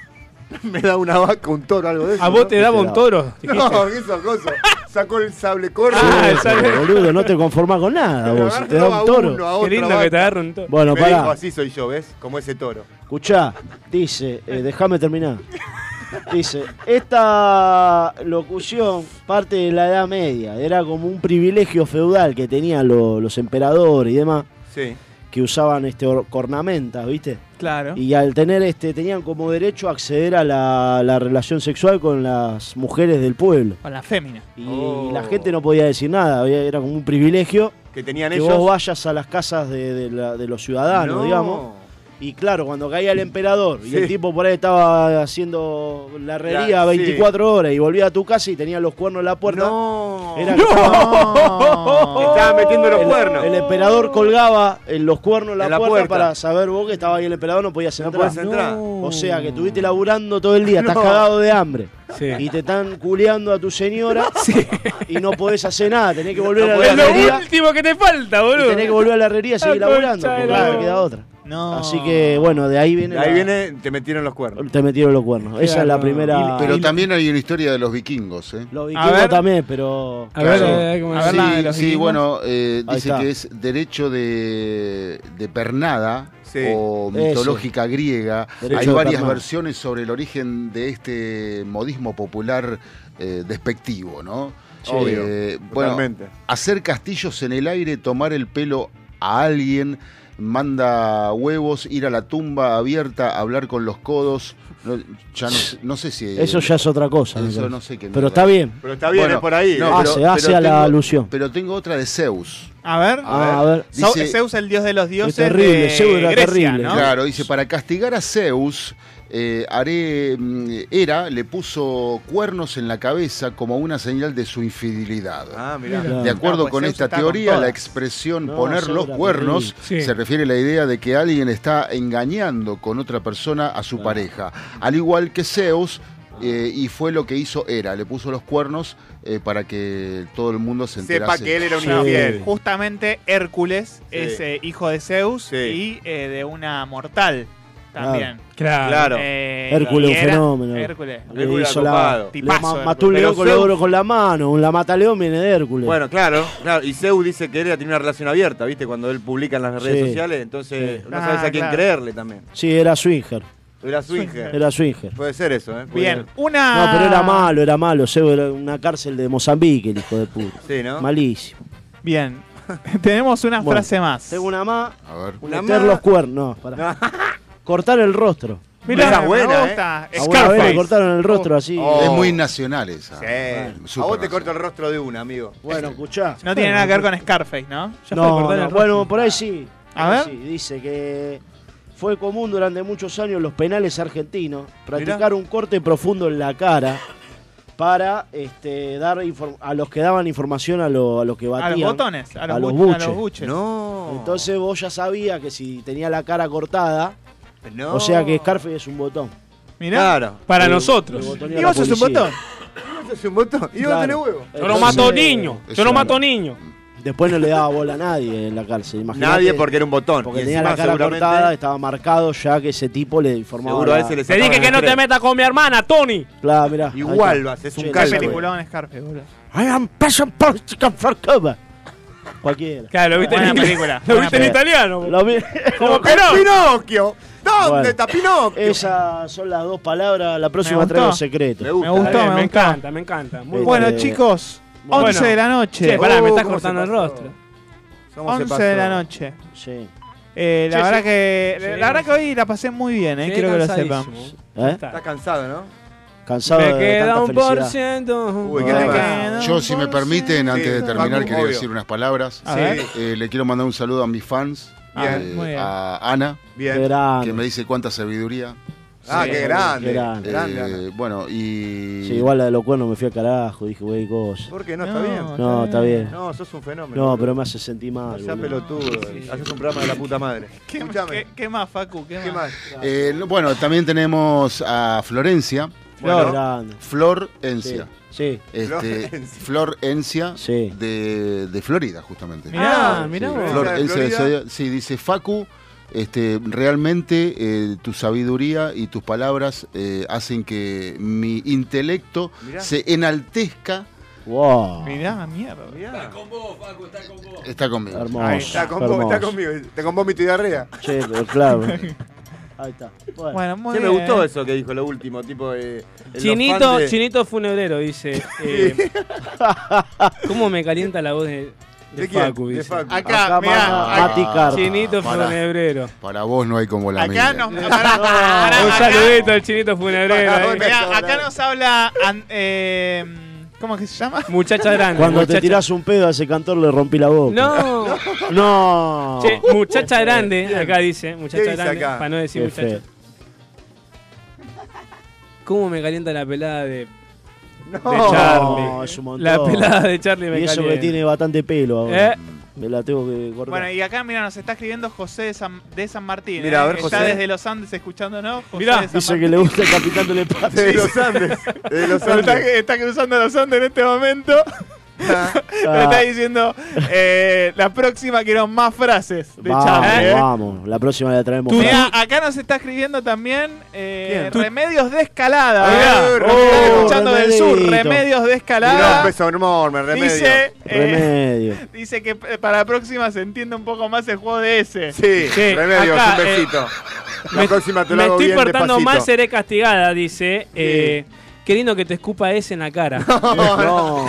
[SPEAKER 6] me daba una vaca, un toro, algo de eso.
[SPEAKER 4] ¿A vos te daba un toro?
[SPEAKER 6] No, hizo cosa. Sacó el sable corto.
[SPEAKER 4] Pero, boludo, no te conformás con nada vos. si Te da un toro.
[SPEAKER 5] agarre un toro.
[SPEAKER 4] Bueno,
[SPEAKER 6] Me
[SPEAKER 4] pará.
[SPEAKER 6] dijo, así soy yo, ¿ves? Como ese toro.
[SPEAKER 4] Escuchá, dice, eh, déjame terminar. Dice, esta locución parte de la Edad Media, era como un privilegio feudal que tenían lo- los emperadores y demás,
[SPEAKER 6] Sí.
[SPEAKER 4] que usaban este or- cornamentas, ¿viste?
[SPEAKER 2] Claro.
[SPEAKER 4] Y al tener este, tenían como derecho a acceder a la, la relación sexual con las mujeres del pueblo.
[SPEAKER 2] Con la fémina.
[SPEAKER 4] Y
[SPEAKER 6] Oh.
[SPEAKER 4] La gente no podía decir nada, había- era como un privilegio
[SPEAKER 6] Que tenían
[SPEAKER 4] que
[SPEAKER 6] ellos.
[SPEAKER 4] vos vayas a las casas de, de la- de los ciudadanos,
[SPEAKER 6] No.
[SPEAKER 4] digamos. Y claro, cuando caía el emperador y
[SPEAKER 6] Sí.
[SPEAKER 4] el tipo por ahí estaba haciendo la herrería
[SPEAKER 6] Ya, sí.
[SPEAKER 4] 24 horas y volvía a tu casa y tenía los cuernos en la puerta. Era que
[SPEAKER 6] No.
[SPEAKER 4] Estaba,
[SPEAKER 6] Estaba metiendo los
[SPEAKER 4] el-
[SPEAKER 6] cuernos.
[SPEAKER 4] El emperador colgaba eh, los cuernos en la,
[SPEAKER 6] En la
[SPEAKER 4] puerta,
[SPEAKER 6] puerta.
[SPEAKER 4] para saber vos que estaba ahí el emperador, no podías entrar.
[SPEAKER 6] podías entrar.
[SPEAKER 4] O sea que estuviste laburando todo el día, estás cagado de hambre. Y te están culeando a tu señora y no podés hacer nada, tenés que volver a la
[SPEAKER 5] Es lo
[SPEAKER 4] herrería.
[SPEAKER 5] último que te falta, boludo.
[SPEAKER 4] Y tenés que volver a la herrería y seguir
[SPEAKER 5] La
[SPEAKER 4] laburando,
[SPEAKER 5] concha
[SPEAKER 4] porque
[SPEAKER 5] de
[SPEAKER 4] claro,
[SPEAKER 5] la-
[SPEAKER 4] no queda otra. Así que bueno, de ahí viene,
[SPEAKER 6] Ahí
[SPEAKER 4] la-
[SPEAKER 6] viene, te metieron los cuernos.
[SPEAKER 4] te metieron los cuernos. Esa es la
[SPEAKER 6] Claro.
[SPEAKER 4] primera.
[SPEAKER 7] Pero también hay una historia de los vikingos, ¿eh?
[SPEAKER 4] Los vikingos también, pero.
[SPEAKER 7] Claro.
[SPEAKER 4] A ver
[SPEAKER 7] eh, sí,
[SPEAKER 4] la de los
[SPEAKER 7] sí,
[SPEAKER 4] vikingos.
[SPEAKER 7] bueno, eh,
[SPEAKER 4] Ahí
[SPEAKER 7] dice
[SPEAKER 4] está.
[SPEAKER 7] que es derecho de, de pernada o
[SPEAKER 4] Ese.
[SPEAKER 7] mitológica griega.
[SPEAKER 4] Derecho
[SPEAKER 7] Hay
[SPEAKER 4] de
[SPEAKER 7] varias
[SPEAKER 4] pernada.
[SPEAKER 7] versiones sobre el origen de este modismo popular eh, despectivo, ¿no? Eh,
[SPEAKER 6] Sí. Obvio, totalmente.
[SPEAKER 7] hacer castillos en el aire, tomar el pelo a alguien, manda huevos, ir a la tumba abierta, hablar con los codos. No, ya no, sé- no sé si.
[SPEAKER 4] Eso ya es otra cosa. me
[SPEAKER 7] Eso
[SPEAKER 4] parece.
[SPEAKER 7] no sé qué
[SPEAKER 4] Pero
[SPEAKER 7] mierda.
[SPEAKER 4] está bien.
[SPEAKER 7] Bueno,
[SPEAKER 2] ¿eh?
[SPEAKER 7] no,
[SPEAKER 4] hace
[SPEAKER 7] pero-
[SPEAKER 4] Ah, hace
[SPEAKER 7] pero
[SPEAKER 4] a la
[SPEAKER 7] tengo-
[SPEAKER 4] alusión.
[SPEAKER 7] Pero tengo otra de Zeus.
[SPEAKER 2] A ver.
[SPEAKER 4] Ah, a ver.
[SPEAKER 2] Zeu-
[SPEAKER 7] Dice-
[SPEAKER 2] Zeus, el dios de los dioses. de Grecia, ¿no?
[SPEAKER 7] Claro, dice, para castigar a Zeus, eh, haré, mm, Hera le puso cuernos en la cabeza como una señal de su infidelidad.
[SPEAKER 6] Ah, mirá.
[SPEAKER 7] De acuerdo
[SPEAKER 6] Ah, pues
[SPEAKER 7] con
[SPEAKER 6] Zeus
[SPEAKER 7] esta
[SPEAKER 6] está con
[SPEAKER 7] teoría, la
[SPEAKER 6] todas.
[SPEAKER 7] expresión
[SPEAKER 6] No,
[SPEAKER 7] poner
[SPEAKER 6] Zeus
[SPEAKER 7] los
[SPEAKER 6] era
[SPEAKER 7] cuernos
[SPEAKER 6] terrible. Sí.
[SPEAKER 7] se refiere a la idea de que alguien está engañando con otra persona a
[SPEAKER 6] Ah.
[SPEAKER 7] su pareja. Al igual que Zeus. eh, y fue lo que hizo Hera, le puso los cuernos eh, para que todo el mundo se enterase.
[SPEAKER 2] Justamente Hércules es eh, hijo de Zeus y eh, de una mortal también. Eh,
[SPEAKER 5] Claro.
[SPEAKER 4] Claro. Hércules,
[SPEAKER 2] y
[SPEAKER 4] un
[SPEAKER 2] era-
[SPEAKER 4] fenómeno.
[SPEAKER 2] Hércules.
[SPEAKER 4] Le hizo la-
[SPEAKER 6] copado.
[SPEAKER 4] le
[SPEAKER 6] Tipazo,
[SPEAKER 4] ma-
[SPEAKER 6] Hércules.
[SPEAKER 4] mató un león
[SPEAKER 6] Pero
[SPEAKER 4] con el
[SPEAKER 6] Zeus-
[SPEAKER 4] ogro con la mano. Un la mata león viene de Hércules.
[SPEAKER 6] Bueno, claro, claro. Y Zeus dice que Hera tiene una relación abierta, ¿viste? Cuando él publica en las
[SPEAKER 4] Sí.
[SPEAKER 6] redes sociales, entonces
[SPEAKER 4] Sí.
[SPEAKER 6] no
[SPEAKER 4] Ah,
[SPEAKER 6] sabes a quién
[SPEAKER 4] claro.
[SPEAKER 6] creerle también.
[SPEAKER 4] Sí, era Swinger.
[SPEAKER 6] Era Swinger.
[SPEAKER 4] Era Swinger.
[SPEAKER 6] Puede ser eso, ¿eh? Puede ser.
[SPEAKER 4] No, pero era malo, era malo. Zeus era una cárcel de Mozambique, el hijo de puta.
[SPEAKER 6] Sí, ¿no?
[SPEAKER 4] Malísimo.
[SPEAKER 2] Bien. Tenemos una
[SPEAKER 4] Bueno,
[SPEAKER 2] frase más.
[SPEAKER 4] Tengo una más.
[SPEAKER 7] A ver.
[SPEAKER 4] Meter los cuernos. No, pará. Cortar el rostro.
[SPEAKER 2] Mirá,
[SPEAKER 4] Esa
[SPEAKER 2] me
[SPEAKER 6] ¿eh?
[SPEAKER 4] buena, eh.
[SPEAKER 2] gusta. Oh.
[SPEAKER 4] A una vez le
[SPEAKER 2] Scarface.
[SPEAKER 4] cortaron el rostro así.
[SPEAKER 7] Es muy nacional esa.
[SPEAKER 6] Eh,
[SPEAKER 7] Bueno,
[SPEAKER 6] Oh. a
[SPEAKER 7] súper
[SPEAKER 6] vos te corto el rostro de una, amigo.
[SPEAKER 4] Bueno, escuchá.
[SPEAKER 2] No tiene nada que ver con Scarface, ¿no?
[SPEAKER 4] No, no, bueno, por ahí sí.
[SPEAKER 2] A
[SPEAKER 4] Por
[SPEAKER 2] ver.
[SPEAKER 4] ahí sí, dice que fue común durante muchos años los penales argentinos practicar un corte profundo en la cara para este, dar inform- a los que daban información a, lo- a los que
[SPEAKER 2] A
[SPEAKER 4] batían.
[SPEAKER 2] los botones, a los, bu- a los buches.
[SPEAKER 4] Entonces vos ya sabías que si tenía la cara cortada,
[SPEAKER 6] No.
[SPEAKER 4] o sea que Scarface es un botón.
[SPEAKER 2] Mirá.
[SPEAKER 6] Claro.
[SPEAKER 5] Para
[SPEAKER 4] El-
[SPEAKER 5] nosotros.
[SPEAKER 4] el botoneo
[SPEAKER 5] Y
[SPEAKER 4] de la
[SPEAKER 5] vos sos un
[SPEAKER 4] policía.
[SPEAKER 5] botón.
[SPEAKER 6] Es un botón. Y vos
[SPEAKER 4] Claro. Eh,
[SPEAKER 6] tenés huevo.
[SPEAKER 5] Yo no mato niño. Yo no mato niño.
[SPEAKER 4] Después no le daba bola a nadie en la cárcel. imagínate.
[SPEAKER 6] Nadie porque era un botón.
[SPEAKER 4] Porque
[SPEAKER 6] Y
[SPEAKER 4] tenía
[SPEAKER 6] encima
[SPEAKER 4] la cara
[SPEAKER 6] seguramente-
[SPEAKER 4] cortada, estaba marcado ya que ese tipo le informaba.
[SPEAKER 6] Seguro a
[SPEAKER 4] la-
[SPEAKER 6] ese le
[SPEAKER 5] Te dije que no te metas con mi hermana, Tony.
[SPEAKER 4] Claro, mirá.
[SPEAKER 6] Igual
[SPEAKER 4] ahí está.
[SPEAKER 6] lo haces, un
[SPEAKER 4] Che,
[SPEAKER 6] calco.
[SPEAKER 4] la-
[SPEAKER 2] Peliculón Scarface, boludo.
[SPEAKER 4] I am passion for chicken for cover. Cualquiera.
[SPEAKER 2] Claro, lo viste en inglés. película.
[SPEAKER 4] Lo viste en
[SPEAKER 5] italiano.
[SPEAKER 4] Lo vi...
[SPEAKER 5] Como
[SPEAKER 6] Pinocchio. Pinocchio. ¿Dónde
[SPEAKER 4] Bueno.
[SPEAKER 6] está Pinocchio?
[SPEAKER 4] Esas son las dos palabras. La próxima
[SPEAKER 2] Me
[SPEAKER 4] traigo
[SPEAKER 2] gustó.
[SPEAKER 4] secreto.
[SPEAKER 6] Me gusta.
[SPEAKER 2] Me gustó,
[SPEAKER 5] Eh,
[SPEAKER 2] me
[SPEAKER 5] me
[SPEAKER 2] gustó.
[SPEAKER 5] encanta, me encanta. Muy
[SPEAKER 2] Bueno,
[SPEAKER 4] Este,
[SPEAKER 2] chicos, 11 de la noche.
[SPEAKER 5] Che, pará, me
[SPEAKER 2] Oh,
[SPEAKER 5] estás
[SPEAKER 2] ¿cómo
[SPEAKER 5] cortando
[SPEAKER 2] se
[SPEAKER 5] el rostro.
[SPEAKER 2] 11 de la noche.
[SPEAKER 4] Sí.
[SPEAKER 2] Eh, la
[SPEAKER 5] Sí,
[SPEAKER 2] verdad
[SPEAKER 5] sí.
[SPEAKER 2] que
[SPEAKER 5] Sí.
[SPEAKER 2] la verdad que hoy la pasé muy bien, eh, quiero que lo sepan.
[SPEAKER 5] cansadísimo.
[SPEAKER 4] ¿Eh?
[SPEAKER 6] Estás cansado, ¿no?
[SPEAKER 4] Cansado
[SPEAKER 5] Me
[SPEAKER 4] de
[SPEAKER 5] queda
[SPEAKER 4] tanta
[SPEAKER 5] un
[SPEAKER 4] felicidad. Ah,
[SPEAKER 5] por ciento.
[SPEAKER 7] Uy, qué tema. Yo, si me permiten, antes de terminar,
[SPEAKER 5] Facu,
[SPEAKER 7] quería
[SPEAKER 5] obvio.
[SPEAKER 7] decir unas palabras.
[SPEAKER 5] A ver.
[SPEAKER 7] Eh, le quiero mandar un saludo a mis fans,
[SPEAKER 6] Bien.
[SPEAKER 7] eh,
[SPEAKER 6] Ah, Muy bien.
[SPEAKER 7] a Ana,
[SPEAKER 6] Bien.
[SPEAKER 4] Qué grande.
[SPEAKER 7] que me dice cuánta sabiduría.
[SPEAKER 6] Ah, qué grande.
[SPEAKER 4] qué grande.
[SPEAKER 7] Eh,
[SPEAKER 4] Grande,
[SPEAKER 7] Bueno, y.
[SPEAKER 4] Sí, igual la de los cuernos me fui al carajo, dije, güey, cosa.
[SPEAKER 6] ¿Por qué no? Está bien.
[SPEAKER 4] No, está bien.
[SPEAKER 6] No, sos un fenómeno.
[SPEAKER 4] No, pero me hace sentir mal.
[SPEAKER 6] No seas
[SPEAKER 4] boludo.
[SPEAKER 6] pelotudo. Haces un programa de la puta madre.
[SPEAKER 2] ¿Qué, qué- qué más, Facu? ¿Qué, más?
[SPEAKER 7] Eh, no, bueno, también tenemos a Florencia.
[SPEAKER 4] Flor.
[SPEAKER 7] Bueno, Flor Encia.
[SPEAKER 4] Sí.
[SPEAKER 7] Este, Flor Encia de, de Florida, justamente.
[SPEAKER 4] Mirá, Ah, mirá
[SPEAKER 7] Sí,
[SPEAKER 4] vos.
[SPEAKER 7] Flor
[SPEAKER 4] Florida de
[SPEAKER 7] Encia de
[SPEAKER 4] Florida.
[SPEAKER 7] Soria- Sí, dice Facu. Este, realmente eh, tu sabiduría y tus palabras eh, hacen que mi intelecto
[SPEAKER 2] Mirá.
[SPEAKER 7] se enaltezca.
[SPEAKER 4] Wow.
[SPEAKER 2] Mirá, mierda.
[SPEAKER 6] Está
[SPEAKER 2] con vos, Facu, está con vos.
[SPEAKER 7] Está conmigo.
[SPEAKER 4] Hermoso,
[SPEAKER 6] Ahí está, con vos,
[SPEAKER 4] hermoso.
[SPEAKER 6] está conmigo. Está con vómito y diarrea.
[SPEAKER 4] Che, pero claro. Ahí está.
[SPEAKER 2] Bueno, muy
[SPEAKER 6] Sí, me
[SPEAKER 2] bien.
[SPEAKER 6] gustó eso que dijo lo último, tipo. eh, los
[SPEAKER 5] Chinito,
[SPEAKER 6] fans de-
[SPEAKER 5] Chinito Funebrero dice. eh, ¿Cómo me calienta la voz de, de
[SPEAKER 6] ¿De quién?
[SPEAKER 5] Facu?
[SPEAKER 6] De
[SPEAKER 5] dice.
[SPEAKER 6] Facu. Acá, Acá, mirá, Ma- acá. Mati Carpa.
[SPEAKER 5] Chinito
[SPEAKER 7] Pará.
[SPEAKER 5] Funebrero.
[SPEAKER 7] Para vos no hay como la mía.
[SPEAKER 2] Acá nos, pará,
[SPEAKER 5] Un
[SPEAKER 2] pará, Ah, acá-
[SPEAKER 5] saludito al Chinito Funebrero.
[SPEAKER 2] Pará,
[SPEAKER 5] ahí.
[SPEAKER 2] mirá, acá nos habla. an- eh, ¿Cómo es que se llama?
[SPEAKER 5] Muchacha grande.
[SPEAKER 4] Cuando
[SPEAKER 5] muchacha-
[SPEAKER 4] te tirás un pedo a ese cantor le rompí la boca.
[SPEAKER 5] No.
[SPEAKER 4] No.
[SPEAKER 5] Che, muchacha grande, acá dice. Muchacha
[SPEAKER 6] ¿Qué dice
[SPEAKER 5] grande.
[SPEAKER 6] acá?
[SPEAKER 5] Para no decir
[SPEAKER 4] Qué
[SPEAKER 5] muchacha. ¿Cómo me calienta la pelada de. de Charlie?
[SPEAKER 4] es un montón.
[SPEAKER 5] La pelada de Charlie me
[SPEAKER 4] Y eso
[SPEAKER 5] calienta.
[SPEAKER 4] que tiene bastante pelo ahora.
[SPEAKER 5] Eh.
[SPEAKER 4] Me la tengo que cortar.
[SPEAKER 2] Bueno, y acá, mira, nos está escribiendo José de San, de San Martín.
[SPEAKER 4] Mira,
[SPEAKER 2] eh,
[SPEAKER 4] a ver,
[SPEAKER 2] que
[SPEAKER 4] José.
[SPEAKER 2] Está desde los Andes escuchándonos. José de San
[SPEAKER 4] Dice que le gusta el capitán del espacio.
[SPEAKER 6] De los Andes. De los
[SPEAKER 2] Pero está,
[SPEAKER 6] Andes.
[SPEAKER 2] está cruzando los Andes en este momento. Pero
[SPEAKER 4] Ah.
[SPEAKER 2] está diciendo, eh, la próxima quiero más frases de
[SPEAKER 4] Vamos,
[SPEAKER 2] Charlie. ¿eh?
[SPEAKER 4] vamos. La próxima la traemos.
[SPEAKER 2] Mirá, acá nos está escribiendo también eh,
[SPEAKER 4] ¿Quién? Tú-
[SPEAKER 2] Remedios de Escalada.
[SPEAKER 6] Ay,
[SPEAKER 2] mirá.
[SPEAKER 6] ay,
[SPEAKER 2] Nos
[SPEAKER 6] oh,
[SPEAKER 2] están escuchando del sur,
[SPEAKER 6] remedito.
[SPEAKER 2] Remedios de
[SPEAKER 6] Mirá,
[SPEAKER 2] Escalada.
[SPEAKER 6] un beso enorme, remedio.
[SPEAKER 2] Dice, eh,
[SPEAKER 4] Remedio.
[SPEAKER 2] dice que eh, para la próxima se entiende un poco más el juego de ese.
[SPEAKER 6] Sí, remedio,
[SPEAKER 2] acá,
[SPEAKER 6] un
[SPEAKER 2] eh,
[SPEAKER 6] besito. la
[SPEAKER 5] me-
[SPEAKER 6] próxima te lo
[SPEAKER 5] me
[SPEAKER 6] hago
[SPEAKER 5] estoy
[SPEAKER 6] bien
[SPEAKER 5] portando
[SPEAKER 6] despacito.
[SPEAKER 5] mal, seré castigada, dice. Eh, qué lindo que te escupa ese en la cara.
[SPEAKER 4] No, no.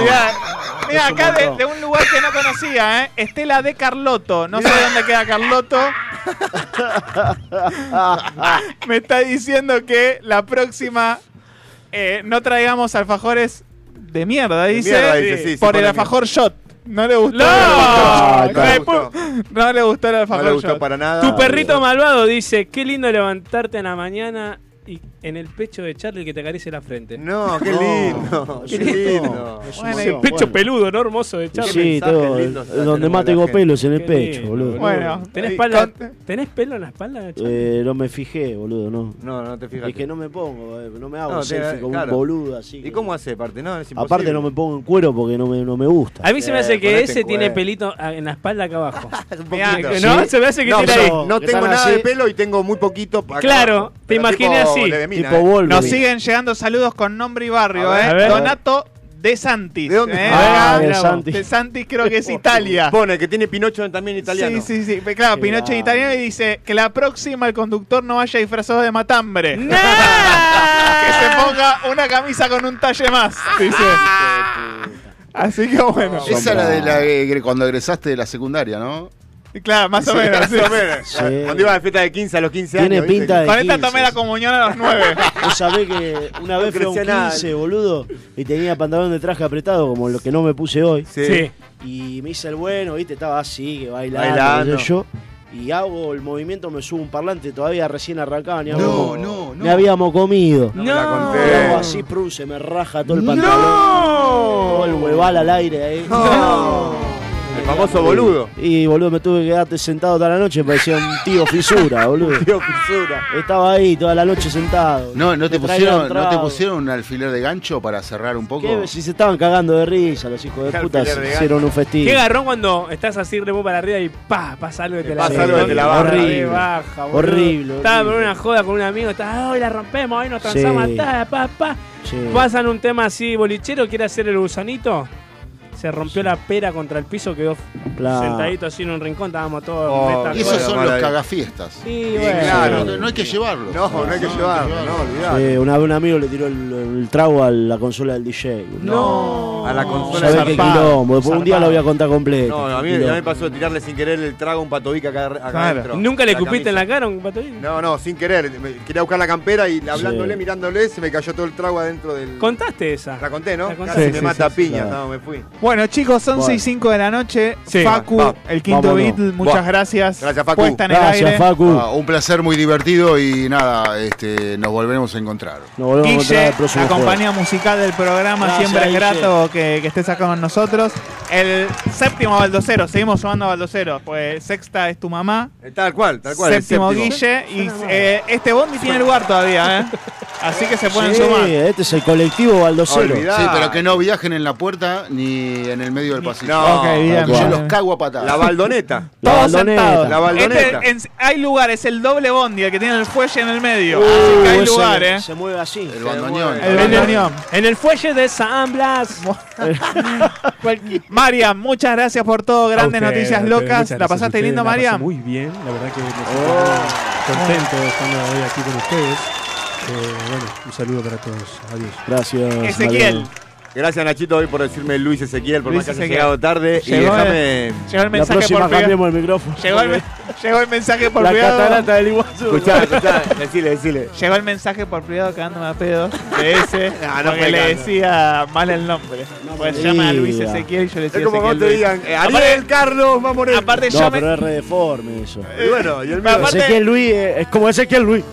[SPEAKER 2] Mirá, mirá,
[SPEAKER 4] Es un
[SPEAKER 2] acá de,
[SPEAKER 4] montón.
[SPEAKER 2] de un lugar que no conocía, ¿eh? Estela de Carlotto. No sé dónde queda Carlotto. Me está diciendo que la próxima eh, no traigamos alfajores de mierda, dice.
[SPEAKER 6] mierda, dice, sí, sí,
[SPEAKER 2] por el
[SPEAKER 6] pone
[SPEAKER 2] alfajor shot. No le gustó.
[SPEAKER 5] No,
[SPEAKER 2] no, le gustó. No le gustó el alfajor
[SPEAKER 6] No le gustó
[SPEAKER 2] shot.
[SPEAKER 6] para nada.
[SPEAKER 5] Tu perrito malvado dice, qué lindo levantarte en la mañana y en el pecho de Charlie que te acaricie la frente.
[SPEAKER 6] No, qué lindo. Qué lindo.
[SPEAKER 5] Bueno, el pecho peludo, ¿no? Hermoso de Charlie.
[SPEAKER 4] Sí, tengo, donde más tengo pelos en el pecho, boludo.
[SPEAKER 5] Bueno, ¿tenés, pala- ¿tenés pelo en la espalda?
[SPEAKER 4] Eh, no me fijé, boludo, no.
[SPEAKER 6] No, no te fijas.
[SPEAKER 4] Es que no me pongo, eh, no me hago
[SPEAKER 6] No,
[SPEAKER 4] selfie
[SPEAKER 6] tiene-
[SPEAKER 4] como
[SPEAKER 6] claro.
[SPEAKER 4] un boludo así.
[SPEAKER 6] ¿Y cómo hace, aparte? No, es imposible.
[SPEAKER 4] Aparte no me pongo en cuero porque no me, no me gusta.
[SPEAKER 5] A mí se me hace que
[SPEAKER 6] ponete
[SPEAKER 5] ese
[SPEAKER 6] en
[SPEAKER 5] tiene
[SPEAKER 6] cuero.
[SPEAKER 5] pelito ah, en la espalda acá abajo.
[SPEAKER 6] Mirá,
[SPEAKER 5] que no, se me hace que
[SPEAKER 6] no,
[SPEAKER 5] tiene
[SPEAKER 6] pero
[SPEAKER 5] ahí.
[SPEAKER 6] No
[SPEAKER 5] Que
[SPEAKER 6] tengo
[SPEAKER 5] están
[SPEAKER 6] nada
[SPEAKER 5] así.
[SPEAKER 6] de pelo y tengo muy poquito. acá
[SPEAKER 5] Claro,
[SPEAKER 6] abajo.
[SPEAKER 5] te
[SPEAKER 6] Pero
[SPEAKER 5] imaginé
[SPEAKER 6] tipo
[SPEAKER 5] así.
[SPEAKER 6] Ledemina,
[SPEAKER 5] Tipo
[SPEAKER 6] eh.
[SPEAKER 5] Wolverine.
[SPEAKER 2] Nos siguen llegando saludos con nombre y barrio,
[SPEAKER 6] A ver,
[SPEAKER 2] ¿eh?
[SPEAKER 6] a ver.
[SPEAKER 2] Donato De Santis.
[SPEAKER 6] ¿De dónde?
[SPEAKER 2] ¿eh?
[SPEAKER 6] Ah,
[SPEAKER 2] Acá,
[SPEAKER 6] De Santis.
[SPEAKER 2] De Santis creo que es Italia.
[SPEAKER 6] Pone que tiene Pinocho también italiano.
[SPEAKER 2] Sí, sí, sí. Pe- Claro,
[SPEAKER 6] Qué
[SPEAKER 2] Pinocho
[SPEAKER 6] grande.
[SPEAKER 2] es italiano y dice que la próxima el conductor no vaya disfrazado de matambre. que se ponga una camisa con un talle más, dice.
[SPEAKER 6] Ah.
[SPEAKER 2] Así que bueno.
[SPEAKER 7] Esa era de la que- cuando egresaste de la secundaria, ¿no?
[SPEAKER 2] Claro, más o
[SPEAKER 7] Sí,
[SPEAKER 2] menos. sí.
[SPEAKER 6] más o menos. Sí. Cuando iba de fiesta de 15 a los 15
[SPEAKER 4] Tiene
[SPEAKER 6] años. ¿viste?
[SPEAKER 4] pinta de
[SPEAKER 2] Con esta
[SPEAKER 4] 15.
[SPEAKER 2] tomé la comunión a los nueve.
[SPEAKER 4] Vos sabés que una vez fui a un
[SPEAKER 2] crecía nada.
[SPEAKER 4] 15, boludo, y tenía pantalón de traje apretado, como lo que no me puse hoy.
[SPEAKER 6] Sí.
[SPEAKER 4] Y me hice el bueno, viste, estaba así, que bailando.
[SPEAKER 6] Bailando.
[SPEAKER 4] qué sé Yo, y hago el movimiento, me subo un parlante, todavía recién arrancaba, ni
[SPEAKER 6] No,
[SPEAKER 4] habíamos,
[SPEAKER 6] no,
[SPEAKER 4] ni habíamos comido.
[SPEAKER 6] No. me la
[SPEAKER 4] Y
[SPEAKER 6] conté.
[SPEAKER 4] hago así, prum, se me raja todo el pantalón. Todo el hueval al aire ahí.
[SPEAKER 6] El famoso boludo.
[SPEAKER 4] Y boludo, me tuve que quedarte sentado toda la noche, parecía un tío fisura, boludo.
[SPEAKER 6] Tío fisura.
[SPEAKER 4] Estaba ahí toda la noche sentado.
[SPEAKER 7] No, ¿no te,
[SPEAKER 4] Me traían
[SPEAKER 7] pusieron, ¿no te
[SPEAKER 4] trago.
[SPEAKER 7] pusieron un alfiler de gancho para cerrar un poco?
[SPEAKER 4] ¿Qué? Si se estaban cagando de risa los hijos de puta,
[SPEAKER 7] alfiler de
[SPEAKER 4] se
[SPEAKER 7] gato.
[SPEAKER 4] hicieron un festín.
[SPEAKER 5] Qué garrón cuando estás así de vos para arriba y pa, pasa algo que te la
[SPEAKER 4] pasa algo que te la baja.
[SPEAKER 5] Horrible.
[SPEAKER 4] Horrible.
[SPEAKER 5] baja, boludo.
[SPEAKER 4] Horrible,
[SPEAKER 5] Estaba
[SPEAKER 4] horrible.
[SPEAKER 5] por una joda con un amigo, estaba, hoy la rompemos, hoy nos transamos,
[SPEAKER 4] Sí.
[SPEAKER 5] ta, pa, pa.
[SPEAKER 4] Sí.
[SPEAKER 5] Pasan un tema así, bolichero, quiere hacer el gusanito. se rompió la pera contra el piso, quedó
[SPEAKER 7] Claro.
[SPEAKER 5] sentadito así en un rincón, estábamos todos.
[SPEAKER 7] Oh,
[SPEAKER 5] reta-
[SPEAKER 7] y esos son los
[SPEAKER 5] Maravilla.
[SPEAKER 7] cagafiestas.
[SPEAKER 5] Sí, bueno.
[SPEAKER 7] claro, no, no hay que llevarlos.
[SPEAKER 6] No, no hay que llevarlos, no, olvidate.
[SPEAKER 4] Eh, una vez un amigo le tiró el, el trago a la consola del DJ.
[SPEAKER 6] No. A la consola
[SPEAKER 4] ¿Sabés qué
[SPEAKER 6] zarpado,
[SPEAKER 4] quilombo? Después un día lo voy a contar completo.
[SPEAKER 6] No, no, a mí, a mí
[SPEAKER 4] Quilombo.
[SPEAKER 6] me pasó de tirarle sin querer el trago a un patobica acá, acá adentro.
[SPEAKER 5] ¿Nunca le
[SPEAKER 6] La
[SPEAKER 5] escupiste en
[SPEAKER 6] camisa.
[SPEAKER 5] la cara a un pato?
[SPEAKER 6] No, no, sin querer. Me- Quería buscar la campera y hablándole,
[SPEAKER 5] Sí.
[SPEAKER 6] mirándole, se me cayó todo el trago adentro del.
[SPEAKER 5] Contaste esa.
[SPEAKER 6] La conté, ¿no?
[SPEAKER 5] contaste.
[SPEAKER 6] Casi
[SPEAKER 5] Sí,
[SPEAKER 6] me
[SPEAKER 5] sí,
[SPEAKER 6] mata
[SPEAKER 5] sí, sí,
[SPEAKER 6] piña.
[SPEAKER 5] claro.
[SPEAKER 6] No, me fui.
[SPEAKER 2] Bueno, chicos, son
[SPEAKER 6] Bueno.
[SPEAKER 2] 6 y 5 de la noche.
[SPEAKER 6] Sí.
[SPEAKER 2] Facu,
[SPEAKER 6] Va, va.
[SPEAKER 2] el quinto
[SPEAKER 6] Vámonos.
[SPEAKER 2] beat, muchas
[SPEAKER 6] Va.
[SPEAKER 2] gracias.
[SPEAKER 6] Gracias, Facu.
[SPEAKER 2] Puesta en el
[SPEAKER 6] Gracias,
[SPEAKER 2] aire.
[SPEAKER 7] Ah, un placer muy divertido y nada, este, nos volveremos a encontrar.
[SPEAKER 4] Nos volvemos
[SPEAKER 2] Guille, la compañía musical del programa,
[SPEAKER 7] Gracias,
[SPEAKER 2] siempre es
[SPEAKER 7] Guille.
[SPEAKER 2] grato que, que estés acá con nosotros. El séptimo Baldocero, seguimos sumando a Baldocero, pues sexta es tu mamá.
[SPEAKER 6] Eh, Tal cual, tal cual. el
[SPEAKER 2] séptimo, Guille, y eh, este bondi tiene lugar todavía, ¿eh? Así que se pueden
[SPEAKER 4] Sí,
[SPEAKER 2] sumar.
[SPEAKER 4] este es el colectivo Baldocero.
[SPEAKER 7] Sí, pero que no viajen en la puerta ni en el medio del pasillo.
[SPEAKER 6] No, Ok, bien,
[SPEAKER 7] Porque yo
[SPEAKER 6] bien.
[SPEAKER 7] los cago a patadas.
[SPEAKER 6] La baldoneta.
[SPEAKER 7] Todos
[SPEAKER 2] sentados.
[SPEAKER 6] La baldoneta.
[SPEAKER 2] Este, en- hay lugar, es el doble bondi, el que tiene el fuelle en el
[SPEAKER 6] Uh,
[SPEAKER 2] medio. Así que hay
[SPEAKER 4] Uh, ese
[SPEAKER 2] lugar, ¿eh?
[SPEAKER 4] Se mueve así. El
[SPEAKER 7] bandoneón.
[SPEAKER 2] El bandoneón.
[SPEAKER 5] En el fuelle de San Blas.
[SPEAKER 2] Mariam, muchas gracias por todo. Grandes
[SPEAKER 5] A ustedes,
[SPEAKER 2] noticias
[SPEAKER 5] muchas
[SPEAKER 2] locas.
[SPEAKER 5] gracias
[SPEAKER 2] ¿La
[SPEAKER 5] a
[SPEAKER 2] pasaste
[SPEAKER 5] ustedes,
[SPEAKER 2] lindo, Oh,
[SPEAKER 5] la pasé
[SPEAKER 2] Mariam?
[SPEAKER 5] Muy bien, la verdad que me siento muy contento de estar hoy aquí con ustedes. Eh, bueno, un saludo para todos. Adiós.
[SPEAKER 4] Gracias.
[SPEAKER 5] Ezequiel.
[SPEAKER 6] Gracias Nachito hoy por decirme Luis Ezequiel, por
[SPEAKER 5] Luis
[SPEAKER 6] más que haya
[SPEAKER 5] Ezequiel.
[SPEAKER 6] llegado tarde. y
[SPEAKER 5] Llegó el-
[SPEAKER 6] déjame.
[SPEAKER 2] llegó el mensaje
[SPEAKER 4] próxima
[SPEAKER 2] por privado.
[SPEAKER 4] cambiemos el micrófono.
[SPEAKER 2] Llegó el, llegó el mensaje por
[SPEAKER 4] La
[SPEAKER 2] privado.
[SPEAKER 4] catarata del Iguazú.
[SPEAKER 6] Escuchá, escuchá, decile, decile.
[SPEAKER 2] Llegó el mensaje por privado cagándome a pedo de ese
[SPEAKER 6] Ah, no
[SPEAKER 2] porque
[SPEAKER 6] me
[SPEAKER 2] le
[SPEAKER 6] encanta.
[SPEAKER 2] decía mal el nombre. pues
[SPEAKER 4] me
[SPEAKER 2] llama a Luis
[SPEAKER 4] diga.
[SPEAKER 2] Ezequiel y yo le decía
[SPEAKER 6] Es como cuando te
[SPEAKER 2] Ezequiel Luis.
[SPEAKER 6] digan, eh,
[SPEAKER 2] Aparte-
[SPEAKER 6] Ariel, Carlos, vamos
[SPEAKER 2] Aparte
[SPEAKER 4] No,
[SPEAKER 2] yo me...
[SPEAKER 4] pero es re deforme eso.
[SPEAKER 6] Y bueno, y el mío.
[SPEAKER 4] Ezequiel Luis eh, es como Ezequiel Luis.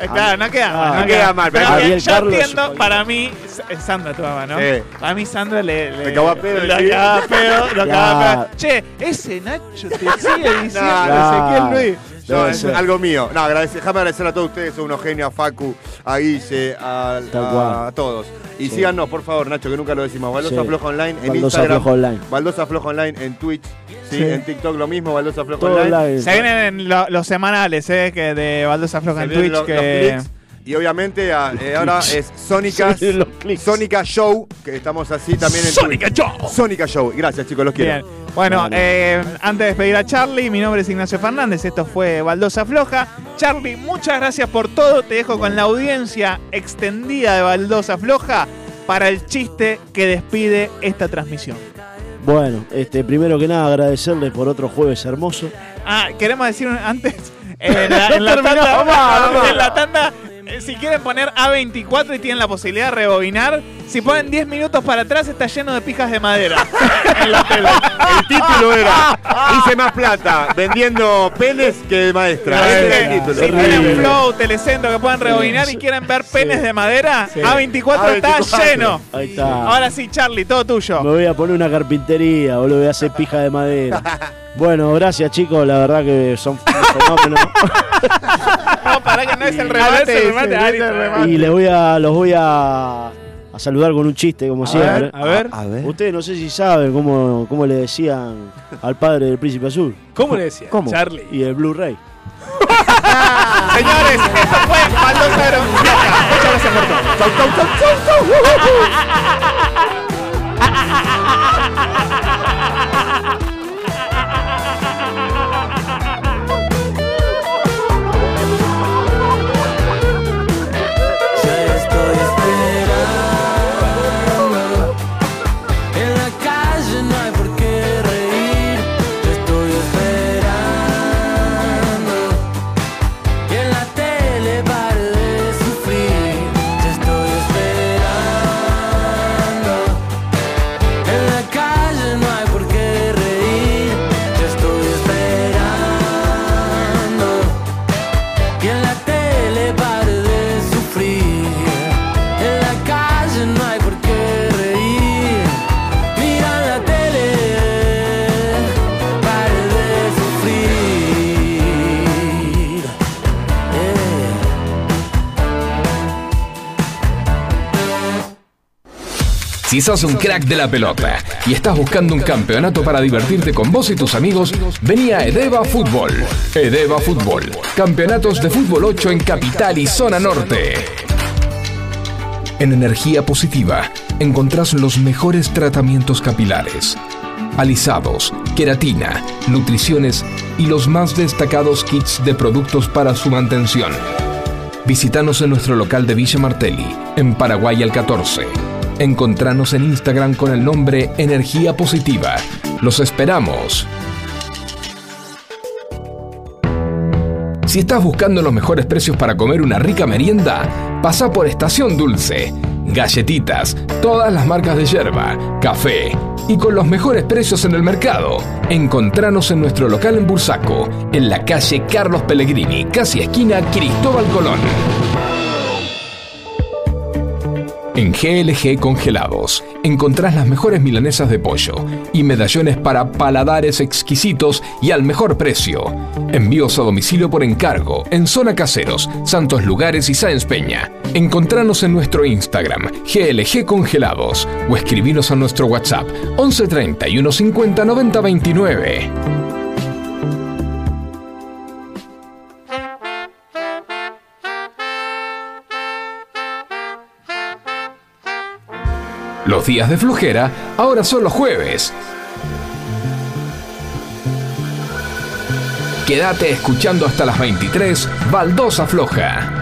[SPEAKER 2] Eh, Claro, no queda mal.
[SPEAKER 4] Ah,
[SPEAKER 2] No, queda,
[SPEAKER 4] no queda
[SPEAKER 2] mal.
[SPEAKER 4] mal,
[SPEAKER 2] Pero
[SPEAKER 4] pero
[SPEAKER 2] bien,
[SPEAKER 4] Ariel
[SPEAKER 2] yo
[SPEAKER 4] Carlos-
[SPEAKER 2] entiendo, para mí, S- eh, Sandra tu mamá, ¿no?
[SPEAKER 6] Sí.
[SPEAKER 2] Para mí Sandra le... le
[SPEAKER 6] Me cagó a pedo,
[SPEAKER 2] Lo
[SPEAKER 6] sí.
[SPEAKER 2] cagaba a pedo, lo cagaba a
[SPEAKER 6] Claro.
[SPEAKER 2] pedo. Che, ese Nacho te sigue diciendo
[SPEAKER 6] No, no,
[SPEAKER 2] Ezequiel Luis.
[SPEAKER 6] No,
[SPEAKER 2] Debe
[SPEAKER 6] es
[SPEAKER 2] ser.
[SPEAKER 6] algo mío. No, agradece- déjame agradecer a todos ustedes, son unos genios, a Facu, a Guille, a,
[SPEAKER 4] Tal
[SPEAKER 6] a-
[SPEAKER 4] cual.
[SPEAKER 6] a todos. Y
[SPEAKER 4] Sí.
[SPEAKER 6] síganos, por favor, Nacho, que nunca lo decimos. Baldosa
[SPEAKER 4] Sí.
[SPEAKER 6] Floja Online en
[SPEAKER 4] Baldosa
[SPEAKER 6] Instagram.
[SPEAKER 4] Floja Online.
[SPEAKER 6] Baldosa Floja Online en Twitch. Sí,
[SPEAKER 4] Sí.
[SPEAKER 6] en TikTok lo mismo, Baldosa Floja
[SPEAKER 4] Todo
[SPEAKER 6] Online.
[SPEAKER 4] live.
[SPEAKER 2] Se vienen lo- los semanales, ¿eh? Que de Baldosa Floja
[SPEAKER 6] Se
[SPEAKER 2] en
[SPEAKER 6] vienen
[SPEAKER 2] Twitch.
[SPEAKER 6] los- los
[SPEAKER 2] que...
[SPEAKER 6] clics. y obviamente a- eh, ahora es Sónica Sónica Show, que estamos así también en
[SPEAKER 2] Sónica
[SPEAKER 6] Show. Sónica Show. Gracias, chicos, los
[SPEAKER 2] Bien.
[SPEAKER 6] quiero.
[SPEAKER 2] Bueno, eh, antes de despedir a Charlie, mi nombre es Ignacio Fernández, esto fue Baldosa Floja. Charlie, muchas gracias por todo, te dejo con la audiencia extendida de Baldosa Floja para el chiste que despide esta transmisión.
[SPEAKER 4] Bueno, este, primero que nada agradecerles por otro jueves hermoso.
[SPEAKER 2] Ah, queremos decir un- antes, eh, en la,
[SPEAKER 4] No
[SPEAKER 2] en la
[SPEAKER 4] terminó,
[SPEAKER 2] tanda,
[SPEAKER 4] mamá, mamá.
[SPEAKER 2] en la tanda, eh, si quieren poner A24 y tienen la posibilidad de rebobinar, si ponen 10 minutos para atrás está lleno de pijas de madera. en la tele.
[SPEAKER 6] El título era Hice más plata vendiendo penes que maestra. Ese era el título.
[SPEAKER 2] Si tienen Flow, Telecentro que puedan rebobinar y quieran ver penes de madera, A24, está
[SPEAKER 4] A24.
[SPEAKER 2] lleno.
[SPEAKER 4] Ahí está.
[SPEAKER 2] Ahora sí, Charlie, todo tuyo.
[SPEAKER 4] Me voy a poner una carpintería, boludo, voy a hacer pija de madera. Bueno, gracias chicos, la verdad que son fenómenos.
[SPEAKER 2] No, pará que no es el remate.
[SPEAKER 5] el
[SPEAKER 2] es
[SPEAKER 5] remate,
[SPEAKER 2] el
[SPEAKER 5] Ari,
[SPEAKER 2] remate.
[SPEAKER 4] Y les voy a, los voy a, a saludar con un chiste, como siempre.
[SPEAKER 5] ver, a ver.
[SPEAKER 4] a ver. Ustedes no sé si saben cómo, cómo le decían al padre del Príncipe Azul.
[SPEAKER 5] ¿Cómo le decían?
[SPEAKER 4] ¿Cómo?
[SPEAKER 5] Charlie.
[SPEAKER 4] Y el Blu-ray.
[SPEAKER 2] Señores, esto fue Baldosa Aero. Muchas gracias por todo.
[SPEAKER 22] En la calle no hay por qué reír, te estoy esperando. Y en la tele pare de sufrir, te estoy esperando. En la calle no hay por qué reír, te estoy esperando. Y en la tele pare de sufrir, en la calle no hay por qué reír. Mira la tele, pare de sufrir.
[SPEAKER 11] Si sos un crack de la pelota y estás buscando un campeonato para divertirte con vos y tus amigos, vení a Edeva Fútbol. Edeva Fútbol. Campeonatos de fútbol 8 en Capital y Zona Norte. En energía positiva, encontrás los mejores tratamientos capilares, alisados, queratina, nutriciones y los más destacados kits de productos para su mantención. Visítanos en nuestro local de Villa Martelli, en Paraguay al 14. Encontranos en Instagram con el nombre Energía Positiva. Los esperamos. Si estás buscando los mejores precios para comer una rica merienda, pasa por Estación Dulce. Galletitas, todas las marcas de yerba, café y con los mejores precios en el mercado. Encontranos en nuestro local en Bursaco, en la calle Carlos Pellegrini, casi esquina Cristóbal Colón. En GLG Congelados encontrás las mejores milanesas de pollo y medallones para paladares exquisitos y al mejor precio. Envíos a domicilio por encargo en Zona Caseros, Santos Lugares y Sáenz Peña. Encontranos en nuestro Instagram, GLG Congelados, o escribinos a nuestro WhatsApp 11 31 50 90 29. Los días de flojera ahora son los jueves. Quédate escuchando hasta las 23, Baldosa Floja.